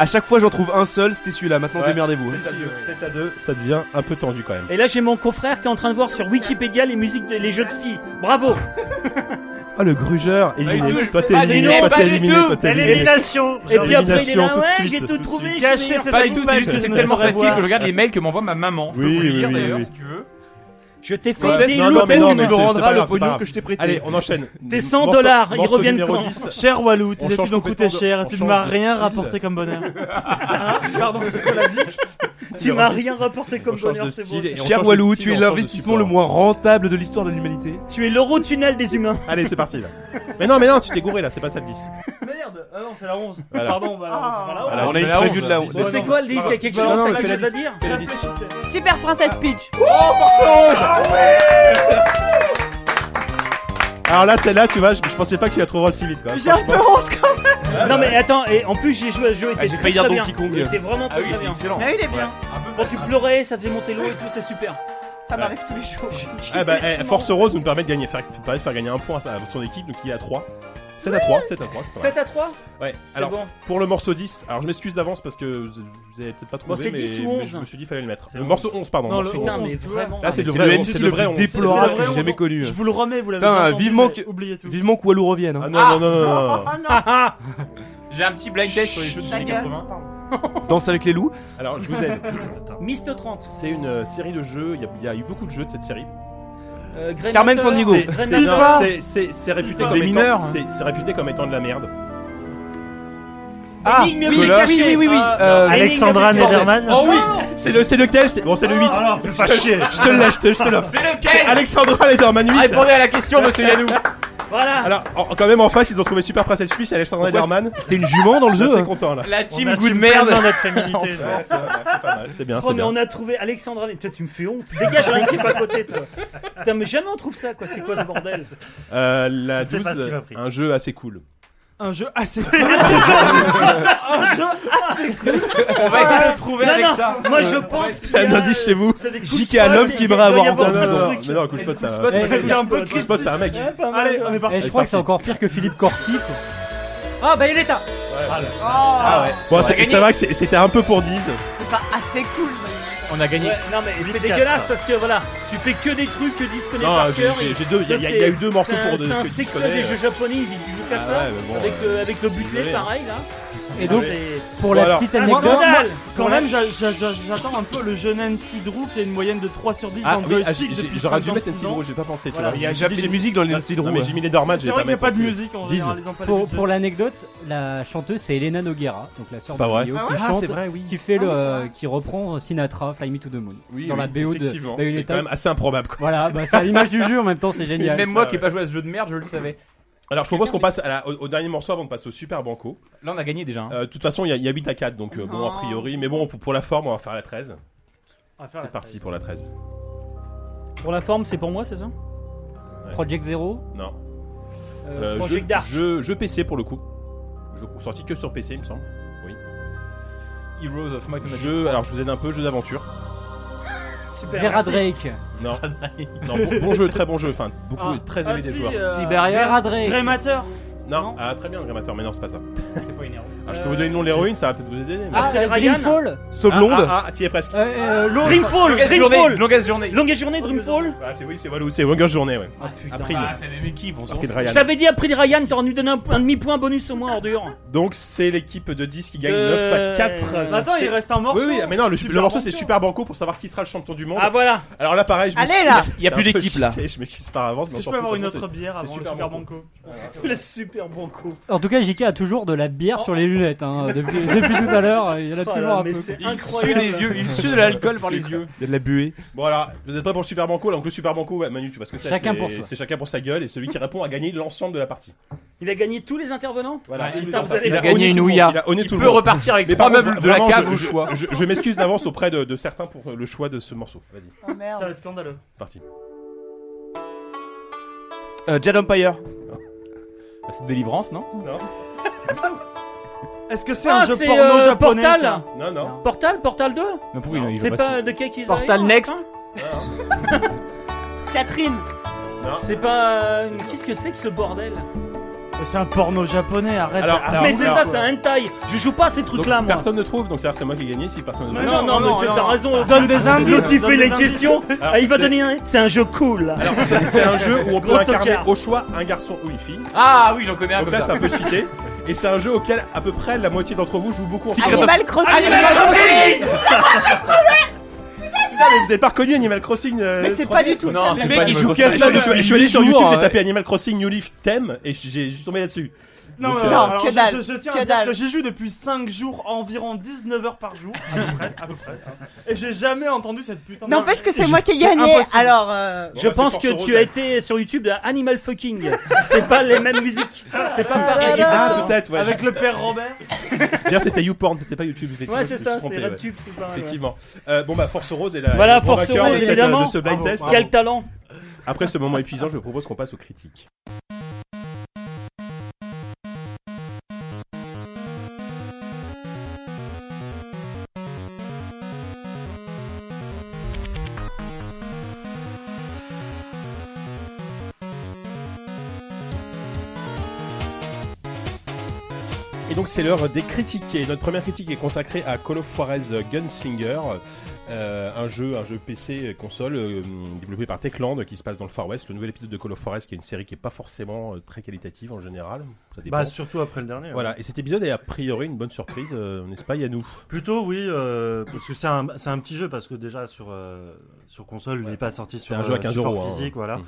Speaker 6: À chaque fois, j'en trouve un seul, c'était celui-là. Maintenant,
Speaker 1: Ouais.
Speaker 6: démerdez-vous.
Speaker 1: 7 à 2, 7 à 2, ça devient un peu tendu quand même.
Speaker 2: Et là, j'ai mon confrère qui est en train de voir sur Wikipédia les musiques des jeux de filles. Bravo
Speaker 1: Ah le grugeur,
Speaker 9: Pas du
Speaker 1: éliminé,
Speaker 9: tout, je
Speaker 1: toi
Speaker 9: sais
Speaker 1: t'es
Speaker 2: Ah,
Speaker 9: pas
Speaker 1: éliminé,
Speaker 9: du tout,
Speaker 1: toi t'es
Speaker 9: pas du
Speaker 1: éliminé,
Speaker 9: tout.
Speaker 1: toi t'es éliminé.
Speaker 2: L'élimination Et puis après, il est
Speaker 1: L'élimination,
Speaker 2: là,
Speaker 1: tout de
Speaker 2: ouais,
Speaker 1: suite,
Speaker 2: j'ai
Speaker 1: tout
Speaker 2: tout
Speaker 1: de
Speaker 2: trouvé,
Speaker 1: suite.
Speaker 2: je
Speaker 5: Caché,
Speaker 2: suis meilleur.
Speaker 5: c'est
Speaker 9: Pas du tout, c'est juste que
Speaker 5: Je
Speaker 9: c'est
Speaker 5: ne
Speaker 9: tellement
Speaker 5: saurais
Speaker 9: facile
Speaker 5: voir.
Speaker 9: que je regarde les mails que m'envoie ma maman. Je peux
Speaker 1: Oui,
Speaker 9: vous le lire
Speaker 1: oui, oui,
Speaker 9: d'ailleurs
Speaker 1: oui.
Speaker 9: si tu veux.
Speaker 2: Je t'ai fait
Speaker 1: Ouais,
Speaker 2: des
Speaker 1: non, non, mais non,
Speaker 2: lotos.
Speaker 6: tu
Speaker 1: mais
Speaker 6: me
Speaker 1: c'est- c'est pas
Speaker 6: rendras le
Speaker 1: grave, c'est pas
Speaker 6: pognon
Speaker 1: grave.
Speaker 6: que je t'ai prêté.
Speaker 1: Allez, on enchaîne.
Speaker 2: Tes 100
Speaker 1: Morceau-
Speaker 2: dollars, ils
Speaker 1: morceau
Speaker 2: reviennent
Speaker 1: numéro
Speaker 2: quand
Speaker 1: 10.
Speaker 5: Cher Walou,
Speaker 1: On
Speaker 5: tes
Speaker 1: change
Speaker 5: études ont coûté
Speaker 1: complètement de-
Speaker 5: cher
Speaker 1: on
Speaker 5: et tu ne
Speaker 1: change
Speaker 5: m'as
Speaker 1: de
Speaker 5: rien
Speaker 1: style.
Speaker 5: rapporté
Speaker 1: (laughs)
Speaker 5: comme bonheur.
Speaker 2: Pardon, c'est pas la vie.
Speaker 1: Ah,
Speaker 2: Tu m'as rien rapporté
Speaker 1: On
Speaker 2: comme
Speaker 1: change de
Speaker 2: bonheur, c'est
Speaker 1: style
Speaker 2: bon.
Speaker 1: et on change
Speaker 6: Cher
Speaker 1: de
Speaker 6: Walou,
Speaker 1: style,
Speaker 6: tu
Speaker 1: on
Speaker 6: es
Speaker 1: change de
Speaker 6: l'investissement
Speaker 1: support.
Speaker 6: le moins rentable de l'histoire de l'humanité.
Speaker 2: Tu es l'euro-tunnel des humains.
Speaker 1: Allez, c'est parti là. Mais non, mais non, tu t'es gouré là, c'est pas ça le 10.
Speaker 5: Merde, ah non, c'est la 11.
Speaker 1: Voilà.
Speaker 5: Pardon, bah,
Speaker 7: Ah.
Speaker 5: voilà.
Speaker 1: Voilà,
Speaker 6: on a
Speaker 1: fait
Speaker 6: une
Speaker 1: la
Speaker 6: preview
Speaker 1: 11,
Speaker 6: de la
Speaker 1: là.
Speaker 6: 11.
Speaker 1: Mais
Speaker 2: C'est quoi le 10 Il y a quelque
Speaker 1: Bah, non,
Speaker 2: chose
Speaker 1: mais
Speaker 2: t'as
Speaker 1: fais la
Speaker 2: quelque chose à
Speaker 1: liste.
Speaker 2: dire
Speaker 1: Fais le 10.
Speaker 7: Super Princess Peach. Ah
Speaker 1: Alors là, celle-là, tu vois, je, je pensais pas que tu la trouveras aussi vite. Quoi.
Speaker 7: J'ai un peu honte quand même.
Speaker 2: Non, mais attends, et en plus, j'ai joué à ce
Speaker 1: Ah,
Speaker 2: jeu, il était
Speaker 6: j'ai
Speaker 2: très
Speaker 6: failli dire
Speaker 2: très bien.
Speaker 6: Donkey Kong.
Speaker 2: Il était vraiment
Speaker 9: Ah
Speaker 2: très
Speaker 9: oui,
Speaker 2: très
Speaker 9: c'est
Speaker 2: bien.
Speaker 9: excellent.
Speaker 7: Mais il est bien.
Speaker 2: Quand tu pleurais, ça faisait monter l'eau et tout, c'est super.
Speaker 7: Ça m'arrive tous les jours.
Speaker 1: Ah bah, eh, Force Rose nous permet de gagner, faire, permet de faire gagner un point à son équipe, donc il est à 3. 7 à 3, 7 à 3, c'est pas mal.
Speaker 2: 7 à 3
Speaker 1: Ouais,
Speaker 2: C'est
Speaker 1: alors
Speaker 2: bon.
Speaker 1: pour le morceau 10, alors je m'excuse d'avance parce que vous vous avez peut-être pas trouvé,
Speaker 2: Bon, c'est
Speaker 1: mais,
Speaker 2: 10 ou
Speaker 1: mais
Speaker 2: 11.
Speaker 1: je me suis dit fallait le mettre. Le morceau 11, pardon.
Speaker 5: Non, le
Speaker 1: morceau
Speaker 5: 11.
Speaker 1: 11.
Speaker 2: Putain, mais
Speaker 5: tu vois.
Speaker 2: vraiment.
Speaker 1: Là, c'est le
Speaker 6: C'est le
Speaker 1: vrai
Speaker 6: MC
Speaker 1: 11, c'est
Speaker 6: le plus
Speaker 5: C'est le
Speaker 6: déplorable
Speaker 5: vrai
Speaker 6: que j'ai jamais
Speaker 5: 11.
Speaker 6: connu.
Speaker 5: Je vous le remets, vous l'avez
Speaker 6: Putain,
Speaker 5: pas entendu,
Speaker 6: vivement
Speaker 5: mais
Speaker 6: que-
Speaker 5: Oubliez tout.
Speaker 6: Vivement que Walou revienne.
Speaker 1: hein, Ah
Speaker 6: hein.
Speaker 1: non, non, non, non, non, non.
Speaker 7: Ah non.
Speaker 9: J'ai un petit blind test sur les jeux des
Speaker 7: Ta
Speaker 9: années
Speaker 7: gueule.
Speaker 9: 80.
Speaker 6: Danse avec les loups.
Speaker 1: Alors je vous aide.
Speaker 2: Mist 30.
Speaker 1: C'est une euh, série de jeux, il y a- il y, a eu beaucoup de jeux de cette série.
Speaker 2: Euh, Grey
Speaker 6: Carmen
Speaker 2: Matter,
Speaker 6: Sandiego.
Speaker 2: Grey
Speaker 1: C'est-
Speaker 2: Matter.
Speaker 1: non, c'est- c'est c'est réputé
Speaker 5: Des
Speaker 1: comme étant
Speaker 6: mineurs.
Speaker 1: c'est c'est réputé comme étant de la merde.
Speaker 6: Ah,
Speaker 2: Énigme
Speaker 6: oui,
Speaker 2: cachée.
Speaker 6: oui, oui, oui, oui.
Speaker 2: Ah,
Speaker 6: Euh,
Speaker 8: Alexandra
Speaker 2: Alexandra
Speaker 8: Nederman.
Speaker 1: Oh oui, c'est le c'est lequel c'est- Bon, c'est le 8.
Speaker 8: Alors, fais pas
Speaker 1: je, te-
Speaker 8: chier.
Speaker 1: je te l'ai, je te, je te l'offre.
Speaker 9: C'est
Speaker 1: C'est
Speaker 9: lequel
Speaker 1: Alexandra Lederman 8.
Speaker 9: Répondez à la question, monsieur
Speaker 1: (laughs)
Speaker 9: Yannou.
Speaker 2: Voilà.
Speaker 1: Alors, en- quand même en face, ils ont trouvé Super Princess Peach, Alexandra
Speaker 6: Pourquoi
Speaker 1: Lederman.
Speaker 6: C'était une jument dans le
Speaker 1: Je
Speaker 6: jeu.
Speaker 1: suis
Speaker 6: hein.
Speaker 1: content là.
Speaker 9: La
Speaker 8: On
Speaker 9: team
Speaker 8: assume
Speaker 9: good
Speaker 8: pleinement
Speaker 1: (laughs)
Speaker 9: merde.
Speaker 8: notre
Speaker 2: (laughs)
Speaker 8: féminité.
Speaker 1: Ouais, c'est pas mal, c'est pas mal, c'est bien.
Speaker 2: Oh,
Speaker 1: c'est
Speaker 2: mais
Speaker 1: bien.
Speaker 2: on a trouvé Alexandra. Putain, tu me fais honte. Dégage, rien qui est pas à côté, toi. Putain, mais jamais on trouve ça, quoi. C'est quoi ce bordel
Speaker 1: Euh, la
Speaker 8: Je sais pas
Speaker 1: 12,
Speaker 8: ce qu'il m'a pris.
Speaker 1: un jeu assez
Speaker 6: (laughs)
Speaker 1: cool.
Speaker 5: Un jeu
Speaker 1: Ah,
Speaker 5: assez. (laughs)
Speaker 9: On va essayer de le trouver
Speaker 5: Ah,
Speaker 2: Non,
Speaker 9: avec
Speaker 2: non.
Speaker 9: ça.
Speaker 2: Moi, je pense. qu'il y
Speaker 1: T'as
Speaker 2: a-
Speaker 1: un indice chez vous
Speaker 2: C'est des coups de
Speaker 6: J.K. à
Speaker 2: poing,
Speaker 6: l'homme
Speaker 2: c'est-
Speaker 6: qui
Speaker 2: il doit
Speaker 6: aimerait
Speaker 2: y
Speaker 6: avoir
Speaker 2: avoir
Speaker 1: Non, non,
Speaker 2: un
Speaker 1: non,
Speaker 2: truc.
Speaker 1: mais non, Couchpot, ça-
Speaker 6: Eh,
Speaker 5: C'est un peu
Speaker 1: Couchpot, c'est un mec.
Speaker 2: Ouais, pas mal.
Speaker 5: Allez, on est
Speaker 4: Eh,
Speaker 5: parti.
Speaker 4: je crois que c'est encore pire que Philippe Corti. quoi. Ah bah il est là
Speaker 9: Ah
Speaker 2: Ah,
Speaker 1: Ah ouais. Bon, c'est c'est vrai que c'est- c'était un peu pour 10.
Speaker 7: C'est pas assez cool. mais-
Speaker 9: on a gagné.
Speaker 2: non mais c'est dégueulasse parce que voilà, tu fais que des trucs que Disc connaît
Speaker 1: Non,
Speaker 2: par
Speaker 1: j'ai
Speaker 2: cœur.
Speaker 1: j'ai-
Speaker 2: et-
Speaker 1: j'ai deux. Il y, a-
Speaker 2: ça,
Speaker 1: il y a-
Speaker 2: c'est-
Speaker 1: il y a eu deux morceaux
Speaker 2: c'est un-
Speaker 1: pour de,
Speaker 2: C'est un
Speaker 1: que tu
Speaker 2: succès
Speaker 1: connais,
Speaker 2: des
Speaker 1: euh.
Speaker 2: jeux japonais, ils ils jouent qu'à
Speaker 1: Ah
Speaker 2: ça.
Speaker 1: ouais, mais bon,
Speaker 2: avec,
Speaker 1: euh,
Speaker 2: euh, avec le butlet,
Speaker 1: désolé, hein.
Speaker 2: pareil là.
Speaker 4: Et donc,
Speaker 2: c'est
Speaker 4: pour
Speaker 1: Bon,
Speaker 4: la
Speaker 1: alors-
Speaker 4: petite
Speaker 5: Ah,
Speaker 4: anecdote,
Speaker 5: scandale
Speaker 4: pour
Speaker 5: Quand
Speaker 4: la-
Speaker 5: même, j'a- j'a- j'a- j'attends un peu le jeune NC Drew qui a une moyenne de 3 sur 10
Speaker 1: Ah
Speaker 5: dans le
Speaker 1: oui, ah,
Speaker 5: joystick
Speaker 1: j'ai-
Speaker 5: depuis
Speaker 1: j'aurais dû mettre
Speaker 5: 56
Speaker 1: Nancy
Speaker 5: ans.
Speaker 1: Drew, j'ai pas pensé, tu
Speaker 5: Voilà,
Speaker 1: vois.
Speaker 5: il
Speaker 6: y a jamais de musique dans les Nancy
Speaker 1: Ah, Non,
Speaker 6: Drew,
Speaker 1: mais
Speaker 6: hein.
Speaker 1: j'ai mis les dormates,
Speaker 5: C'est
Speaker 1: j'ai
Speaker 5: vrai
Speaker 1: pas
Speaker 5: qu'il n'y a
Speaker 1: mettre
Speaker 5: pas de
Speaker 1: non plus.
Speaker 5: musique en
Speaker 1: Diz.
Speaker 5: général, ils ont pas
Speaker 4: pour,
Speaker 5: l'habitude.
Speaker 4: pour l'anecdote, la chanteuse c'est Elena Noguera, donc la sœur
Speaker 1: C'est
Speaker 4: de
Speaker 1: pas vrai.
Speaker 4: Mario,
Speaker 7: Ah
Speaker 4: qui
Speaker 7: ouais
Speaker 1: Ah,
Speaker 4: chante,
Speaker 1: c'est vrai, oui.
Speaker 4: qui fait
Speaker 7: Ah oui,
Speaker 4: le,
Speaker 7: c'est
Speaker 4: euh,
Speaker 7: vrai.
Speaker 4: qui reprend Sinatra, Fly Me to the Moon,
Speaker 1: Oui,
Speaker 4: dans la
Speaker 1: oui,
Speaker 4: BO de
Speaker 1: effectivement. C'est
Speaker 4: Bayonetta.
Speaker 1: quand même assez improbable. quoi.
Speaker 4: Voilà, bah, c'est à l'image du jeu en
Speaker 9: Oh,
Speaker 4: même temps,
Speaker 1: (laughs)
Speaker 4: c'est génial.
Speaker 9: Même moi
Speaker 1: ça,
Speaker 9: qui ai pas joué à ce jeu de merde, je le savais.
Speaker 1: Alors, je propose qu'on passe à la- au, au dernier morceau avant de passer au Super Banco.
Speaker 9: Là, on a gagné déjà. hein.
Speaker 1: Euh, De toute façon, il y, a- il y a 8 à 4, donc euh, bon,
Speaker 4: Oh.
Speaker 1: a priori. Mais bon, pour, pour la forme, on va faire la 13.
Speaker 5: On va faire
Speaker 1: C'est
Speaker 5: la-
Speaker 1: parti pour la 13.
Speaker 2: Pour la forme, c'est pour moi, c'est ça
Speaker 4: Project Zero,
Speaker 1: Non.
Speaker 4: euh,
Speaker 1: Euh,
Speaker 2: Project
Speaker 1: jeu,
Speaker 2: Dark.
Speaker 1: jeu- jeu PC pour le coup. Jeu sorti que sur PC, il me semble.
Speaker 9: Heroes of Might and Magic.
Speaker 1: Jeu, alors je vous aide un peu, jeu d'aventure.
Speaker 2: Super.
Speaker 4: Vera
Speaker 2: merci.
Speaker 4: Drake,
Speaker 1: Non, non bon, bon jeu, très bon jeu. Enfin, beaucoup,
Speaker 5: Ah.
Speaker 1: très
Speaker 5: Ah,
Speaker 1: aimé des
Speaker 5: si,
Speaker 1: joueurs.
Speaker 5: euh,
Speaker 4: Vera Drake,
Speaker 5: Grémateur
Speaker 1: Non,
Speaker 5: non.
Speaker 1: Ah, très bien, le grammateur, mais non, c'est pas ça.
Speaker 2: C'est pas énervant.
Speaker 1: Ah, je peux vous donner le nom de l'héroïne, ça va peut-être vous aider. mais-
Speaker 4: Ah,
Speaker 2: Après
Speaker 4: euh,
Speaker 2: Ryan.
Speaker 4: Dreamfall,
Speaker 1: Ah,
Speaker 6: Soblonde
Speaker 1: Ah, ah, t'y es presque.
Speaker 4: euh, euh, l'autre-
Speaker 2: Dreamfall,
Speaker 9: Longueuse journée,
Speaker 2: Dreamfall.
Speaker 9: longueuse journée.
Speaker 2: Longue journée Dreamfall.
Speaker 1: Ah, c'est oui, c'est Walou, c'est Wonger's Journée, ouais.
Speaker 2: Ah, putain.
Speaker 1: April.
Speaker 9: Ah, c'est les mêmes équipes, on s'en
Speaker 1: April
Speaker 9: fout.
Speaker 1: Ryan.
Speaker 2: Je t'avais dit après Ryan, t'aurais nous donné un, un demi-point bonus au moins ordure.
Speaker 1: Donc c'est l'équipe de 10 qui gagne 9
Speaker 2: Euh,
Speaker 1: à 4.
Speaker 2: bah
Speaker 5: Attends, il
Speaker 1: C'est-
Speaker 5: reste un morceau
Speaker 1: Oui, oui, mais non, le,
Speaker 5: Super
Speaker 1: le morceau c'est
Speaker 5: Banco.
Speaker 1: Super Banco pour savoir qui sera le champion du monde.
Speaker 2: Ah voilà
Speaker 1: Alors là, pareil, je
Speaker 7: Allez,
Speaker 1: m'excuse. (laughs)
Speaker 7: là
Speaker 1: Il n'y
Speaker 9: a plus d'équipe, là.
Speaker 1: Je m'excuse par avance. mais on
Speaker 5: Est-ce que je
Speaker 1: s'en
Speaker 5: peux
Speaker 1: fout,
Speaker 5: avoir
Speaker 1: de
Speaker 5: une
Speaker 1: toute façon,
Speaker 5: autre bière avant le
Speaker 1: Super
Speaker 5: Super
Speaker 1: Banco. Ah,
Speaker 5: Banco (laughs)
Speaker 2: Le super banco.
Speaker 4: En tout cas, JK a toujours de la bière sur les lunettes, hein, depuis, depuis tout à l'heure, euh, il y en a
Speaker 2: Oh
Speaker 4: toujours
Speaker 2: là,
Speaker 4: un
Speaker 2: mais
Speaker 4: peu.
Speaker 2: c'est
Speaker 9: Il sue
Speaker 2: incroyable.
Speaker 9: les yeux, il sue de l'alcool par les yeux.
Speaker 6: Il y a de la buée.
Speaker 1: c'est- Bon, alors, vous êtes prêts pour le Super Banco Donc le Super Banco, ouais, Manu, tu vois ce que c'est
Speaker 4: Chacun
Speaker 1: c'est-
Speaker 4: pour soi.
Speaker 1: C'est chacun pour sa gueule et celui qui répond a gagné l'ensemble de la partie.
Speaker 2: Il a gagné tous les intervenants
Speaker 1: Voilà.
Speaker 2: Ouais,
Speaker 1: Il
Speaker 2: putain, vous allez
Speaker 1: a
Speaker 2: faire
Speaker 1: gagné une ouïa. Il a honné
Speaker 9: Il
Speaker 1: tout le
Speaker 9: peut
Speaker 1: monde.
Speaker 9: repartir avec
Speaker 1: Mais
Speaker 9: trois
Speaker 1: par contre,
Speaker 9: meubles de la
Speaker 1: vraiment,
Speaker 9: cave
Speaker 1: je-
Speaker 9: au
Speaker 1: je-
Speaker 9: choix.
Speaker 1: Je, je m'excuse d'avance auprès de, de certains pour le choix de ce morceau. Vas-y,
Speaker 7: Oh
Speaker 5: Ça va
Speaker 7: merde.
Speaker 5: être scandaleux.
Speaker 1: Ah, parti.
Speaker 6: Euh, Jade Empire.
Speaker 1: Ah.
Speaker 9: Bah, C'est délivrance, non
Speaker 5: Est-ce que c'est
Speaker 2: Ah,
Speaker 5: un jeu
Speaker 2: c'est,
Speaker 5: porno
Speaker 2: euh,
Speaker 5: japonais
Speaker 2: Portal
Speaker 5: ça
Speaker 1: Non, non.
Speaker 2: Portal Portal 2
Speaker 9: Mais pourquoi il- il
Speaker 2: C'est
Speaker 9: va
Speaker 2: pas de Kaki
Speaker 11: Portal Next
Speaker 8: Ah.
Speaker 7: Catherine.
Speaker 1: non.
Speaker 2: C'est pas. euh, Qu'est-ce que c'est que ce bordel
Speaker 5: C'est un porno japonais, arrête.
Speaker 1: Alors,
Speaker 5: arrête.
Speaker 1: alors,
Speaker 2: Mais c'est
Speaker 1: alors,
Speaker 2: ça, c'est un hentai Je joue pas à ces
Speaker 1: Donc,
Speaker 2: trucs-là, moi
Speaker 1: personne ne trouve, donc c'est-à-dire, c'est moi qui ai gagné si personne ne
Speaker 5: Mais
Speaker 1: trouve.
Speaker 2: Non,
Speaker 5: Non,
Speaker 2: non,
Speaker 5: non,
Speaker 2: mais
Speaker 5: non,
Speaker 2: t'as
Speaker 5: non.
Speaker 1: Ah,
Speaker 2: raison,
Speaker 5: Donne des indices,
Speaker 2: L'autre, il
Speaker 5: donne
Speaker 2: fait
Speaker 5: des
Speaker 2: les
Speaker 5: indices. (laughs)
Speaker 2: questions
Speaker 1: Alors,
Speaker 2: Ah, il va
Speaker 1: c'est-
Speaker 2: donner un. C'est un jeu cool là
Speaker 1: Alors, c'est c'est un jeu où on peut
Speaker 2: Gros
Speaker 1: incarner
Speaker 2: tocard.
Speaker 1: au choix un garçon ou une fille.
Speaker 9: Ah oui, j'en connais un
Speaker 1: Donc
Speaker 9: comme
Speaker 1: là, c'est
Speaker 9: ça.
Speaker 1: un peu cheaté. Et c'est un jeu auquel à peu près la moitié d'entre vous joue beaucoup en ce moment.
Speaker 7: Animal Crossing.
Speaker 1: Putain, mais vous avez pas reconnu Animal Crossing euh,
Speaker 7: Mais c'est
Speaker 1: 3DS,
Speaker 7: pas du tout.
Speaker 1: quoi.
Speaker 9: Non,
Speaker 7: le
Speaker 9: c'est
Speaker 7: mec.
Speaker 9: pas
Speaker 6: qui
Speaker 9: une
Speaker 6: joue
Speaker 9: grosse
Speaker 6: qu'à
Speaker 1: Je
Speaker 9: taille.
Speaker 1: suis allé- je suis allé- je suis allé sur YouTube,
Speaker 6: Huit
Speaker 1: j'ai
Speaker 6: jours,
Speaker 1: tapé Animal Crossing New Leaf Theme et j'ai je suis tombé là-dessus.
Speaker 5: Non,
Speaker 1: Donc,
Speaker 5: non,
Speaker 1: euh,
Speaker 5: non, alors
Speaker 7: que
Speaker 5: je-
Speaker 7: dalle,
Speaker 5: je, je tiens
Speaker 7: que
Speaker 5: à dire
Speaker 7: dalle.
Speaker 5: que j'y joue depuis 5 jours, environ 19 heures par jour,
Speaker 1: Ah,
Speaker 5: à peu près, à peu près. Et j'ai jamais entendu cette putain de.
Speaker 7: N'empêche que c'est moi qui ai gagné.
Speaker 5: impossible.
Speaker 7: Alors, euh,
Speaker 1: Bon,
Speaker 2: Je
Speaker 1: bah, c'est
Speaker 2: pense
Speaker 1: Force
Speaker 2: que
Speaker 1: Rose,
Speaker 2: tu as
Speaker 1: hein.
Speaker 2: été sur YouTube à Animal Fucking C'est pas les mêmes musiques C'est pas pareil
Speaker 1: Ah, peut-être, ouais.
Speaker 5: Avec le père Robert.
Speaker 1: (laughs) D'ailleurs, c'était YouPorn, c'était pas YouTube. effectivement,
Speaker 2: Ouais,
Speaker 1: je me
Speaker 2: c'est
Speaker 1: suis
Speaker 2: ça,
Speaker 1: trompé,
Speaker 2: c'était
Speaker 1: ouais.
Speaker 2: RedTube, c'est pareil. ouais.
Speaker 1: Effectivement. Euh, bon bah Force Rose est la
Speaker 2: Voilà,
Speaker 1: le grand
Speaker 2: Force
Speaker 1: vainqueur
Speaker 2: Rose,
Speaker 1: de, cette-
Speaker 2: évidemment.
Speaker 1: de ce blind test.
Speaker 2: Quel talent
Speaker 1: Après ce moment épuisant, je propose qu'on passe aux critiques. Et donc c'est l'heure des critiques. Et notre première critique est consacrée à Call of Juarez Gunslinger, euh, un jeu, un jeu PC euh, console euh, développé par Techland euh, qui se passe dans le Far West. Le nouvel épisode de Call of Juarez, qui est une série qui est pas forcément euh, très qualitative en général. Ça dépend.
Speaker 8: Bah, surtout après le
Speaker 2: hein.
Speaker 8: dernier.
Speaker 1: Voilà, et cet épisode est a priori une bonne surprise, euh, n'est-ce pas Yannou
Speaker 8: Plutôt, oui, euh, parce que c'est un, c'est un petit jeu, parce que déjà sur, euh, sur console, il n'est pas sorti sur
Speaker 1: un jeu à
Speaker 8: euh,
Speaker 1: 15
Speaker 8: support
Speaker 1: euros, hein.
Speaker 8: physique, voilà.
Speaker 1: Mm.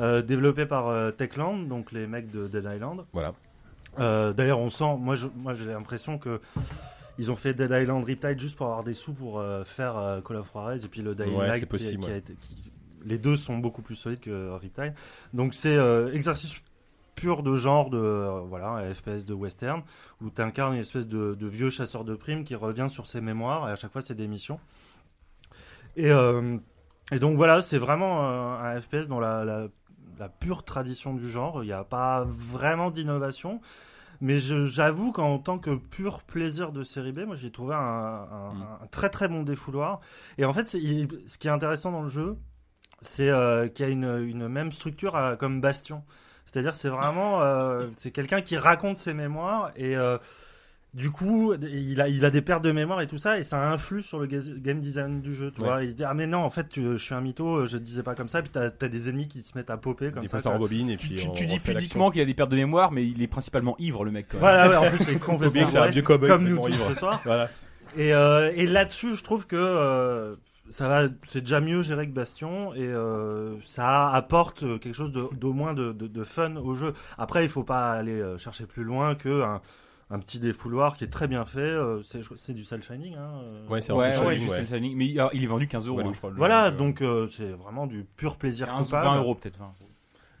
Speaker 8: Euh, développé par euh, Techland, donc les mecs de Dead Island.
Speaker 1: Voilà.
Speaker 8: Euh, D'ailleurs, on sent, moi je- moi, j'ai l'impression que ils ont fait Dead Island Riptide juste pour avoir des sous pour euh, faire euh, Call of Juarez et puis le Dying
Speaker 1: Ouais,
Speaker 8: Light
Speaker 1: c'est
Speaker 8: qui-
Speaker 1: possible,
Speaker 8: qui a
Speaker 1: ouais.
Speaker 8: été- qui- les deux sont beaucoup plus solides que Riptide. Donc c'est euh, exercice pur de genre de euh, voilà FPS de western où tu incarnes une espèce de, de vieux chasseur de primes qui revient sur ses mémoires et à chaque fois c'est des missions. Et, euh, et donc voilà, c'est vraiment euh, un FPS dans la, la- la pure tradition du genre. Il n'y a pas vraiment d'innovation. Mais je- j'avoue qu'en tant que pur plaisir de série B, moi j'ai trouvé un, un-
Speaker 1: Mm.
Speaker 8: un très très bon défouloir. Et en fait, c'est- il- ce qui est intéressant dans le jeu, c'est euh, qu'il y a une, une même structure euh, comme Bastion. C'est-à-dire, c'est vraiment euh, c'est quelqu'un qui raconte ses mémoires et euh, Du coup, il a, il a des pertes de mémoire et tout ça, et ça influe sur le ga- game design du jeu, tu
Speaker 1: Ouais.
Speaker 8: vois. Il se dit, ah mais non, en fait, tu- je suis un mytho, euh, je disais pas comme ça, puis t'as as des ennemis qui se mettent à popper comme
Speaker 1: Des
Speaker 8: ça.
Speaker 1: fois, ça
Speaker 8: quoi.
Speaker 1: rebobine et
Speaker 9: Tu,
Speaker 1: puis.
Speaker 9: tu-
Speaker 1: on
Speaker 9: tu dis
Speaker 1: refait l'action.
Speaker 9: pudiquement qu'il a des pertes de mémoire, mais il est principalement ivre, le mec. Quand même.
Speaker 8: Voilà, ouais, en
Speaker 1: (laughs)
Speaker 8: plus, c'est
Speaker 1: Faut bien
Speaker 8: complètement
Speaker 1: que c'est un
Speaker 8: vrai,
Speaker 1: vieux cowboy.
Speaker 8: comme
Speaker 1: mais
Speaker 8: nous
Speaker 1: bon,
Speaker 8: tous
Speaker 1: il
Speaker 8: ce
Speaker 1: voit.
Speaker 8: soir.
Speaker 1: Voilà.
Speaker 8: Et, euh, et là-dessus, je trouve que euh, ça va, c'est déjà mieux géré que Bastion et euh, ça apporte euh, quelque chose de- d'au moins de, de- de fun au jeu. Après, il faut pas aller euh, chercher plus loin que un, un petit défouloir qui est très bien fait. euh, c'est je- c'est du Cell Shining. hein, euh.
Speaker 1: Ouais, c'est en
Speaker 9: Ouais,
Speaker 1: fait
Speaker 9: ouais,
Speaker 1: Shining,
Speaker 9: du
Speaker 1: ouais.
Speaker 9: Cell Shining. Mais alors, il est vendu 15 euros,
Speaker 1: Ouais.
Speaker 9: hein, je crois. le jeu,
Speaker 8: Voilà,
Speaker 9: euh,
Speaker 8: donc euh, c'est vraiment du pur plaisir
Speaker 9: 15 ou
Speaker 8: coupable.
Speaker 9: 20 euros peut-être. 20.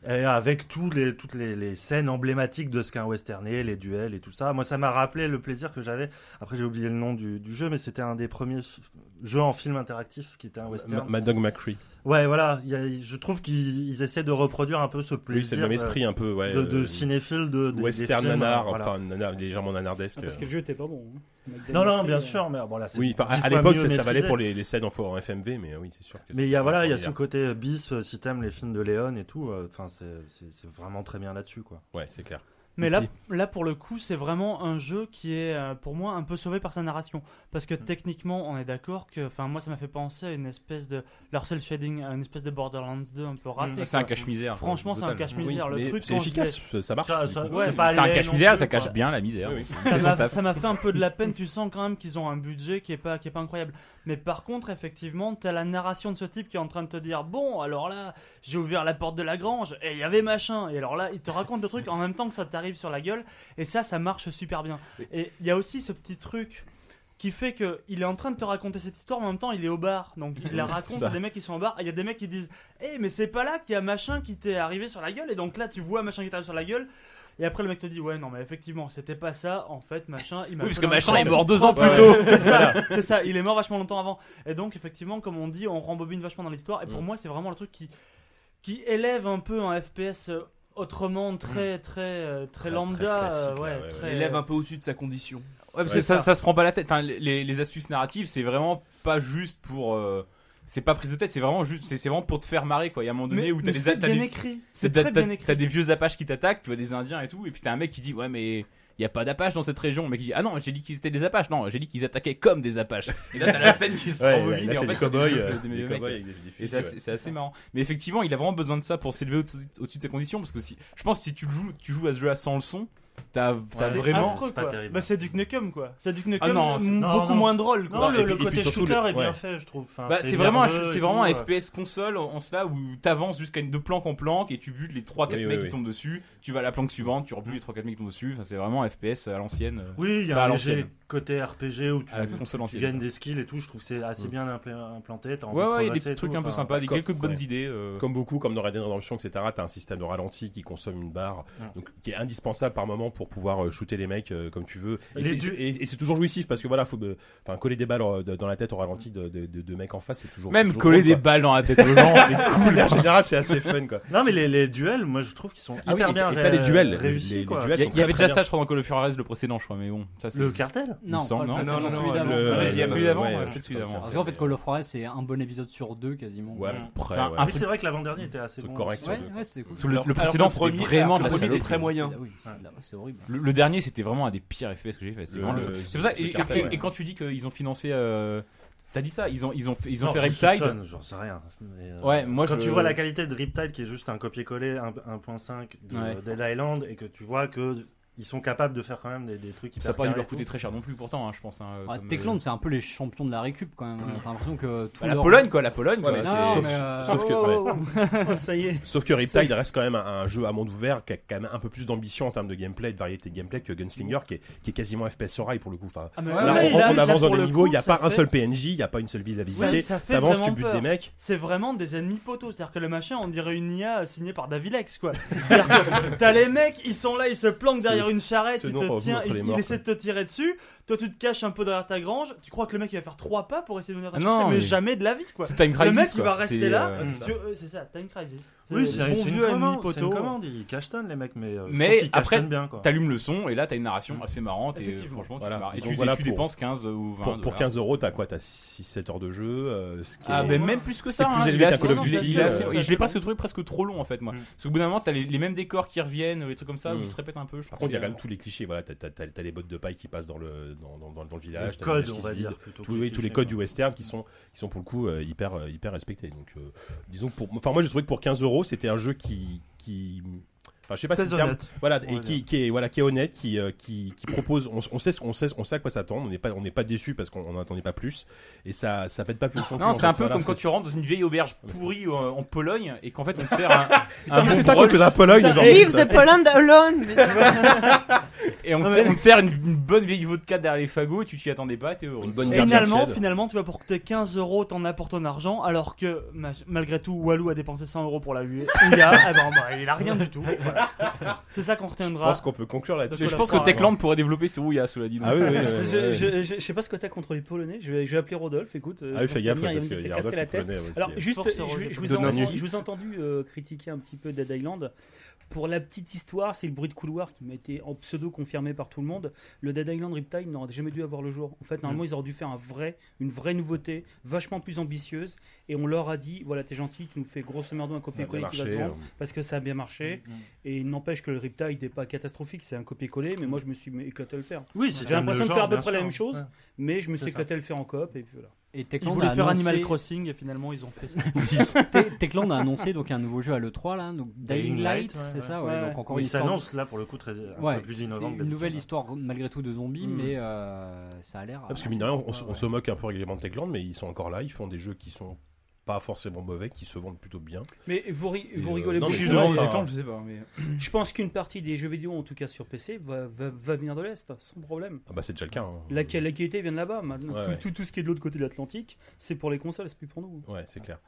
Speaker 8: Et avec tous les, toutes les, les scènes emblématiques de ce qu'un western est, les duels et tout ça. Moi, ça m'a rappelé le plaisir que j'avais. Après, j'ai oublié le nom du, du jeu, mais c'était un des premiers f- jeux en film interactif qui était un
Speaker 1: Ma-
Speaker 8: western.
Speaker 1: Mad Dog McCree.
Speaker 8: Ouais, voilà. il y a- je trouve qu'ils ils essaient de reproduire un peu ce
Speaker 1: Lui, c'est
Speaker 8: plaisir
Speaker 1: le même
Speaker 8: euh,
Speaker 1: esprit un peu, ouais.
Speaker 8: de, de
Speaker 1: euh,
Speaker 8: cinéphile, de, de- des
Speaker 1: Western
Speaker 8: films,
Speaker 1: nanar,
Speaker 8: euh, voilà.
Speaker 1: enfin nanar, légèrement nanardesque. euh.
Speaker 3: parce que le jeu était pas bon. hein.
Speaker 8: Non, non, bien sûr, mais bon, là, c'est
Speaker 1: Oui, enfin,
Speaker 8: dix
Speaker 1: à à
Speaker 8: fois
Speaker 1: l'époque,
Speaker 8: mieux
Speaker 1: ça, ça valait
Speaker 8: maîtrisé.
Speaker 1: pour les, les scènes en for- en FMV, mais euh, oui, c'est sûr que
Speaker 8: Mais
Speaker 1: c'est
Speaker 8: il y a,
Speaker 1: pas
Speaker 8: voilà, il y a ce
Speaker 1: extraordinaire.
Speaker 8: côté bis, euh, si t'aimes les films de Léon et tout, euh, enfin, c'est- c'est c'est vraiment très bien là-dessus, quoi.
Speaker 1: Ouais, c'est clair.
Speaker 5: Mais là,
Speaker 1: Ok.
Speaker 5: là, pour le coup, c'est vraiment un jeu qui est, euh, pour moi, un peu sauvé par sa narration. Parce
Speaker 9: Mm.
Speaker 5: que techniquement, on est d'accord que, enfin, moi, ça m'a fait penser à une espèce de leur cel shading, à une espèce de Borderlands 2 un peu raté.
Speaker 9: Mm. C'est un
Speaker 5: quoi.
Speaker 9: cache-misère.
Speaker 5: Franchement, c'est un
Speaker 9: total.
Speaker 5: cache-misère. le
Speaker 1: Mais
Speaker 5: truc,
Speaker 1: c'est
Speaker 5: quand je
Speaker 1: efficace, ça marche.
Speaker 8: Ça-
Speaker 1: du
Speaker 8: ça-
Speaker 1: coup.
Speaker 8: ouais,
Speaker 1: C'est-
Speaker 8: pas
Speaker 9: C'est un
Speaker 8: allé non
Speaker 9: cache-misère,
Speaker 8: plus,
Speaker 9: ça cache
Speaker 8: quoi.
Speaker 9: bien la misère.
Speaker 1: Oui, oui.
Speaker 5: Ça
Speaker 9: Ils ont
Speaker 5: m'a-
Speaker 9: taf.
Speaker 5: ça m'a fait un peu de la peine, tu sens quand même qu'ils ont un budget qui est pas, qui est pas incroyable. Mais par contre, effectivement, t'as la narration de ce type qui est en train de te dire Bon, alors là, j'ai ouvert la porte de la grange et il y avait machin. Et alors là, il te raconte le truc en même temps que ça t'arrive sur la gueule. Et ça, ça marche super bien. Et il y a aussi ce petit truc qui fait que il est en train de te raconter cette histoire mais en même temps il est au bar donc
Speaker 1: (laughs)
Speaker 5: il la raconte
Speaker 1: Ça.
Speaker 5: à des mecs qui sont au bar et il y a des mecs qui disent eh mais c'est pas là qu'il y a machin qui t'est arrivé sur la gueule et donc là tu vois machin qui t'arrive sur la gueule et après le mec te dit ouais non mais effectivement c'était pas ça en fait machin il m'a
Speaker 9: Oui,
Speaker 5: fait
Speaker 9: parce que
Speaker 5: un
Speaker 9: machin
Speaker 5: cran
Speaker 9: est
Speaker 5: de-
Speaker 9: mort deux ans plus
Speaker 5: Ouais,
Speaker 9: tôt.
Speaker 5: c'est ça, c'est ça, il est mort vachement longtemps avant. Et donc, effectivement, comme on dit, on rembobine vachement dans l'histoire. Et
Speaker 1: Mm.
Speaker 5: pour moi, c'est vraiment le truc qui, qui élève un peu un FPS euh, autrement très, très, euh, très,
Speaker 1: Mm. Très- très
Speaker 5: lambda.
Speaker 1: classique,
Speaker 5: euh,
Speaker 1: là,
Speaker 5: ouais,
Speaker 1: ouais,
Speaker 5: très-
Speaker 6: Il élève un peu au-dessus de sa condition.
Speaker 9: Ouais, parce
Speaker 1: Ouais,
Speaker 9: que ça, ça se prend pas la tête. Enfin, les, les astuces narratives, c'est vraiment pas juste pour. euh, c'est pas prise de tête, c'est vraiment juste, c'est c'est vraiment pour te faire marrer quoi. Il y a un moment
Speaker 5: Mais,
Speaker 9: donné où t'as
Speaker 5: mais
Speaker 9: des,
Speaker 5: c'est
Speaker 9: t'as
Speaker 5: bien
Speaker 9: des-
Speaker 5: écrit.
Speaker 9: t'as-
Speaker 5: C'est très
Speaker 9: t'as-
Speaker 5: bien écrit.
Speaker 9: t'as des vieux Apaches qui t'attaquent, tu vois des Indiens et tout, et puis t'as un mec qui dit ouais mais il y a pas d'Apaches dans cette région, mais qui dit ah non j'ai dit qu'ils étaient des Apaches, non j'ai dit qu'ils attaquaient comme des Apaches. Et là t'as la scène qui se
Speaker 1: Ouais,
Speaker 9: rembobine,
Speaker 1: là,
Speaker 9: et en
Speaker 1: c'est
Speaker 9: fait,
Speaker 1: des
Speaker 9: c'est des
Speaker 1: cow-boys,
Speaker 9: mecs-
Speaker 1: euh,
Speaker 9: des
Speaker 1: des
Speaker 9: mecs,
Speaker 1: cow-boys avec des- des
Speaker 9: et
Speaker 1: fusils,
Speaker 9: c'est
Speaker 1: ouais.
Speaker 9: assez, c'est assez marrant. Mais effectivement, il a vraiment besoin de ça pour s'élever au-dessus au-dessus de ses conditions. Parce que si, je pense que si tu le joues, tu joues à ce jeu à sans le son, t'as t'as
Speaker 5: C'est
Speaker 9: vraiment.
Speaker 5: affreux,
Speaker 8: c'est pas
Speaker 5: quoi.
Speaker 8: terrible.
Speaker 5: Bah, c'est du Knuckum quoi. C'est du Knuckum
Speaker 9: Ah non, c'est-
Speaker 5: m-
Speaker 8: non,
Speaker 5: beaucoup
Speaker 8: non,
Speaker 5: moins
Speaker 8: c'est-
Speaker 5: drôle quoi.
Speaker 8: Non,
Speaker 1: Bah,
Speaker 8: le,
Speaker 1: et
Speaker 8: le
Speaker 1: puis- et
Speaker 8: côté
Speaker 1: puis surtout,
Speaker 8: shooter
Speaker 1: le-
Speaker 8: est bien
Speaker 1: ouais.
Speaker 8: fait, je trouve. Enfin,
Speaker 9: Bah, c'est vraiment, un,
Speaker 8: nerveux et
Speaker 9: c'est vraiment
Speaker 8: tout,
Speaker 9: un
Speaker 8: euh.
Speaker 9: FPS console en, en cela où t'avances jusqu'à une de planque en planque et tu butes les 3-4
Speaker 1: Oui,
Speaker 9: mecs
Speaker 1: oui,
Speaker 9: qui
Speaker 1: oui.
Speaker 9: tombent dessus, tu vas à la planque suivante, tu rebutes les 3-4 mecs qui tombent dessus, enfin, c'est vraiment un FPS à l'ancienne, euh,
Speaker 8: Oui, il y
Speaker 9: Bah,
Speaker 8: a
Speaker 9: à
Speaker 8: un léger
Speaker 9: l'ancienne.
Speaker 8: côté RPG où tu,
Speaker 9: à la console
Speaker 8: tu
Speaker 9: ancienne. Mm.
Speaker 8: gagnes des skills et tout. Je trouve que c'est assez bien implé- implanté. t'as envie
Speaker 9: Ouais,
Speaker 8: de
Speaker 9: ouais, il y a des
Speaker 8: progresser
Speaker 9: petits
Speaker 8: et
Speaker 9: trucs
Speaker 8: tout,
Speaker 9: un peu
Speaker 8: enfin,
Speaker 9: sympas, des
Speaker 1: comme-
Speaker 9: quelques bonnes
Speaker 1: ouais.
Speaker 9: idées. euh,
Speaker 1: Comme beaucoup, comme dans Red Dead Redemption, etc., t'as un système de ralenti qui consomme une barre, donc qui est indispensable par moment pour pouvoir euh, shooter les mecs euh, comme tu veux. Et
Speaker 8: Les
Speaker 1: c'est-
Speaker 8: du-
Speaker 1: c'est- et- et c'est toujours jouissif parce que voilà, faut euh, enfin coller des balles euh, de- dans la tête au ralenti de, de, de- de mecs en face, c'est toujours c'est
Speaker 9: Même
Speaker 1: toujours
Speaker 9: coller
Speaker 1: drôle,
Speaker 9: des balles dans la tête aux gens,
Speaker 1: (laughs)
Speaker 9: c'est
Speaker 1: quoi.
Speaker 9: cool.
Speaker 1: En général, c'est assez fun quoi.
Speaker 8: Non, mais les, les duels, moi je trouve qu'ils sont
Speaker 1: Ah oui,
Speaker 8: hyper
Speaker 1: et-
Speaker 8: bien
Speaker 1: et t'as les
Speaker 8: ré-
Speaker 1: duels, les-
Speaker 8: réussis.
Speaker 1: les- les
Speaker 8: quoi.
Speaker 1: duels
Speaker 9: Il y,
Speaker 1: sont
Speaker 9: avait
Speaker 1: très,
Speaker 9: déjà
Speaker 1: très
Speaker 9: ça, je crois, dans Call of Duty le précédent, je crois, mais bon, ça c'est.
Speaker 8: Le cartel
Speaker 9: Il me
Speaker 4: Non, pas
Speaker 9: semble,
Speaker 4: le
Speaker 9: non,
Speaker 4: précédent,
Speaker 6: non,
Speaker 4: celui
Speaker 6: non,
Speaker 4: d'avant.
Speaker 8: Ah,
Speaker 1: le- Ouais,
Speaker 9: Ouais, il y a
Speaker 1: ouais,
Speaker 9: celui
Speaker 1: ouais,
Speaker 9: d'avant,
Speaker 1: ouais,
Speaker 9: ouais,
Speaker 1: je sais
Speaker 9: peut-être celui
Speaker 1: pas,
Speaker 9: d'avant.
Speaker 1: ça.
Speaker 4: Parce qu'en fait, Call of Forest, c'est un bon épisode sur deux quasiment.
Speaker 1: Ouais, à peu près,
Speaker 9: Enfin,
Speaker 1: ouais.
Speaker 9: un
Speaker 8: Oui, c'est vrai que l'avant-dernier était assez
Speaker 1: Truc
Speaker 8: bon.
Speaker 1: correct.
Speaker 8: aussi.
Speaker 1: sur
Speaker 4: Ouais,
Speaker 1: deux, quoi.
Speaker 4: ouais, c'était cool.
Speaker 9: Parce que Le,
Speaker 6: Alors-
Speaker 9: le
Speaker 6: alors que
Speaker 9: précédent,
Speaker 6: le
Speaker 9: c'était
Speaker 6: premier-
Speaker 9: vraiment de la
Speaker 6: alors que le premier,
Speaker 9: saloperie.
Speaker 6: très moyen.
Speaker 9: Ah
Speaker 4: Oui, c'est de la- c'est horrible.
Speaker 9: Le, le dernier, c'était vraiment un des pires FPS que j'ai fait. C'est
Speaker 1: Le-
Speaker 9: vraiment
Speaker 1: le-
Speaker 9: le-
Speaker 1: le-
Speaker 9: c'est pour ça.
Speaker 1: le
Speaker 9: Et, et-
Speaker 1: cartel,
Speaker 9: et-
Speaker 1: ouais.
Speaker 9: et quand tu dis qu'ils ont financé, euh, t'as dit ça Ils ont, ils ont, fait- ils ont
Speaker 8: Non,
Speaker 9: fait
Speaker 8: je
Speaker 9: Riptide.
Speaker 8: soupçonne, J'en sais rien. Mais, euh,
Speaker 9: Ouais, moi,
Speaker 8: quand
Speaker 9: je-
Speaker 8: tu vois la qualité de Riptide qui est juste un copier-coller un- 1.5 de
Speaker 9: Ouais.
Speaker 8: Dead Island et que tu vois que ils sont capables de faire quand même des, des trucs hyper
Speaker 9: Ça a pas dû
Speaker 8: carrés
Speaker 9: leur
Speaker 8: et
Speaker 9: coûter
Speaker 8: tout.
Speaker 9: très cher non plus, pourtant, hein, je pense. hein,
Speaker 4: Ouais,
Speaker 9: comme,
Speaker 4: Techland,
Speaker 9: euh,
Speaker 4: c'est un peu les champions de la récup
Speaker 9: (laughs)
Speaker 4: quand même. T'as l'impression que tout
Speaker 9: bah, la
Speaker 4: leur-
Speaker 9: Pologne, quoi, la Pologne.
Speaker 1: Ouais,
Speaker 9: quoi.
Speaker 1: mais
Speaker 9: C'est-
Speaker 1: c'est-
Speaker 4: Non,
Speaker 1: sauf-
Speaker 4: mais euh, oh,
Speaker 1: Sauf que,
Speaker 4: (laughs)
Speaker 1: ouais.
Speaker 9: (laughs)
Speaker 2: ça y est.
Speaker 1: Sauf que Riptide reste quand même un, un jeu à monde ouvert qui a quand même un peu plus d'ambition en termes de gameplay, de variété de gameplay que Gunslinger qui est, qui est quasiment FPS sur rail pour le coup. Enfin,
Speaker 5: Ah, mais
Speaker 9: Ouais,
Speaker 1: là,
Speaker 5: ouais,
Speaker 1: on,
Speaker 5: là,
Speaker 1: on
Speaker 5: là,
Speaker 1: avance dans
Speaker 5: pour
Speaker 1: les
Speaker 5: le
Speaker 1: niveaux, il
Speaker 5: coup,
Speaker 1: n'y a
Speaker 5: ça
Speaker 1: pas un
Speaker 5: fait-
Speaker 1: seul PNJ, il n'y a pas une seule ville à visiter.
Speaker 5: ça fait
Speaker 1: T'avances, tu
Speaker 5: vraiment
Speaker 1: butes
Speaker 5: peur.
Speaker 1: des mecs.
Speaker 5: c'est vraiment des ennemis poteaux. C'est-à-dire que le machin, on dirait une IA signée par Davilex, quoi. C'est-à-dire que T'as les mecs, ils sont là, ils se planquent derrière une charrette,
Speaker 1: ce
Speaker 5: ils
Speaker 1: nom
Speaker 5: te
Speaker 1: revenu
Speaker 5: tiennent,
Speaker 1: entre
Speaker 5: ils,
Speaker 1: les
Speaker 5: ils
Speaker 1: morts,
Speaker 5: essaient de te tirer dessus. Toi, tu te caches un peu derrière ta grange. Tu crois que le mec il va faire trois pas pour essayer de venir
Speaker 9: Ah
Speaker 5: te
Speaker 9: non,
Speaker 5: chercher, mais
Speaker 9: mais-
Speaker 5: jamais de la vie, quoi.
Speaker 9: C'est Time
Speaker 5: Le
Speaker 9: Crisis.
Speaker 5: mec, il
Speaker 9: quoi.
Speaker 5: va rester
Speaker 9: C'est,
Speaker 5: là.
Speaker 9: euh,
Speaker 5: si tu veux, C'est ça, time crisis.
Speaker 8: Oui,
Speaker 5: C'est
Speaker 8: c'est
Speaker 5: bon
Speaker 8: c'est une,
Speaker 5: vieux ami,
Speaker 8: commande, c'est une
Speaker 5: poteau.
Speaker 8: commande, ils cachetonnent les mecs, mais, euh,
Speaker 9: Mais
Speaker 8: je trouve qu'ils
Speaker 9: après,
Speaker 8: cachetonnent bien, quoi.
Speaker 9: T'allumes le son et là t'as une narration assez marrante et
Speaker 5: Effectivement.
Speaker 9: franchement tu
Speaker 1: Mm. Voilà.
Speaker 9: te marres. Ah, Et
Speaker 1: Donc
Speaker 9: tu,
Speaker 1: voilà
Speaker 9: tu
Speaker 1: pour-
Speaker 9: dépenses 15 ou 20
Speaker 1: Pour, pour
Speaker 9: dollars.
Speaker 1: 15 euros, t'as quoi T'as 6-7 heures de jeu. euh, ce qui
Speaker 9: Ah,
Speaker 1: est-
Speaker 9: ben même plus que
Speaker 1: c'est
Speaker 9: ça.
Speaker 1: plus
Speaker 9: hein,
Speaker 1: élevé
Speaker 9: il est
Speaker 1: qu'un
Speaker 9: assez-
Speaker 1: Call of
Speaker 9: non,
Speaker 1: Duty,
Speaker 9: il est assez-
Speaker 1: euh,
Speaker 9: et Je l'ai presque trouvé presque trop long en fait, moi.
Speaker 8: Mm.
Speaker 9: Parce qu'au bout d'un moment, t'as les, les mêmes décors qui reviennent, les trucs comme ça,
Speaker 1: Mm.
Speaker 9: ils se répètent un peu. Je
Speaker 1: Par contre,
Speaker 9: trouve
Speaker 1: il y a
Speaker 9: que
Speaker 1: quand même tous les clichés. Voilà, t'as, t'as- t'as- t'as les bottes de paille qui passent dans le, dans, dans- dans- dans le
Speaker 8: Le
Speaker 1: village. t'as les
Speaker 8: code,
Speaker 1: villages
Speaker 8: on
Speaker 1: qui
Speaker 8: va
Speaker 1: se vident.
Speaker 8: dire. plutôt
Speaker 1: Tous,
Speaker 8: que
Speaker 1: oui,
Speaker 8: les
Speaker 1: tous les
Speaker 8: clichés,
Speaker 1: codes du
Speaker 8: quoi.
Speaker 1: western qui sont, qui sont pour le coup euh, hyper, euh, hyper respectés. Donc, euh, disons que pour, enfin moi j'ai trouvé que pour 15 euros c'était un jeu qui, qui, enfin je sais pas si
Speaker 8: Très
Speaker 1: le terme-
Speaker 8: honnête.
Speaker 1: voilà,
Speaker 8: On
Speaker 1: et
Speaker 8: va
Speaker 1: qui, qui est voilà qui est honnête, qui, euh, qui, qui propose, on, on sait ce qu'on sait, on sait à quoi s'attendre. On n'est pas, on n'est pas déçu parce qu'on n'attendait pas plus. Et ça, ça fait pas plus le son.
Speaker 9: Non, c'est un peu comme quand tu rentres dans une vieille auberge pourrie euh, en Pologne et qu'en fait on te sert
Speaker 1: (laughs)
Speaker 9: un, un bon brol
Speaker 1: que la Pologne aujourd'hui.
Speaker 7: Leave the Poland alone mais tu vois.
Speaker 9: (laughs) et on te sert, on te sert une, une bonne vieille vodka derrière les fagots et tu t'y attendais pas, t'es heureux.
Speaker 1: Une bonne
Speaker 5: Et
Speaker 1: bière
Speaker 5: finalement,
Speaker 1: tiède.
Speaker 5: finalement, tu vas pour tes 15 euros, t'en as pour ton argent, alors que ma- malgré tout, Walou a dépensé 100 euros pour la UE. Ouya, eh ben, bah, il a rien du tout. Voilà. C'est ça qu'on
Speaker 1: Je
Speaker 5: retiendra.
Speaker 1: pense qu'on peut conclure
Speaker 9: Parce
Speaker 1: là-dessus.
Speaker 9: que je pense que Techland pourrait développer ce Ouya, cela dit. donc.
Speaker 1: Ah oui, oui,
Speaker 9: (laughs)
Speaker 1: oui, oui,
Speaker 2: Je,
Speaker 1: oui.
Speaker 2: je, je- je sais pas ce que t'as contre les Polonais. Je vais, je vais appeler Rodolphe. Écoute. euh,
Speaker 1: Ah oui,
Speaker 2: je
Speaker 1: fais
Speaker 2: pense
Speaker 1: gaffe
Speaker 2: qu'il vient-
Speaker 1: parce
Speaker 2: il
Speaker 1: qu'il
Speaker 2: vient de
Speaker 1: y
Speaker 2: te
Speaker 1: a
Speaker 2: casser
Speaker 1: Rodolphe
Speaker 2: la
Speaker 1: qui
Speaker 2: tête.
Speaker 1: connaît aussi. hein.
Speaker 2: Alors, juste,
Speaker 5: Force
Speaker 2: je,
Speaker 5: heureuse.
Speaker 2: je vous
Speaker 6: De
Speaker 2: en-
Speaker 6: Nanu.
Speaker 2: je vous ai entendu euh, critiquer un petit peu Dead Island. Pour la petite histoire, c'est le bruit de couloir qui m'a été en pseudo confirmé par tout le monde. Le Dead Island Riptide n'aurait jamais dû avoir le jour. En fait,
Speaker 1: Mm.
Speaker 2: normalement, ils auraient dû faire un vrai, une vraie nouveauté, vachement plus ambitieuse. Et on leur a dit voilà, t'es gentil, tu nous fais grosso merdo
Speaker 1: Ça
Speaker 2: un
Speaker 1: a bien
Speaker 2: copier-coller qui va se
Speaker 1: marché. hein.
Speaker 2: vendre parce que ça a bien marché. Et il n'empêche que le Riptide n'est pas catastrophique, c'est un copier-coller,
Speaker 1: Mm.
Speaker 2: mais moi, je me suis éclaté à le faire.
Speaker 8: Oui, c'est
Speaker 2: J'ai l'impression de
Speaker 8: le
Speaker 2: faire à
Speaker 8: genre,
Speaker 2: peu
Speaker 8: bien
Speaker 2: près la
Speaker 8: sûr.
Speaker 2: même chose.
Speaker 8: Ouais.
Speaker 2: Mais je me
Speaker 8: C'est
Speaker 2: suis
Speaker 8: ça.
Speaker 2: éclaté à le faire en coop et puis voilà.
Speaker 4: Et
Speaker 5: Ils
Speaker 4: Techland
Speaker 5: voulaient
Speaker 4: a
Speaker 9: bah,
Speaker 5: faire Animal
Speaker 4: annoncé-
Speaker 5: Crossing et finalement, ils ont fait ça.
Speaker 4: Te- Techland a annoncé donc un nouveau jeu à l'E3 là, donc Dying
Speaker 8: Dying
Speaker 4: Light,
Speaker 8: Light, ouais,
Speaker 4: c'est
Speaker 8: ouais.
Speaker 4: ça, ouais,
Speaker 2: Ouais,
Speaker 4: donc encore
Speaker 8: Il
Speaker 4: une histoire-
Speaker 8: s'annonce là pour le coup très, un
Speaker 4: Ouais,
Speaker 8: peu plus
Speaker 4: c'est
Speaker 8: innovant. que
Speaker 4: une
Speaker 8: d'habitude.
Speaker 4: nouvelle histoire malgré tout de zombies,
Speaker 5: Mm.
Speaker 4: mais euh, ça a l'air.
Speaker 1: Ah, parce que
Speaker 4: assez
Speaker 1: mine de rien, on,
Speaker 4: sympa,
Speaker 1: s- on
Speaker 4: ouais.
Speaker 1: se moque un peu régulièrement de Techland, mais ils sont encore là, ils font des jeux qui sont pas forcément mauvais, qui se vendent plutôt bien.
Speaker 2: Mais vous, ri-
Speaker 1: Et,
Speaker 2: vous
Speaker 1: euh,
Speaker 2: rigolez
Speaker 1: non, mais
Speaker 2: beaucoup.
Speaker 1: c'est vrai,
Speaker 2: Ouais,
Speaker 1: enfin,
Speaker 2: Techland,
Speaker 9: je sais pas, mais.
Speaker 2: (clears throat) Je pense qu'une partie des jeux vidéo, en tout cas sur PC, va, va- va venir de l'Est, sans problème.
Speaker 1: Ah bah c'est déjà le cas. hein.
Speaker 2: La, la qualité vient de là-bas. maintenant.
Speaker 1: Ouais,
Speaker 2: tout,
Speaker 1: ouais.
Speaker 2: Tout, tout ce qui est de l'autre côté de l'Atlantique, c'est pour les consoles, c'est plus pour nous.
Speaker 1: Ouais, c'est clair.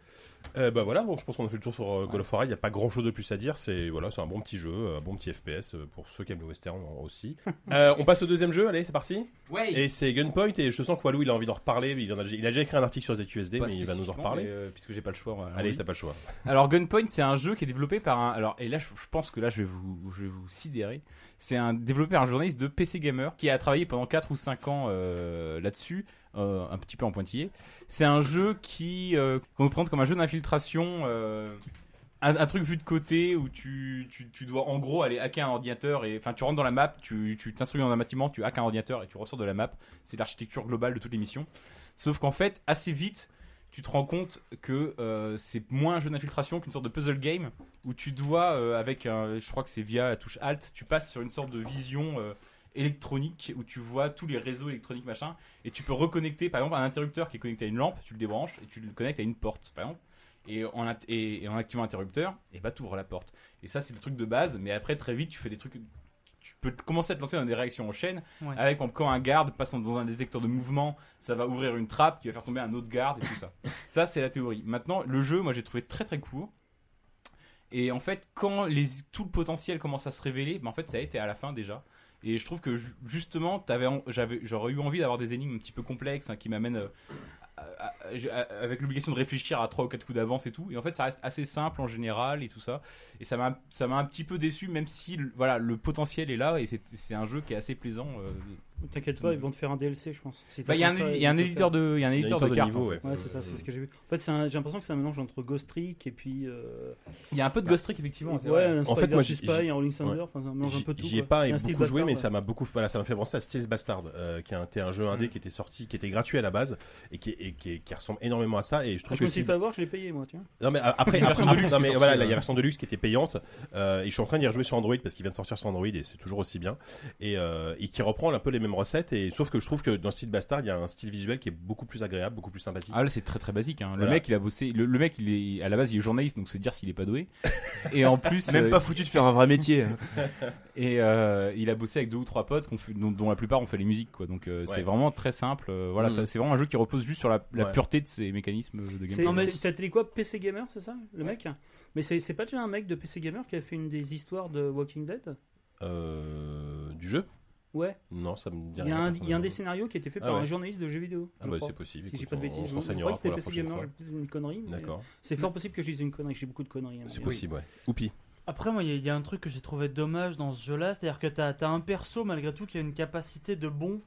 Speaker 1: Euh, bah voilà, bon, je pense qu'on a fait le tour sur euh, Call of Duty. Il n'y a pas grand chose de plus à dire. C'est voilà, c'est un bon petit jeu, un bon petit FPS euh, pour ceux qui aiment le western euh,
Speaker 2: (laughs)
Speaker 1: aussi. Euh, on passe au deuxième jeu, allez, c'est parti. Et c'est Gunpoint. Et je sens que Walou il a envie d'en reparler. Il, en a, il a déjà écrit un article sur ZQSD,
Speaker 9: Pas
Speaker 1: mais il va nous en
Speaker 9: spécifiquement,
Speaker 1: reparler.
Speaker 2: Bah,
Speaker 9: mais, euh, puisque j'ai pas le choix. voilà,
Speaker 1: Allez,
Speaker 9: oui.
Speaker 1: t'as pas le choix.
Speaker 9: Alors Gunpoint, c'est un jeu qui est développé par un. Alors et là, je, je pense que là, je vais vous, je vais vous sidérer. C'est un développé par un journaliste de PC Gamer qui a travaillé pendant 4 ou 5 ans euh, là-dessus, euh, un petit peu en pointillé. C'est un jeu qui euh, qu'on peut prendre comme un jeu d'infiltration. euh, un, un truc vu de côté où tu, tu, tu dois en gros aller hacker un ordinateur et enfin tu rentres dans la map, tu tu t'instruis dans un bâtiment, tu hackes un ordinateur et tu ressors de la map. C'est l'architecture globale de toutes les missions. Sauf qu'en fait, assez vite, tu te rends compte que euh, c'est moins un jeu d'infiltration qu'une sorte de puzzle game où tu dois, euh, avec, un- je crois que c'est via la touche Alt, tu passes sur une sorte de vision euh, électronique où tu vois tous les réseaux électroniques machin et tu peux reconnecter par exemple un interrupteur qui est connecté à une lampe, tu le débranches et tu le connectes à une porte par exemple. Et en, int- et, et en activant l'interrupteur, et bah t'ouvres la porte. Et ça c'est le truc de base, mais après très vite tu fais des trucs, tu peux commencer à te lancer dans des réactions en chaîne,
Speaker 5: Ouais.
Speaker 9: avec par exemple, quand un garde passe dans un détecteur de mouvement, ça va ouvrir une trappe qui va faire tomber un autre garde et tout ça. Ça, c'est la théorie. Maintenant, le jeu, moi, j'ai trouvé très très court. Et en fait, quand les, tout le potentiel commence à se révéler, ben, en fait, ça a été à la fin déjà. Et je trouve que ju- justement, t'avais en- j'avais- j'aurais eu envie d'avoir des énigmes un petit peu complexes hein, qui m'amènent euh, à- à- je- à- avec l'obligation de réfléchir à trois ou quatre coups d'avance et tout. Et en fait, ça reste assez simple en général et tout ça. Et ça m'a ça m'a un petit peu déçu, même si le- voilà, le potentiel est là et c'est c'est un jeu qui est assez plaisant. euh,
Speaker 2: T'inquiète pas, ils vont te faire un DLC, je pense. Si t'as
Speaker 9: bah, il y a
Speaker 2: fait
Speaker 9: un,
Speaker 2: ça,
Speaker 9: édi-
Speaker 2: ils
Speaker 9: il y a un
Speaker 2: vont te
Speaker 9: éditeur de, il y a un éditeur de cartes.
Speaker 1: niveau,
Speaker 9: en fait.
Speaker 1: ouais.
Speaker 2: faire- Ouais, c'est ça, c'est ce que j'ai vu. En fait, c'est un- j'ai l'impression que c'est un mélange entre Ghost Trick et puis. euh,
Speaker 9: Il y a un peu de Ghost Trick effectivement. c'est
Speaker 2: ouais,
Speaker 9: vrai.
Speaker 2: un
Speaker 1: En
Speaker 2: Spy
Speaker 1: fait, moi,
Speaker 2: versus
Speaker 1: j'ai-
Speaker 2: Spy, un Rolling Thunder,
Speaker 1: ouais.
Speaker 2: enfin, ça mélange un peu
Speaker 1: J'y
Speaker 2: tout.
Speaker 1: j'y ai
Speaker 2: quoi.
Speaker 1: pas
Speaker 2: Et
Speaker 1: et
Speaker 2: un
Speaker 1: beaucoup
Speaker 2: Steve
Speaker 1: joué,
Speaker 2: Bastard,
Speaker 1: mais
Speaker 2: ouais.
Speaker 1: ça m'a beaucoup. Voilà, ça m'a fait penser à Steel Bastard, euh, qui était un jeu indé qui était sorti, qui était gratuit à la base et qui, et qui, qui ressemble énormément à ça. Et je trouve
Speaker 2: Ah, Je
Speaker 1: que
Speaker 2: me suis
Speaker 1: c'est
Speaker 2: fait avoir, je l'ai payé moi, tiens.
Speaker 1: Non mais
Speaker 2: (laughs)
Speaker 1: a- après,
Speaker 9: Il y
Speaker 1: après,
Speaker 9: a une version de
Speaker 1: après-
Speaker 9: luxe
Speaker 1: non,
Speaker 9: qui est
Speaker 1: mais
Speaker 9: sortie,
Speaker 1: voilà,
Speaker 9: là.
Speaker 1: il y a la version de luxe qui était payante euh, et je suis en train d'y rejouer sur Android parce qu'il vient de sortir sur Android et c'est toujours aussi bien et, euh, et qui reprend un peu les mêmes recettes et sauf que je trouve que dans Style Bastard il y a un style visuel qui est beaucoup plus agréable, beaucoup plus sympathique.
Speaker 9: Ah là c'est très très basique. hein. Le
Speaker 1: Voilà.
Speaker 9: mec il a bossé. Le, le mec il est à la base il est journaliste donc c'est dire s'il est pas doué. Et (laughs) en plus
Speaker 6: Même
Speaker 9: euh,
Speaker 6: pas foutu de faire un vrai métier.
Speaker 9: (laughs) et euh, il a bossé avec deux ou trois potes qu'on fait- dont, dont la plupart ont fait les musiques quoi. Donc euh,
Speaker 1: Ouais.
Speaker 9: c'est vraiment très simple. euh, voilà
Speaker 1: Mm.
Speaker 9: ça- c'est vraiment un jeu qui repose juste sur la, la
Speaker 1: Ouais.
Speaker 9: pureté de ses mécanismes de
Speaker 2: C'est-
Speaker 9: gameplay.
Speaker 5: Non, mais-
Speaker 2: c'est- T'as télé quoi PC Gamer, c'est ça Le mec Mais c'est c'est pas déjà un mec de PC Gamer qui a fait une des histoires de Walking Dead
Speaker 1: Euh, du jeu
Speaker 2: Ouais.
Speaker 1: Non, ça me dit
Speaker 2: Il y, a
Speaker 1: rien.
Speaker 2: un, il y a
Speaker 1: personnellement.
Speaker 2: un des scénarios qui a été fait
Speaker 1: Ah
Speaker 2: par
Speaker 1: ouais.
Speaker 2: un journaliste de jeux vidéo.
Speaker 1: Ah
Speaker 2: je
Speaker 1: bah
Speaker 2: crois.
Speaker 1: c'est possible.
Speaker 2: Si j'ai
Speaker 1: écoute,
Speaker 2: pas de
Speaker 1: on-
Speaker 2: bêtises,
Speaker 1: on se
Speaker 2: je crois
Speaker 1: renseignera
Speaker 2: que c'était
Speaker 1: pour la
Speaker 2: PC
Speaker 1: prochaine
Speaker 2: Gamer,
Speaker 1: fois.
Speaker 2: j'ai peut-être une connerie. mais
Speaker 1: D'accord.
Speaker 2: C'est fort possible que je dise une connerie, j'ai beaucoup de conneries. hein,
Speaker 1: C'est
Speaker 2: mais-
Speaker 1: possible, ouais. Oupi.
Speaker 5: Après, moi, il y a- il y, a un truc que j'ai trouvé dommage dans ce jeu-là, c'est-à-dire que t'as as un perso malgré tout qui a une capacité de bond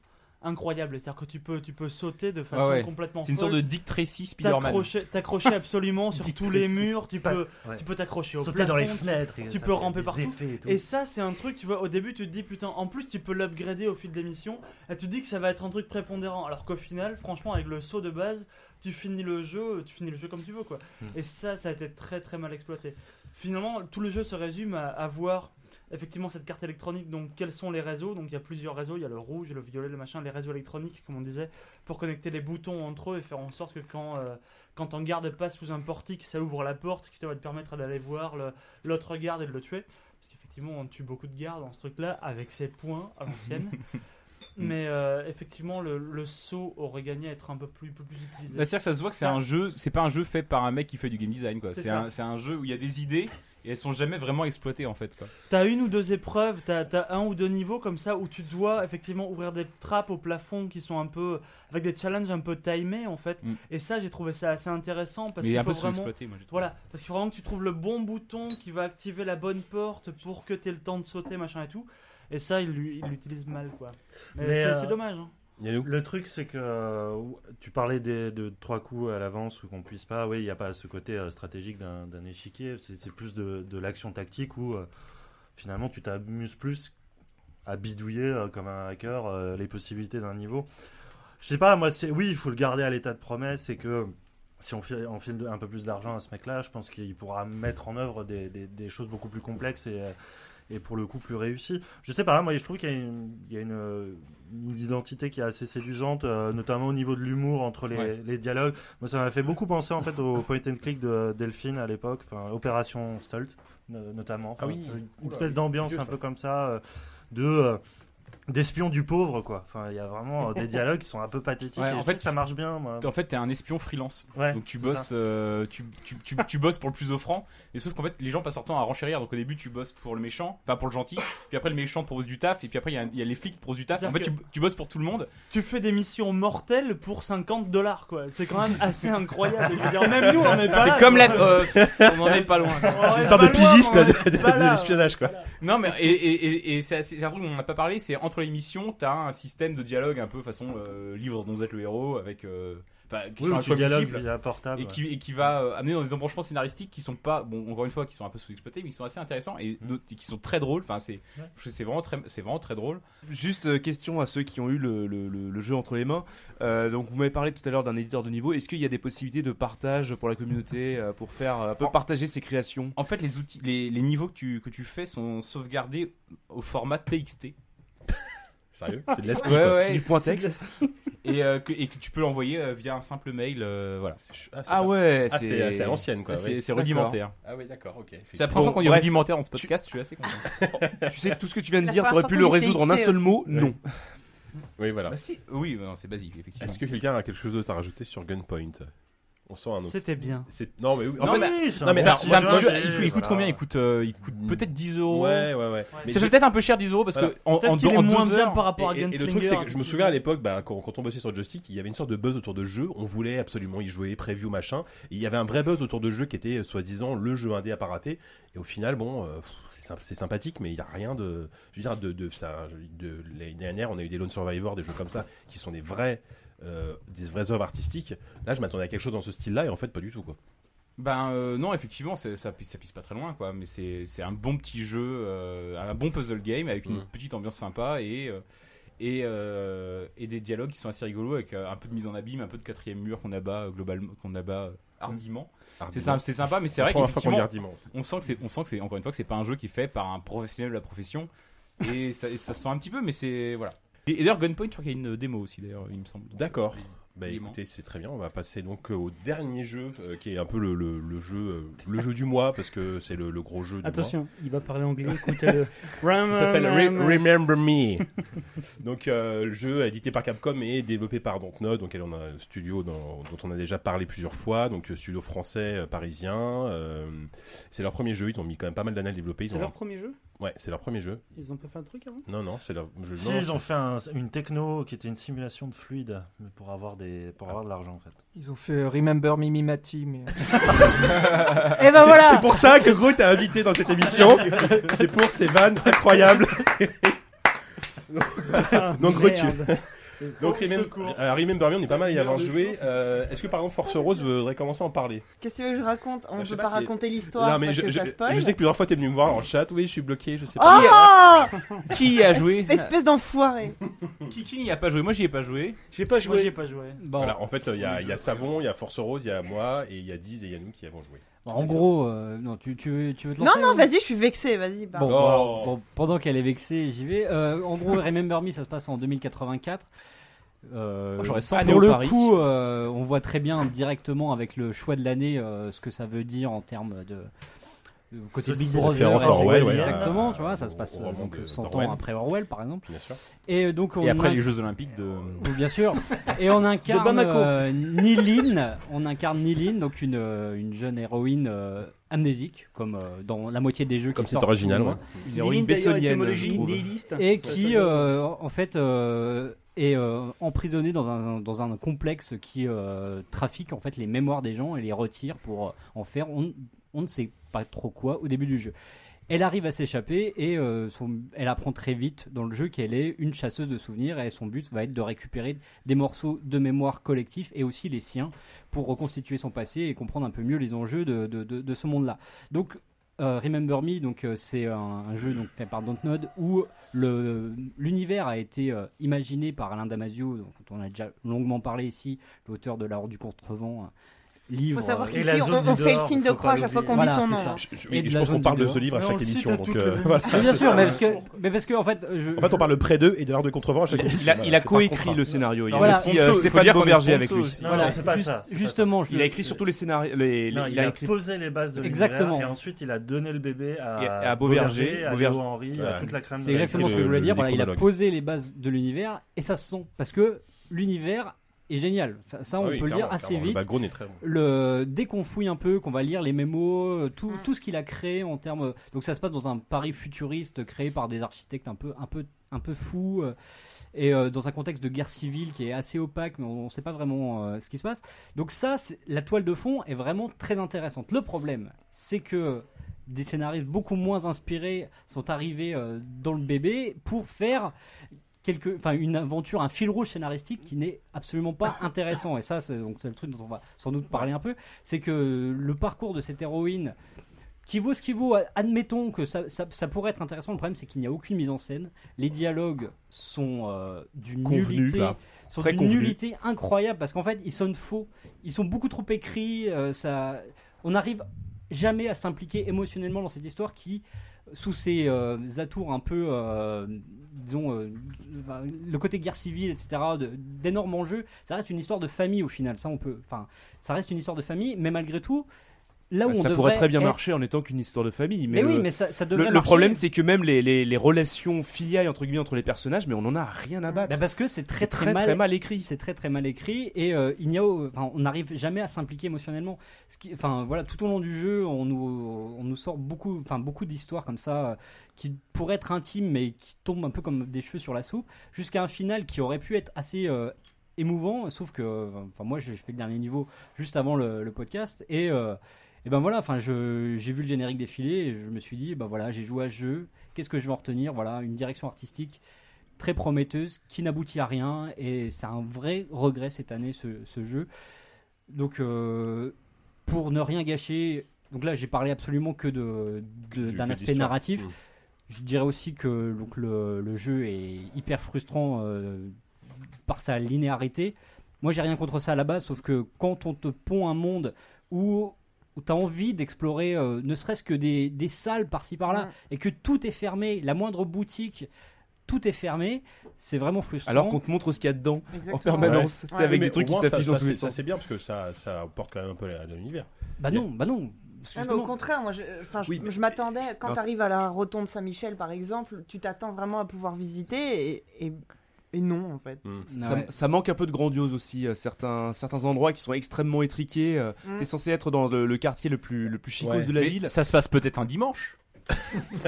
Speaker 5: incroyable, c'est-à-dire que tu peux, tu peux sauter de façon
Speaker 9: Ah ouais.
Speaker 5: complètement
Speaker 9: C'est une sorte
Speaker 5: folle.
Speaker 9: de Dick Tracy Spider-Man.
Speaker 5: T'accrocher t'accrocher absolument sur
Speaker 8: Dick
Speaker 5: tous les
Speaker 8: Tracy.
Speaker 5: murs, tu peux,
Speaker 8: Ouais.
Speaker 5: tu peux t'accrocher au
Speaker 8: Sauter dans les
Speaker 5: plafond,
Speaker 8: fenêtres. et
Speaker 5: tu
Speaker 8: ça
Speaker 5: peux
Speaker 8: fait
Speaker 5: ramper
Speaker 8: des
Speaker 5: partout.
Speaker 8: effets et tout.
Speaker 5: Et ça, c'est un truc, tu vois, au début, tu te dis, putain, en plus, tu peux l'upgrader au fil des missions, et tu te dis que ça va être un truc prépondérant, alors qu'au final, franchement, avec le saut de base, tu finis le jeu, tu finis le jeu comme tu veux, quoi.
Speaker 8: Hmm.
Speaker 5: Et ça, ça a été très très mal exploité. Finalement, tout le jeu se résume à, à voir, effectivement, cette carte électronique, donc quels sont les réseaux, donc il y a plusieurs réseaux, il y a le rouge, le violet, le machin, les réseaux électroniques, comme on disait, pour connecter les boutons entre eux et faire en sorte que quand, euh, quand ton garde passe sous un portique, ça ouvre la porte, qui va te permettre d'aller voir le- l'autre garde et de le tuer. Parce qu'effectivement, on tue beaucoup de gardes dans ce truc-là, avec ses points à
Speaker 9: (laughs)
Speaker 5: l'ancienne. Mais euh, effectivement, le, le saut aurait gagné à être un peu plus, peu plus utilisé.
Speaker 9: Bah, C'est-à-dire que ça se voit que c'est un jeu, c'est pas un jeu fait par un mec qui fait du game design quoi.
Speaker 5: C'est
Speaker 9: C'est
Speaker 5: ça.
Speaker 9: un, c'est un jeu où il y a des idées et elles sont jamais vraiment exploitées en fait quoi.
Speaker 5: T'as une ou deux épreuves, t'as as un ou deux niveaux comme ça où tu dois effectivement ouvrir des trappes au plafond qui sont un peu. avec des challenges un peu timés en fait.
Speaker 9: Mm.
Speaker 5: Et ça, j'ai trouvé ça assez intéressant parce
Speaker 9: Mais il
Speaker 5: qu'il
Speaker 9: est un
Speaker 5: faut
Speaker 9: peu
Speaker 5: vraiment.
Speaker 9: sous-exploité moi. j'ai trouvé.
Speaker 5: Voilà, parce qu'il faut vraiment que tu trouves le bon bouton qui va activer la bonne porte pour que t'aies le temps de sauter, machin et tout. Et ça, il lui- il l'utilise mal quoi. Mais,
Speaker 8: Mais,
Speaker 5: c'est
Speaker 8: euh,
Speaker 5: c'est dommage. hein.
Speaker 1: Yannou
Speaker 8: Le truc, c'est que euh, tu parlais des, de trois coups à l'avance ou qu'on puisse pas. Oui, il n'y a pas ce côté euh, stratégique d'un d'un échiquier. C'est c'est plus de, de l'action tactique où euh, finalement tu t'amuses plus à bidouiller euh, comme un hacker euh, les possibilités d'un niveau. Je sais pas, moi, c'est oui, il faut le garder à l'état de promesse et que si on, file- on file un peu plus d'argent à ce mec-là, je pense qu'il pourra mettre en œuvre des, des- des choses beaucoup plus complexes et, euh, et pour le coup plus réussies. Je sais pas, moi, je trouve qu'il y a une, il y a une, euh, une identité qui est assez séduisante, euh, notamment au niveau de l'humour entre les,
Speaker 9: Ouais.
Speaker 8: les dialogues. Moi, ça m'a fait beaucoup penser en fait au point and click de Delphine à l'époque, enfin Opération Stolt no- notamment. Enfin,
Speaker 1: Ah oui.
Speaker 8: une
Speaker 1: Oula,
Speaker 8: espèce
Speaker 1: oui,
Speaker 8: d'ambiance
Speaker 1: vieux,
Speaker 8: un
Speaker 1: ça.
Speaker 8: peu comme ça, euh, de euh, d'espion du pauvre quoi. Enfin, il y a vraiment euh, des dialogues qui sont un peu pathétiques.
Speaker 9: Ouais,
Speaker 8: et
Speaker 9: en
Speaker 8: je
Speaker 9: fait,
Speaker 8: trouve que ça marche bien. Moi.
Speaker 9: En fait, t'es un espion freelance.
Speaker 8: Ouais,
Speaker 9: Donc tu
Speaker 8: c'est
Speaker 9: bosses,
Speaker 8: ça.
Speaker 9: euh, tu, tu, tu, tu bosses pour le plus offrant, et sauf qu'en fait les gens passent leur temps à renchérir. Donc au début tu bosses pour le méchant, enfin pour le gentil, puis après le méchant propose du taf, et puis après il y a- il y, a les flics qui proposent du taf. En fait
Speaker 5: C'est-à-dire
Speaker 9: tu, tu bosses pour tout le monde.
Speaker 5: tu fais des missions mortelles pour 50 dollars quoi. C'est quand même assez incroyable. Je veux dire, même nous on est pas là.
Speaker 9: C'est comme la, euh, on en est pas loin. quoi.
Speaker 5: oh, On est
Speaker 1: C'est une sorte
Speaker 5: pas
Speaker 1: de
Speaker 5: loin,
Speaker 1: pigiste
Speaker 5: on
Speaker 1: là,
Speaker 5: est
Speaker 1: de,
Speaker 5: pas
Speaker 1: de- de
Speaker 5: là.
Speaker 1: l'espionnage quoi.
Speaker 9: Non mais et, et, et, et c'est assez- c'est un truc dont on n'a pas parlé, c'est entre les missions, t'as un système de dialogue un peu façon euh, livre dont vous êtes le héros avec, euh, enfin qui
Speaker 8: Oui,
Speaker 9: sont
Speaker 8: où
Speaker 9: à
Speaker 8: tu
Speaker 9: choix
Speaker 8: dialogues
Speaker 9: multiples.
Speaker 8: via portable.
Speaker 9: et qui, et qui va euh, amener dans des embranchements scénaristiques qui sont pas bon encore une fois qui sont un peu sous-exploités mais qui sont assez intéressants et,
Speaker 1: Mmh.
Speaker 9: d'autres- et qui sont très drôles enfin c'est je trouve que c'est vraiment très c'est vraiment très drôle
Speaker 6: Juste euh, question à ceux qui ont eu le, le- le- le jeu entre les mains. Euh, donc vous m'avez parlé tout à l'heure d'un éditeur de niveau. Est-ce qu'il y a des possibilités de partage pour la communauté euh, pour faire euh, un peu
Speaker 9: En-
Speaker 6: partager ses créations
Speaker 9: en fait les outils les, les niveaux que tu que tu fais sont sauvegardés au format TXT
Speaker 1: (laughs) Sérieux C'est de l'espion.
Speaker 9: Ouais,
Speaker 1: quoi.
Speaker 9: ouais.
Speaker 6: C'est du point texte.
Speaker 9: et, euh, que, et que tu peux l'envoyer euh, via un simple mail euh, voilà
Speaker 1: C'est ch- Ah, c'est
Speaker 6: Ah
Speaker 1: pas-
Speaker 6: ouais,
Speaker 1: Ah, c'est c'est à l'ancienne quoi.
Speaker 9: c'est
Speaker 1: ouais.
Speaker 9: c'est rudimentaire
Speaker 1: Ah oui, d'accord, ok.
Speaker 9: c'est la
Speaker 1: effectivement.
Speaker 9: première fois qu'on dit
Speaker 6: Bon, bref.
Speaker 9: rudimentaire dans ce podcast je suis (laughs) assez content
Speaker 6: Tu sais tout ce que tu viens de
Speaker 7: La
Speaker 6: dire,
Speaker 7: première
Speaker 6: t'aurais
Speaker 7: fois
Speaker 6: pu
Speaker 7: qu'on
Speaker 6: le
Speaker 7: dit
Speaker 6: résoudre en un
Speaker 7: TXT
Speaker 6: seul mot.
Speaker 1: aussi.
Speaker 6: Non.
Speaker 1: (laughs) Oui, voilà.
Speaker 9: si oui bah non, c'est basique effectivement
Speaker 1: Est-ce que quelqu'un a quelque chose d'autre à rajouter sur Gunpoint On sent un autre.
Speaker 5: C'était bien.
Speaker 1: C'est- Non, mais oui. En
Speaker 9: Non,
Speaker 1: fait,
Speaker 9: mais-
Speaker 8: Oui, c'est
Speaker 1: Non, mais
Speaker 9: C'est un-
Speaker 1: alors,
Speaker 9: c'est un
Speaker 1: moi,
Speaker 9: petit
Speaker 1: je-
Speaker 9: jeu. Il,
Speaker 1: je-
Speaker 9: il coûte
Speaker 8: voilà.
Speaker 9: combien il coûte, euh, il coûte peut-être 10 euros.
Speaker 1: Ouais, ouais, ouais. Mais
Speaker 9: Ça fait
Speaker 1: j'ai-
Speaker 9: peut-être un peu cher 10 euros parce
Speaker 1: Voilà.
Speaker 9: que en, en,
Speaker 5: Peut-être qu'il
Speaker 9: en
Speaker 5: est
Speaker 9: deux
Speaker 5: moins bien
Speaker 9: heures-
Speaker 5: par rapport à
Speaker 1: et, et
Speaker 5: Gunslinger.
Speaker 1: le truc, c'est que je me
Speaker 5: tu
Speaker 1: souviens à
Speaker 5: vois.
Speaker 1: l'époque, bah, quand, quand on bossait sur Joystick, il y avait une sorte de buzz autour de jeux. On voulait absolument y jouer, preview, machin. Et il y avait un vrai buzz autour de jeux qui était euh, soi-disant le jeu indé à pas rater. Et au final, bon, euh, pff, c'est symp- c'est sympathique, mais il n'y a rien de. Je veux dire, de, de, ça, de l'année dernière, on a eu des Lone Survivor, des jeux comme ça, qui sont des vrais. euh, des vraies œuvres artistiques. Là, je m'attendais à quelque chose dans ce style-là, et en fait, pas du tout, quoi.
Speaker 9: Ben euh, non, effectivement, c'est- ça, pisse- ça pisse pas très loin, quoi. Mais c'est c'est un bon petit jeu, euh, un bon puzzle game avec une
Speaker 1: Mm.
Speaker 9: petite ambiance sympa et euh, et, euh, et des dialogues qui sont assez rigolos avec euh, un peu de mise en abîme, un peu de quatrième mur qu'on abat euh, globalement, qu'on abat euh, hardiment. C'est sym- c'est sympa, mais c'est vrai
Speaker 1: Première fois qu'on y
Speaker 9: qu'effectivement,
Speaker 1: hardiment.
Speaker 9: on sent que c'est on sent que c'est encore une fois que c'est pas un jeu qui est fait par un professionnel de la profession (laughs) et ça, et ça se sent un petit peu, mais c'est voilà. Et, et euh, d'ailleurs, Gunpoint, je crois qu'il y a une démo aussi, d'ailleurs, il me semble.
Speaker 1: D'accord. Bah
Speaker 9: Élément.
Speaker 1: écoutez, c'est très bien. On va passer donc euh, au dernier jeu euh, qui est un peu le, le- le jeu euh, le jeu du mois parce que c'est le, le gros jeu du mois.
Speaker 2: Attention, il va parler anglais.
Speaker 1: (laughs)
Speaker 2: Écoutez-le.
Speaker 1: Ça s'appelle Re- Remember Me. (laughs) donc euh, le jeu édité par Capcom et développé par Dontnod, donc elle en a un studio dans- dont on a déjà parlé plusieurs fois, donc euh, studio français euh, parisien. euh, c'est leur premier jeu, ils ont mis quand même pas mal d'années à le développer. Ils
Speaker 2: C'est
Speaker 1: ont-
Speaker 2: leur premier jeu
Speaker 1: Ouais, c'est leur premier jeu.
Speaker 2: Ils ont pas fait un truc avant
Speaker 1: Non
Speaker 2: (laughs)
Speaker 1: non, c'est leur jeu.
Speaker 8: Si,
Speaker 1: non,
Speaker 8: ils
Speaker 1: c'est-
Speaker 8: ont fait un- une techno qui était une simulation de fluide mais pour avoir, des, pour avoir de l'argent en fait.
Speaker 11: Ils ont fait euh, Remember Mimimati,
Speaker 4: (laughs)
Speaker 11: mais euh,
Speaker 4: Eh
Speaker 7: Et ben
Speaker 1: (laughs) C'est-
Speaker 7: voilà
Speaker 1: C'est pour ça que Groot a invité dans
Speaker 4: (laughs)
Speaker 1: cette émission. C'est pour ses vannes incroyables. Donc, Groot, tu- Donc, Remem- euh, Remember Me, on est pas mal à y avoir joué. Euh, Est-ce que par exemple Force Rose voudrait commencer à en parler
Speaker 7: Qu'est-ce que tu veux que je raconte On
Speaker 1: Bah,
Speaker 7: ne
Speaker 1: je
Speaker 7: peut
Speaker 1: sais
Speaker 7: pas
Speaker 1: pas si-
Speaker 7: raconter l'histoire
Speaker 1: mais
Speaker 7: parce
Speaker 1: je,
Speaker 7: que
Speaker 1: je-
Speaker 7: ça spoil.
Speaker 1: je sais que plusieurs fois t'es venu me voir en chat. Oui, je suis bloqué, je sais pas.
Speaker 7: Oh
Speaker 9: Qui a joué
Speaker 7: Espèce d'enfoiré
Speaker 9: Qui, qui n'y a pas joué Moi, j'y ai pas joué.
Speaker 2: J'ai pas
Speaker 5: Moi, j'y ai
Speaker 2: joué.
Speaker 5: pas joué.
Speaker 4: Bon,
Speaker 1: Voilà, en fait, euh, il y, a- il y a Savon, il y a Force Rose, il y a moi, et il y a Diz et il y a nous qui avons joué.
Speaker 4: bon, en gros, euh, non, tu, tu veux, tu veux te
Speaker 7: Non,
Speaker 4: lancer,
Speaker 7: non,
Speaker 4: ou-
Speaker 7: vas-y, je suis vexé, vas-y. bah.
Speaker 4: Bon,
Speaker 7: pardon.
Speaker 1: Oh.
Speaker 4: alors, bon, pendant qu'elle est vexée, j'y vais. Euh, en gros, Remember Me, ça se passe en 2084. Euh,
Speaker 9: Oh, j'aurais cent
Speaker 4: pour
Speaker 9: au
Speaker 4: le
Speaker 9: pari.
Speaker 4: coup, euh, on voit très bien directement avec le choix de l'année euh, ce que ça veut dire en termes de de côté
Speaker 8: Ceci
Speaker 4: Big
Speaker 8: est
Speaker 4: Brother.
Speaker 1: référence à Orwell, ouais,
Speaker 4: exactement,
Speaker 1: euh,
Speaker 4: tu vois, ça se
Speaker 1: au
Speaker 4: passe euh,
Speaker 1: roman
Speaker 4: donc,
Speaker 1: de-
Speaker 4: 100
Speaker 1: d'Orwell.
Speaker 4: ans après Orwell, par exemple.
Speaker 1: Bien sûr.
Speaker 4: Et euh, donc on
Speaker 9: Et après
Speaker 4: a-
Speaker 9: les Jeux Olympiques de.
Speaker 4: oui, Bien sûr. Et on incarne
Speaker 2: Bamako.
Speaker 4: euh, Nilin. On incarne Nilin, donc une, euh, une jeune héroïne euh, amnésique, comme euh, dans la moitié des jeux
Speaker 1: Comme
Speaker 4: qui
Speaker 1: c'est
Speaker 4: sortent
Speaker 1: original,
Speaker 4: tous les
Speaker 1: ouais.
Speaker 9: Une héroïne bessonienne, je trouve.
Speaker 2: nihiliste.
Speaker 4: mois. Et qui, euh, en fait, euh, est euh, emprisonnée dans un, dans un complexe qui euh, trafique en fait les mémoires des gens et les retire pour euh, en faire on, on ne sait pas trop quoi au début du jeu. Elle arrive à s'échapper et euh, son- elle apprend très vite dans le jeu qu'elle est une chasseuse de souvenirs et son but va être de récupérer des morceaux de mémoire collectif et aussi les siens pour reconstituer son passé et comprendre un peu mieux les enjeux de, de- de- de ce monde-là. Donc euh, Remember Me, donc euh, c'est un, un jeu donc fait par Dontnod où le l'univers a été euh, imaginé par Alain Damasio, dont on a déjà longuement parlé ici, l'auteur de La Horde du Contrevent, un livre.
Speaker 7: Faut savoir
Speaker 4: euh,
Speaker 8: Et
Speaker 7: qu'ici,
Speaker 8: la
Speaker 7: on,
Speaker 8: zone
Speaker 7: on
Speaker 8: du
Speaker 7: fait le
Speaker 8: dehors,
Speaker 7: signe de
Speaker 8: faut
Speaker 7: croix
Speaker 8: pas
Speaker 7: à chaque fois qu'on
Speaker 4: l'oublier.
Speaker 7: dit son
Speaker 4: Voilà,
Speaker 7: nom.
Speaker 4: c'est ça.
Speaker 1: Je, je-
Speaker 4: Et de
Speaker 1: je
Speaker 4: la
Speaker 1: pense qu'on
Speaker 4: zone
Speaker 1: parle
Speaker 4: du
Speaker 1: de
Speaker 4: dehors.
Speaker 1: ce livre à
Speaker 8: Mais on
Speaker 1: chaque
Speaker 8: le cite
Speaker 1: émission.
Speaker 8: à
Speaker 1: donc,
Speaker 8: toutes
Speaker 7: (laughs)
Speaker 1: euh,
Speaker 8: les
Speaker 1: (laughs) voilà,
Speaker 4: Mais bien
Speaker 1: c'est
Speaker 4: sûr,
Speaker 1: ça.
Speaker 4: mais parce que, mais parce que en fait, je,
Speaker 1: En fait, on parle de près d'eux et de l'heure de contrevent à chaque
Speaker 6: Il a,
Speaker 1: émission.
Speaker 6: il a
Speaker 1: Voilà, c'est par
Speaker 6: coécrit
Speaker 1: contrat.
Speaker 6: le scénario. Il y a
Speaker 4: Voilà.
Speaker 6: aussi, euh,
Speaker 9: Sponsor, il faut
Speaker 6: Stéphane
Speaker 9: dire qu'on est
Speaker 6: Beauberger avec
Speaker 9: sponsor
Speaker 6: lui.
Speaker 9: aussi.
Speaker 8: Non,
Speaker 4: Voilà,
Speaker 8: non, c'est pas
Speaker 4: juste-
Speaker 8: ça. c'est pas ça.
Speaker 4: justement, je-
Speaker 6: Il a écrit surtout les scénarios. Les, les-
Speaker 8: Non, il, a,
Speaker 6: écrit.
Speaker 8: posé les bases de
Speaker 4: Exactement.
Speaker 8: l'univers et ensuite il a donné le bébé
Speaker 6: Et-
Speaker 8: à,
Speaker 6: à Beauverger,
Speaker 8: à
Speaker 6: Beauverger.
Speaker 8: Léo Henry,
Speaker 1: Voilà.
Speaker 8: à toute la crème
Speaker 4: C'est
Speaker 8: de la
Speaker 4: exactement
Speaker 1: écrit
Speaker 4: ce
Speaker 1: le-
Speaker 4: que je voulais
Speaker 1: le
Speaker 4: dire. Voilà, il a
Speaker 1: décronologue.
Speaker 4: posé les bases de l'univers et ça se sent parce que l'univers est génial. Enfin, ça,
Speaker 1: Ah
Speaker 4: on
Speaker 1: oui,
Speaker 4: peut le dire
Speaker 1: clairement,
Speaker 4: assez
Speaker 1: clairement, Le
Speaker 4: vite.
Speaker 1: background est très bon.
Speaker 4: Le, dès qu'on fouille un peu, qu'on va lire les mémos, euh, tout, tout ce qu'il a créé en termes. euh, Donc ça se passe dans un Paris futuriste créé par des architectes un peu, un peu, un peu fous. euh, et euh, dans un contexte de guerre civile qui est assez opaque, mais on ne sait pas vraiment euh, ce qui se passe. Donc ça, c'est- la toile de fond est vraiment très intéressante. Le problème, c'est que des scénaristes beaucoup moins inspirés sont arrivés euh, dans le bébé pour faire quelque, enfin une aventure, un fil rouge scénaristique qui n'est absolument pas (coughs) intéressant. Et ça, c'est donc c'est le truc dont on va sans doute parler un peu, c'est que le parcours de cette héroïne qui vaut ce qui vaut, admettons que ça, ça- ça pourrait être intéressant. Le problème, c'est qu'il n'y a aucune mise en scène. Les dialogues sont euh, d'une
Speaker 6: Convenus,
Speaker 4: nullité,
Speaker 6: là.
Speaker 4: sont
Speaker 6: Très
Speaker 4: d'une
Speaker 6: convenus.
Speaker 4: nullité incroyable parce qu'en fait, ils sonnent faux. Ils sont beaucoup trop écrits. euh, ça, on n'arrive jamais à s'impliquer émotionnellement dans cette histoire qui, sous ses euh, atours un peu, euh, disons, euh, le côté guerre civile, etc., de- d'énormes enjeux, ça reste une histoire de famille au final. Ça, on peut, enfin, ça reste une histoire de famille, mais malgré tout, là où on
Speaker 6: Ça
Speaker 4: devrait
Speaker 6: pourrait très bien
Speaker 4: être-
Speaker 6: marcher en étant qu'une histoire de famille.
Speaker 4: Mais,
Speaker 6: le-
Speaker 4: oui, mais ça, ça
Speaker 6: Le,
Speaker 4: devrait.
Speaker 6: le
Speaker 4: marcher.
Speaker 6: problème, c'est que même les, les, les relations filiales entre guillemets entre les personnages, mais on en a rien à battre.
Speaker 4: Bah, parce que c'est très
Speaker 6: C'est
Speaker 4: très, mal,
Speaker 6: écrit.
Speaker 4: C'est très très mal écrit et euh, il n'y a, enfin, on n'arrive jamais à s'impliquer émotionnellement. Ce qui, enfin voilà, tout au long du jeu, on nous, on nous sort beaucoup, enfin beaucoup d'histoires comme ça euh, qui pourraient être intimes mais qui tombent un peu comme des cheveux sur la soupe, jusqu'à un final qui aurait pu être assez euh, émouvant. Sauf que, euh, enfin moi j'ai fait le dernier niveau juste avant le, le podcast et euh, et ben voilà, enfin je- j'ai vu le générique défiler et je me suis dit bah voilà, j'ai joué à ce jeu. Qu'est-ce que je vais en retenir Voilà, une direction artistique très prometteuse qui n'aboutit à rien et c'est un vrai regret cette année ce, ce jeu. Donc euh, pour ne rien gâcher, donc là j'ai parlé absolument que de de-
Speaker 1: Du-
Speaker 4: d'un
Speaker 1: de
Speaker 4: aspect
Speaker 1: l'histoire.
Speaker 4: narratif.
Speaker 1: Mm.
Speaker 4: Je dirais aussi que donc, le, le jeu est hyper frustrant euh, par sa linéarité. Moi j'ai rien contre ça à la base, sauf que quand on te pond un monde où où tu as envie d'explorer euh, ne serait-ce que des, des salles par-ci par-là
Speaker 7: Ouais.
Speaker 4: et que tout est fermé, la moindre boutique, tout est fermé, c'est vraiment frustrant.
Speaker 6: Alors qu'on te montre ce qu'il y a dedans
Speaker 1: (laughs)
Speaker 6: en
Speaker 7: Exactement.
Speaker 6: permanence, tu sais,
Speaker 7: Ouais,
Speaker 6: avec
Speaker 1: Mais
Speaker 6: des trucs
Speaker 1: au
Speaker 6: qui
Speaker 1: moins, ça-
Speaker 6: s'affichent dans
Speaker 1: ça,
Speaker 6: tous
Speaker 1: c'est-
Speaker 6: les
Speaker 1: Ça,
Speaker 6: sens.
Speaker 1: c'est bien parce que ça, ça porte quand même un peu à l'univers.
Speaker 4: Bah non, bah non. parce que
Speaker 7: Ah, mais au
Speaker 4: justement-
Speaker 7: contraire, moi, je, enfin, je,
Speaker 6: Oui, mais-
Speaker 7: je m'attendais, quand
Speaker 6: Non,
Speaker 7: tu arrives à la rotonde Saint-Michel, par exemple, tu t'attends vraiment à pouvoir visiter et, et, et non, en fait.
Speaker 9: Mm.
Speaker 4: Ah
Speaker 6: ça,
Speaker 4: ouais.
Speaker 6: ça manque un peu de grandiose aussi, euh, certains, certains endroits qui sont extrêmement étriqués. euh,
Speaker 7: Mm.
Speaker 6: T'es censé être dans le, le quartier le plus, le plus chicose
Speaker 1: Ouais.
Speaker 6: de la
Speaker 9: Mais
Speaker 6: ville.
Speaker 9: Ça se passe peut-être un dimanche.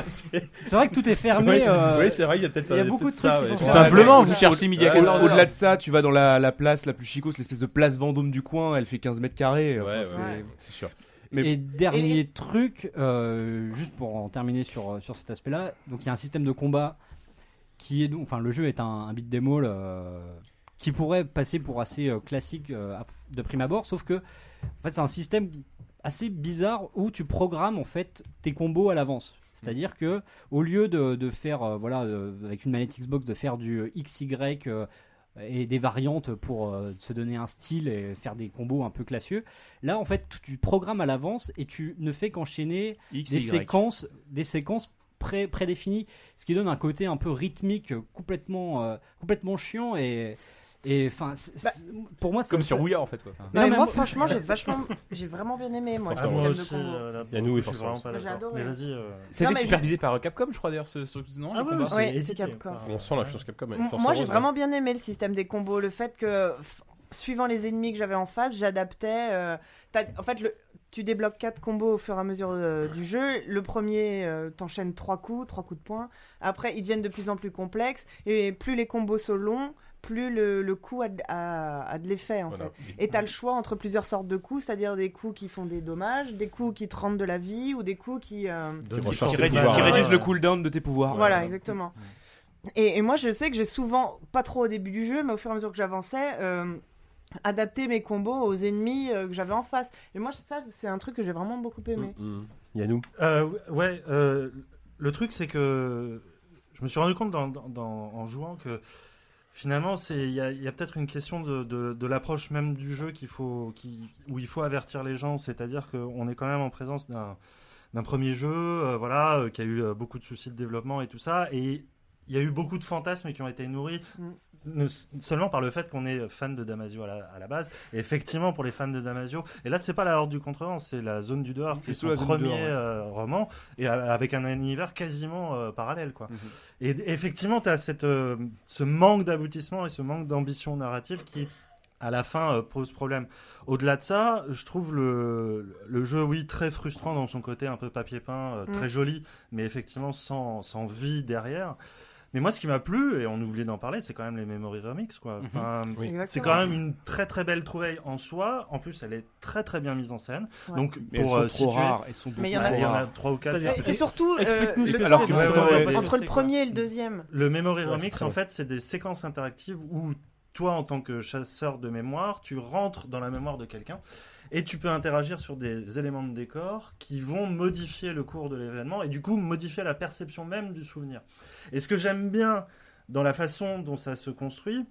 Speaker 4: C'est vrai que tout est fermé.
Speaker 1: oui,
Speaker 4: euh,
Speaker 1: oui, c'est vrai, il y a peut-être
Speaker 4: il y a
Speaker 1: euh,
Speaker 4: beaucoup
Speaker 1: peut-être
Speaker 4: de
Speaker 1: ça,
Speaker 4: trucs qui
Speaker 1: ouais.
Speaker 4: sont
Speaker 9: Tout
Speaker 4: Ouais,
Speaker 9: simplement,
Speaker 4: ouais,
Speaker 9: vous
Speaker 4: c'est ça.
Speaker 9: cherchez midi à
Speaker 1: Ouais,
Speaker 9: 14
Speaker 1: ouais,
Speaker 6: Au- Au-delà de ça, tu vas dans la, la place la plus chicose, l'espèce de place Vendôme du coin, elle fait 15 mètres carrés.
Speaker 1: Ouais,
Speaker 6: enfin,
Speaker 1: ouais,
Speaker 6: c'est-
Speaker 1: ouais, c'est sûr.
Speaker 6: Mais-
Speaker 4: Et dernier truc, euh, juste pour en terminer sur, sur cet aspect-là, donc il y a un système de combat qui est donc, enfin le jeu est un, un beat them all, euh, qui pourrait passer pour assez euh, classique euh, à- de prime abord, sauf que en fait c'est un système assez bizarre où tu programmes en fait tes combos à l'avance. C'est-à-dire que au lieu de, de faire euh, voilà euh, avec une manette Xbox de faire du XY euh, et des variantes pour euh, se donner un style et faire des combos un peu classieux. Là, en fait, tu programmes à l'avance et tu ne fais qu'enchaîner
Speaker 9: X,
Speaker 4: des séquences, des séquences pré- prédéfinies, ce qui donne un côté un peu rythmique, euh, complètement, euh, complètement chiant et et enfin, c'est-
Speaker 7: Bah,
Speaker 4: c'est- pour moi, c'est-
Speaker 9: Comme sur
Speaker 4: c'est-
Speaker 9: Ouya en fait. quoi.
Speaker 7: Non,
Speaker 4: Non,
Speaker 7: mais
Speaker 4: mais
Speaker 7: moi,
Speaker 4: moi-
Speaker 7: franchement,
Speaker 4: (laughs)
Speaker 7: j'ai vachement, j'ai vraiment bien aimé, moi, le
Speaker 1: Ah,
Speaker 7: système
Speaker 1: moi
Speaker 7: de combo.
Speaker 9: euh,
Speaker 1: Il y a nous et
Speaker 8: je suis
Speaker 1: Force
Speaker 8: vraiment pas
Speaker 7: J'ai
Speaker 8: d'accord.
Speaker 7: adoré.
Speaker 8: Mais vas-y. euh,
Speaker 7: Non,
Speaker 9: C'était
Speaker 7: mais
Speaker 9: supervisé par euh, Capcom, je crois d'ailleurs, ce, ce- non, le
Speaker 8: Ah oui,
Speaker 9: combat. hein.
Speaker 8: oui,
Speaker 7: Ouais,
Speaker 8: édité
Speaker 7: c'est Capcom.
Speaker 8: par-
Speaker 1: On sent l'influence Capcom. avec
Speaker 7: M-
Speaker 1: Force
Speaker 7: Moi,
Speaker 1: Rose,
Speaker 7: j'ai
Speaker 1: ouais.
Speaker 7: vraiment bien aimé le système des combos, le fait que f- suivant les ennemis que j'avais en face, j'adaptais. euh, t'as- en fait, le, tu débloques quatre combos au fur et à mesure euh, du jeu. Le premier, euh, t'enchaînes trois coups, trois coups de poing. Après, ils deviennent de plus en plus complexes et plus les combos sont longs, plus le, le coup a, de- a- a de l'effet en
Speaker 1: Voilà.
Speaker 7: fait. Et t'as le choix entre plusieurs sortes de coups, c'est-à-dire des coups qui font des dommages, des coups qui te rendent de la vie ou des coups qui euh,
Speaker 1: Qui
Speaker 8: qui-
Speaker 1: recharge
Speaker 8: qui
Speaker 1: tes
Speaker 8: réduit-
Speaker 1: pouvoirs,
Speaker 8: qui
Speaker 6: Qui
Speaker 1: ouais.
Speaker 8: réduit-
Speaker 6: réduisent le cooldown de tes pouvoirs.
Speaker 7: voilà, exactement. Et, et moi, je sais que j'ai souvent, pas trop au début du jeu, mais au fur et à mesure que j'avançais, euh, adapté mes combos aux ennemis euh, que j'avais en face. Et moi, ça, c'est un truc que j'ai vraiment beaucoup aimé.
Speaker 1: Mm, mm. Yannou.
Speaker 8: Euh, ouais, euh, le truc c'est que je me suis rendu compte dans- dans- dans- en jouant que finalement c'est il y a, il y a peut-être une question de, de- de l'approche même du jeu qu'il faut qui- où il faut avertir les gens, c'est-à-dire qu'on est quand même en présence d'un d'un premier jeu, euh, voilà, euh, qui a eu euh, beaucoup de soucis de développement et tout ça, et il y a eu beaucoup de fantasmes qui ont été nourris.
Speaker 7: Mm.
Speaker 8: ne- seulement par le fait qu'on est fan de Damasio à la, à la base, et effectivement pour les fans de Damasio, et là c'est pas la Horde du Contrevent, c'est la Zone du Dehors, qui est
Speaker 6: Plutôt
Speaker 8: hein, son
Speaker 6: la Zone du
Speaker 8: premier
Speaker 6: Dehors, ouais.
Speaker 8: euh, roman, et a- avec un univers quasiment euh, parallèle.
Speaker 6: Mhm.
Speaker 8: Quoi. Et d- effectivement, tu as cette, euh, ce manque d'aboutissement et ce manque d'ambition narrative qui, à la fin, euh, pose problème. Au-delà de ça, je trouve le, le jeu, oui, très frustrant dans son côté un peu papier peint, euh,
Speaker 7: Mm.
Speaker 8: très joli, mais effectivement sans, sans vie derrière. Mais moi, ce qui m'a plu, et on oublie d'en parler, c'est quand même les Memory Remix.
Speaker 6: Mhm.
Speaker 8: Quoi. Enfin,
Speaker 7: Exactement.
Speaker 8: C'est quand même une très très belle trouvaille en soi. En plus, elle est très très bien mise en scène.
Speaker 7: Ouais.
Speaker 8: Donc,
Speaker 6: Mais elles
Speaker 8: pour
Speaker 6: sont
Speaker 8: euh,
Speaker 6: trop
Speaker 8: situer,
Speaker 6: rares. Elles sont
Speaker 7: Mais il y en a
Speaker 8: bah, il y en a
Speaker 6: beaucoup
Speaker 8: trois ou quatre.
Speaker 7: Et
Speaker 8: je sais
Speaker 7: C'est
Speaker 8: plus.
Speaker 7: surtout euh,
Speaker 6: Explique-nous ce
Speaker 7: le-
Speaker 6: que Alors
Speaker 8: que- Ouais, ouais, ouais, ouais.
Speaker 7: entre
Speaker 8: c'est
Speaker 7: le premier et le deuxième.
Speaker 8: Le memory
Speaker 1: Ouais, c'est
Speaker 8: remix,
Speaker 1: très
Speaker 8: en
Speaker 1: bon.
Speaker 8: fait, c'est des séquences interactives où toi, en tant que chasseur de mémoire, tu rentres dans la mémoire de quelqu'un et tu peux interagir sur des éléments de décor qui vont modifier le cours de l'événement et du coup modifier la perception même du souvenir. Et ce que j'aime bien dans la façon dont ça se construit,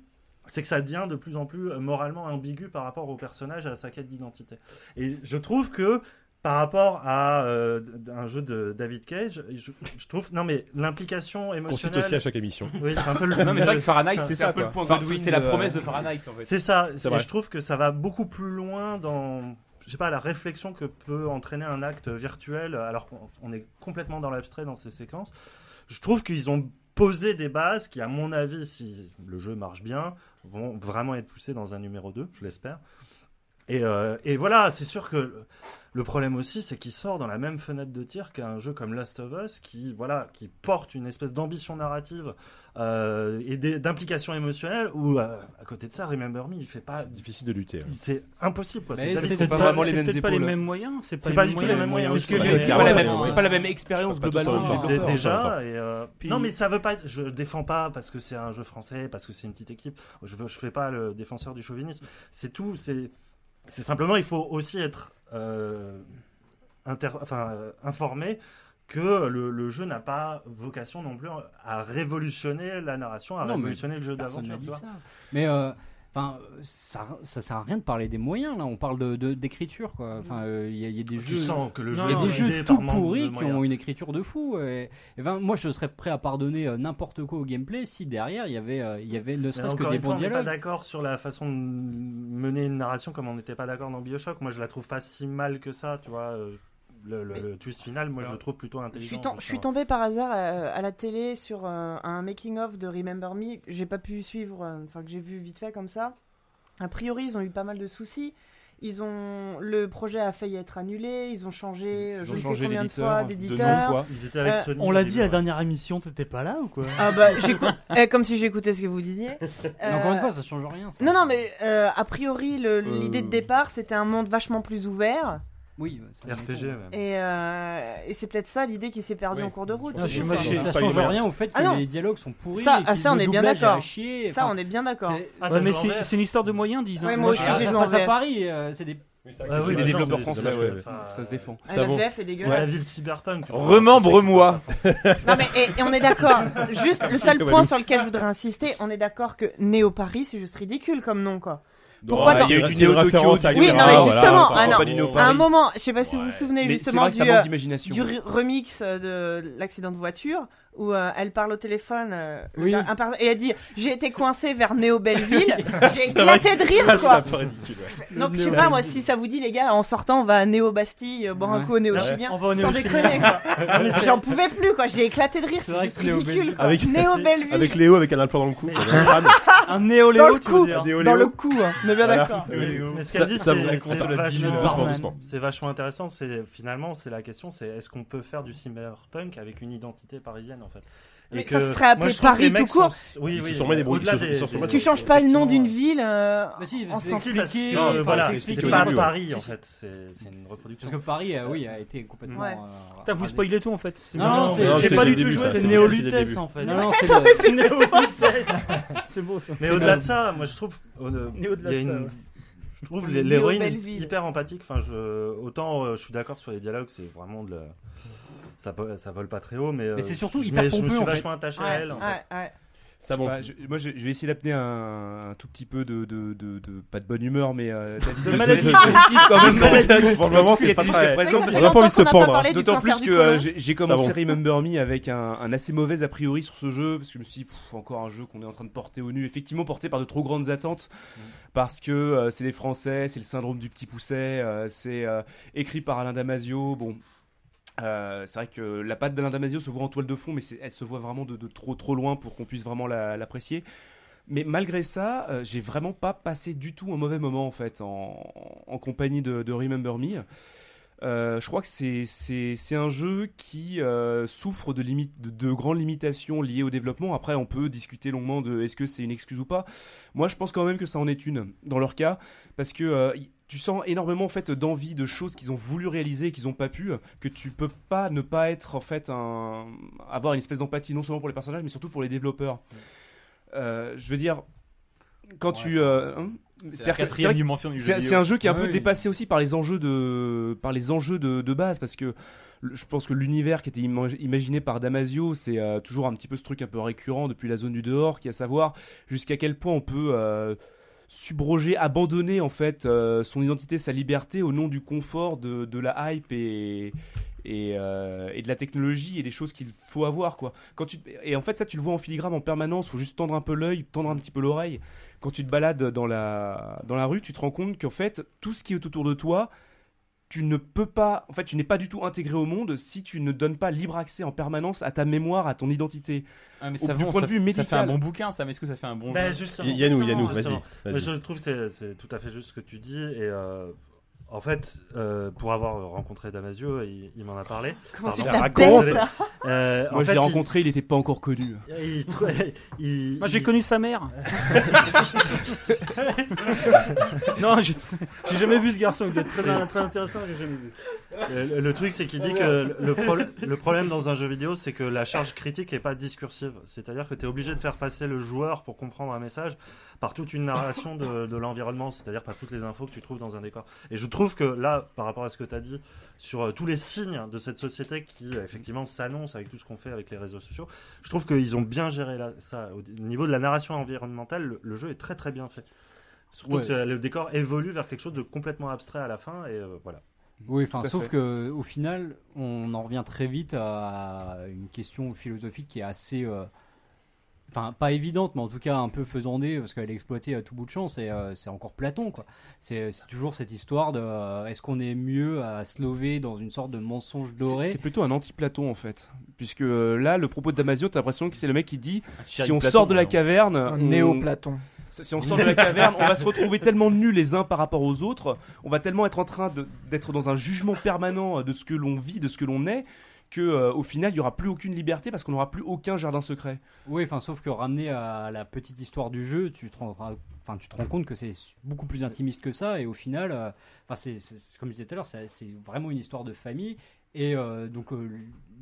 Speaker 8: c'est que ça devient de plus en plus euh, moralement ambigu par rapport au personnage et à sa quête d'identité. Et je trouve que par rapport à euh, d- un jeu de David Cage, je, je trouve non mais l'implication
Speaker 1: Qu'on cite
Speaker 8: émotionnelle
Speaker 1: aussi à chaque émission.
Speaker 8: oui, c'est un
Speaker 9: (laughs)
Speaker 8: peu le.
Speaker 9: Non, mais c'est vrai que Fahrenheit,
Speaker 8: ça-
Speaker 9: c'est ça.
Speaker 6: un peu
Speaker 9: quoi.
Speaker 6: le point
Speaker 9: Enfin,
Speaker 6: Godwin
Speaker 9: C'est la
Speaker 6: de-
Speaker 9: promesse de Fahrenheit en fait.
Speaker 8: C'est ça. c'est-
Speaker 1: vrai.
Speaker 8: Je trouve que ça va beaucoup plus loin dans. Je sais pas, la réflexion que peut entraîner un acte virtuel, alors qu'on on est complètement dans l'abstrait dans ces séquences. Je trouve qu'ils ont posé des bases qui, à mon avis, si le jeu marche bien, vont vraiment être poussées dans un numéro 2, je l'espère. Et, euh, et voilà, c'est sûr que le- le problème aussi, c'est qu'il sort dans la même fenêtre de tir qu'un jeu comme Last of Us, qui, voilà, qui porte une espèce d'ambition narrative euh, et des- d'implication émotionnelle où euh, à côté de ça Remember Me il fait pas
Speaker 1: C'est difficile de lutter. hein.
Speaker 8: c'est impossible quoi
Speaker 4: Mais
Speaker 8: ça,
Speaker 4: c'est
Speaker 8: c'est
Speaker 6: pas
Speaker 8: pas-
Speaker 6: vraiment les
Speaker 5: c'est
Speaker 6: mêmes
Speaker 5: peut-être pas les
Speaker 6: épaules.
Speaker 5: mêmes moyens. C'est pas,
Speaker 8: c'est pas du tout les mêmes moyens
Speaker 5: moyens.
Speaker 6: C'est ce
Speaker 8: aussi,
Speaker 6: que
Speaker 8: quoi.
Speaker 6: j'ai dit,
Speaker 8: C'est
Speaker 6: c'est
Speaker 8: pas
Speaker 6: pas la
Speaker 8: la
Speaker 6: même-
Speaker 8: même-
Speaker 6: c'est pas la même
Speaker 1: Je
Speaker 6: expérience
Speaker 1: passe pas tous en
Speaker 6: globalement.
Speaker 1: même temps.
Speaker 8: Dé-
Speaker 1: Encore, encore,
Speaker 8: déjà et, euh,
Speaker 5: Puis-
Speaker 8: non mais ça veut pas être- je défends pas parce que c'est un jeu français parce que c'est une petite équipe je veux je fais pas le défenseur du chauvinisme c'est tout c'est c'est simplement il faut aussi être euh, inter- enfin euh, informé que le, le jeu n'a pas vocation non plus à révolutionner la narration à
Speaker 4: Non, mais
Speaker 8: révolutionner le jeu
Speaker 4: Personne
Speaker 8: d'aventure
Speaker 4: n'a
Speaker 8: tu
Speaker 4: dit
Speaker 8: vois.
Speaker 4: ça. Mais euh, Enfin, ça, ça sert à rien de parler des moyens là. On parle de- de d'écriture quoi. Enfin, euh, il y, a- il y a des
Speaker 8: Tu
Speaker 4: jeux.
Speaker 8: sens que le
Speaker 4: Il
Speaker 8: jeu
Speaker 4: y a des
Speaker 8: est bridé
Speaker 4: jeux
Speaker 8: par
Speaker 4: tout
Speaker 8: manque de
Speaker 4: pourris qui
Speaker 8: moyens.
Speaker 4: ont une écriture de fou. Et, et ben, moi, je serais prêt à pardonner euh, n'importe quoi au gameplay si derrière il y avait, euh, il y avait ne
Speaker 8: Mais
Speaker 4: serait-ce que
Speaker 8: encore
Speaker 4: des
Speaker 8: une fois,
Speaker 4: bons
Speaker 8: on n'est pas
Speaker 4: dialogues.
Speaker 8: d'accord sur la façon de mener une narration comme on n'était pas d'accord dans Bioshock. Moi, je la trouve pas si mal que ça, tu vois. euh, Le, le- le twist final, moi, je le trouve plutôt
Speaker 7: Je
Speaker 8: intelligent.
Speaker 7: suis, tom- je suis tombée par hasard euh, à la télé sur euh, un making-of de Remember Me que j'ai pas pu suivre, euh, enfin que j'ai vu vite fait comme ça. A priori, ils ont eu pas mal de soucis. Ils ont le projet a failli être annulé. Ils ont changé, euh, je
Speaker 6: ont
Speaker 7: ne sais
Speaker 6: changé
Speaker 7: combien de
Speaker 6: d'éditeur,
Speaker 7: fois
Speaker 6: de
Speaker 7: d'éditeur.
Speaker 6: nombreuses fois.
Speaker 8: Ils étaient avec
Speaker 7: Euh,
Speaker 8: Sony.
Speaker 5: On l'a
Speaker 8: au
Speaker 5: dit
Speaker 8: début,
Speaker 5: à
Speaker 8: ouais.
Speaker 5: la dernière émission, t'étais pas là ou quoi
Speaker 7: Ah bah j'écoute, eh, comme si j'écoutais ce que vous disiez.
Speaker 4: Mais Encore une
Speaker 7: Euh,
Speaker 4: fois, ça change rien. ça.
Speaker 7: Non, non, mais euh, a priori, le-
Speaker 4: Euh.
Speaker 7: l'idée de départ, c'était un monde vachement plus ouvert.
Speaker 4: Oui, ça
Speaker 8: RPG,
Speaker 4: Ah
Speaker 8: même.
Speaker 7: Et, euh, et c'est peut-être ça l'idée qui s'est perdue
Speaker 1: Oui.
Speaker 7: en cours de route.
Speaker 4: Ça,
Speaker 1: Je suis
Speaker 4: ça,
Speaker 1: moche,
Speaker 4: Ah, ça
Speaker 1: c'est pas
Speaker 4: change
Speaker 1: humain.
Speaker 4: rien au fait que
Speaker 7: Ah non.
Speaker 4: les dialogues sont pourris.
Speaker 7: Ça-
Speaker 4: et
Speaker 7: ah,
Speaker 4: que
Speaker 7: ça, on
Speaker 4: le
Speaker 7: est bien
Speaker 4: doublage
Speaker 7: d'accord.
Speaker 4: à chier.
Speaker 7: ça,
Speaker 4: Enfin,
Speaker 7: on est bien d'accord.
Speaker 4: c'est-
Speaker 8: Ah,
Speaker 5: Ouais,
Speaker 8: t'as
Speaker 5: mais
Speaker 8: joué en
Speaker 5: c'est
Speaker 8: vert.
Speaker 5: c'est une histoire de moyens, disons.
Speaker 7: Ouais, moi
Speaker 4: Moi,
Speaker 7: aussi,
Speaker 4: ça,
Speaker 7: j'ai
Speaker 4: ça
Speaker 7: joué
Speaker 4: se
Speaker 7: en
Speaker 4: passe à
Speaker 7: VF.
Speaker 4: Paris. euh, c'est des...
Speaker 8: Ah
Speaker 6: c'est
Speaker 8: oui,
Speaker 6: des
Speaker 8: bah,
Speaker 6: développeurs
Speaker 8: c'est des
Speaker 6: français,
Speaker 8: développeurs,
Speaker 6: ouais.
Speaker 8: enfin,
Speaker 6: Ça se défend.
Speaker 7: Ah,
Speaker 1: Ça
Speaker 7: la
Speaker 1: vaut.
Speaker 7: VF est dégueulasse.
Speaker 8: C'est la ville cyberpunk. tu vois.
Speaker 9: Remembre-moi
Speaker 5: (laughs)
Speaker 7: Non, mais et, et on est d'accord. Juste le seul point sur lequel je voudrais insister, on est d'accord que Néo Paris, c'est juste ridicule comme nom, quoi. Pourquoi
Speaker 1: il y a eu
Speaker 9: dans-
Speaker 1: du
Speaker 9: C'est une
Speaker 1: Neo
Speaker 9: référence à
Speaker 1: Tokyo,
Speaker 7: Oui,
Speaker 1: etc.
Speaker 7: non, mais
Speaker 1: Voilà,
Speaker 7: justement,
Speaker 1: enfin,
Speaker 7: ah non.
Speaker 1: pas du Neo
Speaker 7: À un
Speaker 1: Paris.
Speaker 7: moment, je sais pas si vous
Speaker 1: Ouais.
Speaker 7: vous souvenez
Speaker 6: Mais c'est
Speaker 7: justement
Speaker 6: vrai que
Speaker 7: du,
Speaker 6: ça
Speaker 7: euh,
Speaker 6: manque
Speaker 7: du
Speaker 6: d'imagination.
Speaker 7: re- remix euh, de l'accident de voiture où euh, elle parle au téléphone euh,
Speaker 4: Oui.
Speaker 7: d'un- un par- et elle dit j'ai été coincée vers Néo Belleville, j'ai
Speaker 1: C'est vrai
Speaker 7: éclaté de
Speaker 1: que
Speaker 7: rire
Speaker 1: ça, c'est
Speaker 7: quoi.
Speaker 1: un peu ridicule, ouais.
Speaker 7: Donc je sais pas moi si ça vous dit les gars en sortant on va à Néo Bastille euh, boire un
Speaker 4: Ouais.
Speaker 7: coup au Néo
Speaker 5: Ouais.
Speaker 7: Chilien.
Speaker 5: On va au Néo
Speaker 7: Sans
Speaker 5: Chilien.
Speaker 7: déconner quoi. J'en pouvais plus quoi, j'ai éclaté de rire, c'est
Speaker 4: vrai
Speaker 7: juste
Speaker 4: que Néo
Speaker 7: ridicule
Speaker 4: Belleville-
Speaker 7: quoi.
Speaker 1: Avec-
Speaker 7: Néo Belleville
Speaker 1: Avec Léo, avec un implant dans le cou.
Speaker 6: (laughs)
Speaker 5: Un néo
Speaker 7: dans le
Speaker 5: tu veux
Speaker 7: cou,
Speaker 5: dire.
Speaker 1: Néo
Speaker 7: dans le
Speaker 1: Léo.
Speaker 7: cou, hein. on est bien d'accord.
Speaker 8: Mais ce
Speaker 1: Ça-
Speaker 8: qu'elle dit,
Speaker 1: ça
Speaker 8: c'est
Speaker 1: vaut la
Speaker 8: c'est
Speaker 1: console à 10 000
Speaker 8: vachement, euh,
Speaker 1: doucement,
Speaker 5: Barman.
Speaker 1: doucement.
Speaker 8: c'est vachement intéressant. C'est finalement, c'est la question, c'est est-ce qu'on peut faire du cyberpunk avec une identité parisienne en fait
Speaker 7: Mais ça serait appelé
Speaker 8: moi, je trouve que
Speaker 7: Paris
Speaker 8: les mecs
Speaker 7: tout court.
Speaker 8: sont- Oui,
Speaker 1: Ils
Speaker 8: oui.
Speaker 1: se sont mis des bruits-
Speaker 8: au-delà
Speaker 1: ils se- ils se sont mis des-
Speaker 7: Tu changes pas le nom d'une
Speaker 8: effectivement,
Speaker 7: ville euh,
Speaker 4: Mais si,
Speaker 7: en
Speaker 4: c'est-
Speaker 7: s'en
Speaker 8: Si, parce
Speaker 4: expliquer,
Speaker 8: que,
Speaker 4: enfin,
Speaker 8: euh, voilà,
Speaker 4: c'est
Speaker 8: c'est
Speaker 4: expliqué
Speaker 8: pas
Speaker 4: au début,
Speaker 8: Paris en fait, c'est c'est une reproduction.
Speaker 4: Parce que Paris, euh, oui, a été complètement.
Speaker 7: Ouais.
Speaker 4: euh,
Speaker 5: Putain, vous
Speaker 4: rasé.
Speaker 5: spoilez tout en fait. C'est
Speaker 4: Non,
Speaker 5: marrant.
Speaker 4: non, c'est- Non,
Speaker 5: j'ai
Speaker 1: c'est
Speaker 5: pas
Speaker 1: le
Speaker 5: du tout
Speaker 1: début,
Speaker 5: joué,
Speaker 1: ça,
Speaker 5: c'est
Speaker 1: c'est
Speaker 5: néo
Speaker 1: le début.
Speaker 5: Lutèce en fait.
Speaker 4: Non, non, c'est le-
Speaker 5: C'est beau ça.
Speaker 8: Mais au-delà de ça, moi je trouve, euh,
Speaker 5: Mais au-delà
Speaker 8: il y a
Speaker 5: de ça,
Speaker 8: une-
Speaker 5: ouais.
Speaker 8: je trouve
Speaker 7: Néo
Speaker 8: l'héroïne
Speaker 7: Belleville.
Speaker 8: hyper empathique. Enfin, je, autant euh, je suis d'accord sur les dialogues, c'est vraiment de, la- ça, po- ça vole pas très haut, mais, euh,
Speaker 4: c'est surtout
Speaker 8: je-
Speaker 4: hyper
Speaker 8: mais je me
Speaker 4: pompeux,
Speaker 8: suis
Speaker 4: en fait.
Speaker 8: vachement attaché à elle. en fait.
Speaker 7: ouais, ouais.
Speaker 1: Ça vaut.
Speaker 6: Ouais, je- moi, je, je vais essayer d'appeler un, un tout petit peu de, de, de- de- pas de bonne humeur, mais euh, d'avis-
Speaker 5: De maladie.
Speaker 6: positif quand même.
Speaker 1: Non,
Speaker 6: (laughs)
Speaker 1: c'est- pour le moment, c'est pas très-
Speaker 7: C'est vrai que ça fait
Speaker 1: On a pas envie de se
Speaker 7: longtemps qu'on n'a
Speaker 1: pendre, hein.
Speaker 7: parlé du
Speaker 6: D'autant
Speaker 7: cancer
Speaker 6: plus
Speaker 7: du
Speaker 6: que euh,
Speaker 7: côlon.
Speaker 6: j'ai j'ai commencé
Speaker 1: Ça va.
Speaker 6: Remember Me avec un, un assez mauvais a priori sur ce jeu, parce que je me suis dit, Pff, encore un jeu qu'on est en train de porter au nu, effectivement porté par de trop grandes attentes, parce que euh, c'est les Français, c'est le syndrome du petit pousset, euh, c'est euh, écrit par Alain Damasio, bon... euh, c'est vrai que la patte d'Alain Damasio se voit en toile de fond, mais c'est- elle se voit vraiment de, de trop trop loin pour qu'on puisse vraiment la- l'apprécier. Mais malgré ça, euh, j'ai vraiment pas passé du tout un mauvais moment en fait en, en compagnie de, de Remember Me. Euh, je crois que c'est- c'est c'est un jeu qui euh, souffre de, limite, de, de grandes limitations liées au développement. Après, on peut discuter longuement de est-ce que c'est une excuse ou pas. Moi, je pense quand même que ça en est une, dans leur cas, parce que euh, y- tu sens énormément en fait d'envie, de choses qu'ils ont voulu réaliser et qu'ils n'ont pas pu, que tu peux pas ne pas être en fait un... avoir une espèce d'empathie non seulement pour les personnages, mais surtout pour les développeurs. Euh, je veux dire, quand tu... euh, hein,
Speaker 9: C'est la
Speaker 6: c'est-à-dire que- c'est
Speaker 9: quatrième
Speaker 6: vrai que-
Speaker 9: dimension du jeu.
Speaker 6: c'est
Speaker 9: vidéo. Ah
Speaker 6: c'est un jeu qui est un peu
Speaker 4: oui.
Speaker 6: dépassé aussi par les enjeux de, par les enjeux de, de base, parce que le- je pense que l'univers qui était ima- imaginé par Damasio, c'est euh, toujours un petit peu ce truc un peu récurrent depuis la zone du dehors, qui est à savoir jusqu'à quel point on peut euh, subroger, abandonner en fait euh, son identité, sa liberté au nom du confort, de, de la hype et, et, euh, et de la technologie et des choses qu'il faut avoir quoi. Quand tu, et en fait ça tu le vois en filigrane en permanence, faut juste tendre un peu l'œil, tendre un petit peu l'oreille. Quand tu te balades dans la, dans la rue, tu te rends compte qu'en fait tout ce qui est autour de toi, tu ne peux pas, en fait tu n'es pas du tout intégré au monde si tu ne donnes pas libre accès en permanence à ta mémoire, à ton identité.
Speaker 9: Ah, mais
Speaker 6: Au-
Speaker 9: ça,
Speaker 6: du
Speaker 9: bon,
Speaker 6: point
Speaker 9: ça,
Speaker 6: de vue
Speaker 9: ça
Speaker 6: médical.
Speaker 9: fait un bon bouquin, ça, mais est-ce que ça fait un bon
Speaker 8: Ben,
Speaker 9: jeu
Speaker 8: justement,
Speaker 1: Yannou,
Speaker 8: justement,
Speaker 1: Yannou, vas-y.
Speaker 8: justement. Mais
Speaker 1: vas-y.
Speaker 8: je trouve que c'est- c'est tout à fait juste ce que tu dis. Et euh, en fait, euh, pour avoir rencontré Damasio, il, il m'en a parlé.
Speaker 7: Comment tu
Speaker 8: Pardon.
Speaker 7: t'appelles
Speaker 8: Désolé.
Speaker 7: ça
Speaker 8: Euh, en
Speaker 6: Moi je
Speaker 8: fait,
Speaker 6: l'ai
Speaker 8: il-
Speaker 6: rencontré, il n'était pas encore connu.
Speaker 8: il trou- il-
Speaker 5: Moi j'ai
Speaker 8: il-
Speaker 5: connu sa (laughs) mère. non, je sais- j'ai jamais vu ce garçon. Il doit être très, très intéressant. J'ai jamais vu.
Speaker 8: Le, le truc, c'est qu'il
Speaker 4: Ah,
Speaker 8: dit que le, pro-
Speaker 4: (laughs)
Speaker 8: le problème dans un jeu vidéo, c'est que la charge critique n'est pas discursive. C'est-à-dire que tu es obligé de faire passer le joueur pour comprendre un message par toute une narration de, de l'environnement, c'est-à-dire par toutes les infos que tu trouves dans un décor. Et je trouve que là, par rapport à ce que tu as dit, sur euh, tous les signes de cette société qui, euh, effectivement, s'annonce avec tout ce qu'on fait avec les réseaux sociaux, je trouve qu'ils ont bien géré là, ça. Au niveau de la narration environnementale, le, le jeu est très très bien fait. Surtout
Speaker 4: Ouais.
Speaker 8: que euh, le décor évolue vers quelque chose de complètement abstrait à la fin, et euh, voilà.
Speaker 4: Oui, enfin,
Speaker 11: Tout à
Speaker 4: sauf
Speaker 11: fait.
Speaker 4: que au final, on en revient très vite à une question philosophique qui est assez, euh, enfin, pas évidente, mais en tout cas un peu faisandée parce qu'elle est exploitée à tout bout de champ. C'est, euh, c'est encore Platon, quoi. C'est, c'est toujours cette histoire de, euh, est-ce qu'on est mieux à se lever dans une sorte de mensonge
Speaker 6: C'est
Speaker 4: doré
Speaker 6: c'est plutôt un anti-Platon en fait. Puisque euh, là, le propos de Damasio, t'as l'impression que c'est le mec qui dit si on sort de la caverne,
Speaker 11: Un
Speaker 6: on-
Speaker 11: néo-Platon.
Speaker 6: si on sort de la caverne, on va se retrouver tellement nus les uns par rapport aux autres, on va tellement être en train de- d'être dans un jugement permanent de ce que l'on vit, de ce que l'on est, que euh, au final, il y aura plus aucune liberté parce qu'on n'aura plus aucun jardin secret.
Speaker 4: Oui, enfin, sauf que ramené à la petite histoire du jeu, tu te rends, enfin, tu te rends compte que c'est beaucoup plus intimiste que ça. Et au final, euh, enfin, c'est c'est- comme je disais tout à l'heure, c'est c'est vraiment une histoire de famille. Et euh, donc, euh,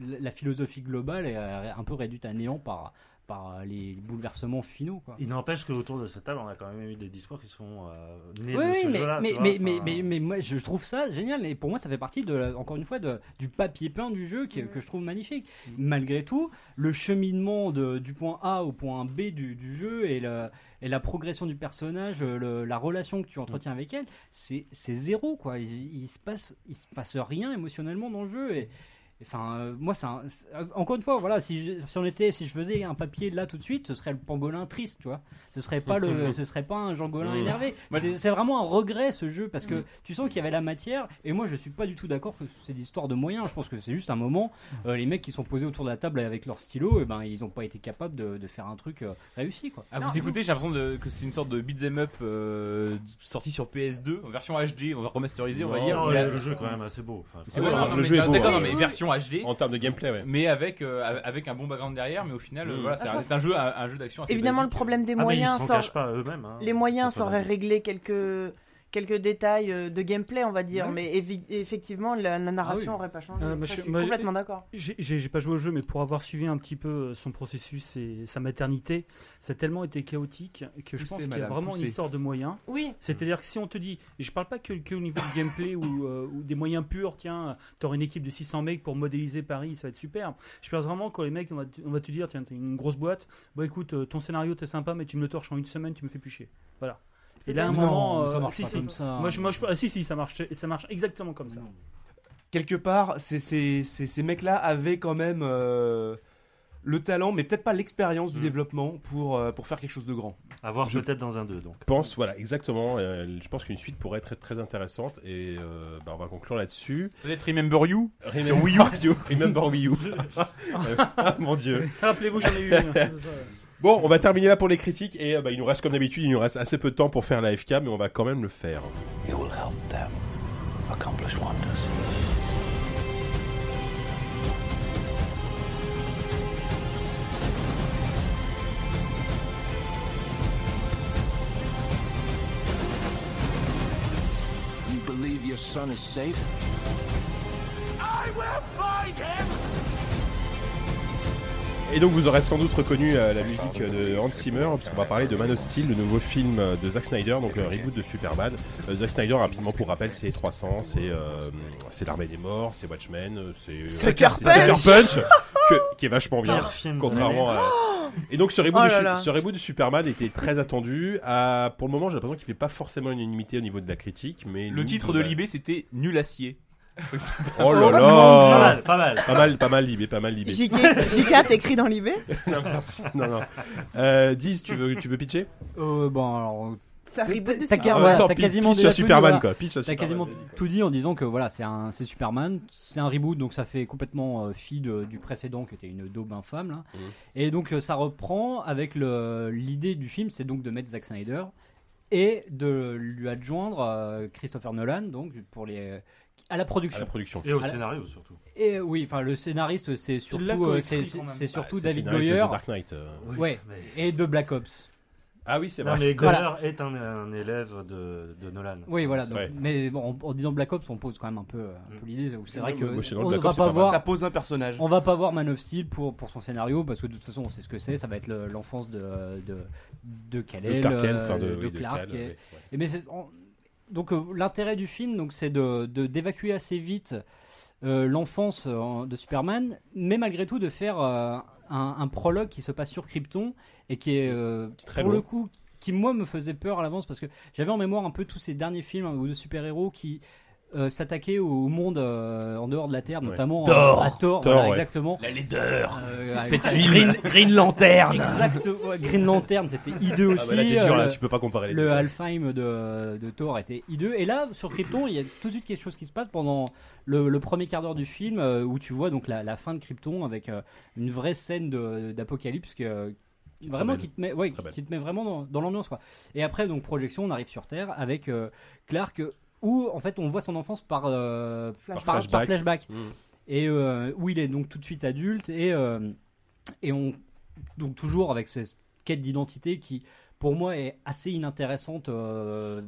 Speaker 4: la la philosophie globale est euh, un peu réduite à néant par, par les bouleversements finaux. Quoi.
Speaker 8: Il n'empêche qu'autour de cette table, on a quand même eu des discours qui sont euh, nés
Speaker 4: Oui,
Speaker 8: de
Speaker 4: oui,
Speaker 8: ce
Speaker 4: mais,
Speaker 8: jeu-là.
Speaker 4: mais,
Speaker 8: tu vois,
Speaker 4: mais, mais,
Speaker 8: enfin,
Speaker 4: mais- mais moi je trouve ça génial et pour moi ça fait partie de la- encore une fois de- du papier peint du jeu qui- que je trouve magnifique.
Speaker 8: Mm.
Speaker 4: Malgré tout, le cheminement de- du point A au point B du, du jeu et, le- et la progression du personnage, euh, le- la relation que tu entretiens avec elle, c'est c'est zéro quoi. Il, il se passe il se passe rien émotionnellement dans le jeu et Enfin, euh, moi, c'est un- c'est- euh, encore une fois, voilà, si, je, si on était, si je faisais un papier là tout de suite, ce serait le pangolin triste, tu vois. Ce serait pas
Speaker 8: (laughs)
Speaker 4: le, ce serait pas un pangolin
Speaker 1: (laughs)
Speaker 4: énervé. C'est c'est vraiment un regret ce jeu parce
Speaker 1: Mm.
Speaker 4: que tu sens qu'il y avait la matière. Et moi, je suis pas du tout d'accord que c'est l'histoire de moyens. Je pense que c'est juste un moment.
Speaker 1: Mm.
Speaker 4: euh, les mecs qui sont posés autour de la table avec leur stylo, et ben, ils ont pas été capables de, de faire un truc euh, réussi, quoi.
Speaker 9: Ah, vous écoutez, j'ai l'impression de- que c'est une sorte de beat'em up euh, sorti sur PS2 en version HD, on va remasteriser, on va
Speaker 8: non,
Speaker 9: dire.
Speaker 8: le-
Speaker 9: mais-
Speaker 8: le jeu est quand même assez beau. Enfin,
Speaker 1: C'est
Speaker 9: Ouais,
Speaker 1: beau,
Speaker 9: non,
Speaker 1: hein,
Speaker 9: non,
Speaker 1: le
Speaker 9: mais-
Speaker 1: jeu est
Speaker 9: non,
Speaker 1: beau,
Speaker 9: D'accord,
Speaker 1: hein.
Speaker 9: non, mais version HD,
Speaker 1: En termes de gameplay, ouais.
Speaker 9: mais avec euh, avec un bon background derrière, mais au final, euh,
Speaker 1: Mm.
Speaker 7: Ah,
Speaker 9: voilà, c'est
Speaker 7: je
Speaker 9: un-
Speaker 7: pense
Speaker 9: c'est un jeu un, un jeu d'action assez
Speaker 7: Évidemment, le
Speaker 9: basique.
Speaker 7: problème des
Speaker 8: Ah, mais ils
Speaker 7: moyens
Speaker 8: s'en
Speaker 7: sort-
Speaker 8: cachent pas eux-mêmes. hein.
Speaker 7: Les
Speaker 8: Ça,
Speaker 7: moyens
Speaker 8: c'est
Speaker 7: sauraient
Speaker 8: basique.
Speaker 7: régler quelques, quelques détails euh, de gameplay, on va dire, mais évi- effectivement, la, la narration
Speaker 2: Ah oui.
Speaker 7: n'aurait pas changé.
Speaker 2: Euh,
Speaker 7: Ça,
Speaker 2: moi,
Speaker 7: je
Speaker 2: je-
Speaker 7: suis
Speaker 2: moi, j'ai-
Speaker 7: complètement d'accord.
Speaker 2: J'ai- J'ai j'ai pas joué au jeu, mais pour avoir suivi un petit peu euh, son processus et sa maternité, ça a tellement été chaotique que je
Speaker 6: Poussez,
Speaker 2: pense qu'il y a
Speaker 6: madame,
Speaker 2: vraiment
Speaker 6: poussez.
Speaker 2: une histoire de moyens.
Speaker 7: Oui,
Speaker 2: C'est-à-dire que si on te dit, et je parle pas que, que au niveau du gameplay ou, euh, ou des moyens purs, tiens, t'auras une équipe de 600 mecs pour modéliser Paris, ça va être superbe. Je pense vraiment quand les mecs, on va, te- on va te dire, tiens, t'es une grosse boîte, bon écoute, euh, ton scénario t'es sympa, mais tu me le torches en une semaine, tu me fais plus chier. Voilà. Et là, à un
Speaker 4: Non,
Speaker 2: moment,
Speaker 4: ça
Speaker 2: euh,
Speaker 4: marche
Speaker 2: si,
Speaker 4: pas
Speaker 2: si.
Speaker 4: comme ça.
Speaker 2: Moi, je, moi, je- ah, si, si, ça marche, ça marche exactement comme ça.
Speaker 6: quelque part, c'est- c'est- c'est- ces mecs-là avaient quand même euh, le talent, mais peut-être pas l'expérience du
Speaker 8: Mm.
Speaker 6: développement pour, euh, pour faire quelque chose de grand.
Speaker 8: À voir peut-être dans un 2, donc.
Speaker 1: pense, voilà, exactement. euh, je pense qu'une suite pourrait être très intéressante et euh, bah, on va conclure là-dessus.
Speaker 9: Peut-être Remember You.
Speaker 1: Remember Wii U. (laughs) Remember
Speaker 9: (laughs)
Speaker 1: Wii U. Ah, Mon dieu.
Speaker 2: Rappelez-vous, j'en ai eu une.
Speaker 1: (laughs) Bon, on va terminer là pour les critiques et euh, bah, il nous reste comme d'habitude, il nous reste assez peu de temps pour faire la FK, mais on va quand même le faire.
Speaker 13: You will help them accomplish wonders. You believe your son is safe?
Speaker 1: Et donc vous aurez sans doute reconnu euh, la musique euh, de Hans Zimmer, puisqu'on va parler de Man of Steel, le nouveau film euh, de Zack Snyder, donc euh, reboot de Superman. Euh, Zack Snyder, rapidement pour rappel, c'est 300, c'est euh, c'est l'armée des morts, c'est Watchmen, euh, c'est
Speaker 7: Sucker
Speaker 1: c'est Sucker Punch, que- qui est vachement bien,
Speaker 8: Pire film de
Speaker 1: contrairement à... Et donc ce reboot,
Speaker 7: Oh
Speaker 1: de
Speaker 7: là
Speaker 1: Su-
Speaker 7: là.
Speaker 1: ce reboot de Superman était très attendu. À, pour le moment, j'ai l'impression qu'il fait pas forcément une unanimité au niveau de la critique, mais
Speaker 9: Le
Speaker 1: nous,
Speaker 9: titre de
Speaker 1: bah,
Speaker 9: l'IB c'était Nul acier.
Speaker 1: Oh là
Speaker 8: Pas
Speaker 1: là.
Speaker 8: mal, pas mal.
Speaker 1: Pas mal, pas mal libé, pas mal libé.
Speaker 7: JK, JK t'écris dans l'IB
Speaker 1: (laughs) non, merci. Non, non. Euh, Diz, tu veux, tu veux pitcher
Speaker 4: Euh, bon, alors,
Speaker 7: Ça reboot de
Speaker 4: T'as qu'à-
Speaker 1: Ah, en
Speaker 7: Superman.
Speaker 4: voilà,
Speaker 1: même temps,
Speaker 4: t'as
Speaker 1: pitch-
Speaker 4: quasiment
Speaker 1: pitch
Speaker 4: déjà
Speaker 1: à
Speaker 4: tout dit,
Speaker 1: Superman
Speaker 4: voilà.
Speaker 1: quoi. Pitch à
Speaker 4: T'as
Speaker 1: Superman.
Speaker 4: quasiment
Speaker 1: vas-y, quoi.
Speaker 4: tout dit en disant que voilà, c'est un, c'est Superman, c'est un reboot, donc ça fait complètement euh, fi de- du précédent qui était une daube infâme. là.
Speaker 2: Mmh.
Speaker 1: Mhm.
Speaker 4: Et donc euh, ça reprend avec le- l'idée du film, c'est donc de mettre Zack Snyder et de lui adjoindre euh, Christopher Nolan, donc pour les à la
Speaker 1: À
Speaker 4: production.
Speaker 1: la production.
Speaker 8: Et au
Speaker 4: Alors-
Speaker 8: scénario surtout.
Speaker 4: Et euh, oui, enfin le scénariste, c'est surtout,
Speaker 5: l'a
Speaker 4: euh,
Speaker 5: coécrit
Speaker 4: c'est
Speaker 5: quand même.
Speaker 4: c'est surtout
Speaker 1: Bah, C'est le
Speaker 4: David
Speaker 1: scénariste de
Speaker 4: Goyer
Speaker 1: The Dark Knight. euh.
Speaker 4: Ouais.
Speaker 8: mais-
Speaker 4: et de Black Ops.
Speaker 1: Ah oui, c'est
Speaker 8: Non,
Speaker 1: vrai.
Speaker 8: mais Goller
Speaker 4: Voilà.
Speaker 8: est un, un élève de, de Nolan.
Speaker 4: Oui, voilà. donc-
Speaker 1: vrai.
Speaker 4: mais bon, en, en disant Black Ops, on pose quand même un peu, euh, un peu l'idée. donc C'est vrai que
Speaker 1: moi, je suis dans le
Speaker 4: on
Speaker 1: Black
Speaker 4: va
Speaker 1: Ops,
Speaker 4: pas
Speaker 1: c'est pas mal.
Speaker 4: voir
Speaker 6: Mm. Ça pose un personnage.
Speaker 4: On va pas voir Man of Steel pour, pour son scénario parce que de toute façon on sait ce que c'est, ça va être le- l'enfance de de de
Speaker 1: De
Speaker 4: Kal-El,
Speaker 1: Clark Kent,
Speaker 4: euh,
Speaker 1: enfin de,
Speaker 4: de
Speaker 1: oui, de
Speaker 4: Clark.
Speaker 1: Kal,
Speaker 4: et-
Speaker 1: ouais.
Speaker 4: et mais c'est- on- donc euh, l'intérêt du film, donc c'est de de- d'évacuer assez vite euh, l'enfance euh, en- de Superman, mais malgré tout de faire euh, un, un prologue qui se passe sur Krypton et qui est euh,
Speaker 1: Très
Speaker 4: pour
Speaker 1: bon.
Speaker 4: le coup qui moi me faisait peur à l'avance parce que j'avais en mémoire un peu tous ces derniers films euh, de super-héros qui euh, s'attaquaient au monde euh, en dehors de la Terre, notamment euh,
Speaker 1: Thor.
Speaker 4: à Thor,
Speaker 1: Thor,
Speaker 4: voilà,
Speaker 1: ouais.
Speaker 4: exactement.
Speaker 9: La laideur
Speaker 4: Euh, avec-
Speaker 9: Faites-le. Green-
Speaker 4: Lantern Green Lantern, c'était hideux aussi.
Speaker 1: Ah bah là, t'es dur,
Speaker 4: euh,
Speaker 1: là, tu peux pas comparer les
Speaker 4: le
Speaker 1: deux.
Speaker 4: Alfheim de, de Thor était hideux. Et là, sur Krypton, il y a tout de suite quelque chose qui se passe pendant le, le premier quart d'heure du film euh, où tu vois donc la, la fin de Krypton avec euh, une vraie scène de- d'apocalypse que- vraiment
Speaker 1: belle.
Speaker 4: qui te met, ouais,
Speaker 1: Très belle.
Speaker 4: qui te met vraiment dans, dans l'ambiance quoi. Et après donc projection, on arrive sur Terre avec euh, Clark euh, où en fait on voit son enfance par euh,
Speaker 1: Flashback.
Speaker 4: par- par
Speaker 1: Flashback.
Speaker 4: flashback.
Speaker 1: Mm.
Speaker 4: et euh, où il est donc tout de suite adulte et euh, et on donc toujours avec cette quête d'identité qui pour moi est assez inintéressante euh,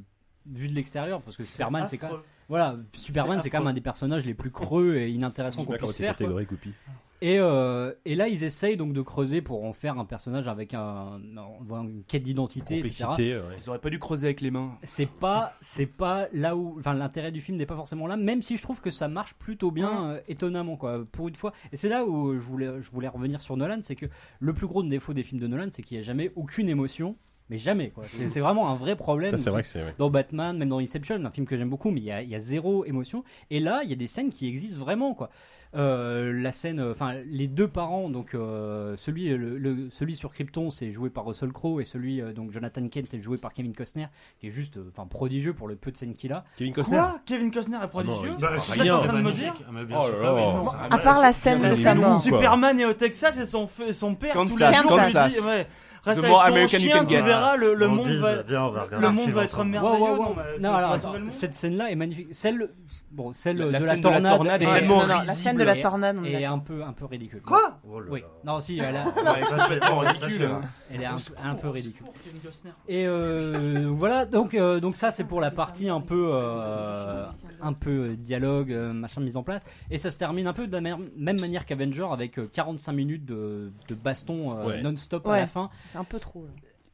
Speaker 4: vue de l'extérieur parce que Superman c'est quand même voilà Superman c'est quand même un des personnages les plus creux et inintéressants qu'on puisse faire quoi.
Speaker 1: catégorique, Oupi.
Speaker 4: Et, euh, et là, ils essayent donc de creuser pour en faire un personnage avec un, on voit une quête d'identité, etc.
Speaker 1: Complexité, euh, ouais.
Speaker 6: Ils auraient pas dû creuser avec les mains.
Speaker 4: C'est pas, c'est pas là où, enfin, l'intérêt du film n'est pas forcément là. Même si je trouve que ça marche plutôt bien, euh, étonnamment quoi, pour une fois. Et c'est là où je voulais, je voulais revenir sur Nolan, c'est que le plus gros défaut des films de Nolan, c'est qu'il n'y a jamais aucune émotion, mais jamais quoi.
Speaker 1: (laughs)
Speaker 4: C'est c'est vraiment un vrai problème.
Speaker 1: Ça, c'est vrai que c'est. ouais.
Speaker 4: Dans Batman, même dans Inception, un film que j'aime beaucoup, mais il y, a- il y a zéro émotion. Et là, il y a des scènes qui existent vraiment, quoi. Euh, la scène, euh, enfin, les deux parents, donc euh, celui, le- le- celui sur Krypton, c'est joué par Russell Crowe, et celui, euh, donc Jonathan Kent, est joué par Kevin Costner, qui est juste, euh, enfin, prodigieux pour le peu de scènes qu'il a.
Speaker 1: Kevin Costner.
Speaker 5: Quoi Kevin Costner est prodigieux
Speaker 1: oui,
Speaker 5: C'est
Speaker 1: bah,
Speaker 5: ça
Speaker 1: rien.
Speaker 5: que t'es en train de me dire
Speaker 1: Oh là là.
Speaker 8: À
Speaker 12: À part la scène
Speaker 1: Mais
Speaker 12: de
Speaker 1: c'est
Speaker 12: sa
Speaker 1: long,
Speaker 12: mort.
Speaker 1: quoi.
Speaker 5: Superman est au Texas et son, f- son père
Speaker 6: Kansas,
Speaker 5: tous les jours lui
Speaker 6: Kansas.
Speaker 5: dit, ouais, Reste
Speaker 6: The
Speaker 5: avec
Speaker 6: more
Speaker 5: ton
Speaker 6: American you
Speaker 5: chien,
Speaker 6: can
Speaker 5: tu
Speaker 6: get.
Speaker 5: verras, le, le
Speaker 8: On
Speaker 5: monde
Speaker 8: dise,
Speaker 5: va...
Speaker 8: viens, on va regarder
Speaker 5: Le
Speaker 8: un
Speaker 5: monde
Speaker 8: film
Speaker 5: va être
Speaker 8: ensemble.
Speaker 4: Wow, wow,
Speaker 5: merveilleux.
Speaker 4: wow.
Speaker 5: non, mais tu
Speaker 4: Non,
Speaker 5: vas
Speaker 4: alors,
Speaker 5: sauver le
Speaker 4: attends,
Speaker 5: monde
Speaker 4: cette scène-là est magnifique. Celle, bon, celle
Speaker 6: La-
Speaker 4: euh,
Speaker 6: la
Speaker 4: de,
Speaker 6: scène
Speaker 4: la
Speaker 6: de la
Speaker 4: tornade
Speaker 6: tornade est
Speaker 4: est-
Speaker 6: tellement
Speaker 4: non, non,
Speaker 12: La scène de la tornade, on
Speaker 4: est
Speaker 12: est
Speaker 4: un peu, un peu ridicule.
Speaker 5: Quoi
Speaker 8: Oh là là.
Speaker 4: Oui. Non, si, elle a-
Speaker 6: Ouais, c'est complètement ridicule.
Speaker 4: elle est un, un peu ridicule.
Speaker 5: Pour Kevin Costner.
Speaker 4: Et euh, voilà, donc, euh, donc ça c'est pour la partie un peu, euh, un peu dialogue, euh, machin mise en place. Et ça se termine un peu de la mer- même manière qu'Avenger avec euh, 45 minutes de, de baston euh,
Speaker 1: Ouais.
Speaker 4: non-stop à
Speaker 12: Ouais.
Speaker 4: la fin.
Speaker 12: C'est un peu trop. là.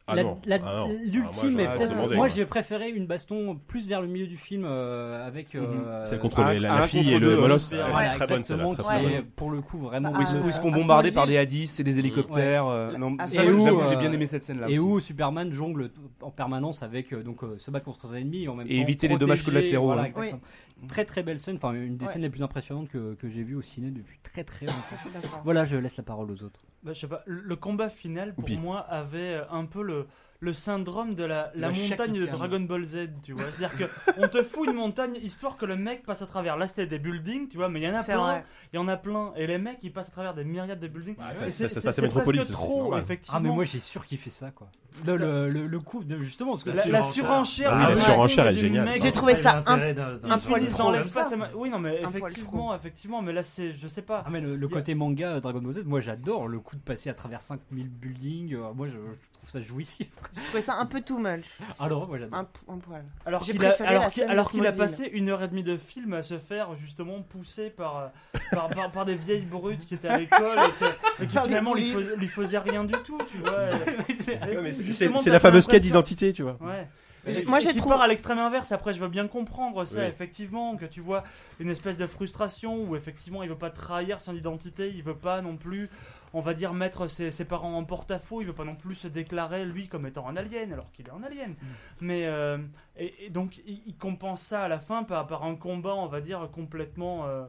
Speaker 1: Ah
Speaker 4: La-
Speaker 1: non.
Speaker 4: la-
Speaker 1: Ah non. Ah, moi,
Speaker 4: L'ultime
Speaker 1: j'aurais
Speaker 4: est
Speaker 1: pas
Speaker 4: peut-être-
Speaker 1: demandé,
Speaker 4: Moi
Speaker 1: moi.
Speaker 4: j'ai préféré une baston plus vers le milieu du film euh, avec. euh,
Speaker 1: Celle contre les- la,
Speaker 6: Un
Speaker 1: la fille
Speaker 6: contre
Speaker 1: et le
Speaker 6: deux,
Speaker 1: molosse.
Speaker 6: ouais.
Speaker 1: Elle est
Speaker 4: Voilà,
Speaker 1: très bonne celle-là.
Speaker 4: exactement,
Speaker 1: très,
Speaker 4: qui
Speaker 1: très
Speaker 4: est
Speaker 1: bonne.
Speaker 4: pour le coup vraiment.
Speaker 12: Bah,
Speaker 6: Où ils, se- où ils se font
Speaker 12: Ah,
Speaker 6: bombarder
Speaker 12: Asmodee.
Speaker 6: par des hadiths et des hélicoptères. euh, non,
Speaker 12: Ah,
Speaker 6: ça,
Speaker 12: et
Speaker 6: j'avoue,
Speaker 12: où,
Speaker 6: j'avoue,
Speaker 4: euh,
Speaker 6: j'ai bien aimé cette scène-là.
Speaker 4: Et
Speaker 6: aussi.
Speaker 4: où Superman jongle en permanence avec euh, donc euh, se battre contre ses ennemis et en même
Speaker 6: Et
Speaker 4: temps
Speaker 6: éviter les dommages
Speaker 4: protéger,
Speaker 6: collatéraux,
Speaker 4: voilà,
Speaker 6: hein.
Speaker 4: exactement. Très très belle scène, enfin une des
Speaker 12: Ouais.
Speaker 4: scènes les plus impressionnantes que, que j'ai vues au ciné depuis très très longtemps.
Speaker 12: Je suis d'accord.
Speaker 4: voilà, je laisse la parole aux autres.
Speaker 5: Bah, je sais pas, le- le combat final pour
Speaker 1: Oupi.
Speaker 5: moi avait euh, un peu le, le syndrome de la, la
Speaker 4: Le Shaquille
Speaker 5: montagne de
Speaker 4: O'Neal.
Speaker 5: Dragon Ball Z, tu vois. C'est-à-dire que (laughs) on te fout une montagne histoire que le mec passe à travers. Là c'était des buildings, tu vois, mais il y en a
Speaker 12: C'est
Speaker 5: plein,
Speaker 12: vrai.
Speaker 5: il y en a plein, et les mecs ils passent à travers des myriades de buildings.
Speaker 1: Bah,
Speaker 5: Et
Speaker 1: ça-
Speaker 5: c'est-
Speaker 1: ça- ça
Speaker 5: c'est-
Speaker 1: se passe à
Speaker 5: c'est
Speaker 1: Metropolis
Speaker 5: presque
Speaker 1: aussi, c'est
Speaker 5: trop,
Speaker 1: normal.
Speaker 5: effectivement.
Speaker 4: Ah mais moi j'ai surkiffé ça quoi. Le, le, le, le coup de justement parce que
Speaker 5: la, la surenchère,
Speaker 1: Ah oui, la
Speaker 5: du
Speaker 1: surenchère,
Speaker 5: mapping
Speaker 1: elle est
Speaker 5: du
Speaker 1: géniale.
Speaker 5: mec,
Speaker 12: J'ai trouvé ça un, un
Speaker 5: ils
Speaker 12: poil
Speaker 5: finissent dans
Speaker 12: trop.
Speaker 5: l'espace. et ma- Oui, non, mais
Speaker 12: Un poil
Speaker 5: effectivement, effectivement, mais là c'est, je sais pas.
Speaker 4: Ah mais le, le
Speaker 5: Y a-
Speaker 4: côté manga euh, Dragon Ball Z, moi j'adore le coup de passer à travers 5000 buildings, euh, moi je, je trouve ça jouissif.
Speaker 12: J'ai trouvé ça un peu too much.
Speaker 4: Alors moi j'adore.
Speaker 12: Un, p- un poil.
Speaker 5: Alors
Speaker 12: J'ai
Speaker 5: qu'il a,
Speaker 12: préféré la
Speaker 5: alors qu'il-
Speaker 12: scène de
Speaker 5: alors qu'il a
Speaker 12: Smallville.
Speaker 5: passé une heure et demie de film à se faire justement pousser par, euh, par, par, par des vieilles brutes qui étaient à l'école et, que- et qui
Speaker 12: Par des
Speaker 5: finalement lui,
Speaker 12: polices.
Speaker 5: fais- lui faisaient rien du tout, tu
Speaker 12: (laughs)
Speaker 5: vois.
Speaker 1: Ouais, mais c'est-
Speaker 5: Justement,
Speaker 1: C'est c'est
Speaker 5: t'as
Speaker 1: la fameuse quête
Speaker 5: l'impression-
Speaker 1: d'identité, tu vois.
Speaker 5: Ouais.
Speaker 12: J'ai-
Speaker 5: Et-
Speaker 12: moi,
Speaker 5: et
Speaker 12: j'ai
Speaker 5: qui
Speaker 12: trouvé-
Speaker 5: part à l'extrême inverse. Après, je veux bien comprendre ça,
Speaker 1: Oui.
Speaker 5: effectivement, que tu vois une espèce de frustration où effectivement il veut pas trahir son identité, il veut pas non plus, on va dire, mettre ses, ses parents en porte-à-faux, il veut pas non plus se déclarer lui comme étant un alien alors qu'il est un alien.
Speaker 1: Mm.
Speaker 5: Mais euh, et, et donc il, il compense ça à la fin par, par un combat, on va dire, complètement. euh,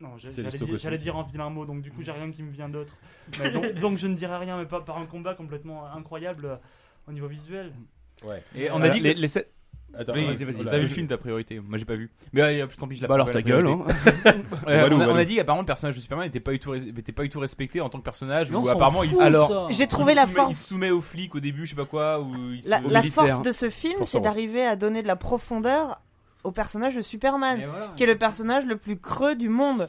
Speaker 5: Non, j'ai-
Speaker 1: C'est Mm.
Speaker 5: j'allais
Speaker 1: l'histo
Speaker 5: dire,
Speaker 1: cosmique.
Speaker 5: j'allais dire un vilain mot, donc du coup j'ai rien qui me vient d'autre.
Speaker 1: (laughs)
Speaker 5: Mais donc, donc je ne dirai rien, mais pas par un combat complètement incroyable euh, au niveau visuel.
Speaker 9: Et on a
Speaker 6: Voilà,
Speaker 9: dit que.
Speaker 6: les- les sept-
Speaker 1: Attends,
Speaker 9: Oui,
Speaker 1: ouais,
Speaker 9: vas-y, vas-y.
Speaker 1: voilà.
Speaker 9: T'as vu le film, ta priorité. Moi, j'ai pas vu. Mais euh, tant pis, je l'ai
Speaker 6: Bah
Speaker 9: pas
Speaker 6: alors
Speaker 9: vu,
Speaker 6: ta
Speaker 9: la
Speaker 6: gueule,
Speaker 9: priorité.
Speaker 6: hein.
Speaker 9: Euh,
Speaker 1: Walou,
Speaker 9: on, a, on a
Speaker 1: Walou.
Speaker 9: dit apparemment le personnage de Superman n'était pas, du tout res- n'était pas du tout respecté en tant que personnage
Speaker 4: Mais on
Speaker 9: ou
Speaker 4: s'en
Speaker 9: apparemment
Speaker 4: fout,
Speaker 9: il alors
Speaker 4: ça.
Speaker 12: J'ai
Speaker 9: il
Speaker 12: trouvé
Speaker 9: se
Speaker 12: la
Speaker 9: soumet- il
Speaker 12: force.
Speaker 9: se soumet aux flics au début je sais pas quoi ou il se
Speaker 12: La,
Speaker 9: soumet aux
Speaker 12: la
Speaker 9: militaires.
Speaker 1: hein.
Speaker 12: force de ce film, c'est
Speaker 1: Forcément.
Speaker 12: d'arriver à donner de la profondeur au personnage de Superman,
Speaker 4: Mais voilà.
Speaker 12: qui est le personnage le plus creux du monde.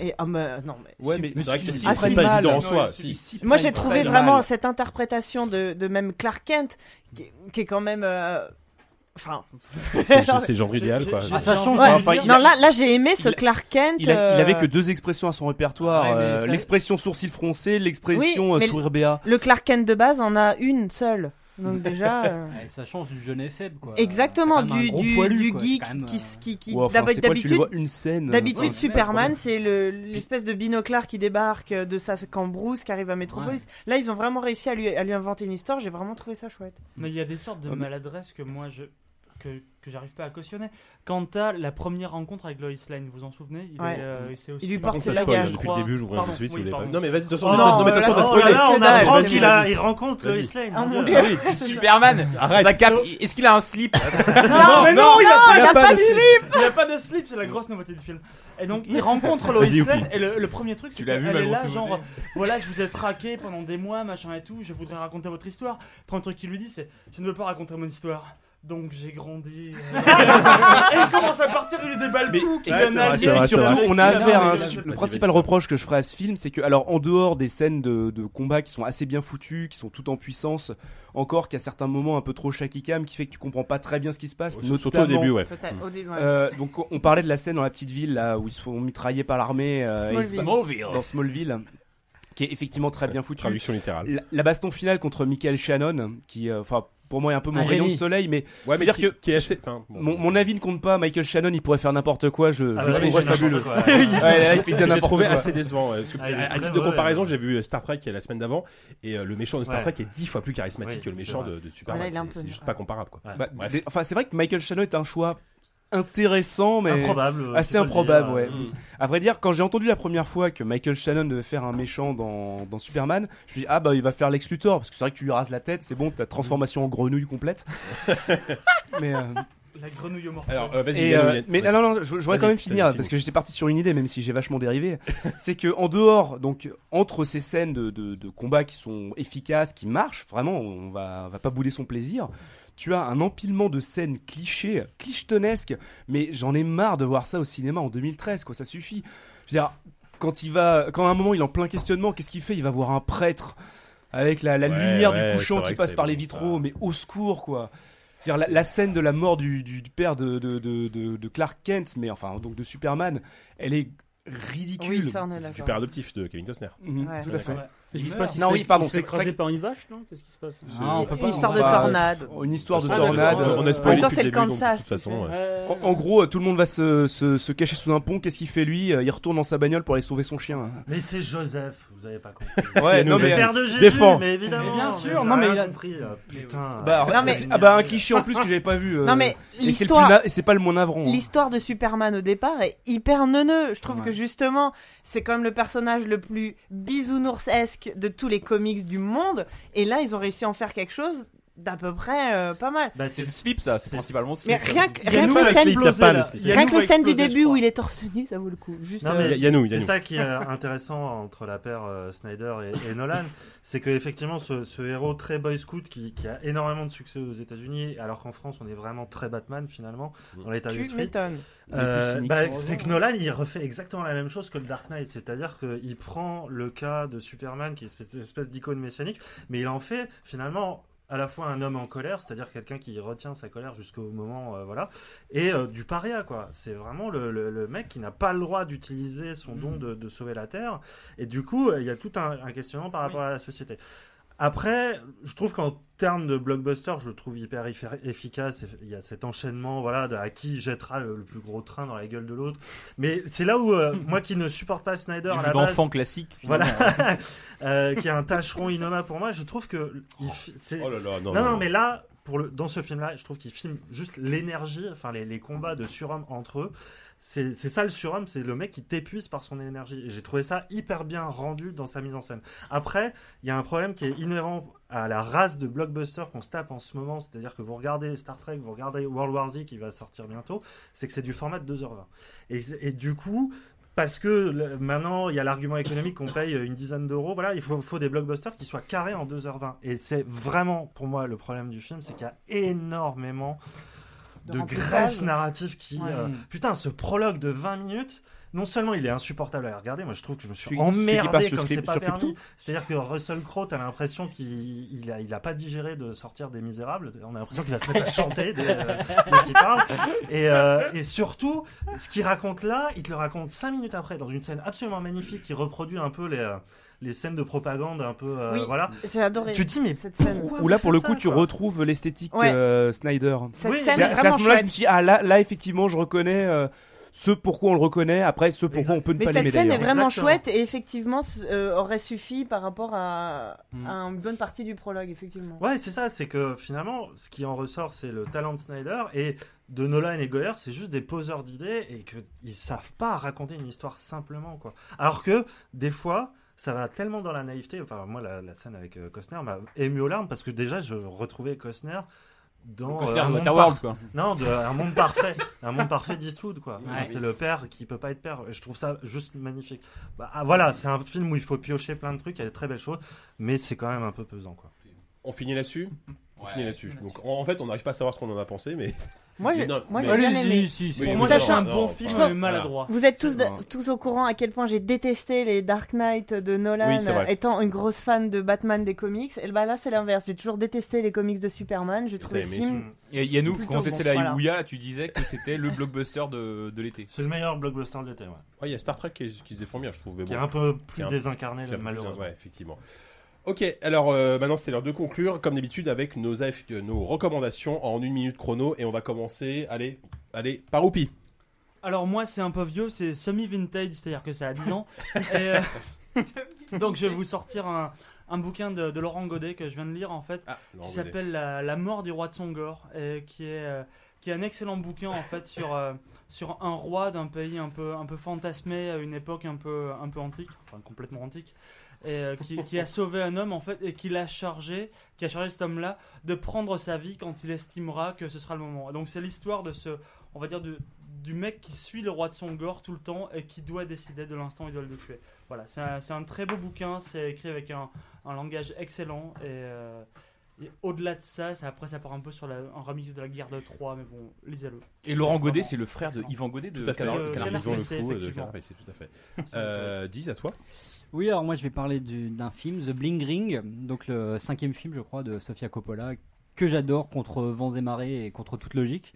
Speaker 12: Et ah, mais, non mais.
Speaker 6: Ouais, mais
Speaker 1: C'est vrai que c'est
Speaker 12: Ah,
Speaker 1: c'est
Speaker 12: si,
Speaker 1: pas
Speaker 12: mal.
Speaker 1: évident en
Speaker 6: Non,
Speaker 1: soi.
Speaker 6: il-
Speaker 1: si.
Speaker 6: il s'y
Speaker 12: Moi,
Speaker 6: prend
Speaker 12: j'ai trouvé
Speaker 6: très
Speaker 12: vraiment
Speaker 6: mal.
Speaker 12: cette interprétation de, de même Clark Kent, qui, qui est quand même. euh, Enfin.
Speaker 1: (laughs) C'est c'est le genre
Speaker 5: J'ai-
Speaker 1: idéal,
Speaker 5: j'ai-
Speaker 1: quoi.
Speaker 5: j'ai-
Speaker 4: Ah, ça
Speaker 5: j'ai
Speaker 4: change,
Speaker 5: envie de
Speaker 12: ouais.
Speaker 5: dire-
Speaker 6: Enfin, il
Speaker 12: non,
Speaker 6: a-
Speaker 12: là, là j'ai aimé ce
Speaker 6: il a-
Speaker 12: Clark Kent.
Speaker 6: Il, a- il avait
Speaker 12: euh, Ah
Speaker 6: que deux expressions à son répertoire,
Speaker 4: Ouais, mais
Speaker 6: euh,
Speaker 4: ça-
Speaker 6: l'expression sourcil froncé, l'expression
Speaker 12: Oui,
Speaker 6: euh,
Speaker 12: mais-
Speaker 6: sourire béat.
Speaker 12: Le Clark Kent de base en a une seule.
Speaker 4: (laughs)
Speaker 12: Donc déjà. euh,
Speaker 4: Ouais, ça change du jeune et faible, quoi.
Speaker 12: Exactement,
Speaker 4: C'est quand même un
Speaker 12: du,
Speaker 4: gros
Speaker 12: du,
Speaker 4: poilu,
Speaker 12: du
Speaker 4: quoi. C'est
Speaker 12: geek
Speaker 4: quand même,
Speaker 12: qui,
Speaker 4: euh,
Speaker 12: qui, qui
Speaker 6: Ou enfin, c'est quoi, tu le
Speaker 12: d'habitude
Speaker 6: vois une scène. euh,
Speaker 12: D'habitude,
Speaker 4: Ouais,
Speaker 12: Superman,
Speaker 4: ouais.
Speaker 12: c'est le- l'espèce de binoclard qui débarque euh, de sa cambrousse qui arrive à Métropolis. Là, ils ont vraiment réussi à lui, à lui inventer une histoire. J'ai vraiment trouvé ça chouette.
Speaker 5: Mais il y a des sortes de
Speaker 6: Ah, mais-
Speaker 5: maladresses que moi je que, que j'arrive pas à cautionner. Quant à la première rencontre avec Lois Lane, vous vous en souvenez Il,
Speaker 12: Ouais.
Speaker 5: est, euh, il s'est aussi
Speaker 12: Il lui
Speaker 1: Par contre,
Speaker 12: porte ses
Speaker 1: ça spoil
Speaker 12: bagages.
Speaker 1: depuis le début, je vous
Speaker 5: Pardon,
Speaker 1: tout de suite si
Speaker 5: oui,
Speaker 1: vous voulez pas.
Speaker 5: pardon.
Speaker 1: Non, mais vas-y, de toute façon,
Speaker 12: Oh
Speaker 1: non,
Speaker 12: non,
Speaker 1: mais de toute façon,
Speaker 12: là,
Speaker 1: ça
Speaker 12: c'est-
Speaker 1: spoil.
Speaker 12: oh là là,
Speaker 8: on
Speaker 12: Que dalle.
Speaker 8: apprend
Speaker 12: Vas-y,
Speaker 8: qu'il a,
Speaker 1: hein.
Speaker 8: il rencontre
Speaker 1: Vas-y.
Speaker 8: Lois Lane.
Speaker 12: Ah,
Speaker 8: mon
Speaker 12: mon
Speaker 8: Dieu.
Speaker 9: (laughs)
Speaker 12: Dieu.
Speaker 9: Superman
Speaker 1: Arrête.
Speaker 9: ça capte- Est-ce qu'il a un slip
Speaker 1: Non, mais non, il
Speaker 12: il a pas de
Speaker 5: Il n'y a pas de slip, c'est la grosse nouveauté du film. Et donc,
Speaker 1: (laughs)
Speaker 5: il rencontre Lois
Speaker 1: Vas-y, Youpi.
Speaker 5: Lane, et le, le premier truc, c'est
Speaker 9: Tu l'as
Speaker 5: qu'elle
Speaker 9: vu, ma
Speaker 5: est là,
Speaker 9: grosse
Speaker 5: genre, euh,
Speaker 9: nouveauté
Speaker 5: voilà, je vous ai traqué pendant des mois, machin et tout, je voudrais raconter votre histoire. Premier truc qu'il lui dit, c'est, je ne veux pas raconter mon histoire. Donc j'ai grandi.
Speaker 1: (laughs)
Speaker 5: euh. et il commence à partir, il lui déballe
Speaker 9: Mais-
Speaker 5: tout. qu'il
Speaker 1: Ouais,
Speaker 5: en
Speaker 1: c'est
Speaker 5: a
Speaker 1: vrai,
Speaker 5: lié.
Speaker 1: c'est vrai, c'est
Speaker 5: Surtout,
Speaker 1: vrai.
Speaker 6: on a
Speaker 5: il
Speaker 6: affaire
Speaker 5: un-
Speaker 6: à un
Speaker 5: il a-
Speaker 6: su-
Speaker 1: vas-y,
Speaker 6: Le principal
Speaker 1: vas-y, ça.
Speaker 6: reproche que je ferai à ce film, c'est que, alors, en dehors des scènes de, de combat qui sont assez bien foutues, qui sont toutes en puissance, encore qu'à certains moments un peu trop shakikam, qui fait que tu comprends pas très bien ce qui se passe.
Speaker 1: Surtout au
Speaker 6: notamment,
Speaker 1: début, ouais.
Speaker 12: Peut-être, au début, ouais.
Speaker 6: euh, donc, on- on parlait de la scène dans la petite ville, là, où ils se font mitrailler par l'armée. euh, et ils se-
Speaker 12: Smallville.
Speaker 6: Dans Smallville. Qui est effectivement très bien foutue.
Speaker 1: Traduction littérale.
Speaker 6: La, la baston finale contre Michael Shannon, qui, euh, enfin, pour moi, est un peu mon
Speaker 4: Un
Speaker 6: rayon de
Speaker 4: génie.
Speaker 6: soleil, mais
Speaker 1: Ouais, mais
Speaker 6: C'est-à-dire
Speaker 1: qui,
Speaker 6: que-
Speaker 1: qui est assez. Enfin, bon.
Speaker 6: mon, mon avis ne compte pas. Michael Shannon, il pourrait faire n'importe quoi.
Speaker 1: Euh,
Speaker 6: Je,
Speaker 8: Ah,
Speaker 6: Euh, je
Speaker 8: bah, oui,
Speaker 6: le trouverais
Speaker 8: c'est n'importe
Speaker 6: fabuleux.
Speaker 8: quoi.
Speaker 6: Ouais, là, il fait bien
Speaker 1: j'ai
Speaker 6: n'importe
Speaker 1: trouvé
Speaker 6: quoi.
Speaker 1: assez décevant. euh, parce que,
Speaker 8: Ah, il est
Speaker 1: à- à
Speaker 8: très
Speaker 1: titre de
Speaker 8: vrai,
Speaker 1: comparaison,
Speaker 8: ouais.
Speaker 1: j'ai vu Star Trek euh, la semaine d'avant et euh, le méchant de Star
Speaker 8: Ouais.
Speaker 1: Trek est dix fois plus charismatique
Speaker 8: Oui,
Speaker 1: que le
Speaker 8: c'est
Speaker 1: méchant
Speaker 8: vrai.
Speaker 1: de, de Superman.
Speaker 12: Voilà, il est un
Speaker 1: C'est-
Speaker 12: peu-
Speaker 1: c'est juste pas comparable. Quoi.
Speaker 6: Bah,
Speaker 1: Bref.
Speaker 6: des- enfin, c'est vrai que Michael Shannon est un choix intéressant, mais
Speaker 8: Improbable. tu
Speaker 6: assez
Speaker 8: peux le
Speaker 6: improbable,
Speaker 8: dire.
Speaker 6: ouais.
Speaker 8: Mm.
Speaker 6: à vrai dire, quand j'ai entendu la première fois que Michael Shannon devait faire un méchant dans, dans Superman, je me suis dit ah bah il va faire Lex Luthor parce que c'est vrai que tu lui rases la tête, c'est bon, la transformation en
Speaker 8: (laughs)
Speaker 6: grenouille complète. mais euh,
Speaker 5: La grenouille au morceau.
Speaker 1: Alors, euh, vas-y,
Speaker 6: Et,
Speaker 1: Yannou,
Speaker 6: euh,
Speaker 1: Yann-
Speaker 6: mais
Speaker 1: vas-y.
Speaker 6: non, non, non, je, je voudrais
Speaker 1: Vas-y,
Speaker 6: quand même
Speaker 1: vas-y,
Speaker 6: finir
Speaker 1: finis.
Speaker 6: parce que j'étais parti sur une idée, même si j'ai vachement dérivé. (laughs) c'est que en dehors, donc entre ces scènes de, de, de combat qui sont efficaces, qui marchent, vraiment, on va, on va pas bouler son plaisir. Tu as un empilement de scènes clichés, clichetonnesques, mais j'en ai marre de voir ça au cinéma en 2013, quoi. Ça suffit. Je veux dire, quand il va, quand à un moment il est en plein questionnement, qu'est-ce qu'il fait Il va voir un prêtre avec la, la
Speaker 1: Ouais,
Speaker 6: lumière
Speaker 1: ouais,
Speaker 6: du
Speaker 1: c'est
Speaker 6: couchant
Speaker 1: vrai
Speaker 6: qui
Speaker 1: que
Speaker 6: passe
Speaker 1: c'est
Speaker 6: par les
Speaker 1: bon,
Speaker 6: vitraux,
Speaker 1: ça.
Speaker 6: mais au secours, quoi. Je veux dire, la, la scène de la mort du, du- du père de, de, de- de- de Clark Kent, mais enfin donc de Superman, elle est ridicule.
Speaker 12: Oui, ça, on est d'accord.
Speaker 1: Du père adoptif de Kevin Costner.
Speaker 6: Mhm,
Speaker 12: Ouais.
Speaker 6: tout à fait.
Speaker 3: Qu'est-ce qui se
Speaker 4: meurt.
Speaker 3: passe Il se
Speaker 6: Non,
Speaker 3: fait-
Speaker 6: oui, pardon,
Speaker 3: Il se fait
Speaker 6: c'est-
Speaker 3: écraser
Speaker 6: c'est-
Speaker 3: par une vache, non Qu'est-ce qui se passe
Speaker 4: Ah, on peut pas,
Speaker 12: Une histoire
Speaker 4: on
Speaker 12: de
Speaker 4: va-
Speaker 12: tornade.
Speaker 6: Une histoire de
Speaker 3: Ah,
Speaker 6: tornade. euh,
Speaker 3: d'accord.
Speaker 1: On a spoilé
Speaker 12: En même temps,
Speaker 1: depuis
Speaker 12: c'est
Speaker 1: le
Speaker 12: le
Speaker 1: début, donc, de
Speaker 12: Kansas,
Speaker 1: toute façon. ouais.
Speaker 3: Euh,
Speaker 6: En, en gros, tout le monde va se, se- se cacher sous un pont. Qu'est-ce qu'il fait lui Euh, Il retourne dans sa bagnole pour aller sauver son chien.
Speaker 8: Mais c'est Joseph, vous avez pas compris.
Speaker 4: (laughs)
Speaker 6: Ouais,
Speaker 1: non,
Speaker 6: non,
Speaker 1: mais-
Speaker 6: mais.
Speaker 8: Père de Jésus,
Speaker 1: défends.
Speaker 8: mais évidemment.
Speaker 4: Mais bien sûr,
Speaker 8: j'ai
Speaker 4: non, mais
Speaker 8: rien
Speaker 4: il a-
Speaker 8: compris. euh, Putain.
Speaker 6: Bah,
Speaker 12: Non, mais-
Speaker 6: ah bah, un cliché en plus que j'avais pas vu. euh,
Speaker 12: Non, mais
Speaker 6: et c'est le plus
Speaker 12: l'histoire.
Speaker 6: na- et c'est pas le moins navrant. hein.
Speaker 12: L'histoire de Superman au départ est hyper neuneux. Je trouve
Speaker 4: Ouais.
Speaker 12: que justement, c'est quand même le personnage le plus bisounoursesque de tous les comics du monde. Et là, ils ont réussi à en faire quelque chose d'à peu près euh, pas mal.
Speaker 8: Bah,
Speaker 9: C'est le slip, ça, c'est
Speaker 8: c'est-
Speaker 9: principalement
Speaker 12: Mais
Speaker 9: slip.
Speaker 12: rien que,
Speaker 5: Il y a
Speaker 12: rien
Speaker 5: nous,
Speaker 12: que
Speaker 5: la
Speaker 12: la scène,
Speaker 5: slip,
Speaker 1: t'as pas le slip.
Speaker 5: Il y a
Speaker 12: rien
Speaker 5: nous,
Speaker 12: que le
Speaker 5: va
Speaker 12: scène du
Speaker 5: exploser, je
Speaker 12: début où
Speaker 5: crois.
Speaker 12: il est torse nu, ça vaut le coup. Juste,
Speaker 8: Non,
Speaker 12: euh,
Speaker 8: mais
Speaker 1: Y- Yannou,
Speaker 8: c'est
Speaker 1: Yannou.
Speaker 8: ça qui est euh, intéressant entre la paire euh, Snyder et, et Nolan, c'est que effectivement ce, ce héros très boy scout qui, qui a énormément de succès aux États-Unis, alors qu'en France on est vraiment très Batman finalement dans l'état
Speaker 12: tu
Speaker 8: d'esprit.
Speaker 12: m'étonnes.
Speaker 8: Euh,
Speaker 4: Mm. cynique,
Speaker 8: bah,
Speaker 4: heureusement.
Speaker 8: c'est que Nolan il refait exactement la même chose que le Dark Knight, c'est-à-dire qu'il prend le cas de Superman qui est cette espèce d'icône messianique, mais il en fait finalement à la fois un homme en colère, c'est-à-dire quelqu'un qui retient sa colère jusqu'au moment euh, voilà, et euh, du paria quoi. C'est vraiment le, le- le mec qui n'a pas le droit d'utiliser son
Speaker 12: Mm.
Speaker 8: don de, de sauver la terre, et du coup euh, il y a tout un, un questionnement par rapport à la société. Après, je trouve qu'en termes de blockbuster, je le trouve hyper effi- efficace. Il y a cet enchaînement, voilà, de à qui jettera le, le plus gros train dans la gueule de l'autre. Mais c'est là où euh, moi qui ne supporte pas Snyder à la base,
Speaker 9: d'enfant classique.
Speaker 8: voilà, (laughs) euh, qui est un tâcheron innommable pour moi, je trouve que il fi- c'est-
Speaker 1: Oh là là, non.
Speaker 8: non, non, mais là, pour le, dans ce film-là, je trouve qu'il filme juste l'énergie, enfin les, les combats de surhomme entre eux. C'est c'est ça le surhomme, c'est le mec qui t'épuise par son énergie. Et J'ai trouvé ça hyper bien rendu dans sa mise en scène. Après, il y a un problème qui est inhérent à la race de blockbusters qu'on se tape en ce moment, c'est-à-dire que vous regardez Star Trek, vous regardez World War Z qui va sortir bientôt, c'est que c'est du format de 2h20. Et, c'est- et du coup, parce que le- maintenant, il y a l'argument économique qu'on paye euh, une dizaine d'euros, voilà, il faut, faut des blockbusters qui soient carrés en 2h20. Et c'est vraiment, pour moi, le problème du film, c'est qu'il y a énormément
Speaker 12: De
Speaker 8: de
Speaker 12: remplissage.
Speaker 8: graisse narrative qui...
Speaker 12: Ouais.
Speaker 6: Mm.
Speaker 8: euh, putain, ce prologue de 20 minutes, non seulement il est insupportable à regarder, moi je trouve que je me suis
Speaker 6: Celui- celui qui passe
Speaker 8: emmerdé
Speaker 6: sur
Speaker 8: comme c'est
Speaker 6: Script-
Speaker 8: pas
Speaker 6: sur
Speaker 8: permis.
Speaker 6: Crypto.
Speaker 8: C'est-à-dire que Russell Crowe, t'as l'impression qu'il il a, il a pas digéré de sortir des Misérables. On a l'impression qu'il va se mettre à chanter dès, euh, dès qu'il parle. Et, euh, et surtout, ce qu'il raconte là, il te le raconte cinq minutes après dans une scène absolument magnifique qui reproduit un peu les euh, les scènes de propagande un peu euh,
Speaker 12: Oui,
Speaker 8: voilà.
Speaker 12: J'ai adoré
Speaker 8: Tu te dis mais
Speaker 12: cette scène.
Speaker 8: pourquoi
Speaker 6: Où là,
Speaker 8: vous
Speaker 6: pour le
Speaker 8: faites
Speaker 6: coup,
Speaker 8: ça,
Speaker 6: tu
Speaker 8: quoi
Speaker 6: retrouves l'esthétique
Speaker 12: Ouais.
Speaker 6: euh, Snyder.
Speaker 12: Cette
Speaker 8: Oui,
Speaker 12: scène
Speaker 6: C'est
Speaker 12: est,
Speaker 6: à c'est à ce moment-là que
Speaker 12: vraiment
Speaker 6: je
Speaker 12: chouette.
Speaker 6: me suis dit, ah là, là effectivement, je reconnais euh, ce pourquoi on le reconnaît, après ce pourquoi on peut ne
Speaker 12: Mais
Speaker 6: pas
Speaker 12: cette
Speaker 6: l'aimer
Speaker 12: scène est
Speaker 6: d'ailleurs.
Speaker 12: vraiment
Speaker 8: Exactement.
Speaker 12: chouette et effectivement s- euh, aurait suffi par rapport à,
Speaker 6: Mm.
Speaker 12: à une bonne partie du prologue, effectivement.
Speaker 8: Ouais, c'est ça, c'est que finalement, ce qui en ressort, c'est le talent de Snyder et de Nolan et Goyer, c'est juste des poseurs d'idées et qu'ils savent pas raconter une histoire simplement, quoi. Alors que, des fois, ça va tellement dans la naïveté. Enfin, moi, la, la scène avec euh, Costner m'a ému aux larmes parce que déjà, je retrouvais Costner dans
Speaker 9: Donc, on se
Speaker 8: euh,
Speaker 9: fait
Speaker 8: un
Speaker 9: un
Speaker 8: monde
Speaker 9: Waterworld, quoi.
Speaker 8: non, de, un monde parfait, un monde parfait d'Eastwood quoi.
Speaker 4: Ouais.
Speaker 8: C'est le père qui peut pas être père. Je trouve ça juste magnifique. Bah, ah, voilà, c'est un film où il faut piocher plein de trucs, il y a des très belles choses, mais c'est quand même un peu pesant quoi.
Speaker 1: On finit là-dessus On finit là-dessus. Donc en en fait, on n'arrive pas à savoir ce qu'on en a pensé, mais.
Speaker 12: Moi, j'ai
Speaker 1: (laughs) Mais non,
Speaker 12: moi,
Speaker 1: mais-
Speaker 12: j'ai bien aimé.
Speaker 5: Allez-y, si, si.
Speaker 1: Oui,
Speaker 5: Pour
Speaker 1: mais
Speaker 5: moi,
Speaker 1: non,
Speaker 5: c'est un
Speaker 1: non,
Speaker 5: bon
Speaker 1: enfin,
Speaker 5: film,
Speaker 1: voilà.
Speaker 5: mais maladroit.
Speaker 12: Vous êtes tous,
Speaker 6: C'est vrai.
Speaker 12: tous au courant à quel point j'ai détesté les Dark Knight de Nolan,
Speaker 1: Oui, c'est vrai.
Speaker 12: euh, étant une grosse fan de Batman des comics. Et bah là, c'est l'inverse. J'ai toujours détesté les comics de Superman. J'ai trouvé
Speaker 1: t'as
Speaker 12: ce
Speaker 1: aimé
Speaker 12: film.
Speaker 9: Et Yannou,
Speaker 12: Plutôt
Speaker 9: quand c'était
Speaker 12: bon,
Speaker 9: la
Speaker 12: voilà.
Speaker 9: Ouya, tu disais que c'était le blockbuster de, de l'été.
Speaker 8: C'est le meilleur blockbuster de l'été, ouais.
Speaker 1: Ouais, Il y a Star Trek qui, est- qui se défend bien, je trouve. mais
Speaker 8: qui est
Speaker 1: bon.
Speaker 8: un peu
Speaker 1: Qui est
Speaker 8: plus
Speaker 1: un-
Speaker 8: désincarné
Speaker 1: Qui a plus-
Speaker 8: malheureusement.
Speaker 1: Ouais, effectivement. Ok, alors euh, maintenant c'est l'heure de conclure, comme d'habitude, avec nos, AF euh, nos recommandations en une minute chrono. Et on va commencer, allez, allez, par Oupi.
Speaker 5: Alors moi, c'est un peu vieux, c'est semi-vintage, c'est-à-dire que ça a
Speaker 1: (laughs)
Speaker 5: 10 ans. Et, euh, (laughs) donc je vais vous sortir un, un bouquin de, de Laurent Godet que je viens de lire en fait,
Speaker 1: Ah, Laurent
Speaker 5: qui
Speaker 1: Godet.
Speaker 5: s'appelle la, La mort du roi de Songor, et qui est euh, qui est un excellent bouquin en fait sur euh, sur un roi d'un pays un peu un peu fantasmé à une époque un peu un peu antique, enfin complètement antique. Et euh, qui, qui a sauvé un homme en fait et qui l'a chargé, qui a chargé cet homme-là de prendre sa vie quand il estimera que ce sera le moment. Donc c'est l'histoire de ce, on va dire de, du mec qui suit le roi de son gore tout le temps et qui doit décider de l'instant où il doit le tuer. Voilà, c'est un, c'est un très beau bouquin, c'est écrit avec un, un langage excellent et, euh, et au-delà de ça, ça- après ça part un peu sur la, un remix de la guerre de Troie, mais bon, lisez-le.
Speaker 9: Et Laurent Godet,
Speaker 5: vraiment-
Speaker 9: c'est le frère de Yvan Godet de
Speaker 1: Tout à fait,
Speaker 9: Canard-
Speaker 5: euh,
Speaker 9: Canard
Speaker 5: Canard
Speaker 1: Canardisons le
Speaker 5: Messé,
Speaker 1: fou de
Speaker 5: effectivement.
Speaker 1: Canard Messé, tout à fait. (laughs) Euh, Diz, à toi.
Speaker 4: Oui, alors moi je vais parler du- d'un film, The Bling Ring, donc le cinquième film, je crois, de Sofia Coppola, que j'adore contre vents et marées et contre toute logique.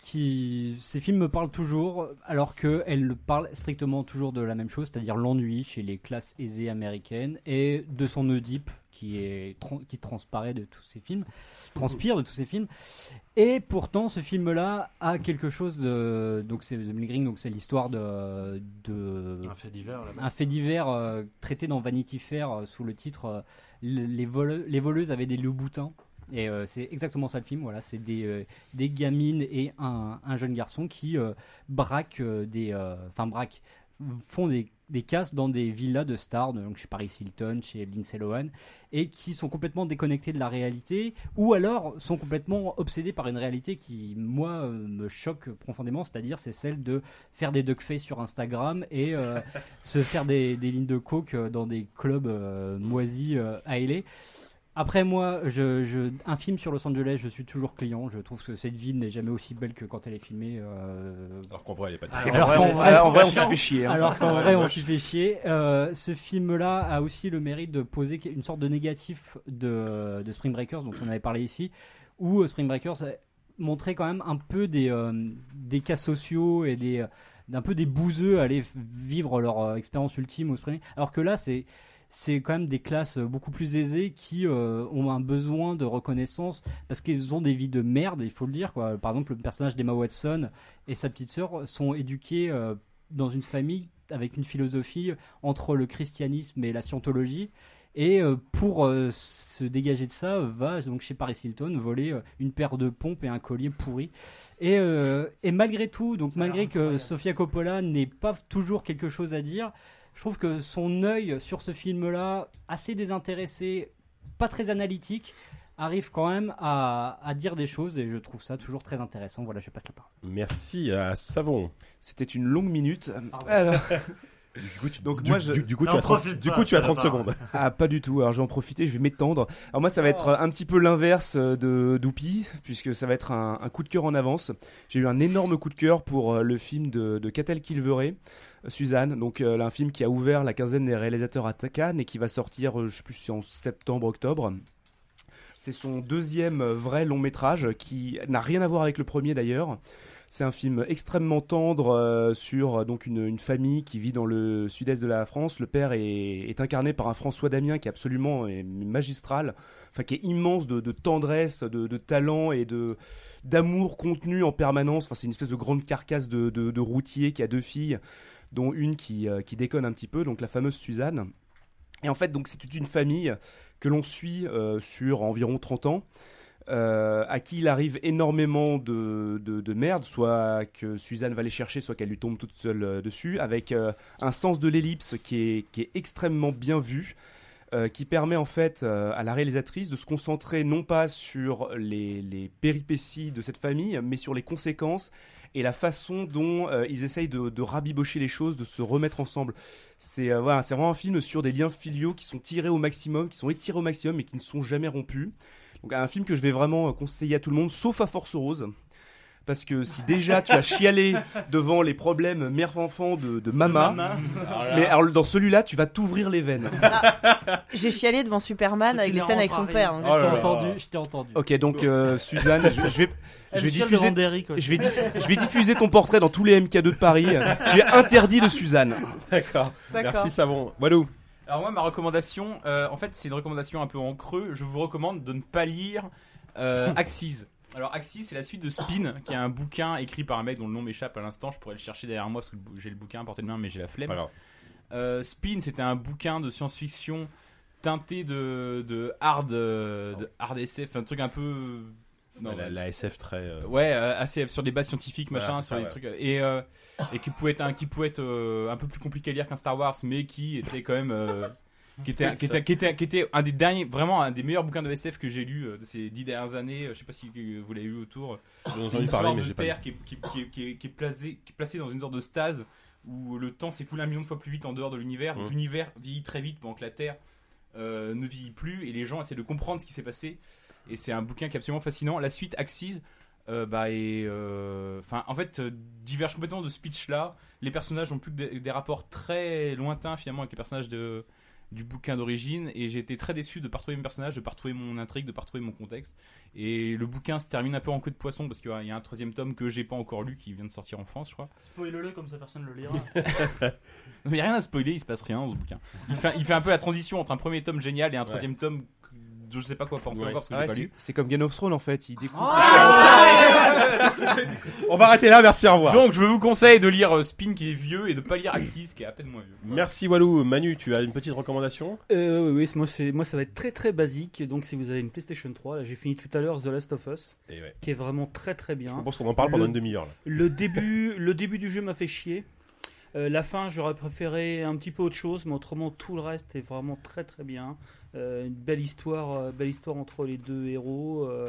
Speaker 4: Qui, ces films me parlent toujours, alors qu'elle parle strictement toujours de la même chose, c'est-à-dire l'ennui chez les classes aisées américaines et de son Oedipe qui, est, tran- qui transparaît de tous ces films, transpire de tous ces films. Et pourtant, ce film-là a quelque chose. de- donc, c'est The Bling Ring, donc c'est l'histoire de, de
Speaker 8: Un fait divers là-bas.
Speaker 4: un fait divers euh, traité dans Vanity Fair euh, sous le titre euh, Le- les, vole- les voleuses avaient des loups-boutins. Et euh, c'est exactement ça le film. Voilà, c'est des, euh, des gamines et un, un jeune garçon qui euh, braquent euh, des, euh, enfin braquent, font des, des casses dans des villas de stars, donc chez Paris Hilton, chez Lindsay Lohan, et qui sont complètement déconnectés de la réalité, ou alors sont complètement obsédés par une réalité qui, moi, euh, me choque profondément, c'est-à-dire c'est celle de faire des duckface sur Instagram et
Speaker 1: (laughs)
Speaker 4: euh, se faire des, des lignes de coke euh, dans des clubs euh, moisis euh, à LA. Après moi, je, je- un film sur Los Angeles, je suis toujours client. Je trouve que cette ville n'est jamais aussi belle que quand elle est filmée. euh,
Speaker 1: Alors qu'en vrai, elle est pas
Speaker 8: Ah,
Speaker 1: très
Speaker 4: Alors
Speaker 8: ouais,
Speaker 4: qu'en
Speaker 8: c'est-
Speaker 4: vrai,
Speaker 8: ah,
Speaker 4: c'est
Speaker 8: en vrai,
Speaker 4: pas
Speaker 8: on s'est
Speaker 4: chiant.
Speaker 8: fait chier. hein.
Speaker 4: alors qu'en
Speaker 1: Ouais,
Speaker 4: vrai, on
Speaker 1: moche.
Speaker 4: s'y fait chier. Euh, ce film-là a aussi le mérite de poser une sorte de négatif de, de Spring Breakers, dont on avait parlé ici, où euh, Spring Breakers euh, montrait quand même un peu des, euh, des cas sociaux et des, euh, d'un peu des bouseux à aller vivre leur euh, expérience ultime au Spring. Alors que là, c'est. C'est quand même des classes euh, beaucoup plus aisées qui euh, ont un besoin de reconnaissance parce qu'elles ont des vies de merde, il faut le dire. Quoi. Par exemple, le personnage d'Emma Watson et sa petite sœur sont éduquées euh, dans une famille avec une philosophie entre le christianisme et la scientologie. Et euh, pour euh, se dégager de ça, va donc chez Paris Hilton voler euh, une paire de pompes et un collier pourri. Et, euh, et malgré tout, donc malgré que Sofia Coppola n'ait pas toujours quelque chose à dire, je trouve que son œil sur ce film-là, assez désintéressé, pas très analytique, arrive quand même à, à dire des choses et je trouve ça toujours très intéressant. Voilà, je passe la parole.
Speaker 1: Merci à Savon.
Speaker 6: C'était une longue minute.
Speaker 4: Pardon.
Speaker 6: Alors,
Speaker 1: (laughs) Du coup, tu,
Speaker 6: Donc
Speaker 1: du-
Speaker 6: moi, je-
Speaker 1: du- du coup,
Speaker 8: Ah
Speaker 1: tu
Speaker 8: Non,
Speaker 1: as 30,
Speaker 8: profite
Speaker 1: du
Speaker 8: pas,
Speaker 1: coup, tu as
Speaker 8: ça
Speaker 1: 30
Speaker 8: va.
Speaker 1: secondes.
Speaker 6: (laughs)
Speaker 1: Oh.
Speaker 6: Ah, pas du tout. Alors, je vais en profiter, je vais m'étendre. Alors, moi, ça va être un petit peu l'inverse euh, de Doupi, puisque ça va être un, un coup de cœur en avance. J'ai eu un énorme coup de cœur pour euh, le film de, de Catel Kilveré, euh, Suzanne. Donc, euh, là, un film qui a ouvert la quinzaine des réalisateurs à Cannes et qui va sortir, euh, je sais plus si c'est en septembre, octobre. C'est son deuxième euh, vrai long métrage qui n'a rien à voir avec le premier d'ailleurs. C'est un film extrêmement tendre euh, sur euh, donc une, une famille qui vit dans le sud-est de la France. Le père est, est incarné par un François Damien qui est absolument euh, magistral, enfin qui est immense de, de tendresse, de, de talent et de d'amour contenu en permanence. Enfin, c'est une espèce de grande carcasse de, de, de routier qui a deux filles, dont une qui, euh, qui déconne un petit peu, donc la fameuse Suzanne. Et en fait, donc c'est toute une famille que l'on suit euh, sur environ 30 ans euh, à qui il arrive énormément de, de- de merde, soit que Suzanne va les chercher, soit qu'elle lui tombe toute seule euh, dessus, avec euh, un sens de l'ellipse qui est, qui est extrêmement bien vu, euh, qui permet en fait euh, à la réalisatrice de se concentrer non pas sur les, les péripéties de cette famille, mais sur les conséquences et la façon dont euh, ils essayent de, de rabibocher les choses, de se remettre ensemble. C'est euh, voilà, c'est vraiment un film sur des liens filiaux qui sont tirés au maximum, qui sont étirés au maximum et qui ne sont jamais rompus. Donc un film que je vais vraiment euh, conseiller à tout le monde, sauf à Force Rose. Parce que si déjà tu as (laughs) chialé devant les problèmes mère-enfant de, de Mama, mais alors dans celui-là tu vas t'ouvrir les veines.
Speaker 12: J'ai chialé devant Superman avec les
Speaker 5: hilarant,
Speaker 12: scènes avec son
Speaker 5: pareil.
Speaker 12: père. hein.
Speaker 1: Oh
Speaker 4: Je
Speaker 1: là
Speaker 4: t'ai
Speaker 1: là.
Speaker 4: entendu, je t'ai entendu.
Speaker 6: Ok donc euh, Suzanne, je, je vais, je vais diffuser, je vais, diffu- je vais diffuser ton portrait dans tous les MK2 de Paris. tu es interdit de Suzanne.
Speaker 1: D'accord.
Speaker 12: D'accord.
Speaker 1: Merci, Savon. Walou.
Speaker 9: Alors moi, ma recommandation, euh, en fait, c'est une recommandation un peu en creux. Je vous recommande de ne pas lire
Speaker 12: (laughs)
Speaker 9: euh, Axis. Alors Axis, c'est la suite de Spin, qui est un bouquin écrit par un mec dont le nom m'échappe à l'instant. Je pourrais le chercher derrière moi parce que le bou- j'ai le bouquin à portée de main, mais j'ai la flemme.
Speaker 1: Pas grave.
Speaker 9: Euh, Spin, c'était un bouquin de science-fiction teinté de, de hard, euh, de
Speaker 5: Oh.
Speaker 9: hard SF, enfin, un truc un peu. euh, Non,
Speaker 1: la, la SF très. euh,
Speaker 9: Ouais, euh, assez sur des bases scientifiques,
Speaker 1: Voilà,
Speaker 9: machin,
Speaker 1: c'est
Speaker 9: sur
Speaker 1: ça,
Speaker 9: des
Speaker 1: ouais.
Speaker 9: trucs et euh, et qui pouvait être un qui pouvait être euh, un peu plus compliqué à lire qu'un Star Wars, mais qui était quand même euh, qui était qui était qui était qui était un des derniers vraiment un des meilleurs bouquins de SF que j'ai lu euh, de ces dix dernières années. Je sais pas si euh, vous l'avez lu autour.
Speaker 1: J'en ai
Speaker 9: C'est
Speaker 1: entendu parler,
Speaker 9: une sorte
Speaker 1: mais
Speaker 9: de
Speaker 1: j'ai pas.
Speaker 9: terre qui est, qui, qui- qui est- qui est placée, qui est placée dans une sorte de stase où le temps s'écoule un million de fois plus vite en dehors de l'univers. Donc
Speaker 1: Mm.
Speaker 9: l'univers vieillit très vite pendant que la Terre euh, ne vieillit plus et les gens essaient de comprendre ce qui s'est passé. Et c'est un bouquin qui est absolument fascinant. La suite, Axis, euh, bah, et, euh, enfin, en fait, euh, diverge complètement de ce pitch-là. Les personnages ont plus que des, des rapports très lointains finalement avec les personnages de, du bouquin d'origine. Et j'ai été très déçu de pas retrouver mes personnages, de pas retrouver mon intrigue, de pas retrouver mon contexte. Et le bouquin se termine un peu en queue de poisson parce qu'il y a- il y a un troisième tome que j'ai pas encore lu qui vient de sortir en France, je
Speaker 1: (laughs)
Speaker 9: crois.
Speaker 5: Spoil-le comme ça personne le
Speaker 9: (laughs)
Speaker 5: lira.
Speaker 9: Non, mais il y a rien à spoiler, il se passe rien dans ce bouquin. Il fait, il fait un peu la transition entre un premier tome génial et un troisième tome que je sais pas quoi penser
Speaker 1: Ouais. Ah,
Speaker 9: encore parce que
Speaker 6: Ouais,
Speaker 9: j'ai pas
Speaker 6: c'est-
Speaker 9: lu.
Speaker 6: c'est comme Game of Thrones en fait. Il découvre-
Speaker 1: Ah, On va arrêter là, merci, au revoir.
Speaker 9: Donc je vous conseille de lire euh, Spin qui est vieux et de pas lire Axis qui est à peine moins vieux.
Speaker 1: Merci, Walou. Manu, tu as une petite recommandation
Speaker 2: Euh, oui, oui, c'est- moi, c'est- moi, ça va être très très basique. Donc, si vous avez une PlayStation 3, là, j'ai fini tout à l'heure The Last of Us,
Speaker 1: Et Eh ouais.
Speaker 2: qui est vraiment très très
Speaker 1: Je
Speaker 2: bien.
Speaker 1: pense qu'on en parle pendant
Speaker 2: Le-
Speaker 1: une demi-heure. là.
Speaker 2: Le début, (laughs) le début du jeu m'a fait chier. Euh, la fin, j'aurais préféré un petit peu autre chose, mais autrement, tout le reste est vraiment très très bien. Euh, une belle histoire, euh, belle histoire entre les deux héros. euh,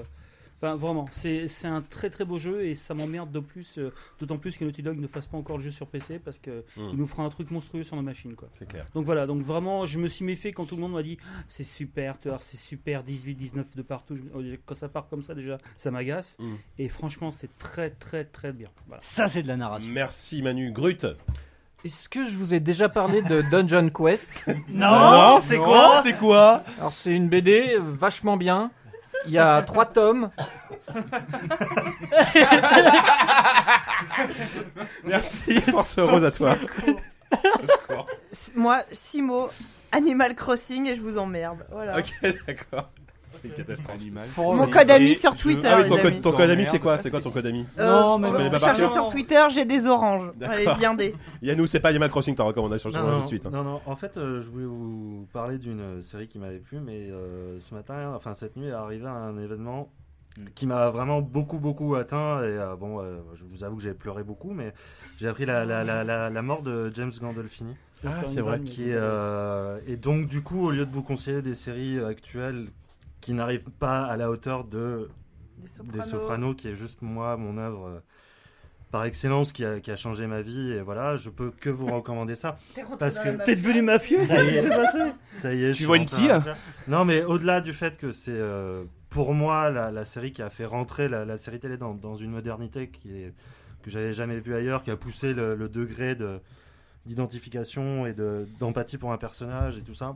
Speaker 2: Enfin, vraiment, c'est c'est un très très beau jeu et ça m'emmerde de plus, euh, d'autant plus que Naughty Dog ne fasse pas encore le jeu sur PC parce que
Speaker 1: Hmm.
Speaker 2: il nous fera un truc monstrueux sur nos machines, quoi.
Speaker 1: C'est clair.
Speaker 2: Donc voilà, donc vraiment, je me suis méfié quand tout le monde m'a dit Ah, c'est super, tu vois, c'est super, 18, 19 de partout. Je me- oh, Quand ça part comme ça, déjà, ça m'agace.
Speaker 1: Mm.
Speaker 2: Et franchement, c'est très, très, très bien. Voilà.
Speaker 4: Ça, c'est de la narration.
Speaker 1: Merci, Manu. Grut.
Speaker 11: Est-ce que je vous ai déjà parlé de Dungeon Quest
Speaker 1: (laughs)
Speaker 4: Oh,
Speaker 1: Non,
Speaker 5: c'est quoi
Speaker 6: C'est quoi
Speaker 11: Alors c'est une BD vachement bien. Il y
Speaker 4: (laughs)
Speaker 11: a trois tomes.
Speaker 1: Merci, (laughs) force rose à toi.
Speaker 12: Moi, six mots. Animal Crossing et je vous emmerde. Voilà.
Speaker 1: Ok, d'accord. C'est une catastrophe.
Speaker 6: Animal.
Speaker 12: Mon code ami sur Twitter,
Speaker 1: Ah oui, ton
Speaker 12: les
Speaker 1: code,
Speaker 12: amis.
Speaker 1: ton code ami,
Speaker 6: Merde.
Speaker 1: c'est quoi C'est quoi ton code ami
Speaker 12: Euh,
Speaker 11: Non, mais
Speaker 1: Tu connais pas par
Speaker 12: cherchez
Speaker 1: cœur
Speaker 12: sur Twitter, j'ai des oranges.
Speaker 1: D'accord.
Speaker 12: Allez, viandez.
Speaker 1: Yannou, c'est pas Animal Crossing ta recommandation, je te
Speaker 8: Non,
Speaker 1: rejoins
Speaker 8: non,
Speaker 1: tout de suite. hein.
Speaker 8: non, non. en fait, euh, je voulais vous parler d'une euh, série qui m'avait plu, mais euh, ce matin, enfin cette nuit, est arrivé un événement
Speaker 1: Mm.
Speaker 8: qui m'a vraiment beaucoup, beaucoup atteint. Et euh, bon, euh, je vous avoue que j'ai pleuré beaucoup, mais j'ai appris la, la, la, la, la mort de James Gandolfini.
Speaker 1: Ah,
Speaker 2: Faire
Speaker 1: c'est
Speaker 2: une
Speaker 1: vrai.
Speaker 2: vanne,
Speaker 8: Qui est, euh, et donc, du coup, au lieu de vous conseiller des séries euh, actuelles qui n'arrivent pas à la hauteur de
Speaker 12: Des
Speaker 8: des Sopranos, qui est juste moi, mon œuvre euh, par excellence qui a, qui a changé ma vie. Et voilà, je peux que vous recommander ça. Parce que
Speaker 2: T'es devenu mafieux
Speaker 8: Ça y est.
Speaker 2: Qu'est-ce qui s'est passé
Speaker 8: Ça y est, je suis
Speaker 6: vois
Speaker 8: en
Speaker 6: une
Speaker 8: train
Speaker 6: psy,
Speaker 8: de
Speaker 6: là
Speaker 8: faire. Non, mais au-delà du fait que c'est euh, pour moi la, la série qui a fait rentrer la, la série télé dans, dans une modernité qui est, que j'avais jamais vue ailleurs, qui a poussé le, le degré de d'identification et de- d'empathie pour un personnage et tout ça,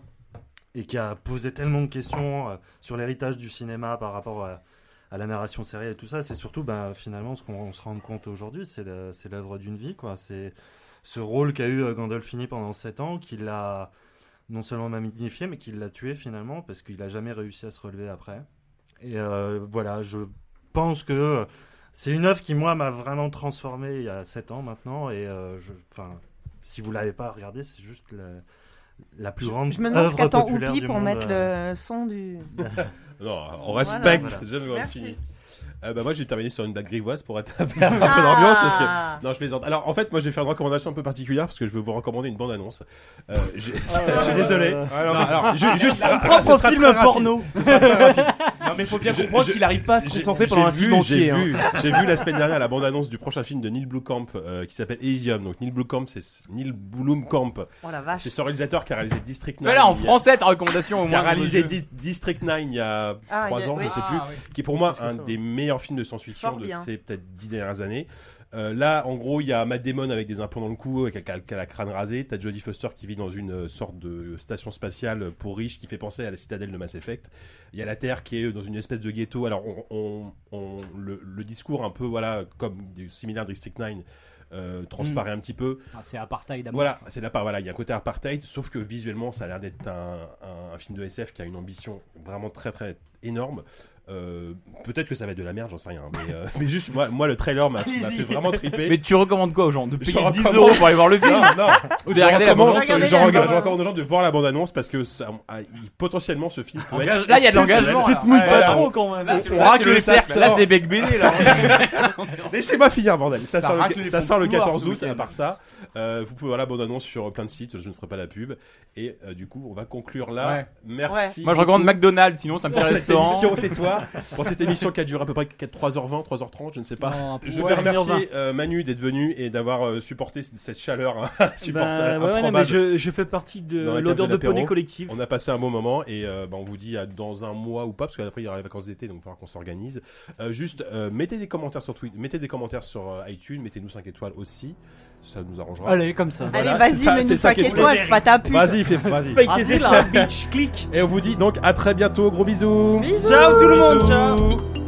Speaker 8: et qui a posé tellement de questions euh, sur l'héritage du cinéma par rapport à, à la narration sérielle et tout ça, c'est surtout ben, finalement ce qu'on on se rend compte aujourd'hui, c'est le- c'est l'œuvre d'une vie. quoi. C'est ce rôle qu'a eu euh, Gandolfini pendant 7 ans, qui l'a non seulement magnifié, mais qui l'a tué finalement, parce qu'il n'a jamais réussi à se relever après. Et euh, voilà, je pense que c'est une œuvre qui, moi, m'a vraiment transformé il y a 7 ans maintenant, et euh, je, enfin, si vous l'avez pas regardé, c'est juste la, la plus grande
Speaker 12: Je me demande ce
Speaker 8: œuvre
Speaker 12: qu'attend
Speaker 8: populaire
Speaker 12: Oupi
Speaker 8: du
Speaker 12: pour
Speaker 8: monde,
Speaker 12: mettre
Speaker 8: euh.
Speaker 12: le son du.
Speaker 1: Non, on respecte
Speaker 8: Voilà,
Speaker 1: John
Speaker 12: Merci.
Speaker 1: Gandolfini. Euh, bah moi j'ai terminé sur une blague grivoise pour être (laughs) un peu d'ambiance parce
Speaker 8: Ah.
Speaker 1: que non je plaisante. Alors en fait moi je vais faire une recommandation un peu particulière parce que je veux vous recommander une bande annonce. (laughs) je
Speaker 8: Ah,
Speaker 1: suis désolé.
Speaker 6: Ah,
Speaker 1: Non, alors, ju- juste
Speaker 3: Son
Speaker 1: alors, ce
Speaker 3: propre
Speaker 1: sera
Speaker 3: film
Speaker 1: très rapide. (laughs)
Speaker 3: porno.
Speaker 1: Ce sera très rapide.
Speaker 6: Non, mais faut bien
Speaker 1: Je-
Speaker 6: comprendre
Speaker 1: je-
Speaker 6: qu'il arrive pas à se
Speaker 1: J'ai-
Speaker 6: concentrer
Speaker 1: j'ai
Speaker 6: pendant un
Speaker 1: vu-
Speaker 6: film entier.
Speaker 1: J'ai
Speaker 6: hein.
Speaker 1: vu, (laughs) j'ai vu la semaine dernière la bande-annonce du prochain film de Neil Blomkamp euh, qui s'appelle Elysium. Donc Neil Blomkamp, c'est Neil Blomkamp,
Speaker 12: Oh la vache.
Speaker 1: c'est ce réalisateur qui a réalisé District 9.
Speaker 9: Fais-la en français ta recommandation au
Speaker 1: Qui a
Speaker 9: moins.
Speaker 1: réalisé
Speaker 9: monsieur.
Speaker 1: Di- District 9 il y a
Speaker 12: Ah, il y
Speaker 1: trois
Speaker 12: a-
Speaker 1: ans, je
Speaker 12: oui.
Speaker 1: ne sais plus,
Speaker 9: Ah, oui.
Speaker 1: qui est pour moi
Speaker 8: Plus que
Speaker 1: un
Speaker 8: ça, ouais.
Speaker 1: des meilleurs films de science-fiction
Speaker 12: Mmh. Fort
Speaker 1: de
Speaker 12: bien.
Speaker 1: ces peut-être dix dernières années. Euh, là, en gros, il y a Matt Damon avec des implants dans le cou, euh, avec quelqu'un qui a la crâne rasée. T'as Jodie Foster qui vit dans une euh, sorte de station spatiale pour riches qui fait penser à la citadelle de Mass Effect. Il y a la Terre qui est euh, dans une espèce de ghetto. Alors, on, on- on- le, le discours un peu, voilà, comme du similaire District 9, euh, transparaît un petit peu.
Speaker 4: Ah, c'est apartheid. à mort.
Speaker 1: Voilà, c'est la part. Voilà, il y a un côté apartheid, sauf que visuellement, ça a l'air d'être un, un- un film de SF qui a une ambition vraiment très très énorme. Euh, Peut-être que ça va être de la merde, j'en sais rien. Mais, euh, (laughs) mais juste, moi, moi, le trailer m'a m'a fait vraiment triper.
Speaker 9: Mais tu recommandes quoi aux gens De
Speaker 1: Je
Speaker 9: payer 10
Speaker 1: recommande-
Speaker 9: euros pour aller voir le
Speaker 1: Non,
Speaker 9: film
Speaker 1: non,
Speaker 9: Ou
Speaker 1: je
Speaker 9: de regarder la
Speaker 1: recommande,
Speaker 9: bande-annonce euh,
Speaker 1: je
Speaker 9: sur les
Speaker 12: Regardez
Speaker 9: gens
Speaker 12: la
Speaker 1: recommande- je
Speaker 12: bande-annonce.
Speaker 1: recommande aux gens de voir la bande-annonce parce que ça- ah, il- potentiellement ce film peut être.
Speaker 9: Là, il y a de l'engagement.
Speaker 1: Petite
Speaker 9: là.
Speaker 1: mouille,
Speaker 9: Ouais,
Speaker 1: pas
Speaker 9: là,
Speaker 1: trop.
Speaker 9: on-
Speaker 5: quand même.
Speaker 9: là,
Speaker 1: On
Speaker 9: c'est- Là, c'est
Speaker 1: racle
Speaker 9: le
Speaker 1: le
Speaker 9: cercle. Là,
Speaker 1: cercle.
Speaker 9: c'est Bec BD. Là,
Speaker 1: (laughs) Laissez-moi finir, bordel. Ça,
Speaker 9: Ça
Speaker 1: sort,
Speaker 9: racle
Speaker 1: le,
Speaker 9: les
Speaker 1: ça
Speaker 9: fonds
Speaker 1: sort le
Speaker 9: couloirs
Speaker 1: 14
Speaker 9: ce
Speaker 1: août,
Speaker 9: week-end.
Speaker 1: à part ça. Euh, vous pouvez voir la bonne annonce sur plein de sites, je ne ferai pas la pub. Et euh, du coup, on va conclure là.
Speaker 9: Ouais.
Speaker 1: Ah, Merci.
Speaker 9: Moi, je recommande McDonald's, sinon c'est un petit
Speaker 1: pour cette
Speaker 9: restaurant.
Speaker 1: émission,
Speaker 9: (laughs)
Speaker 1: tais-toi. Pour cette émission qui a duré à peu près 3h20, 3h30, je ne sais pas.
Speaker 4: Non,
Speaker 1: (laughs) je
Speaker 4: ouais,
Speaker 1: vais remercier euh, Manu d'être venu et d'avoir euh, supporté c- cette (laughs) chaleur hein,
Speaker 2: Bah,
Speaker 1: insupportable.
Speaker 2: ouais, ouais, non,
Speaker 1: improbable.
Speaker 2: mais je, je fais partie de
Speaker 1: Dans la table
Speaker 2: l'odeur
Speaker 1: de
Speaker 2: de poney
Speaker 1: l'apéro.
Speaker 2: collectif.
Speaker 1: On a passé un bon moment et euh, bah, on vous dit à dans un mois ou pas parce qu'après il y aura les vacances d'été donc il faudra qu'on s'organise. Euh, juste euh, mettez des commentaires sur Twitter, mettez des commentaires sur euh, iTunes, mettez-nous 5 étoiles aussi, ça nous arrangera.
Speaker 4: Allez, comme ça.
Speaker 1: Voilà,
Speaker 12: Allez,
Speaker 1: c'est
Speaker 12: vas-y,
Speaker 1: ça,
Speaker 12: mets-nous
Speaker 1: c'est ça
Speaker 12: 5
Speaker 1: qui est
Speaker 12: étoiles, pas ta pub.
Speaker 1: Vas-y, fais, vas-y.
Speaker 2: Paye tes éclats, bitch, clique
Speaker 1: Et on vous dit donc à très bientôt, gros bisous.
Speaker 12: Bisous.
Speaker 2: Ciao tout le monde, ciao
Speaker 12: Bisous.